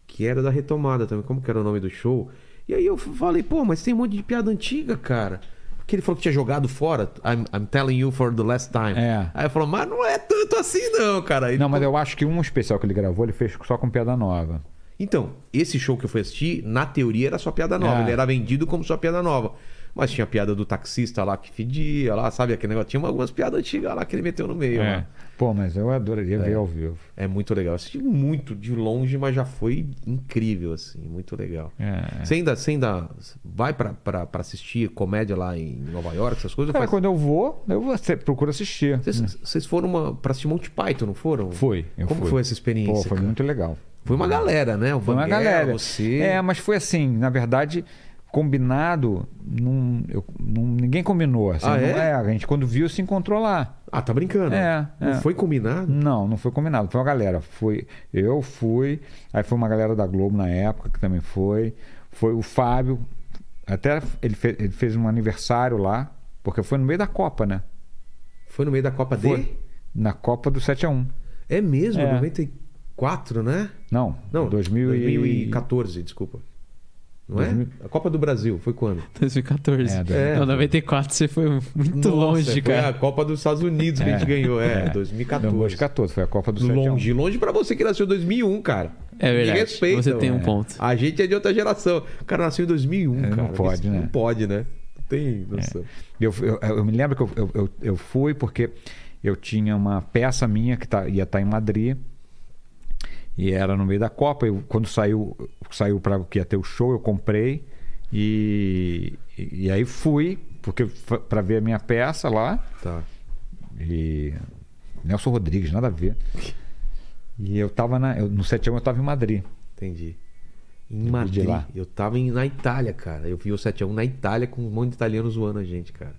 [SPEAKER 1] que era da retomada também. Como que era o nome do show? E aí eu f- falei, pô, mas tem um monte de piada antiga, cara. Que ele falou que tinha jogado fora. I'm, I'm telling you for the last time.
[SPEAKER 3] É.
[SPEAKER 1] Aí eu falou, mas não é tanto assim, não, cara. Ele
[SPEAKER 3] Não, mas eu acho que um especial que ele gravou, ele fez só com piada nova.
[SPEAKER 1] Então, esse show que eu fui assistir, na teoria, era só piada nova.
[SPEAKER 3] Ah.
[SPEAKER 1] Ele era vendido como só piada nova. Mas tinha a piada do taxista lá que fedia lá, sabe? Aquele negócio. Tinha algumas piadas antigas lá que ele meteu no meio.
[SPEAKER 3] É.
[SPEAKER 1] lá.
[SPEAKER 3] Pô, mas eu adoraria ver ao vivo.
[SPEAKER 1] né? É muito legal. Eu assisti muito de longe, mas já foi incrível, assim. Muito legal.
[SPEAKER 3] É.
[SPEAKER 1] Você ainda, você ainda vai pra, pra, pra assistir comédia lá em Nova York, essas coisas?
[SPEAKER 3] Cara,
[SPEAKER 1] Faz-
[SPEAKER 3] quando eu vou, eu vou, você procura assistir.
[SPEAKER 1] Vocês, vocês foram uma, pra assistir Monty Python, não foram?
[SPEAKER 3] Foi. eu
[SPEAKER 1] Como
[SPEAKER 3] fui.
[SPEAKER 1] foi essa experiência?
[SPEAKER 3] Pô, foi
[SPEAKER 1] cara?
[SPEAKER 3] muito legal.
[SPEAKER 1] Foi uma galera, né? O
[SPEAKER 3] Foi uma
[SPEAKER 1] Vanguel,
[SPEAKER 3] galera.
[SPEAKER 1] Você...
[SPEAKER 3] É, mas foi assim, na verdade, combinado, num, eu- num- ninguém combinou. assim,
[SPEAKER 1] Ah,
[SPEAKER 3] não
[SPEAKER 1] é?
[SPEAKER 3] A gente quando viu se encontrou lá.
[SPEAKER 1] Ah, tá brincando?
[SPEAKER 3] É,
[SPEAKER 1] Não
[SPEAKER 3] é.
[SPEAKER 1] foi combinado?
[SPEAKER 3] Não, não foi combinado. Foi uma galera. Foi, eu fui, aí foi uma galera da Globo na época que também foi. Foi o Fábio. Até ele, fe- ele fez um aniversário lá, porque foi no meio da Copa, né?
[SPEAKER 1] Foi no meio da Copa D?
[SPEAKER 3] Foi. Na Copa do 7 a 1
[SPEAKER 1] É mesmo?
[SPEAKER 3] É.
[SPEAKER 1] 94, né?
[SPEAKER 3] Não,
[SPEAKER 1] Não,
[SPEAKER 3] 2000 e-
[SPEAKER 1] 2014, desculpa. Não
[SPEAKER 3] 2000.
[SPEAKER 1] é? A Copa do Brasil foi quando?
[SPEAKER 2] 2014.
[SPEAKER 3] É,
[SPEAKER 1] é.
[SPEAKER 2] Não, 94 você foi muito
[SPEAKER 1] Nossa,
[SPEAKER 2] longe,
[SPEAKER 1] foi
[SPEAKER 2] cara.
[SPEAKER 1] a Copa dos Estados Unidos que a gente ganhou, é, 2014.
[SPEAKER 3] Não, 2014, foi a Copa do 7 a 1
[SPEAKER 1] Longe, longe pra você que nasceu em 2001, cara.
[SPEAKER 2] É
[SPEAKER 1] Me
[SPEAKER 2] verdade.
[SPEAKER 1] respeita,
[SPEAKER 2] Você tem um
[SPEAKER 1] mano.
[SPEAKER 2] ponto.
[SPEAKER 1] A gente é de outra geração. O cara nasceu em 2001,
[SPEAKER 3] É, não
[SPEAKER 1] cara.
[SPEAKER 3] pode,
[SPEAKER 1] Isso
[SPEAKER 3] né?
[SPEAKER 1] Não pode, né? Não tem noção.
[SPEAKER 3] Eu, eu- eu me lembro que eu, eu- eu- eu fui porque eu tinha uma peça minha que tá- ia estar em Madrid e era no meio da Copa. Eu, quando saiu, saiu para que ia ter o show, eu comprei e, e, e aí fui porque para ver a minha peça lá
[SPEAKER 1] Tá.
[SPEAKER 3] e Nelson Rodrigues, nada a ver. E eu tava na, eu, no 7 eu estava em Madrid.
[SPEAKER 1] Entendi. Em
[SPEAKER 3] de
[SPEAKER 1] Madrid.
[SPEAKER 3] lá.
[SPEAKER 1] Eu tava em- na Itália, cara. Eu vi o 7x1 na Itália com um monte de italiano zoando a gente, cara.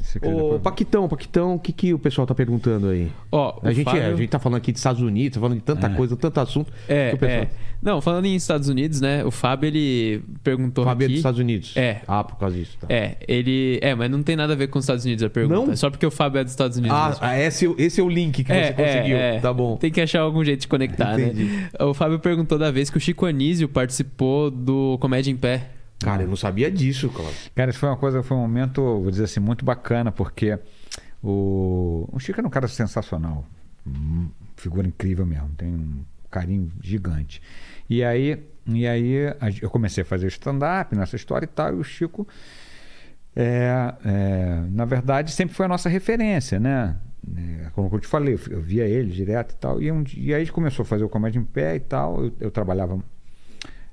[SPEAKER 3] Isso aqui
[SPEAKER 1] Ô,
[SPEAKER 3] depois-
[SPEAKER 1] Paquitão, Paquitão, o que, que o pessoal tá perguntando aí?
[SPEAKER 2] Ó,
[SPEAKER 1] A
[SPEAKER 2] o
[SPEAKER 1] gente,
[SPEAKER 2] Fábio...
[SPEAKER 1] é, a gente tá falando aqui de Estados Unidos, tá falando de tanta coisa, tanto assunto.
[SPEAKER 2] É,
[SPEAKER 1] que o pessoal-
[SPEAKER 2] é. Não, falando em Estados Unidos, né? O Fábio, ele perguntou
[SPEAKER 1] Fábio é
[SPEAKER 2] aqui...
[SPEAKER 1] dos Estados Unidos.
[SPEAKER 2] É.
[SPEAKER 1] Ah, por causa disso. Tá.
[SPEAKER 2] É, ele... É, mas não tem nada a ver com os Estados Unidos a pergunta.
[SPEAKER 1] Não?
[SPEAKER 2] É só porque o Fábio é dos Estados Unidos
[SPEAKER 1] Ah,
[SPEAKER 2] mesmo.
[SPEAKER 1] ah, esse, é o- esse é o link que você conseguiu.
[SPEAKER 2] é.
[SPEAKER 1] Tá bom.
[SPEAKER 2] Tem que achar algum jeito de conectar, né?
[SPEAKER 1] Entendi.
[SPEAKER 2] O Fábio perguntou da vez que o Chico Anísio participou do Comédia em Pé.
[SPEAKER 1] Cara, eu não sabia disso, Cláudio.
[SPEAKER 3] Cara, isso foi uma coisa, foi um momento, vou dizer assim, muito bacana, porque o, o Chico era um cara sensacional. Hum, Figura incrível mesmo, tem um carinho gigante. E aí, e aí a gen- eu comecei a fazer stand-up nessa história e tal, e o Chico, é, é, na verdade, sempre foi a nossa referência, né? É, Como eu te falei, eu fi- eu via ele direto e tal. E, um di- e aí ele começou a fazer o comédia em pé e tal. Eu, eu trabalhava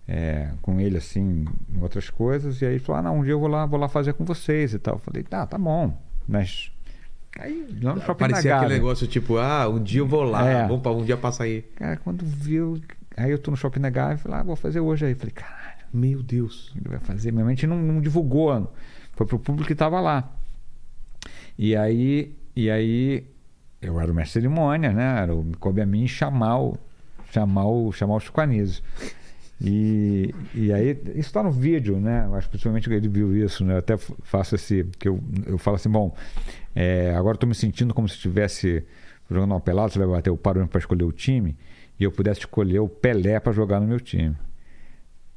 [SPEAKER 3] é, com ele assim em outras coisas e aí ele falou ah, não um dia eu vou lá vou lá fazer com vocês e tal eu falei tá tá bom mas aí lá no shopping
[SPEAKER 1] Parecia
[SPEAKER 3] da
[SPEAKER 1] aquele
[SPEAKER 3] Gávea,
[SPEAKER 1] negócio tipo, ah, um dia eu vou lá,
[SPEAKER 3] É.
[SPEAKER 1] vamos pra um dia passar aí.
[SPEAKER 3] cara quando viu aí eu tô no shopping da Gávea, falei ah, vou fazer hoje aí eu falei caralho
[SPEAKER 1] Meu Deus.
[SPEAKER 3] ele vai fazer minha mente não, não divulgou foi pro público que estava lá e aí e aí eu era o mestre de cerimônia né era o me coube a mim chamar o chamar o chamar o Chico Anísio. e, e aí isso está no vídeo né Eu acho que principalmente ele viu isso né eu até f- faço esse que eu, eu falo assim bom é, agora estou me sentindo como se estivesse jogando uma pelada você vai bater o parâmetro para escolher o time e eu pudesse escolher o Pelé para jogar no meu time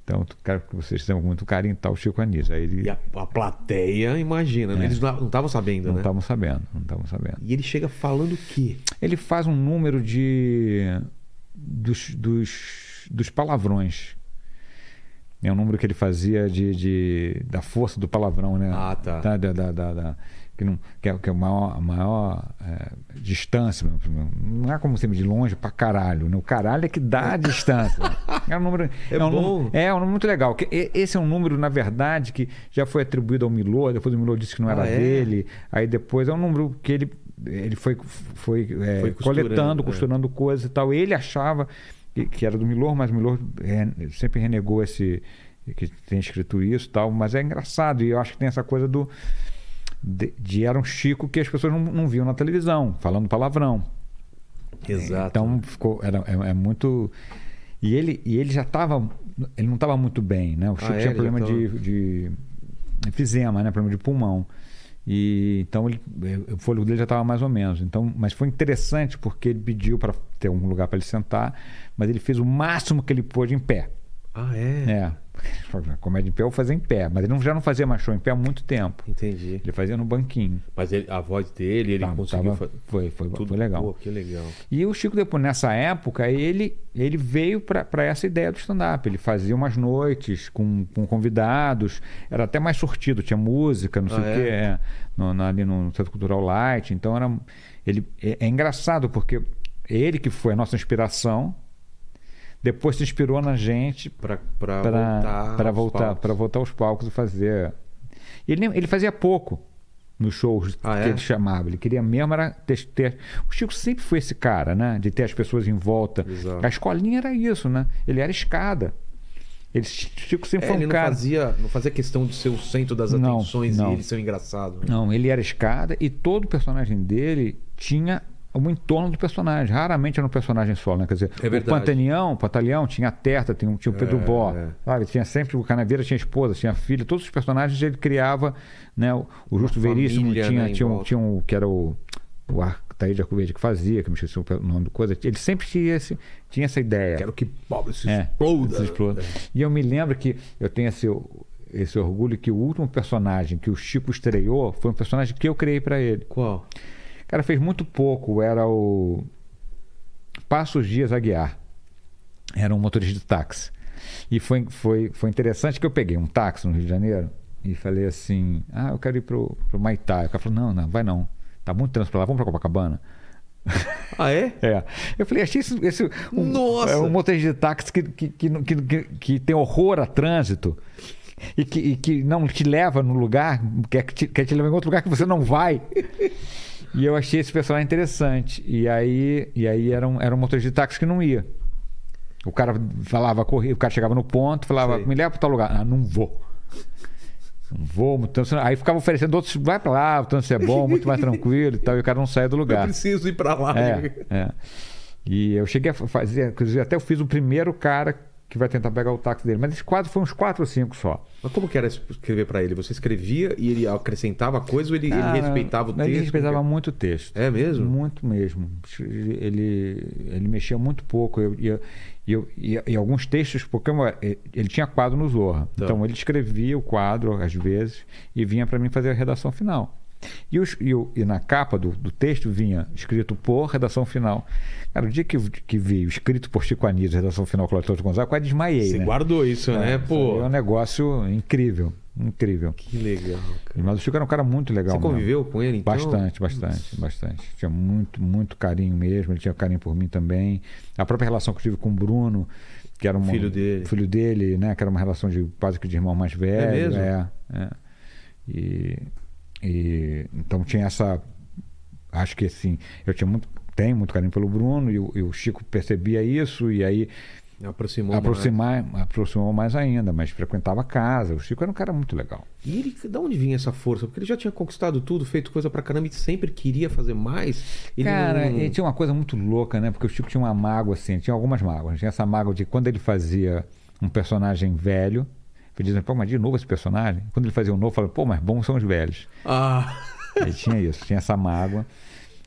[SPEAKER 3] então, eu quero que vocês tenham muito carinho e tal, Chico Anísio. Aí ele
[SPEAKER 1] E a, a plateia, imagina, né? eles não estavam sabendo,
[SPEAKER 3] É. não
[SPEAKER 1] né?
[SPEAKER 3] estavam sabendo, não estavam sabendo.
[SPEAKER 1] E ele chega falando o quê?
[SPEAKER 3] Ele faz um número de dos, dos, dos palavrões. É um número que ele fazia de, de- da força do palavrão, né?
[SPEAKER 1] Ah, tá.
[SPEAKER 3] Da, da, da, da- da- que, não, que, é, que é a maior, a maior é, distância. Não é como sempre de longe pra caralho. Né? O caralho é que dá a
[SPEAKER 1] [LAUGHS]
[SPEAKER 3] distância. É um número.
[SPEAKER 1] É
[SPEAKER 3] um
[SPEAKER 1] bom.
[SPEAKER 3] número- é um número muito legal. Que e- Esse é um número, na verdade, que já foi atribuído ao Milô, depois o Milô disse que não era
[SPEAKER 1] Ah, é?
[SPEAKER 3] dele. Aí depois é um número que ele, ele foi, foi, é,
[SPEAKER 1] Foi costurando,
[SPEAKER 3] coletando,
[SPEAKER 1] é.
[SPEAKER 3] costurando coisas e tal. Ele achava que, que era do Milor, mas o Milor é, sempre renegou esse. que tem escrito isso e tal. Mas é engraçado. E eu acho que tem essa coisa do de, de era um Chico que as pessoas não, não viam na televisão, falando palavrão.
[SPEAKER 1] Exato.
[SPEAKER 3] Então ficou, era, é, é muito. E ele, e ele já estava. Ele não estava muito bem, né? O Chico
[SPEAKER 1] é?
[SPEAKER 3] tinha
[SPEAKER 1] Ele
[SPEAKER 3] problema
[SPEAKER 1] já tava-
[SPEAKER 3] de, de enfisema, né? Problema de pulmão. E então ele, eh, o fôlego dele já estava mais ou menos. Então, mas foi interessante porque ele pediu para ter um lugar para ele sentar, mas ele fez o máximo que ele pôde em pé.
[SPEAKER 1] Ah, é?
[SPEAKER 3] É. Comédia em pé eu fazia em pé, mas ele não- já não fazia mais show em pé há muito tempo.
[SPEAKER 1] Entendi.
[SPEAKER 3] Ele fazia no banquinho.
[SPEAKER 1] Mas ele- a voz dele, ele
[SPEAKER 3] Tá,
[SPEAKER 1] conseguiu
[SPEAKER 3] tava-
[SPEAKER 1] fa-
[SPEAKER 3] foi, foi,
[SPEAKER 1] tudo.
[SPEAKER 3] foi legal.
[SPEAKER 1] Pô, que legal.
[SPEAKER 3] E o Chico depois, nessa época, ele, ele veio para essa ideia do stand-up. Ele fazia umas noites com, com convidados, era até mais sortido, tinha música, não sei
[SPEAKER 1] Ah,
[SPEAKER 3] o
[SPEAKER 1] é?
[SPEAKER 3] quê, é, no, na- ali no Centro Cultural Light. Então era, ele, é, é engraçado porque ele que foi a nossa inspiração, depois se inspirou na gente
[SPEAKER 1] Pra, pra, voltar.
[SPEAKER 3] para para
[SPEAKER 1] aos
[SPEAKER 3] voltar
[SPEAKER 1] palcos.
[SPEAKER 3] para voltar aos palcos e fazer ele nem- ele fazia pouco nos shows
[SPEAKER 1] Ah,
[SPEAKER 3] que
[SPEAKER 1] é?
[SPEAKER 3] ele chamava ele queria mesmo era ter, ter- o Chico sempre foi esse cara né de ter as pessoas em volta
[SPEAKER 1] Exato.
[SPEAKER 3] a escolinha era isso né ele era escada ele Chico sempre
[SPEAKER 1] É,
[SPEAKER 3] foi um
[SPEAKER 1] ele não
[SPEAKER 3] cara
[SPEAKER 1] fazia, não fazia questão de ser o centro das
[SPEAKER 3] Não,
[SPEAKER 1] atenções
[SPEAKER 3] não.
[SPEAKER 1] e ele ser um engraçado.
[SPEAKER 3] Não, ele era escada e todo personagem dele tinha um entorno do personagem. Raramente era um personagem só, né? Quer dizer,
[SPEAKER 1] É
[SPEAKER 3] o
[SPEAKER 1] verdade.
[SPEAKER 3] Pantanião, o Patalião, tinha a Terta, tinha, tinha o Pedro
[SPEAKER 1] É,
[SPEAKER 3] Bó.
[SPEAKER 1] é.
[SPEAKER 3] Sabe? Tinha sempre o Canaveira, tinha esposa, tinha filho. Todos os personagens ele criava, né? O, o Justo
[SPEAKER 1] Uma
[SPEAKER 3] Veríssimo
[SPEAKER 1] família,
[SPEAKER 3] tinha,
[SPEAKER 1] né, em
[SPEAKER 3] tinha, um,
[SPEAKER 1] volta.
[SPEAKER 3] tinha um que era o, o Arctaíde Arcoverde que fazia, que me esqueci o nome do coisa. Ele sempre tinha, esse, tinha essa ideia.
[SPEAKER 1] Quero que pobre se
[SPEAKER 3] É,
[SPEAKER 1] exploda.
[SPEAKER 3] se exploda. E eu me lembro que eu tenho esse, esse orgulho que o último personagem que o Chico estreou foi um personagem que eu criei pra ele.
[SPEAKER 1] Qual?
[SPEAKER 3] O cara fez muito pouco, era o Passos Dias Aguiar. Era um motorista de táxi. E foi, foi, foi interessante que eu peguei um táxi no Rio de Janeiro e falei assim: ah, eu quero ir pro, pro Maitá. O cara falou: não, não, vai não. Tá muito trânsito pra lá, vamos pra Copacabana.
[SPEAKER 1] Ah, é?
[SPEAKER 3] É. Eu falei, achei isso. Esse, um,
[SPEAKER 1] Nossa!
[SPEAKER 3] É um motorista de táxi que, que, que, não- que, que, que tem horror a trânsito. E que, e que não te leva no lugar, quer, que te, quer te levar em outro lugar que você não vai. E eu achei esse personagem interessante. E aí, e aí era, um, era um motorista de táxi que não ia. O cara falava, corria, o cara chegava no ponto, falava,
[SPEAKER 1] Sei.
[SPEAKER 3] me leva para tal lugar. Ah, não vou. Não vou, muito tanto. Aí ficava oferecendo outros, vai para lá, o tanto é bom, muito mais tranquilo e tal. E o cara não saía do
[SPEAKER 1] Eu
[SPEAKER 3] lugar.
[SPEAKER 1] preciso ir pra lá.
[SPEAKER 3] É, é. E eu cheguei a fa- fazer, inclusive até eu fiz o primeiro cara que vai tentar pegar o táxi dele, mas esse quadro foi uns quatro ou cinco só.
[SPEAKER 1] Mas como que era escrever pra ele? Você escrevia e ele acrescentava coisa ou ele, ele
[SPEAKER 3] Ah,
[SPEAKER 1] respeitava o texto?
[SPEAKER 3] Ele respeitava muito o texto.
[SPEAKER 1] É mesmo?
[SPEAKER 3] Muito mesmo. Ele, ele mexia muito pouco. Eu, e eu, e eu, e- e alguns textos, porque eu- ele tinha quadro no Zorra.
[SPEAKER 1] Tá.
[SPEAKER 3] Então ele escrevia o quadro, às vezes, e vinha para mim fazer a redação final. E, os- e o- e na capa do, do texto vinha escrito por redação final. Cara, o dia que, eu- que veio escrito por Chico Anísio, redação final Cláudio Torres Gonzaga, eu quase desmaiei.
[SPEAKER 1] Você
[SPEAKER 3] né?
[SPEAKER 1] guardou isso, né? Pô,
[SPEAKER 3] É um negócio incrível, incrível.
[SPEAKER 1] que legal. cara.
[SPEAKER 3] Mas o Chico era um cara muito legal.
[SPEAKER 1] Você
[SPEAKER 3] mesmo.
[SPEAKER 1] conviveu com ele, então?
[SPEAKER 3] Bastante, bastante, bastante. Tinha muito, muito carinho mesmo. Ele tinha carinho por mim também. A própria relação que eu tive com o Bruno, que era um
[SPEAKER 1] Filho dele.
[SPEAKER 3] filho dele, né? Que era uma relação de quase que de irmão mais velho.
[SPEAKER 1] mesmo?
[SPEAKER 3] é. E, e então tinha essa, acho que assim, eu tinha muito, tenho muito carinho pelo Bruno e o, e o Chico percebia isso e aí
[SPEAKER 1] Aproximou. né? mais.
[SPEAKER 3] aproximar, aproximou mais ainda, mas frequentava a casa. O Chico era um cara muito legal.
[SPEAKER 1] E ele, da onde vinha essa força? Porque ele já tinha conquistado tudo, feito coisa pra caramba e sempre queria fazer mais. Ele
[SPEAKER 3] Cara,
[SPEAKER 1] não-
[SPEAKER 3] ele tinha uma coisa muito louca, né? Porque o Chico tinha uma mágoa, assim, tinha algumas mágoas. Tinha essa mágoa de quando ele fazia um personagem velho, ele dizia, pô, mas de novo esse personagem? Quando ele fazia um novo, falava, pô, mas bons são os velhos.
[SPEAKER 1] Ah,
[SPEAKER 3] Ele tinha isso, tinha essa mágoa.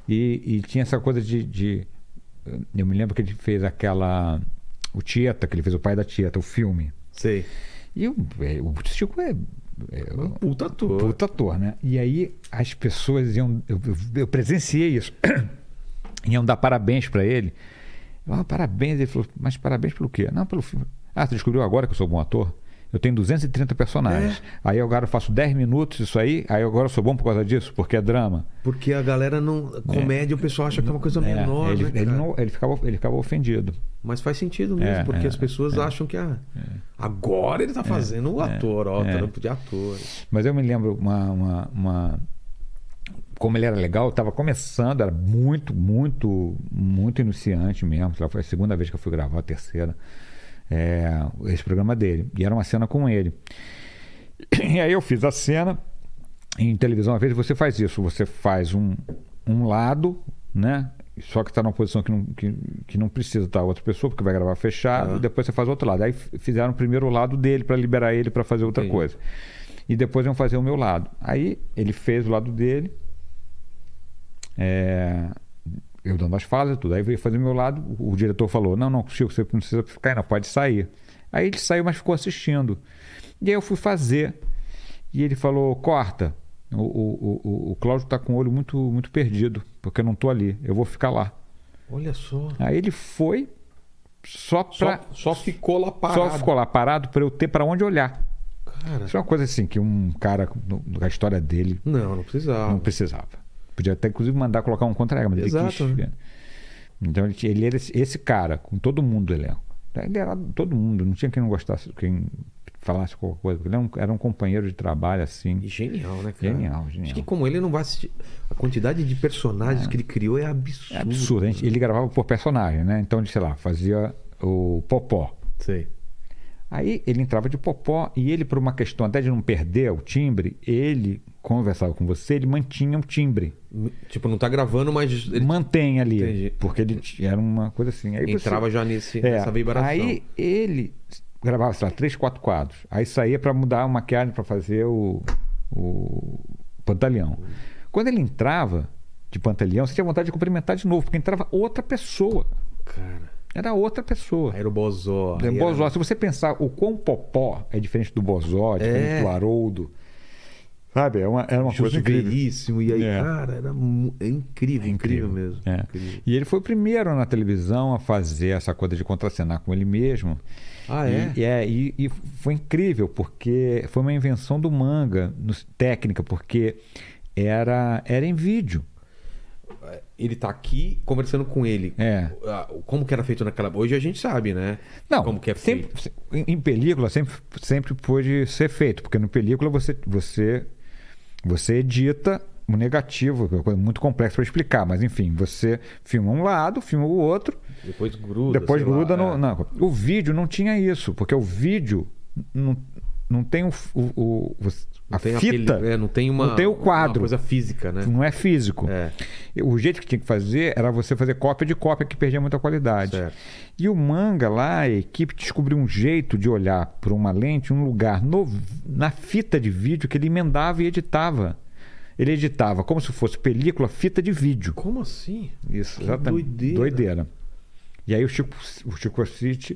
[SPEAKER 3] E, e tinha essa coisa de, de- Eu me lembro que ele fez aquela. O Tieta, que ele fez o pai da Tieta, o filme.
[SPEAKER 1] sei.
[SPEAKER 3] E o, é, o Chico é. é
[SPEAKER 1] Um puta ator.
[SPEAKER 3] puta ator, né? E aí as pessoas iam. Eu, eu- eu presenciei isso. [CLEARS THROAT] iam dar parabéns pra ele. Eu, ah, parabéns. Ele falou, mas parabéns pelo quê? Não, pelo filme. Ah, você descobriu agora que eu sou bom ator? Eu tenho 230 personagens.
[SPEAKER 1] É.
[SPEAKER 3] Aí agora eu faço 10 minutos isso aí, aí agora eu sou bom por causa disso, porque é drama.
[SPEAKER 1] Porque a galera não. Comédia, o pessoal acha que é uma coisa
[SPEAKER 3] É,
[SPEAKER 1] menor,
[SPEAKER 3] ele,
[SPEAKER 1] né,
[SPEAKER 3] ele
[SPEAKER 1] cara?
[SPEAKER 3] não- ele ficava, ele ficava ofendido.
[SPEAKER 1] Mas faz sentido mesmo,
[SPEAKER 3] É,
[SPEAKER 1] porque
[SPEAKER 3] é,
[SPEAKER 1] as pessoas acham que ah, agora ele tá fazendo o ator, ó,
[SPEAKER 3] é.
[SPEAKER 1] trampo de ator.
[SPEAKER 3] Mas eu me lembro uma. uma- uma- Como ele era legal, eu estava começando, era muito, muito, muito iniciante mesmo. sei lá, Foi a segunda vez que eu fui gravar, a terceira. é, esse programa dele. E era uma cena com ele. E aí eu fiz a cena. Em televisão, às vezes você faz isso. Você faz um, um lado, né? Só que está numa posição que não, que, que não precisa estar outra pessoa, porque vai gravar fechado.
[SPEAKER 1] Aham.
[SPEAKER 3] e Depois você faz o outro lado. Aí f- fizeram primeiro o lado dele para liberar ele para fazer outra
[SPEAKER 1] Entendi.
[SPEAKER 3] coisa. E depois iam fazer o meu lado. Aí ele fez o lado dele. É, eu dando as falas e tudo. Aí veio fazer meu lado, o diretor falou: Não, não, Chico, você não precisa ficar, aí, não, pode sair. Aí ele saiu, mas ficou assistindo. E aí eu fui fazer. E ele falou: Corta, o, o, o, o Cláudio tá com o olho muito, muito perdido, porque eu não tô ali, eu vou ficar lá.
[SPEAKER 1] Olha só.
[SPEAKER 3] Aí ele foi só pra.
[SPEAKER 1] Só, só ficou lá
[SPEAKER 3] Só
[SPEAKER 1] parado.
[SPEAKER 3] ficou lá parado pra eu ter pra onde olhar.
[SPEAKER 1] Cara,
[SPEAKER 3] Isso é uma coisa assim que um cara, no- na história dele,
[SPEAKER 1] não, não precisava.
[SPEAKER 3] não precisava. Podia até, inclusive, mandar colocar um contra mas ele
[SPEAKER 1] Exato,
[SPEAKER 3] quis.
[SPEAKER 1] né?
[SPEAKER 3] Então, ele, tinha- ele era esse, esse cara, com todo mundo do elenco. Ele era todo mundo, não tinha quem não gostasse, quem falasse qualquer coisa. porque Ele era um, era um companheiro de trabalho, assim.
[SPEAKER 1] E genial, né, cara?
[SPEAKER 3] Genial, genial.
[SPEAKER 1] Acho que como ele não vai assistir. A quantidade de personagens que ele criou é absurda.
[SPEAKER 3] É absurdo. a gente- Ele gravava por personagem, né? Então, ele, sei lá, fazia o Popó.
[SPEAKER 1] Sei.
[SPEAKER 3] Aí ele entrava de popó e ele, por uma questão até de não perder o timbre, ele conversava com você, ele mantinha o timbre.
[SPEAKER 1] M- Tipo, não tá gravando, mas ele
[SPEAKER 3] Mantém ali.
[SPEAKER 1] Entendi.
[SPEAKER 3] Porque ele t- era uma coisa assim. Aí você-
[SPEAKER 1] entrava já nesse,
[SPEAKER 3] É,
[SPEAKER 1] nessa vibração.
[SPEAKER 3] Aí ele gravava, sei lá, três, quatro quadros. Aí saía para mudar a maquiagem para fazer o, o pantalhão. Quando ele entrava de pantalhão, você tinha vontade de cumprimentar de novo, porque entrava outra pessoa.
[SPEAKER 1] Cara,
[SPEAKER 3] Era outra pessoa.
[SPEAKER 1] aí era o Bozó.
[SPEAKER 3] É,
[SPEAKER 1] aí era-
[SPEAKER 3] Bozó, se você pensar o quão popó é diferente do Bozó, é diferente
[SPEAKER 1] É.
[SPEAKER 3] do Haroldo. Sabe, é uma, era uma coisa incrível.
[SPEAKER 1] Juscelíssimo. E aí,
[SPEAKER 3] É.
[SPEAKER 1] cara, era mu- é incrível, incrível, mesmo.
[SPEAKER 3] É.
[SPEAKER 1] Incrível.
[SPEAKER 3] E ele foi o primeiro na televisão a fazer essa coisa de contracenar com ele mesmo.
[SPEAKER 1] Ah, é?
[SPEAKER 3] E, e é, e- e foi incrível, porque foi uma invenção do manga, no- técnica, porque era, era em vídeo.
[SPEAKER 1] Ele tá aqui conversando com ele.
[SPEAKER 3] É.
[SPEAKER 1] Ah, Como que era feito naquela. Hoje a gente sabe, né?
[SPEAKER 3] Não,
[SPEAKER 1] Como que é feito.
[SPEAKER 3] sempre, se- em- em película sempre, sempre pôde ser feito, porque no película você, você, você edita o negativo, que é uma coisa muito complexa para explicar, mas enfim, você filma um lado, filma o outro,
[SPEAKER 1] Depois gruda.
[SPEAKER 3] depois
[SPEAKER 1] sei lá,
[SPEAKER 3] gruda
[SPEAKER 1] é.
[SPEAKER 3] no. não, o vídeo não tinha isso, porque o vídeo não, não tem o, o- o- você-
[SPEAKER 1] Não
[SPEAKER 3] a
[SPEAKER 1] tem a
[SPEAKER 3] fita.
[SPEAKER 1] pele- é, não tem uma.
[SPEAKER 3] não tem o
[SPEAKER 1] Uma
[SPEAKER 3] quadro.
[SPEAKER 1] coisa física, né?
[SPEAKER 3] Não é físico.
[SPEAKER 1] É.
[SPEAKER 3] E O jeito que tinha que fazer era você fazer cópia de cópia, que perdia muita qualidade.
[SPEAKER 1] Certo.
[SPEAKER 3] E o manga lá, a equipe descobriu um jeito de olhar por uma lente, um lugar no- na fita de vídeo que ele emendava e editava. Ele editava como se fosse película, fita de vídeo.
[SPEAKER 1] Como assim?
[SPEAKER 3] Isso,
[SPEAKER 1] Que
[SPEAKER 3] exatamente.
[SPEAKER 1] doideira.
[SPEAKER 3] E aí o Chico, o Chico City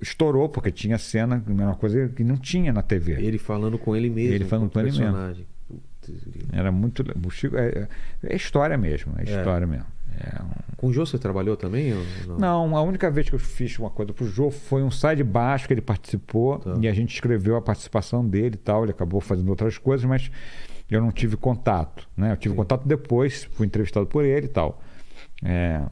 [SPEAKER 3] estourou, porque tinha cena, uma coisa que não tinha na TV.
[SPEAKER 1] É. Ele falando com ele mesmo.
[SPEAKER 3] Ele falando com ele mesmo.
[SPEAKER 1] personagem. Putz, grilo.
[SPEAKER 3] Era muito. le- O Chico, é, é história mesmo, é história mesmo. É um-
[SPEAKER 1] Com o Jô você trabalhou também? ou
[SPEAKER 3] Não, a única vez que eu fiz uma coisa pro Jô foi um sai de baixo que ele participou
[SPEAKER 1] Tá.
[SPEAKER 3] e a gente escreveu a participação dele e tal. Ele acabou fazendo outras coisas, mas eu não tive contato. Né? Eu tive contato depois, fui entrevistado por ele e tal. É,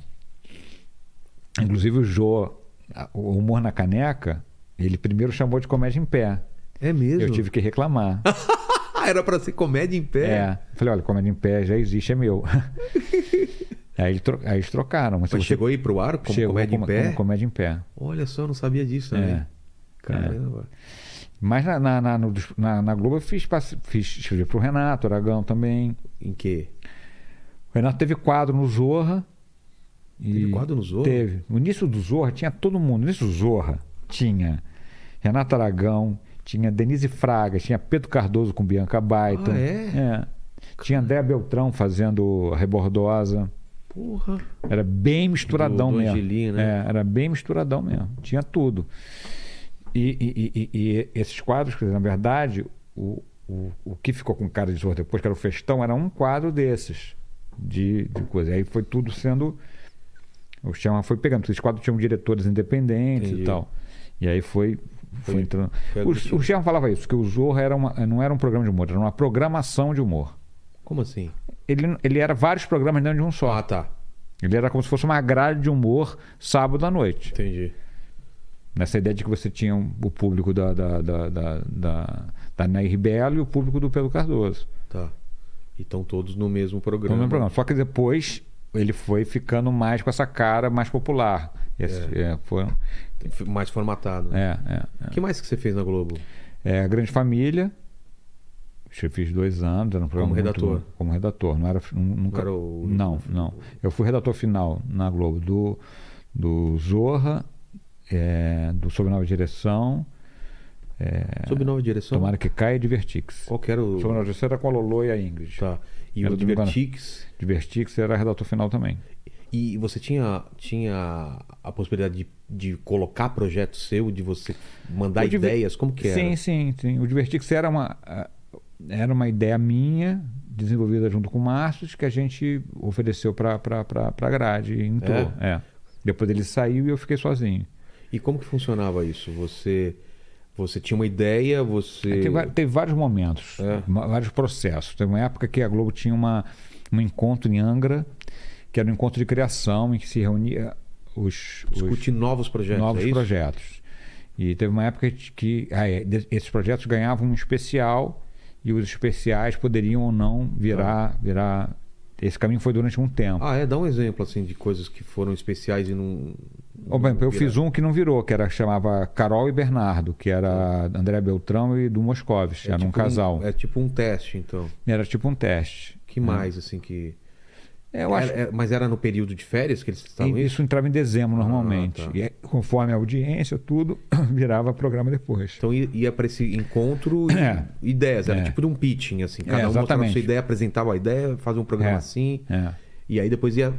[SPEAKER 3] Inclusive o Jô, a- o Humor na Caneca, ele primeiro chamou de comédia em pé.
[SPEAKER 1] É mesmo?
[SPEAKER 3] Eu tive
[SPEAKER 1] [LAUGHS]
[SPEAKER 3] que reclamar.
[SPEAKER 1] Ah, era pra ser comédia em pé?
[SPEAKER 3] É. Falei, olha, comédia em pé já existe,
[SPEAKER 1] [LAUGHS]
[SPEAKER 3] é meu. aí, ele tro- aí eles trocaram. Mas se
[SPEAKER 1] Mas
[SPEAKER 3] você
[SPEAKER 1] chegou aí pro ar como
[SPEAKER 3] chegou
[SPEAKER 1] comédia
[SPEAKER 3] como-
[SPEAKER 1] em pé?
[SPEAKER 3] como comédia em pé.
[SPEAKER 1] Olha só, eu não sabia disso também.
[SPEAKER 3] É.
[SPEAKER 1] Caramba.
[SPEAKER 3] Mas na, na, na, no- na- na Globo eu fiz, passe- fiz escrevi pro Renato, Aragão também.
[SPEAKER 1] Em quê?
[SPEAKER 3] O Renato teve quadro no Zorra. E
[SPEAKER 1] Teve quadro no Zorra?
[SPEAKER 3] Teve. No início do Zorra tinha todo mundo. No início do Zorra tinha Renato Aragão, tinha Denise Fraga, tinha Pedro Cardoso com Bianca Baiton.
[SPEAKER 1] Ah, é?
[SPEAKER 3] É. Tinha André Beltrão fazendo a Rebordosa.
[SPEAKER 1] Porra.
[SPEAKER 3] Era bem misturadão
[SPEAKER 1] Do- do
[SPEAKER 3] mesmo.
[SPEAKER 1] Angeli, né?
[SPEAKER 3] É, era bem misturadão mesmo. Tinha tudo. E, e- e- e- e esses quadros, quer dizer, na verdade, o, o, o que ficou com cara de zorro depois, que era o festão, era um quadro desses. De, de coisa. Aí foi tudo sendo. O chama foi pegando, porque esses quadros tinham diretores independentes
[SPEAKER 1] Entendi.
[SPEAKER 3] e tal. E aí foi foi entrando.
[SPEAKER 1] foi
[SPEAKER 3] O,
[SPEAKER 1] admitido.
[SPEAKER 3] o Sherman falava isso, que o Zorra era uma, não era um programa de humor, era uma programação de humor.
[SPEAKER 1] Como assim?
[SPEAKER 3] Ele, ele era vários programas dentro de um só.
[SPEAKER 1] Ah, tá.
[SPEAKER 3] Ele era como se fosse uma grade de humor sábado à noite.
[SPEAKER 1] Entendi.
[SPEAKER 3] Nessa ideia de que você tinha um- o público da, da, da, da, da, da Nair Belo e o público do Pedro Cardoso.
[SPEAKER 1] Tá. E estão todos no mesmo
[SPEAKER 3] No
[SPEAKER 1] programa.
[SPEAKER 3] mesmo programa. Só que depois ele foi ficando mais com essa cara mais popular. Esse- é, foi,
[SPEAKER 1] F- Mais formatado. né?
[SPEAKER 3] é, é,
[SPEAKER 1] O que mais que você fez na Globo?
[SPEAKER 3] é. É, Grande Família. Acho que Eu fiz dois anos, era um programa
[SPEAKER 1] Como
[SPEAKER 3] muito
[SPEAKER 1] redator.
[SPEAKER 3] bom. como redator, não era nu-
[SPEAKER 1] Não
[SPEAKER 3] nunca.
[SPEAKER 1] era o-
[SPEAKER 3] Não, não. Eu fui redator final na Globo do, do Zorra, é, do Sob Nova Direção, é,
[SPEAKER 1] Sob nova direção?
[SPEAKER 3] Tomara que caia e Divertix.
[SPEAKER 1] Qual que era o.
[SPEAKER 3] Sob Nova Direção era com a Lolo e a Ingrid.
[SPEAKER 1] Tá. E
[SPEAKER 3] Era
[SPEAKER 1] o
[SPEAKER 3] do
[SPEAKER 1] Divertix.
[SPEAKER 3] Divertix era redator final também.
[SPEAKER 1] E você tinha, tinha a possibilidade de, de colocar projeto seu, de você mandar
[SPEAKER 3] Eu tive-
[SPEAKER 1] ideias? Como que era?
[SPEAKER 3] Sim, sim, sim. O Divertix era uma, ah, era uma ideia minha, desenvolvida junto com o Márcio, que a gente ofereceu para a grade e entrou. É? Depois ele saiu e eu fiquei sozinho.
[SPEAKER 1] E como que funcionava isso? Você, você tinha uma ideia, você.
[SPEAKER 3] Teve, va- teve vários momentos,
[SPEAKER 1] É.
[SPEAKER 3] ma- vários processos. Teve uma época que a Globo tinha uma, um encontro em Angra, que era um encontro de criação, em que se reunia os, os
[SPEAKER 1] discutir novos projetos,
[SPEAKER 3] novos
[SPEAKER 1] é isso?
[SPEAKER 3] projetos. E teve uma época de que ah, é, de- esses projetos ganhavam um especial e os especiais poderiam ou não virar. virar esse caminho foi durante um tempo.
[SPEAKER 1] Tá. Ah, é? Dá um exemplo assim de coisas que foram especiais e não.
[SPEAKER 3] Ô, por exemplo, eu
[SPEAKER 1] não
[SPEAKER 3] fiz um que não virou, que era chamava Carol e Bernardo, que era André Beltrão e do Moscovis,
[SPEAKER 1] viraram.
[SPEAKER 3] era um
[SPEAKER 1] tipo
[SPEAKER 3] casal.
[SPEAKER 1] Tá. é tipo um teste, então.
[SPEAKER 3] Era tipo um teste.
[SPEAKER 1] Que mais, assim, que.
[SPEAKER 3] É, Eu acho
[SPEAKER 1] Era- é- mas era no período de férias que eles estavam
[SPEAKER 3] E
[SPEAKER 1] isso?
[SPEAKER 3] isso entrava em dezembro normalmente.
[SPEAKER 1] tá.
[SPEAKER 3] E aí, conforme a audiência, tudo [COUGHS] virava programa depois.
[SPEAKER 1] Então i- ia para esse encontro e
[SPEAKER 3] É.
[SPEAKER 1] ideias. Era
[SPEAKER 3] É.
[SPEAKER 1] tipo de um pitching, assim. Cada
[SPEAKER 3] É,
[SPEAKER 1] um mostrava
[SPEAKER 3] exatamente.
[SPEAKER 1] sua ideia, apresentava a ideia, fazia um programa
[SPEAKER 3] É.
[SPEAKER 1] assim.
[SPEAKER 3] É.
[SPEAKER 1] E aí depois ia.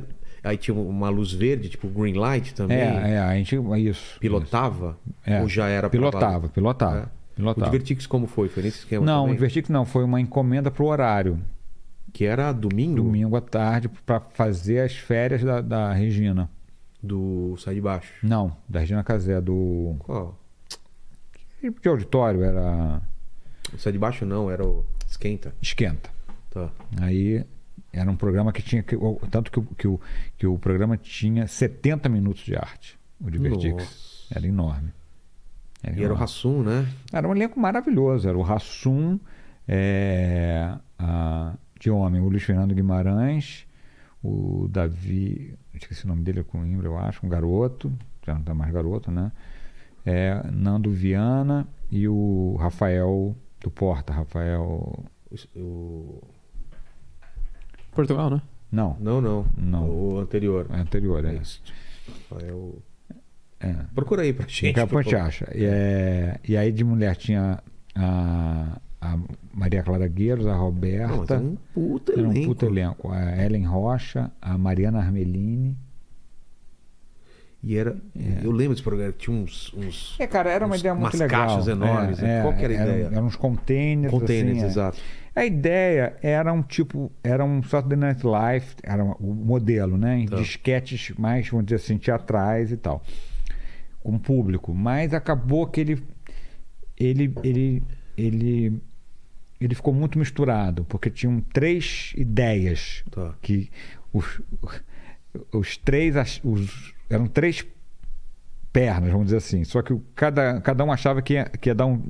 [SPEAKER 1] Aí tinha uma luz verde, tipo green light também.
[SPEAKER 3] É, é, a gente. Isso.
[SPEAKER 1] Pilotava?
[SPEAKER 3] É.
[SPEAKER 1] Ou já era pra
[SPEAKER 3] Pilotava,
[SPEAKER 1] valer?
[SPEAKER 3] pilotava.
[SPEAKER 1] É. O
[SPEAKER 3] pilotava.
[SPEAKER 1] Divertix como foi? Foi nesse esquema
[SPEAKER 3] Não, o
[SPEAKER 1] também?
[SPEAKER 3] Divertix não, foi uma encomenda para o horário.
[SPEAKER 1] Que era domingo?
[SPEAKER 3] Domingo à tarde, para fazer as férias da, da Regina.
[SPEAKER 1] Do Sai de Baixo.
[SPEAKER 3] Não, da Regina Casé, do.
[SPEAKER 1] Qual?
[SPEAKER 3] que tipo De auditório, era.
[SPEAKER 1] O Sai de Baixo não, era o Esquenta.
[SPEAKER 3] Esquenta.
[SPEAKER 1] Tá.
[SPEAKER 3] Aí era um programa que tinha. que- o- tanto que, o- que, o, que o programa tinha 70 minutos de arte, o Divertix.
[SPEAKER 1] Nossa.
[SPEAKER 3] É. Era enorme.
[SPEAKER 1] E era o
[SPEAKER 3] enorme.
[SPEAKER 1] Rassum, né?
[SPEAKER 3] Era um elenco maravilhoso. Era o Rassum é, a- de homem, o Luiz Fernando Guimarães, o Davi, esqueci o nome dele, é Coimbra, eu acho, um garoto, já não está mais garoto, né? É, Nando Viana e o Rafael do Porta, Rafael.
[SPEAKER 1] O- o-
[SPEAKER 2] Portugal, né?
[SPEAKER 3] Não,
[SPEAKER 1] Não, não.
[SPEAKER 3] Não.
[SPEAKER 1] O anterior.
[SPEAKER 3] é anterior, é.
[SPEAKER 1] Isso. É o-
[SPEAKER 3] é.
[SPEAKER 1] Procura aí pra gente.
[SPEAKER 3] Daqui a pouco
[SPEAKER 1] por
[SPEAKER 3] a gente
[SPEAKER 1] favor.
[SPEAKER 3] acha. E, é, e aí de mulher tinha a, a Maria Clara Gueiros, a Roberta.
[SPEAKER 1] Não, mas é um puta
[SPEAKER 3] Era tá? um
[SPEAKER 1] elenco.
[SPEAKER 3] puto elenco. A Ellen Rocha, a Mariana Armelini.
[SPEAKER 1] E era... Eu lembro desse programa. que Tinha uns... uns...
[SPEAKER 3] É, cara, era uma
[SPEAKER 1] Uns-
[SPEAKER 3] ideia muito
[SPEAKER 1] umas
[SPEAKER 3] legal.
[SPEAKER 1] caixas enormes,
[SPEAKER 3] É,
[SPEAKER 1] né?
[SPEAKER 3] é,
[SPEAKER 1] Qual que era a
[SPEAKER 3] eram-
[SPEAKER 1] ideia?
[SPEAKER 3] Eram uns containers.
[SPEAKER 1] Containers,
[SPEAKER 3] assim, é.
[SPEAKER 1] exato.
[SPEAKER 3] A ideia era um tipo, era um Saturday Night Live, era um- o modelo, né?
[SPEAKER 1] Tá.
[SPEAKER 3] De esquetes mais, vamos dizer assim, teatrais e tal. Com público. Mas acabou que ele. Ele. Ele. ele ele ficou muito misturado, porque tinham três ideias
[SPEAKER 1] Tá.
[SPEAKER 3] que os, os três ach- os, eram três pernas, vamos dizer assim. Só que o- cada, cada um achava que ia, que ia dar um.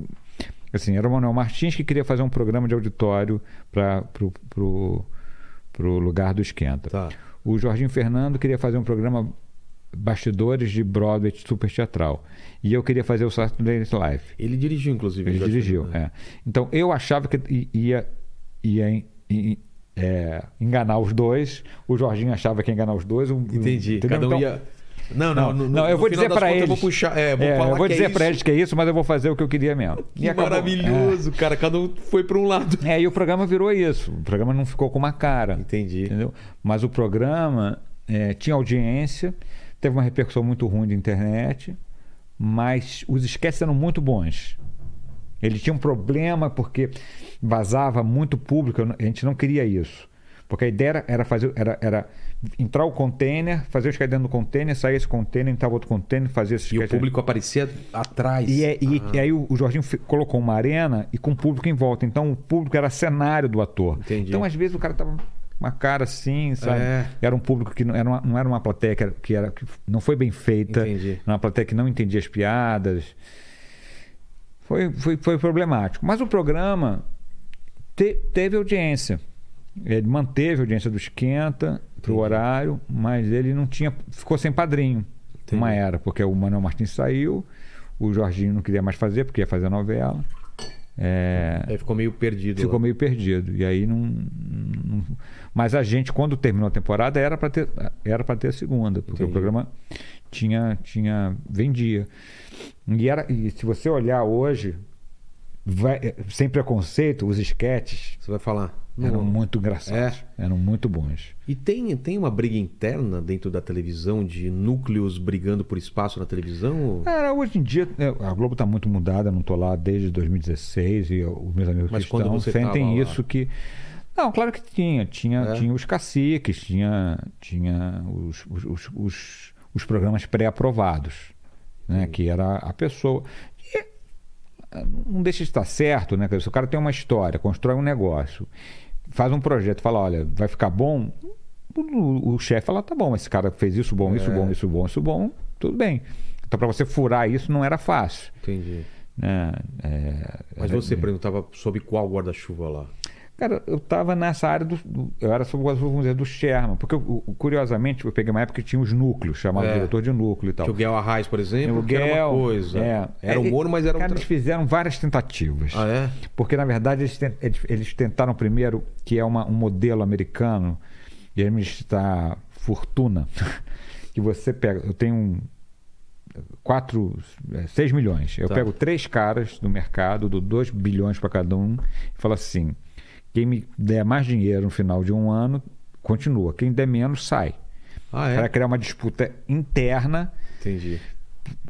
[SPEAKER 3] Assim, era o Manuel Martins que queria fazer um programa de auditório para pro, pro, pro lugar do esquenta.
[SPEAKER 1] Tá.
[SPEAKER 3] O Jorginho Fernando queria fazer um programa bastidores de Broadway super teatral. E eu queria fazer o Saturday Night Live.
[SPEAKER 1] Ele dirigiu, inclusive.
[SPEAKER 3] Ele
[SPEAKER 1] já-
[SPEAKER 3] dirigiu,
[SPEAKER 1] né?
[SPEAKER 3] é. Então eu achava que i- ia, ia en- en- é, enganar os dois, o Jorginho achava que ia enganar os dois. o-
[SPEAKER 1] Entendi.
[SPEAKER 3] entendeu?
[SPEAKER 1] Cada um
[SPEAKER 3] Então,
[SPEAKER 1] ia. Não,
[SPEAKER 3] Não,
[SPEAKER 1] não, no- no-
[SPEAKER 3] não, eu
[SPEAKER 1] no final
[SPEAKER 3] vou dizer
[SPEAKER 1] das
[SPEAKER 3] para
[SPEAKER 1] contas
[SPEAKER 3] eles.
[SPEAKER 1] Eu vou puxar, é, vou
[SPEAKER 3] É,
[SPEAKER 1] falar
[SPEAKER 3] eu vou
[SPEAKER 1] que é
[SPEAKER 3] dizer para
[SPEAKER 1] isso.
[SPEAKER 3] eles que é isso, mas eu vou fazer o que eu queria mesmo. E
[SPEAKER 1] Que
[SPEAKER 3] acabou.
[SPEAKER 1] maravilhoso, cara. Cada um foi pra um lado.
[SPEAKER 3] É, e o programa virou isso. O programa não ficou com uma cara.
[SPEAKER 1] Entendi.
[SPEAKER 3] Entendeu? Mas o programa é, tinha audiência, teve uma repercussão muito ruim de internet, mas os esquetes eram muito bons. Ele tinha um problema porque vazava muito público, eu não- a gente não queria isso. Porque a ideia era, era fazer, era, era entrar o container, fazer o sketch dentro do container, sair esse container, entrar outro container, fazer esse
[SPEAKER 1] E o
[SPEAKER 3] sketch-
[SPEAKER 1] público aparecia atrás.
[SPEAKER 3] E, é- e-
[SPEAKER 1] Ah.
[SPEAKER 3] e aí o, o Jorginho fe- colocou uma arena e com o público em volta. Então o público era cenário do ator.
[SPEAKER 1] Entendi.
[SPEAKER 3] Então às vezes o cara tava uma cara assim, sabe?
[SPEAKER 1] É.
[SPEAKER 3] Era um público que não era uma, não era uma plateia que, era, que, era- que não foi bem feita.
[SPEAKER 1] Entendi.
[SPEAKER 3] Era uma plateia que não entendia as piadas. Foi, foi, foi problemático. Mas o programa te- teve audiência. Ele manteve a audiência do Esquenta pro horário, mas ele não tinha. ficou sem padrinho.
[SPEAKER 1] Entendi.
[SPEAKER 3] Uma era, porque o Manuel Martins saiu, o Jorginho não queria mais fazer, porque ia fazer a novela. É,
[SPEAKER 1] Aí ficou meio perdido.
[SPEAKER 3] ficou
[SPEAKER 1] lá.
[SPEAKER 3] meio perdido. E aí não, não- Mas a gente, quando terminou a temporada, era para ter, era pra ter a segunda, porque
[SPEAKER 1] Entendi.
[SPEAKER 3] o programa tinha, tinha vendia. E, era, e se você olhar hoje, vai- sem preconceito, os esquetes
[SPEAKER 1] Você vai falar.
[SPEAKER 3] eram
[SPEAKER 1] "Não,
[SPEAKER 3] muito engraçados, eram muito bons.
[SPEAKER 1] E tem, tem uma briga interna dentro da televisão de núcleos brigando por espaço na televisão?
[SPEAKER 3] Cara, hoje em dia é, a Globo está muito mudada, não estou lá desde 2016 e eu- os meus amigos
[SPEAKER 1] Mas
[SPEAKER 3] que
[SPEAKER 1] quando
[SPEAKER 3] estão
[SPEAKER 1] você
[SPEAKER 3] sentem
[SPEAKER 1] tava lá?
[SPEAKER 3] isso que não, claro que tinha, tinha,
[SPEAKER 1] É?
[SPEAKER 3] tinha os caciques, tinha, tinha os, os, os, os, os programas pré-aprovados, né, que era a pessoa. E, ah, não deixa de estar certo, né? quer dizer, Se o cara tem uma história, constrói um negócio, faz um projeto, fala, olha, vai ficar bom, o, o- o chefe fala, tá bom, esse cara fez isso bom,
[SPEAKER 1] É.
[SPEAKER 3] isso bom, isso bom, isso bom, tudo bem. Então, para você furar isso não era fácil.
[SPEAKER 1] Entendi.
[SPEAKER 3] Né? É,
[SPEAKER 1] Mas você perguntava sobre qual guarda-chuva lá.
[SPEAKER 3] Cara, eu tava nessa área do. do- eu era sobre vamos dizer, do Sherman. Porque, eu- eu- curiosamente, eu peguei uma época que tinha os núcleos, chamava
[SPEAKER 1] É.
[SPEAKER 3] diretor de núcleo e tal.
[SPEAKER 1] Que o Guel Arraes, por exemplo, que
[SPEAKER 3] Aluguel,
[SPEAKER 1] era uma coisa.
[SPEAKER 3] é.
[SPEAKER 1] Era humor, mas era um
[SPEAKER 3] Cara,
[SPEAKER 1] tra-
[SPEAKER 3] Eles fizeram várias tentativas.
[SPEAKER 1] Ah, é?
[SPEAKER 3] Porque, na verdade, eles, ten- eles- eles tentaram primeiro, que é uma- um modelo americano, de administrar fortuna, [LAUGHS] que você pega. Eu tenho um- quatro, eh, seis milhões. Eu
[SPEAKER 1] Tá.
[SPEAKER 3] pego três caras do mercado, dou dois bilhões para cada um, e falo assim: quem me der mais dinheiro no final de um ano, continua. Quem der menos, sai.
[SPEAKER 1] Ah,
[SPEAKER 3] Para
[SPEAKER 1] é?
[SPEAKER 3] criar uma disputa interna.
[SPEAKER 1] Entendi.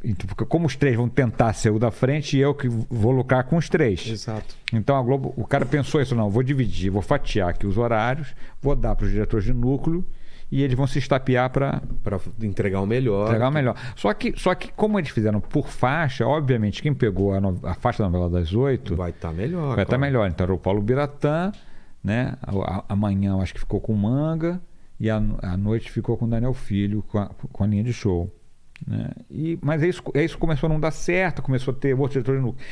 [SPEAKER 3] Então, porque como os três vão tentar ser o da frente, eu que vou lucrar com os três.
[SPEAKER 1] Exato.
[SPEAKER 3] Então a Globo, o cara pensou isso, não, vou dividir, vou fatiar aqui os horários, vou dar para os diretores de núcleo e eles vão se estapear para
[SPEAKER 1] Pra entregar o melhor.
[SPEAKER 3] entregar o melhor. Só que, só que como eles fizeram por faixa, obviamente quem pegou a, no- a faixa da novela das oito vai
[SPEAKER 1] Vai estar melhor.
[SPEAKER 3] estar
[SPEAKER 1] claro.
[SPEAKER 3] melhor. Então era o Paulo Biratã, né? A- a- Amanhã eu acho que ficou com o Manga e a, no- a noite ficou com o Daniel Filho, com a, com a linha de show. Né? E, mas é isso, é isso começou a não dar certo, começou a ter outro diretor de núcleo.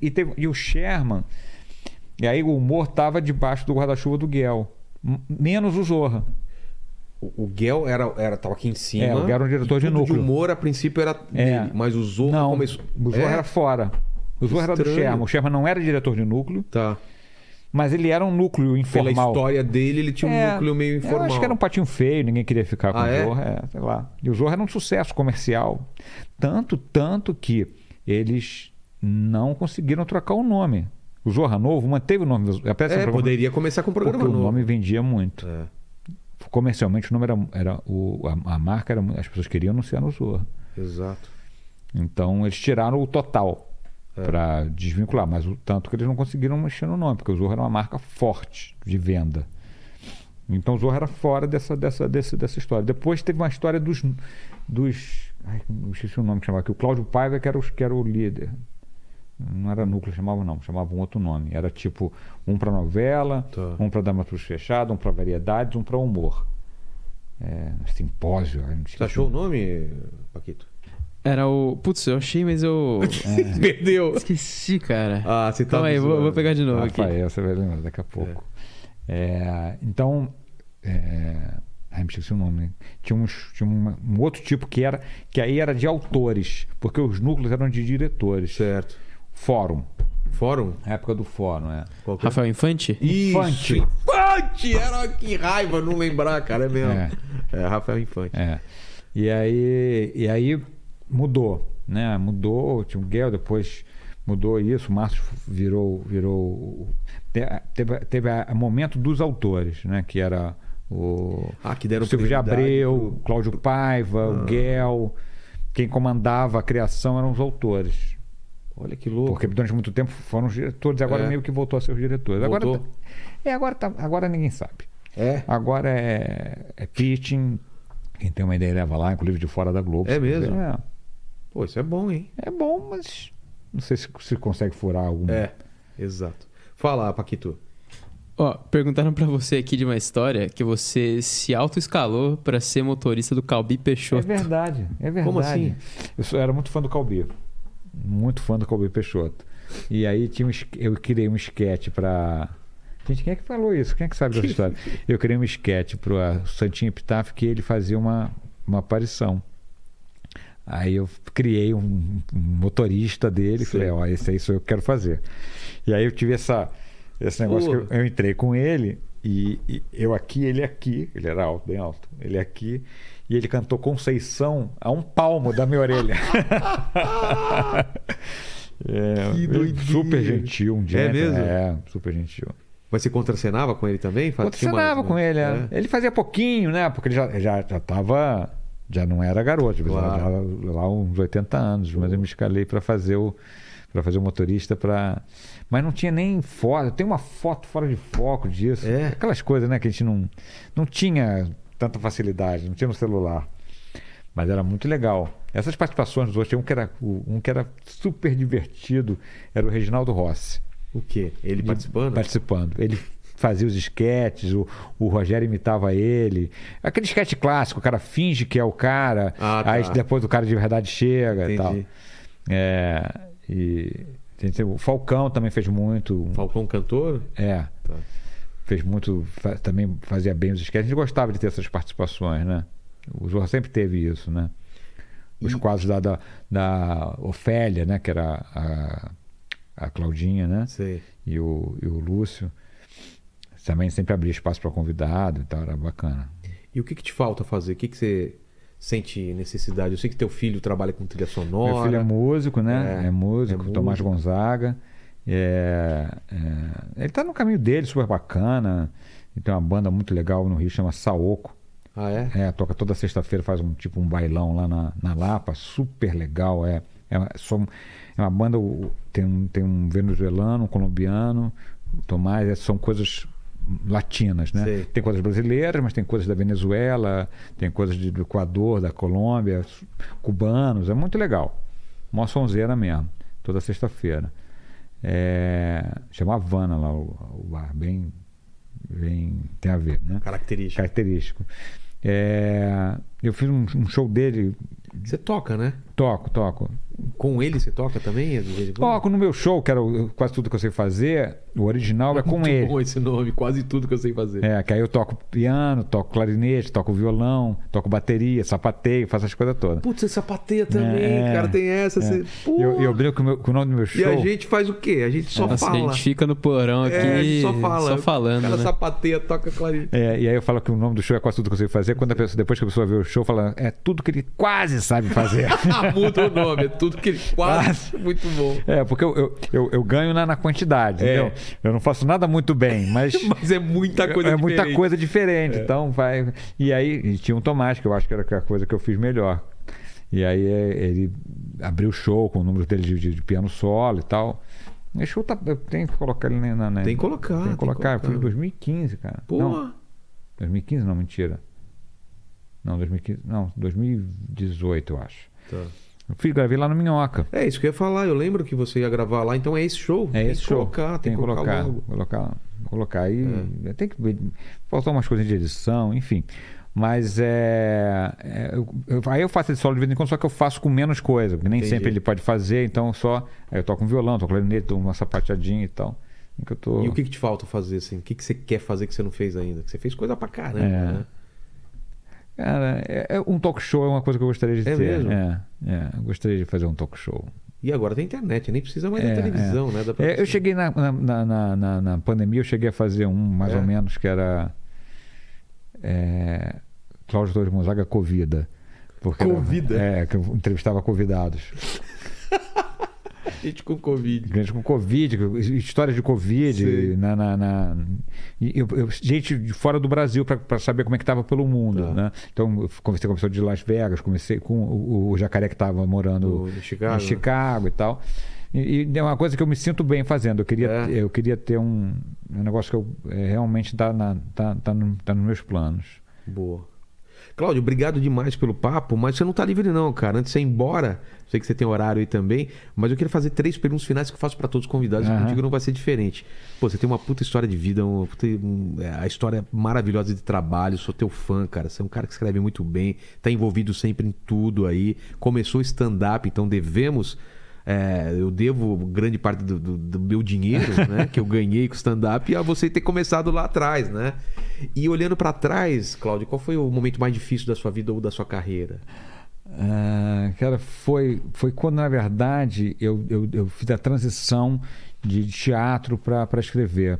[SPEAKER 3] E, e teve- e o Sherman, e aí o humor estava debaixo do guarda-chuva do Guel. M- Menos o Zorra.
[SPEAKER 1] O, o Guel era, era, tava aqui em cima.
[SPEAKER 3] É, o Guel era um diretor
[SPEAKER 1] E
[SPEAKER 3] de
[SPEAKER 1] tudo
[SPEAKER 3] núcleo.
[SPEAKER 1] de humor, a princípio, era
[SPEAKER 3] É.
[SPEAKER 1] dele. Mas o Zorro
[SPEAKER 3] não,
[SPEAKER 1] começou...
[SPEAKER 3] o Zorra
[SPEAKER 1] É?
[SPEAKER 3] era fora. O Zorra era do
[SPEAKER 1] Estranho.
[SPEAKER 3] Sherman. O Sherman não era diretor de núcleo,
[SPEAKER 1] Tá.
[SPEAKER 3] mas ele era um núcleo
[SPEAKER 1] Pela
[SPEAKER 3] informal.
[SPEAKER 1] história dele, ele tinha um
[SPEAKER 3] É,
[SPEAKER 1] núcleo meio informal.
[SPEAKER 3] Eu acho que era um patinho feio, ninguém queria ficar com
[SPEAKER 1] Ah,
[SPEAKER 3] o
[SPEAKER 1] é?
[SPEAKER 3] Zorra, é, sei lá. E o Zorra era um sucesso comercial. Tanto, tanto que eles não conseguiram trocar o nome. O Zorra Novo manteve o nome do Zorra.
[SPEAKER 1] É, poderia começar com um
[SPEAKER 3] Porque
[SPEAKER 1] programa
[SPEAKER 3] o
[SPEAKER 1] novo.
[SPEAKER 3] nome vendia muito.
[SPEAKER 1] É.
[SPEAKER 3] Comercialmente, o nome era. era o, a, a marca era. mu- As pessoas queriam anunciar no Zorra.
[SPEAKER 1] Exato.
[SPEAKER 3] Então, eles tiraram o total
[SPEAKER 1] É.
[SPEAKER 3] pra para desvincular. Mas o tanto que eles não conseguiram mexer no nome, porque o Zorra era uma marca forte de venda. Então o Zorra era fora dessa, dessa, dessa, dessa história. Depois teve uma história dos. dos ai, não esqueci o nome que chamava aqui. O Cláudio Paiva, que era, os, que era o líder. Não era núcleo, chamava não, chamava um outro nome. Era tipo um para novela,
[SPEAKER 1] Tá.
[SPEAKER 3] um para dramaturgia fechado, um para variedades, um para humor. É, simpósio. ai, não esqueci.
[SPEAKER 1] Você achou o nome, Paquito?
[SPEAKER 2] Era o. Putz, eu achei,
[SPEAKER 1] [LAUGHS]
[SPEAKER 2] mas eu.
[SPEAKER 3] É.
[SPEAKER 1] Perdeu.
[SPEAKER 2] Esqueci, cara.
[SPEAKER 1] É. Ah, você tá
[SPEAKER 3] Então
[SPEAKER 2] Calma aí,
[SPEAKER 1] me
[SPEAKER 2] vou,
[SPEAKER 1] zoando.
[SPEAKER 2] vou pegar de novo aqui.
[SPEAKER 3] Rafael, você Ah, vai lembrar daqui a pouco. É, então, é, ai, me esqueci o nome. né? Tinha, uns, tinha uma- um outro tipo que era que aí era de autores, porque os núcleos eram de diretores.
[SPEAKER 1] Certo.
[SPEAKER 3] Fórum,
[SPEAKER 1] Fórum?
[SPEAKER 3] a época do fórum, é.
[SPEAKER 1] Qual que é?
[SPEAKER 2] Rafael Infante?
[SPEAKER 1] Isso,
[SPEAKER 3] Infante.
[SPEAKER 1] Infante! Era que raiva não lembrar, cara, é mesmo. É, Rafael Infante.
[SPEAKER 3] É. E aí, e aí mudou, né? Mudou, tinha o Guel, depois mudou isso, o Márcio virou, virou te- teve, teve a, a momento dos autores, né, que era o
[SPEAKER 1] Ah, que deram
[SPEAKER 3] o Silvio de
[SPEAKER 1] prioridade
[SPEAKER 3] Abreu, o Cláudio Paiva,
[SPEAKER 1] Ah.
[SPEAKER 3] o Guel, quem comandava a criação eram os autores.
[SPEAKER 1] Olha que louco.
[SPEAKER 3] Porque durante muito tempo foram os diretores, e agora
[SPEAKER 1] É.
[SPEAKER 3] meio que voltou a ser os diretores. Agora,
[SPEAKER 1] Voltou.
[SPEAKER 3] tá- é, agora, tá- agora ninguém sabe.
[SPEAKER 1] É.
[SPEAKER 3] Agora é, é pitching. Quem tem uma ideia leva lá, inclusive de fora da Globo.
[SPEAKER 1] É
[SPEAKER 3] se quiser.
[SPEAKER 1] mesmo?
[SPEAKER 3] É,
[SPEAKER 1] Pô, isso é bom, hein?
[SPEAKER 3] É bom, mas não sei se, se consegue furar algum.
[SPEAKER 1] É, exato. Fala, Paquito.
[SPEAKER 2] Ó, perguntaram pra você aqui de uma história que você se auto-escalou pra ser motorista do Calbi
[SPEAKER 3] É
[SPEAKER 2] Peixoto.
[SPEAKER 3] verdade, é verdade.
[SPEAKER 1] Como assim?
[SPEAKER 3] Eu sou- era muito fã do Calbi. Muito fã do Calbi Peixoto. E aí tinha um es- eu criei um esquete para. Gente, quem é que falou isso? Quem é que
[SPEAKER 1] [LAUGHS]
[SPEAKER 3] sabe dessa história? Eu criei um esquete para o Santinho Epitáfio que ele fazia uma, uma aparição. Aí eu criei um, um motorista dele e falei,
[SPEAKER 1] Sim.
[SPEAKER 3] ó, esse aí sou eu que quero fazer. E aí eu tive essa, esse negócio
[SPEAKER 1] Pô.
[SPEAKER 3] que eu- eu entrei com ele e, e eu aqui, ele aqui, ele era alto, bem alto, ele aqui, e ele cantou Conceição a um palmo da
[SPEAKER 1] [LAUGHS]
[SPEAKER 3] minha orelha. [LAUGHS] É,
[SPEAKER 1] Que
[SPEAKER 3] ele
[SPEAKER 1] doideira.
[SPEAKER 3] super gentil um dia.
[SPEAKER 1] É mesmo?
[SPEAKER 3] É, super gentil.
[SPEAKER 1] Mas você contracenava com ele também? Fa- tinha uma-
[SPEAKER 3] Contracenava com ele. é.
[SPEAKER 1] É.
[SPEAKER 3] Ele fazia pouquinho, né? Porque ele já, já, já tava. Já não era garoto, já
[SPEAKER 1] Claro.
[SPEAKER 3] era lá uns 80 anos, mas eu me escalei para fazer o para fazer o motorista para mas não tinha nem foto tem uma foto fora de foco disso
[SPEAKER 1] É?
[SPEAKER 3] aquelas coisas né que a gente não não tinha tanta facilidade não tinha no celular mas era muito legal essas participações dos outros tinha um que era um que era super divertido era o Reginaldo Rossi
[SPEAKER 1] O quê? Ele participando?
[SPEAKER 3] Participando. Ele fazia os esquetes, o, o Rogério imitava ele. Aquele esquete clássico, o cara finge que é o cara,
[SPEAKER 1] Ah, tá.
[SPEAKER 3] aí depois o cara de verdade chega e tal.
[SPEAKER 1] Entendi.
[SPEAKER 3] É, e, gente, o Falcão também fez muito.
[SPEAKER 1] Falcão um cantor?
[SPEAKER 3] É,
[SPEAKER 1] Tá.
[SPEAKER 3] fez muito, fa- também fazia bem os esquetes. A gente gostava de ter essas participações, né? O Zorra sempre teve isso, né? Os
[SPEAKER 1] E-
[SPEAKER 3] quadros da, da, da Ofélia, né? Que era a, a Claudinha, né?
[SPEAKER 1] Sei.
[SPEAKER 3] e o, e o Lúcio. Também sempre abria espaço para convidado e tal, era bacana.
[SPEAKER 1] E o que, que te falta fazer? O que, que você sente necessidade? Eu sei que teu filho trabalha com trilha sonora.
[SPEAKER 3] Meu filho é músico, né?
[SPEAKER 1] É,
[SPEAKER 3] É,
[SPEAKER 1] é
[SPEAKER 3] músico,
[SPEAKER 1] músico.
[SPEAKER 3] Tomás Gonzaga. É, é, ele tá no caminho dele, super bacana. Ele tem uma banda muito legal no Rio, chama Saoco.
[SPEAKER 1] Ah, é?
[SPEAKER 3] É, toca toda sexta-feira, faz um tipo um bailão lá na, na Lapa, super legal. É, é, uma- som- é uma banda, o- o- tem um, tem um venezuelano, um colombiano, o Tomás, é, são coisas latinas, né?
[SPEAKER 1] Sei.
[SPEAKER 3] Tem coisas brasileiras, mas tem coisas da Venezuela, tem coisas de- do Equador, da Colômbia, su- cubanos, é muito legal. Uma sonzeira mesmo, toda sexta-feira. É, chama Havana lá o, o bar, bem, bem. tem a ver, né?
[SPEAKER 1] Característica.
[SPEAKER 3] característico. É, eu fiz um, um show dele,
[SPEAKER 1] Você toca, né?
[SPEAKER 3] toco, toco.
[SPEAKER 1] Com ele você toca também? de vez em quando?
[SPEAKER 3] Toco no meu show, que era o- quase tudo que eu sei fazer, o original é com
[SPEAKER 1] Muito
[SPEAKER 3] ele.
[SPEAKER 1] bom esse nome, quase tudo que eu sei fazer.
[SPEAKER 3] É, que aí eu toco piano, toco clarinete, toco violão, toco bateria, sapateio, faço as coisas todas.
[SPEAKER 1] Putz, você sapateia também,
[SPEAKER 3] É,
[SPEAKER 1] cara, tem essa.
[SPEAKER 3] é.
[SPEAKER 1] Você... Pô,
[SPEAKER 3] Eu, eu brinco com o meu- com o nome do meu show. Tá
[SPEAKER 1] E a gente faz o quê? A gente só
[SPEAKER 2] Nossa,
[SPEAKER 1] fala.
[SPEAKER 2] a gente fica no porão aqui
[SPEAKER 1] É, a gente só fala. O
[SPEAKER 2] falando,
[SPEAKER 1] cara
[SPEAKER 2] né?
[SPEAKER 1] sapateia, toca clarinete.
[SPEAKER 3] É, e aí eu falo que o nome do show é quase tudo que eu sei fazer. Quando a pessoa, depois que a pessoa vê o show, fala, é tudo que ele quase sabe
[SPEAKER 1] [LAUGHS]
[SPEAKER 3] fazer.
[SPEAKER 1] Ah, muda o nome, é tudo
[SPEAKER 3] [LAUGHS]
[SPEAKER 1] que ele quase. Muito bom.
[SPEAKER 3] é, porque eu, eu, eu- eu ganho na, na quantidade,
[SPEAKER 1] É.
[SPEAKER 3] entendeu? Eu não faço nada muito bem, mas
[SPEAKER 1] Mas é [LAUGHS] muita coisa
[SPEAKER 3] é muita
[SPEAKER 1] diferente. É.
[SPEAKER 3] coisa diferente. Então vai. E aí e tinha um Tomás, que eu acho que era a coisa que eu fiz melhor. E aí é, ele abriu o show com o número dele de, de- de piano solo e tal. Esse show tá, eu tenho que colocar ele na. na- na-
[SPEAKER 1] Tem que colocar,
[SPEAKER 3] Tem que colocar. Foi em 2015, cara.
[SPEAKER 1] Pô,
[SPEAKER 3] Não, 2015 não, mentira. Não, 2015. Não, 2018, eu acho.
[SPEAKER 1] tá.
[SPEAKER 3] Eu fui gravei lá no Minhoca.
[SPEAKER 1] É isso que eu ia falar. Eu lembro que você ia gravar lá, então é esse show.
[SPEAKER 3] É
[SPEAKER 1] tem
[SPEAKER 3] esse
[SPEAKER 1] que
[SPEAKER 3] show.
[SPEAKER 1] colocar, tem que colocar, logo. É.
[SPEAKER 3] Colocar, colocar aí. Tem que faltar umas coisas de edição, enfim. Mas é, é, eu- eu- aí eu faço ele solo de vez em quando, só que eu faço com menos coisa, porque nem
[SPEAKER 1] Entendi.
[SPEAKER 3] sempre ele pode fazer, então só aí eu toco um violão, toco clarinete, toco uma sapateadinha e tal. em Que eu tô...
[SPEAKER 1] E o que, que te falta fazer, assim? O que, que você quer fazer que você não fez ainda? Que você fez coisa pra caramba,
[SPEAKER 3] É.
[SPEAKER 1] né?
[SPEAKER 3] Cara, é, é- um talk show é uma coisa que eu gostaria de
[SPEAKER 1] É
[SPEAKER 3] ter.
[SPEAKER 1] mesmo?
[SPEAKER 3] É, é, eu gostaria de fazer um talk show.
[SPEAKER 1] E agora tem internet, nem precisa mais
[SPEAKER 3] É,
[SPEAKER 1] da televisão,
[SPEAKER 3] é.
[SPEAKER 1] né? Dá pra
[SPEAKER 3] É, eu cheguei na, na, na- na- na- na pandemia, eu cheguei a fazer um, mais
[SPEAKER 1] É.
[SPEAKER 3] ou menos, que era é, Cláudio Torres Gonzaga Covida. Porque era-
[SPEAKER 1] Covida?
[SPEAKER 3] é, que eu entrevistava convidados.
[SPEAKER 1] Gente com Covid.
[SPEAKER 3] Gente com Covid, histórias de
[SPEAKER 1] Sei.
[SPEAKER 3] Covid, na, na- na- e eu- eu- gente de fora do Brasil para saber como é que estava pelo mundo.
[SPEAKER 1] Tá.
[SPEAKER 3] Né? Então, eu conversei com a pessoa de Las Vegas, comecei com o, o jacaré que estava morando
[SPEAKER 1] No- no Chicago, né?
[SPEAKER 3] em Chicago e tal. E, e é uma coisa que eu me sinto bem fazendo. Eu queria,
[SPEAKER 1] É.
[SPEAKER 3] eu queria ter um, um negócio que eu, é, realmente está tá, tá no- tá nos meus planos.
[SPEAKER 1] Boa. Cláudio, obrigado demais pelo papo, mas você não tá livre não, cara. Antes de você ir embora, sei que você tem horário aí também, mas eu queria fazer três perguntas finais que eu faço para todos os convidados, e
[SPEAKER 3] Aham.
[SPEAKER 1] contigo não vai ser diferente. Pô, você tem uma puta história de vida, uma puta, um, é, a história maravilhosa de trabalho, sou teu fã, cara. Você é um cara que escreve muito bem, tá envolvido sempre em tudo aí. Começou stand-up, então devemos... é, eu devo grande parte do, do- do meu dinheiro,
[SPEAKER 3] [LAUGHS]
[SPEAKER 1] né, que eu ganhei com stand-up, a você ter começado lá atrás, né? E olhando pra trás, Cláudio, qual foi o momento mais difícil da sua vida ou da sua carreira?
[SPEAKER 3] Ah, cara, foi, foi quando, na verdade, eu, eu, eu fiz a transição de teatro para escrever.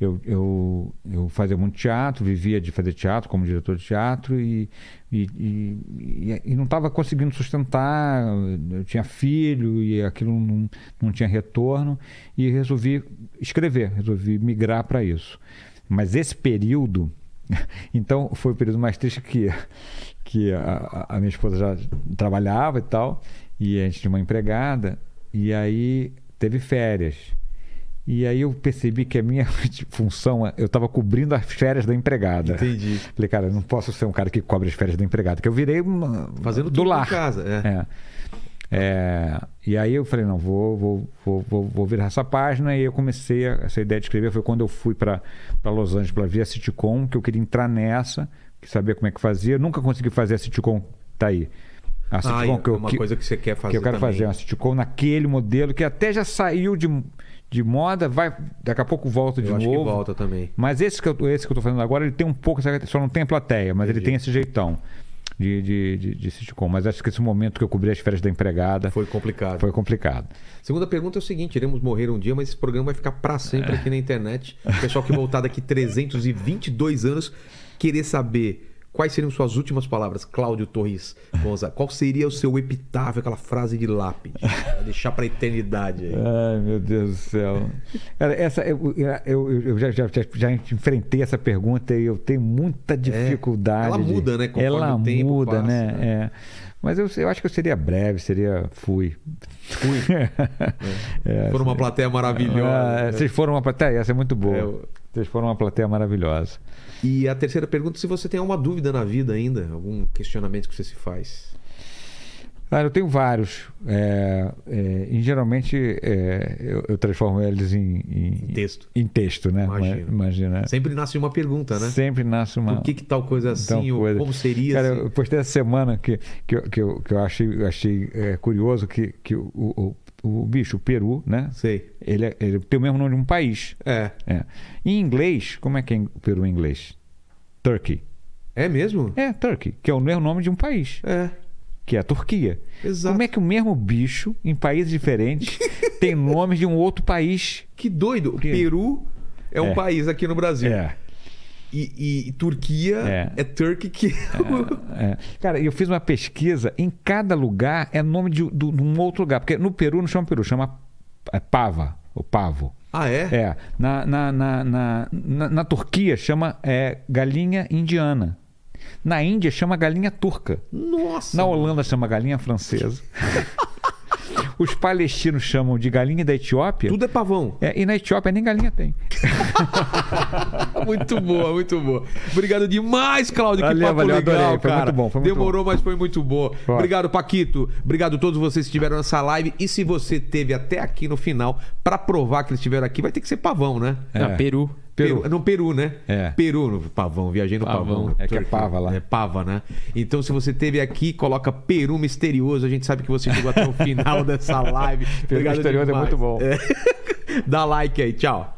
[SPEAKER 3] Eu, eu, eu fazia muito teatro, vivia de fazer teatro como diretor de teatro e, e, e, e- e não estava conseguindo sustentar. Eu tinha filho e aquilo não, não tinha retorno. E resolvi escrever, resolvi migrar para isso. Mas esse período, [LAUGHS] então foi o período mais triste que, que a, a- a minha esposa já trabalhava e tal, e a gente tinha uma empregada, e aí teve férias. E aí eu percebi que a minha [LAUGHS] função, eu estava cobrindo as férias da empregada.
[SPEAKER 1] Entendi.
[SPEAKER 3] Falei, cara, eu não posso ser um cara que cobre as férias da empregada, que eu virei uma,
[SPEAKER 1] Fazendo
[SPEAKER 3] do
[SPEAKER 1] tudo
[SPEAKER 3] lar.
[SPEAKER 1] em casa. É.
[SPEAKER 3] É. É, e aí eu falei, não, vou, vou, vou, vou, vou virar essa página. E eu comecei a- essa ideia de escrever. Foi quando eu fui para Los Angeles para ver a sitcom, que eu queria entrar nessa, que sabia como é que fazia. Nunca consegui fazer a sitcom, tá aí. A
[SPEAKER 1] Ah,
[SPEAKER 3] sitcom que eu,
[SPEAKER 1] uma
[SPEAKER 3] que,
[SPEAKER 1] coisa que você quer fazer
[SPEAKER 3] que eu quero
[SPEAKER 1] também.
[SPEAKER 3] fazer, é uma sitcom naquele modelo, que até já saiu de, de moda, vai, daqui a pouco volta de
[SPEAKER 1] Eu acho
[SPEAKER 3] novo.
[SPEAKER 1] que volta também.
[SPEAKER 3] Mas esse que, eu, esse que eu tô fazendo agora, ele tem um pouco, essa- só não tem a plateia, mas ele tem esse jeitão de, de, de, de sitcom. Mas acho que esse momento que eu cobri as férias da empregada foi,
[SPEAKER 1] Foi complicado.
[SPEAKER 3] complicado.
[SPEAKER 1] Segunda pergunta é o seguinte: iremos morrer um dia, mas esse programa vai ficar pra sempre aqui na internet.
[SPEAKER 3] É.
[SPEAKER 1] O pessoal que voltar daqui 322 anos querer saber quais seriam suas últimas palavras, Cláudio Torres Gonza. Qual seria o seu epitáfio, aquela frase de lápide? Pra deixar pra eternidade aí.
[SPEAKER 3] Ai, meu Deus do céu. [LAUGHS] Cara, essa, eu eu, eu- eu já, já, já, já enfrentei essa pergunta e eu tenho muita dificuldade.
[SPEAKER 1] É. Ela
[SPEAKER 3] de-
[SPEAKER 1] muda, né, conforme
[SPEAKER 3] ela
[SPEAKER 1] o tempo
[SPEAKER 3] muda,
[SPEAKER 1] passa,
[SPEAKER 3] né?
[SPEAKER 1] né?
[SPEAKER 3] é. Mas eu, eu acho que eu seria breve, seria fui.
[SPEAKER 1] Fui.
[SPEAKER 3] É,
[SPEAKER 1] Por uma plateia
[SPEAKER 3] ah,
[SPEAKER 1] maravilhosa.
[SPEAKER 3] Vocês foram uma plateia, essa é muito boa.
[SPEAKER 1] né? É, eu-
[SPEAKER 3] Vocês foram uma plateia maravilhosa.
[SPEAKER 1] E a terceira pergunta, se você tem alguma dúvida na vida ainda, algum questionamento que você se faz.
[SPEAKER 3] Ah, eu tenho vários. É, é, e geralmente é, eu, eu transformo eles em, em-
[SPEAKER 1] Em texto.
[SPEAKER 3] em texto, né?
[SPEAKER 1] Imagino.
[SPEAKER 3] Imagina.
[SPEAKER 1] Sempre nasce uma pergunta, né?
[SPEAKER 3] Sempre nasce uma.
[SPEAKER 1] Por que, que tal coisa assim?
[SPEAKER 3] Então,
[SPEAKER 1] ou
[SPEAKER 3] coisa.
[SPEAKER 1] como seria
[SPEAKER 3] Cara,
[SPEAKER 1] assim?
[SPEAKER 3] eu postei essa semana que, que, eu- que eu, que eu achei, eu achei é, curioso que, que o, o, o bicho, o Peru, né?
[SPEAKER 1] Sei.
[SPEAKER 3] Ele, é- ele tem o mesmo nome de um país.
[SPEAKER 1] É.
[SPEAKER 3] É. Em inglês, como é que é o Peru em inglês? Turkey.
[SPEAKER 1] É mesmo?
[SPEAKER 3] É, Turkey, que é o mesmo nome de um país,
[SPEAKER 1] É.
[SPEAKER 3] que é a Turquia.
[SPEAKER 1] Exato.
[SPEAKER 3] Como é que o mesmo bicho, em
[SPEAKER 1] [LAUGHS]
[SPEAKER 3] países diferentes, tem nomes de um outro país?
[SPEAKER 1] Que doido. O
[SPEAKER 3] quê?
[SPEAKER 1] Peru é um
[SPEAKER 3] É.
[SPEAKER 1] país aqui no Brasil.
[SPEAKER 3] É,
[SPEAKER 1] E, e Turquia é,
[SPEAKER 3] É.
[SPEAKER 1] Turkey que. [LAUGHS]
[SPEAKER 3] é. Cara, eu fiz uma pesquisa, em cada lugar é nome de, do- de um outro lugar. Porque no Peru não chama Peru, chama é, Pava, o Pavo.
[SPEAKER 1] ah, é?
[SPEAKER 3] É, na, na, na, na, na- na Turquia chama é, galinha indiana. Na Índia chama galinha turca.
[SPEAKER 1] Nossa.
[SPEAKER 3] Na Holanda chama
[SPEAKER 1] [LAUGHS]
[SPEAKER 3] galinha francesa. Os palestinos chamam de galinha da Etiópia.
[SPEAKER 1] Tudo é
[SPEAKER 3] [LAUGHS]
[SPEAKER 1] pavão.
[SPEAKER 3] É, e na Etiópia nem galinha tem.
[SPEAKER 1] Muito boa, muito boa. Obrigado demais, Cláudio. Que
[SPEAKER 3] Valeu,
[SPEAKER 1] papo
[SPEAKER 3] valeu,
[SPEAKER 1] legal,
[SPEAKER 3] adorei. Foi
[SPEAKER 1] cara.
[SPEAKER 3] muito bom, foi muito
[SPEAKER 1] Demorou, mas foi muito boa.
[SPEAKER 3] Foi.
[SPEAKER 1] Obrigado, Paquito. Obrigado a todos vocês que estiveram nessa live. E se você teve até aqui no final, pra provar que eles estiveram aqui, vai ter que ser pavão, né?
[SPEAKER 3] É.
[SPEAKER 2] Ah, Peru.
[SPEAKER 3] Peru.
[SPEAKER 1] Não, Peru, né?
[SPEAKER 3] É.
[SPEAKER 1] Peru, no pavão. Viajei no pavão.
[SPEAKER 2] Pavão.
[SPEAKER 3] É que é pava lá.
[SPEAKER 1] É pava, né? Então, se você teve aqui, coloca Peru Misterioso. A gente sabe que você chegou até o final [LAUGHS] dessa live.
[SPEAKER 3] Peru Misterioso é
[SPEAKER 1] demais.
[SPEAKER 3] muito bom.
[SPEAKER 1] É. [LAUGHS] Dá like aí. Tchau.